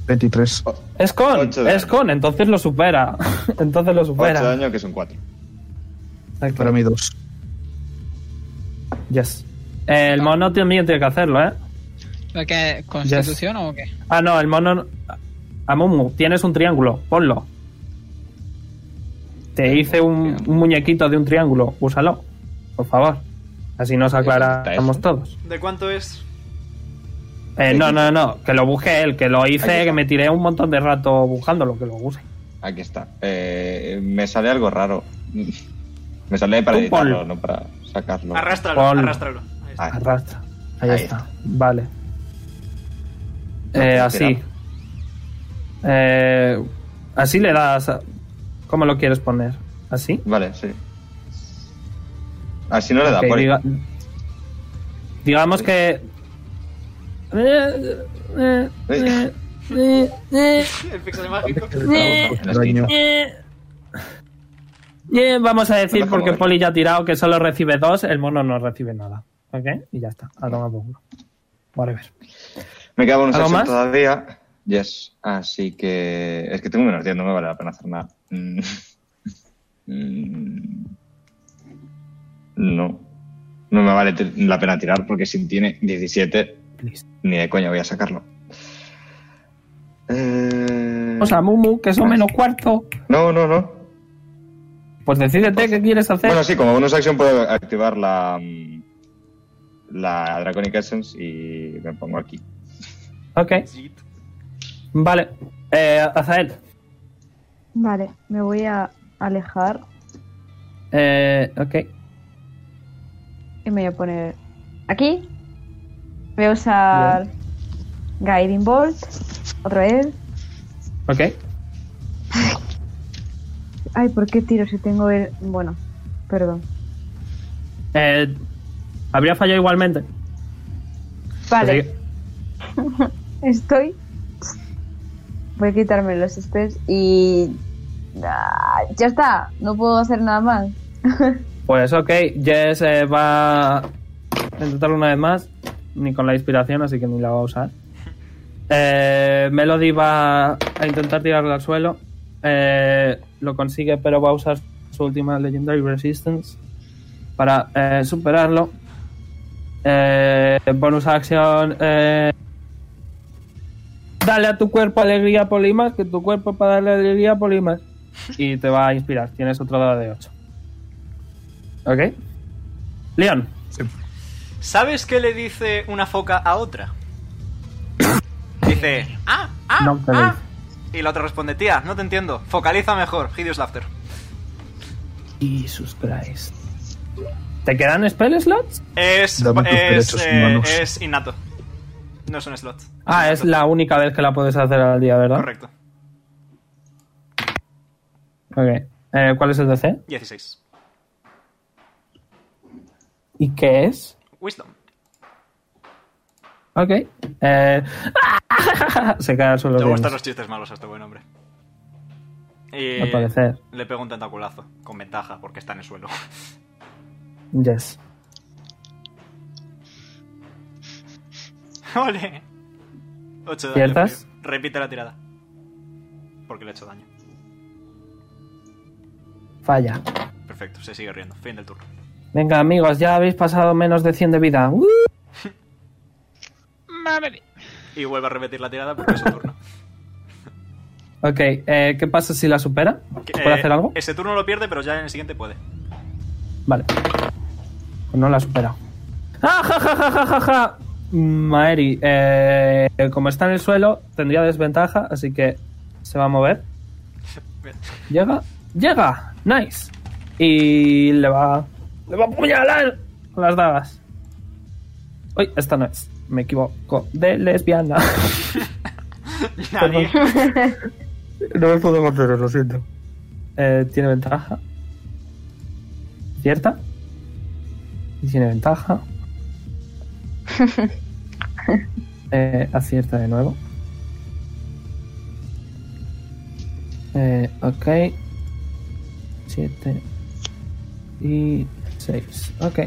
F: 23.
C: Es con,
B: Ocho de
C: es
B: daño.
C: con, entonces lo supera. <laughs> entonces lo
B: 8
C: supera.
B: daño, que son 4.
C: Ok,
F: Para mí, dos.
C: yes. Eh, El mono también tiene que hacerlo, ¿eh?
E: ¿Pero ¿Qué? ¿Constitución o qué?
C: Ah, no, el mono. no- Amumu, tienes un triángulo, ponlo. Te hice un, un muñequito de un triángulo, úsalo, por favor. Así nos aclaramos
B: está
C: todos.
A: ¿De cuánto es?
C: Eh, no, no, no, que lo busque él, que lo
B: Aquí
C: hice,
B: está.
C: que me tiré un montón de rato buscándolo, que lo use.
B: Aquí está. Eh, me sale algo raro. <laughs> Me sale para
C: Tú
B: editarlo,
C: ponlo.
B: no para sacarlo.
A: Arrástralo,
C: Pon-
A: arrástralo. Ahí está.
B: Ah,
C: Arrastra. Ahí,
B: Ahí
C: está.
B: está.
C: Vale.
B: No
C: Eh,
B: puedo
C: así.
B: tirar.
C: Eh, así le das. a- ¿Cómo lo quieres poner? ¿Así?
B: Vale, sí. Así no le da,
C: Ok,
B: por
C: diga- digamos que.
B: Eh.
A: El pixel mágico.
F: Daño.
C: Eh, Vamos a decir,
B: Déjalo
C: porque
B: ver.
C: Poli ya ha tirado que solo recibe dos, el mono no recibe nada. ¿Ok? Y ya está. A tomar por culo. Whatever.
B: Me queda bonus
C: ¿Algo
B: action
C: más?
B: todavía. Yes. Así que. Es que tengo menos 10, no me vale la pena hacer nada. Mm. <laughs> Mm. no. No me vale t- la pena tirar porque si tiene 17,
C: Please.
B: ni de coña voy a sacarlo. Eh,
C: O sea, Mumu, que son menos cuarto.
B: no, no, no.
C: Pues decídete qué quieres hacer.
B: Bueno, sí, como bonus action puedo activar la. mm, La Draconic Essence y me pongo aquí.
C: Ok. Vale. Eh, Azael.
D: <laughs> Vale, me voy a alejar
C: Eh, ok.
D: y me voy a poner aquí. Voy a usar Guiding Bolt otra vez.
C: Ok.
D: Ay, ¿por qué tiro si tengo el... Bueno, perdón.
C: Eh, Habría fallado igualmente.
D: Vale,
C: Así que-
D: estoy... Voy a quitarme los estés y... Ah, ya está, no puedo hacer nada más. <laughs>
C: Pues ok, Jess eh, va a intentarlo una vez más, ni con la inspiración, así que ni la va a usar. Eh, Melody va a intentar tirarlo al suelo, Eh, lo consigue, pero va a usar su última Legendary Resistance. Para eh, superarlo, eh, bonus acción. eh, dale a tu cuerpo alegría polimas, que tu cuerpo para darle alegría polimas. Y te va a inspirar. Tienes otro dado de 8. ¿Ok? Leon.
A: ¿Sabes qué le dice una foca a otra? Dice, ah, ah,
C: No, pero-
A: ah. Y la otra responde, tía, no te entiendo. Focaliza mejor. Hideous Laughter.
C: Jesus Christ. ¿Te quedan spell slots?
A: Es,
F: Dame tus
A: es,
F: derechos
A: eh,
F: humanos.
A: es innato. No es un slot.
C: Ah, es la única vez que la puedes hacer al día, ¿verdad?
A: Correcto.
C: Ok. Eh, ¿Cuál es el DC?
A: 16.
C: ¿Y qué es?
A: Wisdom.
C: Ok. Eh, <laughs> se cae al suelo.
A: Te gustan
C: riendo.
A: los chistes malos a este buen hombre. Y
C: Al parecer.
A: le pego un tentaculazo, con ventaja, porque está en el suelo. <laughs>
C: Yes.
A: ¡Ole! 8 daño.
C: ¿Ciertas?
A: frío. Repite la tirada. Porque le he hecho daño.
C: Falla.
A: Perfecto, se sigue riendo. Fin del turno.
C: Venga, amigos, ya habéis pasado menos de 100 de vida. ¡Uh!
E: Maverick.
A: Y vuelve a repetir la tirada porque es su turno.
C: Ok, eh, ¿qué pasa si la supera? <laughs> ¿Puede
A: Eh,
C: hacer algo?
A: Ese turno lo pierde, pero ya en el siguiente
C: <laughs>
A: puede.
C: Vale. Pues No la supera. ¡Ah, ja, ja, ja, ja, ja, ja! Maeri, eh, como está en el suelo, tendría desventaja, así que se va a mover. Llega, llega, nice. Y le va, le va a apuñalar con las dagas. Uy, esta no es, me equivoco, de lesbiana. <laughs>
A: Nadie.
F: No me puedo contener, lo siento.
C: Eh, tiene ventaja. ¿Cierta? Y tiene ventaja. Eh, acierta de nuevo. Eh, ok. 7 y 6. Ok.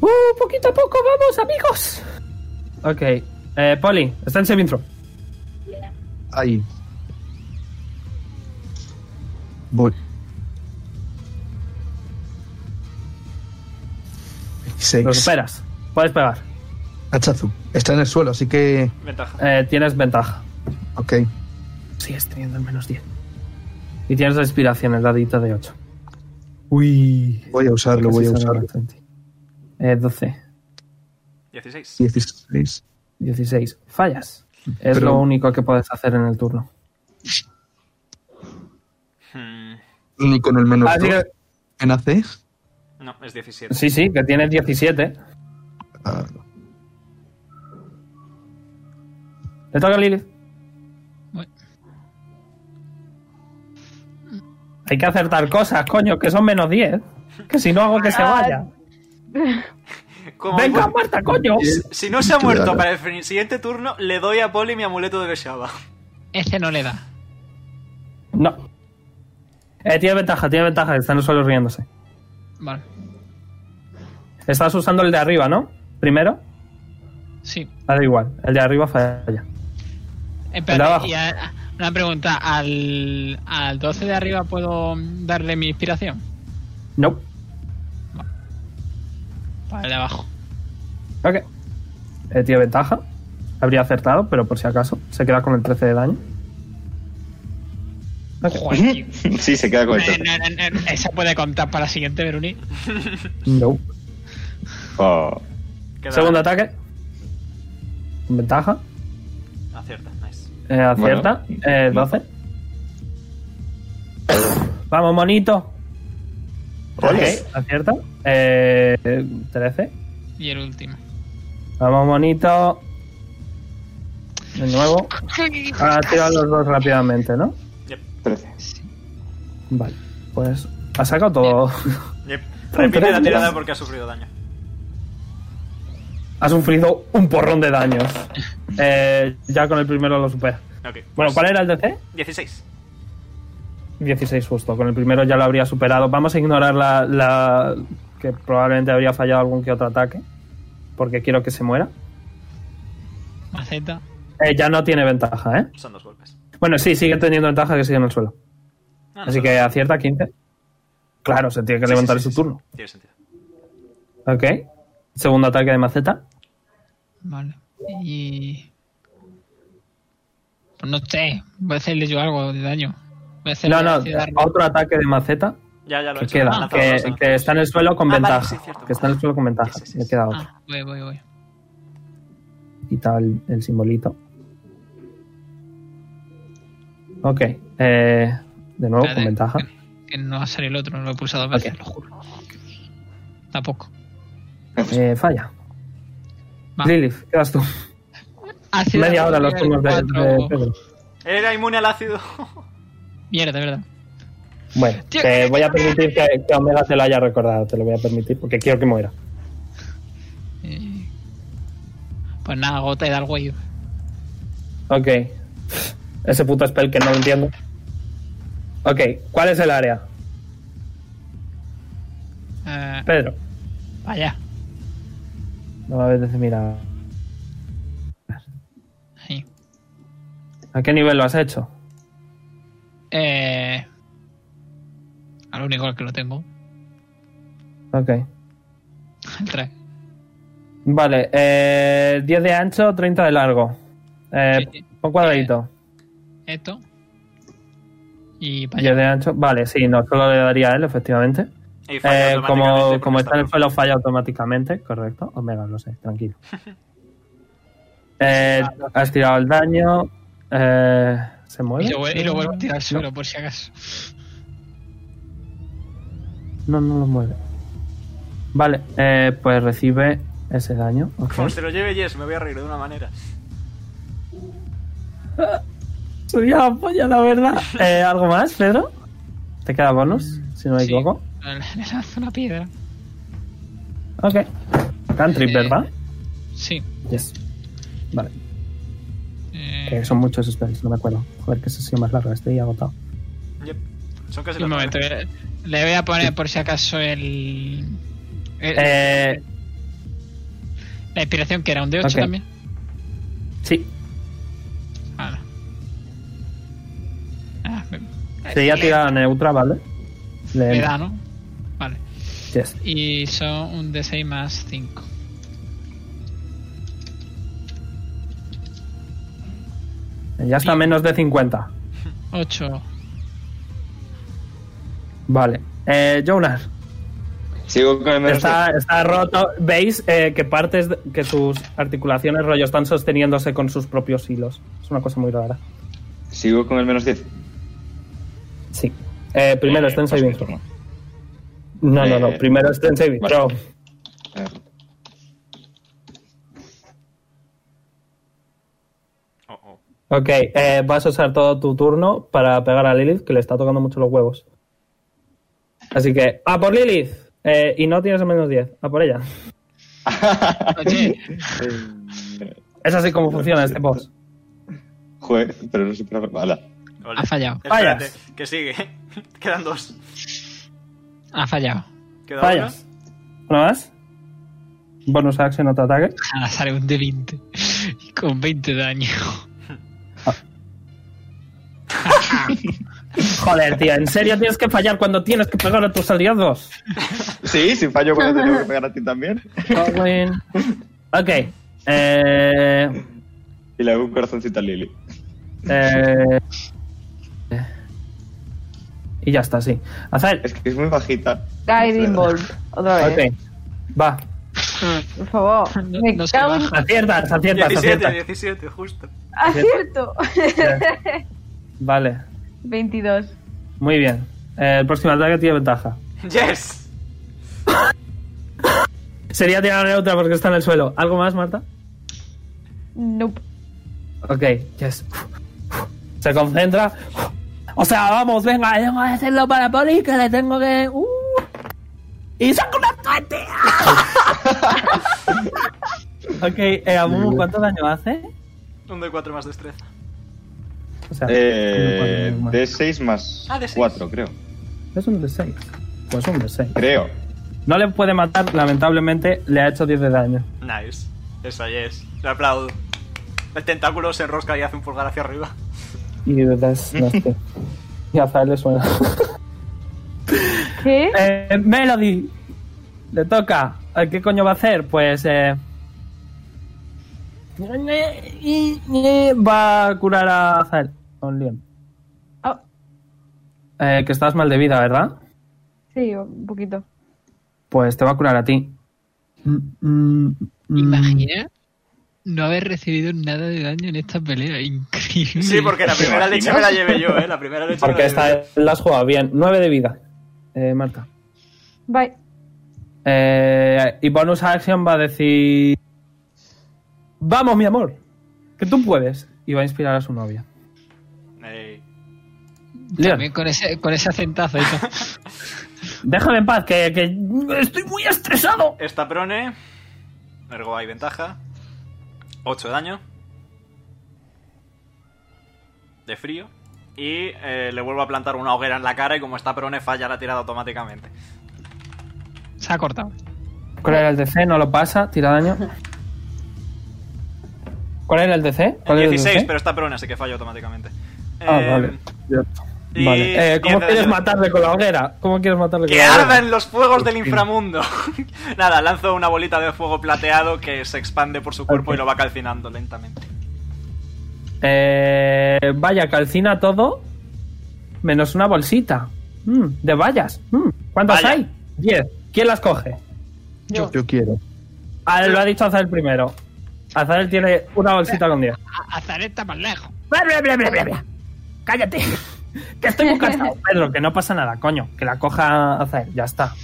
C: ¡Uh! Poquito a poco, vamos, amigos. Ok. Eh, Poli, está en saving throw.
F: Ahí. Voy. 26.
C: Lo superas. Puedes pegar.
F: Hachazo. Está en el suelo, así que.
A: Ventaja.
C: Eh, tienes ventaja.
F: Ok.
C: Sigues teniendo el menos 10. Y tienes la inspiración, el dadito de 8.
F: Uy. Voy a usarlo, voy a usarlo.
C: Eh, 12,
A: 16.
F: 16.
C: 16. Fallas. Es
F: Pero-
C: lo único que puedes hacer en el turno.
A: Hmm,
F: Ni con el menos
C: Así
F: 2.
C: que-
F: ¿En AC?
A: No, es 17.
C: Sí, sí, que tienes 17.
F: Ah,
C: Le toca a Lilith.
E: Voy.
C: Hay que acertar cosas, coño, que son menos 10. Que si no hago que se vaya.
A: Como-
C: ¡Venga, Marta, coño!
A: Si no se ha muerto
F: Claro.
A: para el fin- siguiente turno, le doy a Poli mi amuleto de Beshaba.
E: Este no le da.
C: No. Eh, tiene ventaja, tiene ventaja, que está en el suelo riéndose.
E: Vale.
C: Estás usando el de arriba, ¿no? Primero.
E: Sí. Eh,
C: Ah, Da igual, el de arriba falla.
E: Espérate,
C: abajo.
E: y a- una pregunta. ¿Al, ¿Al 12 de arriba puedo darle mi inspiración?
C: No.
E: Para el de abajo.
C: Ok. Eh, tiene ventaja. Habría acertado, pero por si acaso. Se queda con el 13 de daño. Ok.
E: Joder, tío.
M: <laughs>
B: Sí, se queda con el
C: Pues
E: Eh,
B: toque.
E: no, no, no, Esa puede contar para la siguiente, Veruni.
C: No.
B: Oh,
A: <laughs> Queda-
C: Segundo ataque. Con ventaja.
A: Acierta, nice.
C: Eh, acierta.
B: Bueno.
C: Eh, 12. Vamos, monito.
B: Ole.
C: Ok, acierta. Eh, 13.
E: Y el último.
C: Vamos, monito. De nuevo. Ahora tirar los dos rápidamente, ¿no?
B: trece.
C: Vale. Pues ha sacado todo.
A: Yep. Repite la
C: tres.
A: tirada porque ha sufrido daño.
C: ha sufrido un porrón de daños. Eh, ya con el primero lo supera.
A: Ok.
C: Bueno, ¿cuál era el DC?
A: 16.
C: 16 justo. Con el primero ya lo habría superado. Vamos a ignorar la, la- que probablemente habría fallado algún que otro ataque. Porque quiero que se muera.
E: Maceta.
C: Eh, ya no tiene ¿eh? ventaja, ¿eh?
A: Son dos golpes.
C: Bueno, sí, sigue teniendo ventaja que sigue en el suelo. Ah, no Así que acierta 15. Claro, se tiene que
A: Sí, sí,
C: levantar
A: sí,
C: su
A: sí, sí.
C: turno.
A: Tiene sentido.
C: Ok. Segundo ataque de maceta.
E: Vale. Y. Pues no sé. Voy a hacerle yo algo de daño. Voy a hacerle
C: No, no,
E: hacer daño.
C: otro ataque de maceta
A: Ya, ya lo he
C: que
A: hecho.
C: queda.
A: Ah,
C: que,
A: lanzado,
C: que está en el suelo con
A: Ah, vale,
C: ventaja.
A: sí, cierto.
C: que está en el suelo con ventaja.
A: Sí, sí,
C: Me
A: sí.
C: queda otro.
E: Ah, voy, voy, voy.
C: Quitado el, el simbolito. Ok. eh, de nuevo
E: Espérate,
C: con ventaja.
E: que- Que no va a salir el otro, lo he pulsado dos veces, lo juro. Tampoco.
C: Eh, falla.
E: Va.
C: Lilith, quedas tú.
E: Ha sido
C: Media hora los
E: nivel
C: turnos de,
E: cuatro.
C: de Pedro.
A: Era inmune al
C: <laughs>
A: ácido.
E: Mierda, de verdad.
C: Bueno,
E: Tío,
C: te voy a permitir que, que Omega te lo haya recordado. Te lo voy a permitir porque quiero que muera.
E: Eh, Pues nada, gota y dar wave.
C: Ok. Ese puto spell que no lo entiendo. Ok, ¿cuál es el área?
E: Eh,
C: Pedro.
E: vaya.
C: No a veces mira.
E: Ahí.
C: ¿A qué nivel lo has hecho?
E: Eh, al único al que lo tengo. <laughs>
C: Ok.
E: El track.
C: Vale, eh, 10 de ancho, 30 de largo. Eh,
E: Sí.
C: un cuadradito.
E: Esto. Y para
C: 10
E: Eh, allá.
C: de ancho. Vale, sí, no, solo le daría a él, efectivamente.
A: Y falla
C: Eh,
A: automáticamente
C: como
A: porque
C: como está en el
A: bloqueado.
C: suelo, falla automáticamente, correcto. Omega, lo sé, tranquilo. Eh, has tirado el daño. Eh, ¿Se mueve?
E: Y lo, vuel- y lo vuelvo a tirar al suelo, por si acaso.
C: No, no lo mueve. Vale, eh, pues recibe ese daño. ok.
A: Como se lo lleve Jess, me voy a reír de una manera.
C: Sería la polla, la verdad.
E: <laughs>
C: Eh, ¿Algo más, Pedro? ¿Te queda bonus? Si no me
E: Sí.
C: equivoco.
E: Le lanzo una piedra.
C: Ok. Cantrip,
E: Eh,
C: ¿verdad?
E: Sí.
C: Yes. Vale.
E: Eh,
C: Que son muchos spells, no me acuerdo. Joder, que eso ha sido más largo, estoy agotado.
A: Yep. Son casi
E: un
A: las
E: momento.
A: nueve.
E: eh, Le voy a poner por si acaso el. el-
C: Eh,
E: la inspiración que era un D8
C: ok.
E: también.
C: sí,
E: Ah, no. Ah, me,
C: sería tirada neutra, ¿vale? Le-
E: me da, ¿no? Vale.
C: Yes.
E: Y son un D6 más 5.
C: Ya está a menos de 50.
E: 8.
C: Vale. Eh, Jonas,
M: Sigo con el menos
C: está, está roto. ¿Veis eh, que partes, de- que sus articulaciones rollo están sosteniéndose con sus propios hilos? Es una cosa muy rara.
M: 10. Sigo con el menos 10.
C: Sí. Eh, primero, Strength
M: paso
C: Saving
M: mi
C: Throw.
M: turno.
C: No, no,
M: Eh,
C: no. Primero, Strength Saving
M: vale.
C: Throw.
M: A ver.
A: Oh, oh.
C: Ok, eh, vas a usar todo tu turno para pegar a Lilith, que le está tocando mucho los huevos. Así que, ¡a por Lilith! Eh, y no tienes el menos 10, a por ella.
E: Oye,
C: Es así como funciona este boss.
M: <laughs> Joder, pero no superaba. Vale.
A: Ole.
E: ha fallado.
A: Espérate,
C: Fallas.
A: que sigue. <laughs> Quedan dos.
E: Ha fallado. <laughs>
A: Queda
C: Fallas. ¿Una más? Bonus action, otro ataque.
E: Ah, sale un D20. Y <laughs> Con 20 daño.
C: Joder, tío, ¿en serio tienes que fallar cuando tienes que pegar a tus aliados?
M: Sí, si fallo cuando te tengo que pegar a ti también.
C: Colin. Ok. Eh,
M: Y le hago un corazoncito a Lily.
C: eh, y ya está, sí. Hazel.
M: Es que es muy bajita.
K: Guiding Bolt. Otra vez.
C: Ok. Va.
D: Mm,
K: Por favor.
E: <laughs> No-
K: Me
E: no se
K: cago en...
E: baja.
C: Aciertas,
A: una. 17,
C: aciertas, aciertas.
A: 17, justo.
D: Ah,
K: ¡Acierto!
D: <laughs>
C: Vale.
K: 22.
C: Muy bien. Eh, el próximo ataque tiene ventaja.
A: Yes.
C: Sería tirar neutra porque está en el suelo. ¿Algo más, Marta?
K: Nope.
C: Ok, yes. Se concentra. O sea, vamos, venga, tengo que hacerlo para Poli, que le tengo que. ¡Uh! ¡Y saco una tuente! <laughs> ok, eh, Amumu, ¿cuánto daño hace?
A: Un de 4 más destreza.
C: O sea,
M: Eh,
C: ¿cuánto daño
M: de
C: hace?
M: 6 más
A: Ah, de seis.
M: 4, creo.
C: Es un de 6. Pues un de 6.
M: Creo.
C: No le puede matar, lamentablemente, le ha hecho 10 de daño.
A: Nice. Esa yes. Le aplaudo. El tentáculo se enrosca y hace un pulgar hacia arriba.
M: <laughs>
C: Y that's nothing. Y a Zael le suena.
D: ¿Qué?
C: Eh, Melody. Le toca. Eh, ¿Qué coño va a hacer? Pues... Eh... Va a curar a Zael con Leon.
D: Ah.
C: Eh, que estás mal de vida, ¿verdad?
D: Sí, un poquito.
C: Pues te va a curar a ti. Mm.
E: Imagina no haber recibido nada de daño en esta pelea. Increíble.
A: Sí, porque la primera leche me la llevé yo, ¿eh? La primera leche
C: Porque
A: me la
C: esta
A: llevé
C: vez la has jugado bien. 9 de vida, eh, Marta.
D: Bye.
C: Eh, y bonus action va a decir... Vamos, mi amor. Que tú puedes. Y va a inspirar a su novia.
A: yo. Ey.
C: Leon,
E: También con ese, con ese acentazo.
A: <laughs>
E: y todo.
C: déjame en paz, que, que estoy muy estresado.
A: Esta prone. Ergo hay ventaja. 8 de daño. De frío. Y eh, le vuelvo a plantar una hoguera en la cara y como está prone falla la tirada automáticamente.
E: Se ha cortado.
C: ¿Cuál era el DC? No lo pasa, tira daño. ¿Cuál era el DC? ¿Cuál era el
A: 16,
C: DC?
A: pero está prone, así que falla automáticamente.
C: Ah,
A: Eh,
C: vale.
A: y
C: Vale. Eh, ¿Cómo
A: diez de
C: quieres
A: daño.
C: matarle con la hoguera? ¿Cómo quieres matarle con
A: ¡Que
C: la hoguera?
A: arden los
C: Pues
A: fuegos del inframundo! <laughs> Nada, lanzo una bolita de fuego plateado que se expande por su cuerpo
C: Ok.
A: y lo va calcinando lentamente.
C: Eh, vaya, calcina todo. Menos una bolsita. Mm, de vallas. Mm, ¿Cuántas
A: Vaya.
C: hay? Diez. ¿Quién las coge?
F: Yo, quiero.
C: Ah, lo ha dicho Azael primero. Azael tiene una bolsita con diez.
E: A- Azar está más lejos.
C: Bla, bla, bla, bla, bla, bla. Cállate. que estoy muy cansado. Pedro, que no pasa nada, coño. Que la coja Azael. Ya está.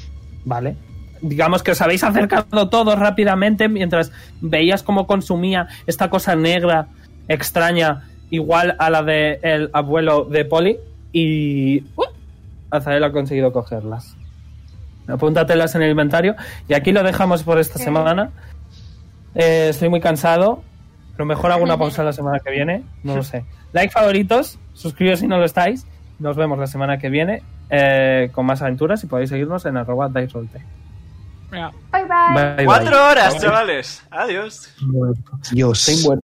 C: Vale. Digamos que os habéis acercado todos rápidamente mientras veías cómo consumía esta cosa negra, extraña, igual a la del abuelo de Polly. Y. ¡Uh! Azael ha conseguido cogerlas. Apúntatelas en el inventario. Y aquí lo dejamos por esta semana. Eh, estoy muy cansado. A lo mejor hago una pausa la semana que viene. No lo sé. Like, favoritos. Suscribiros si no lo estáis. Nos vemos la semana que viene eh, con más aventuras y podéis seguirnos en arroba diceroll.
E: Venga.
S: Bye bye.
C: Bye, bye.
A: ¡Cuatro horas, chavales! ¡Adiós!
F: Dios.
C: Estoy muerto.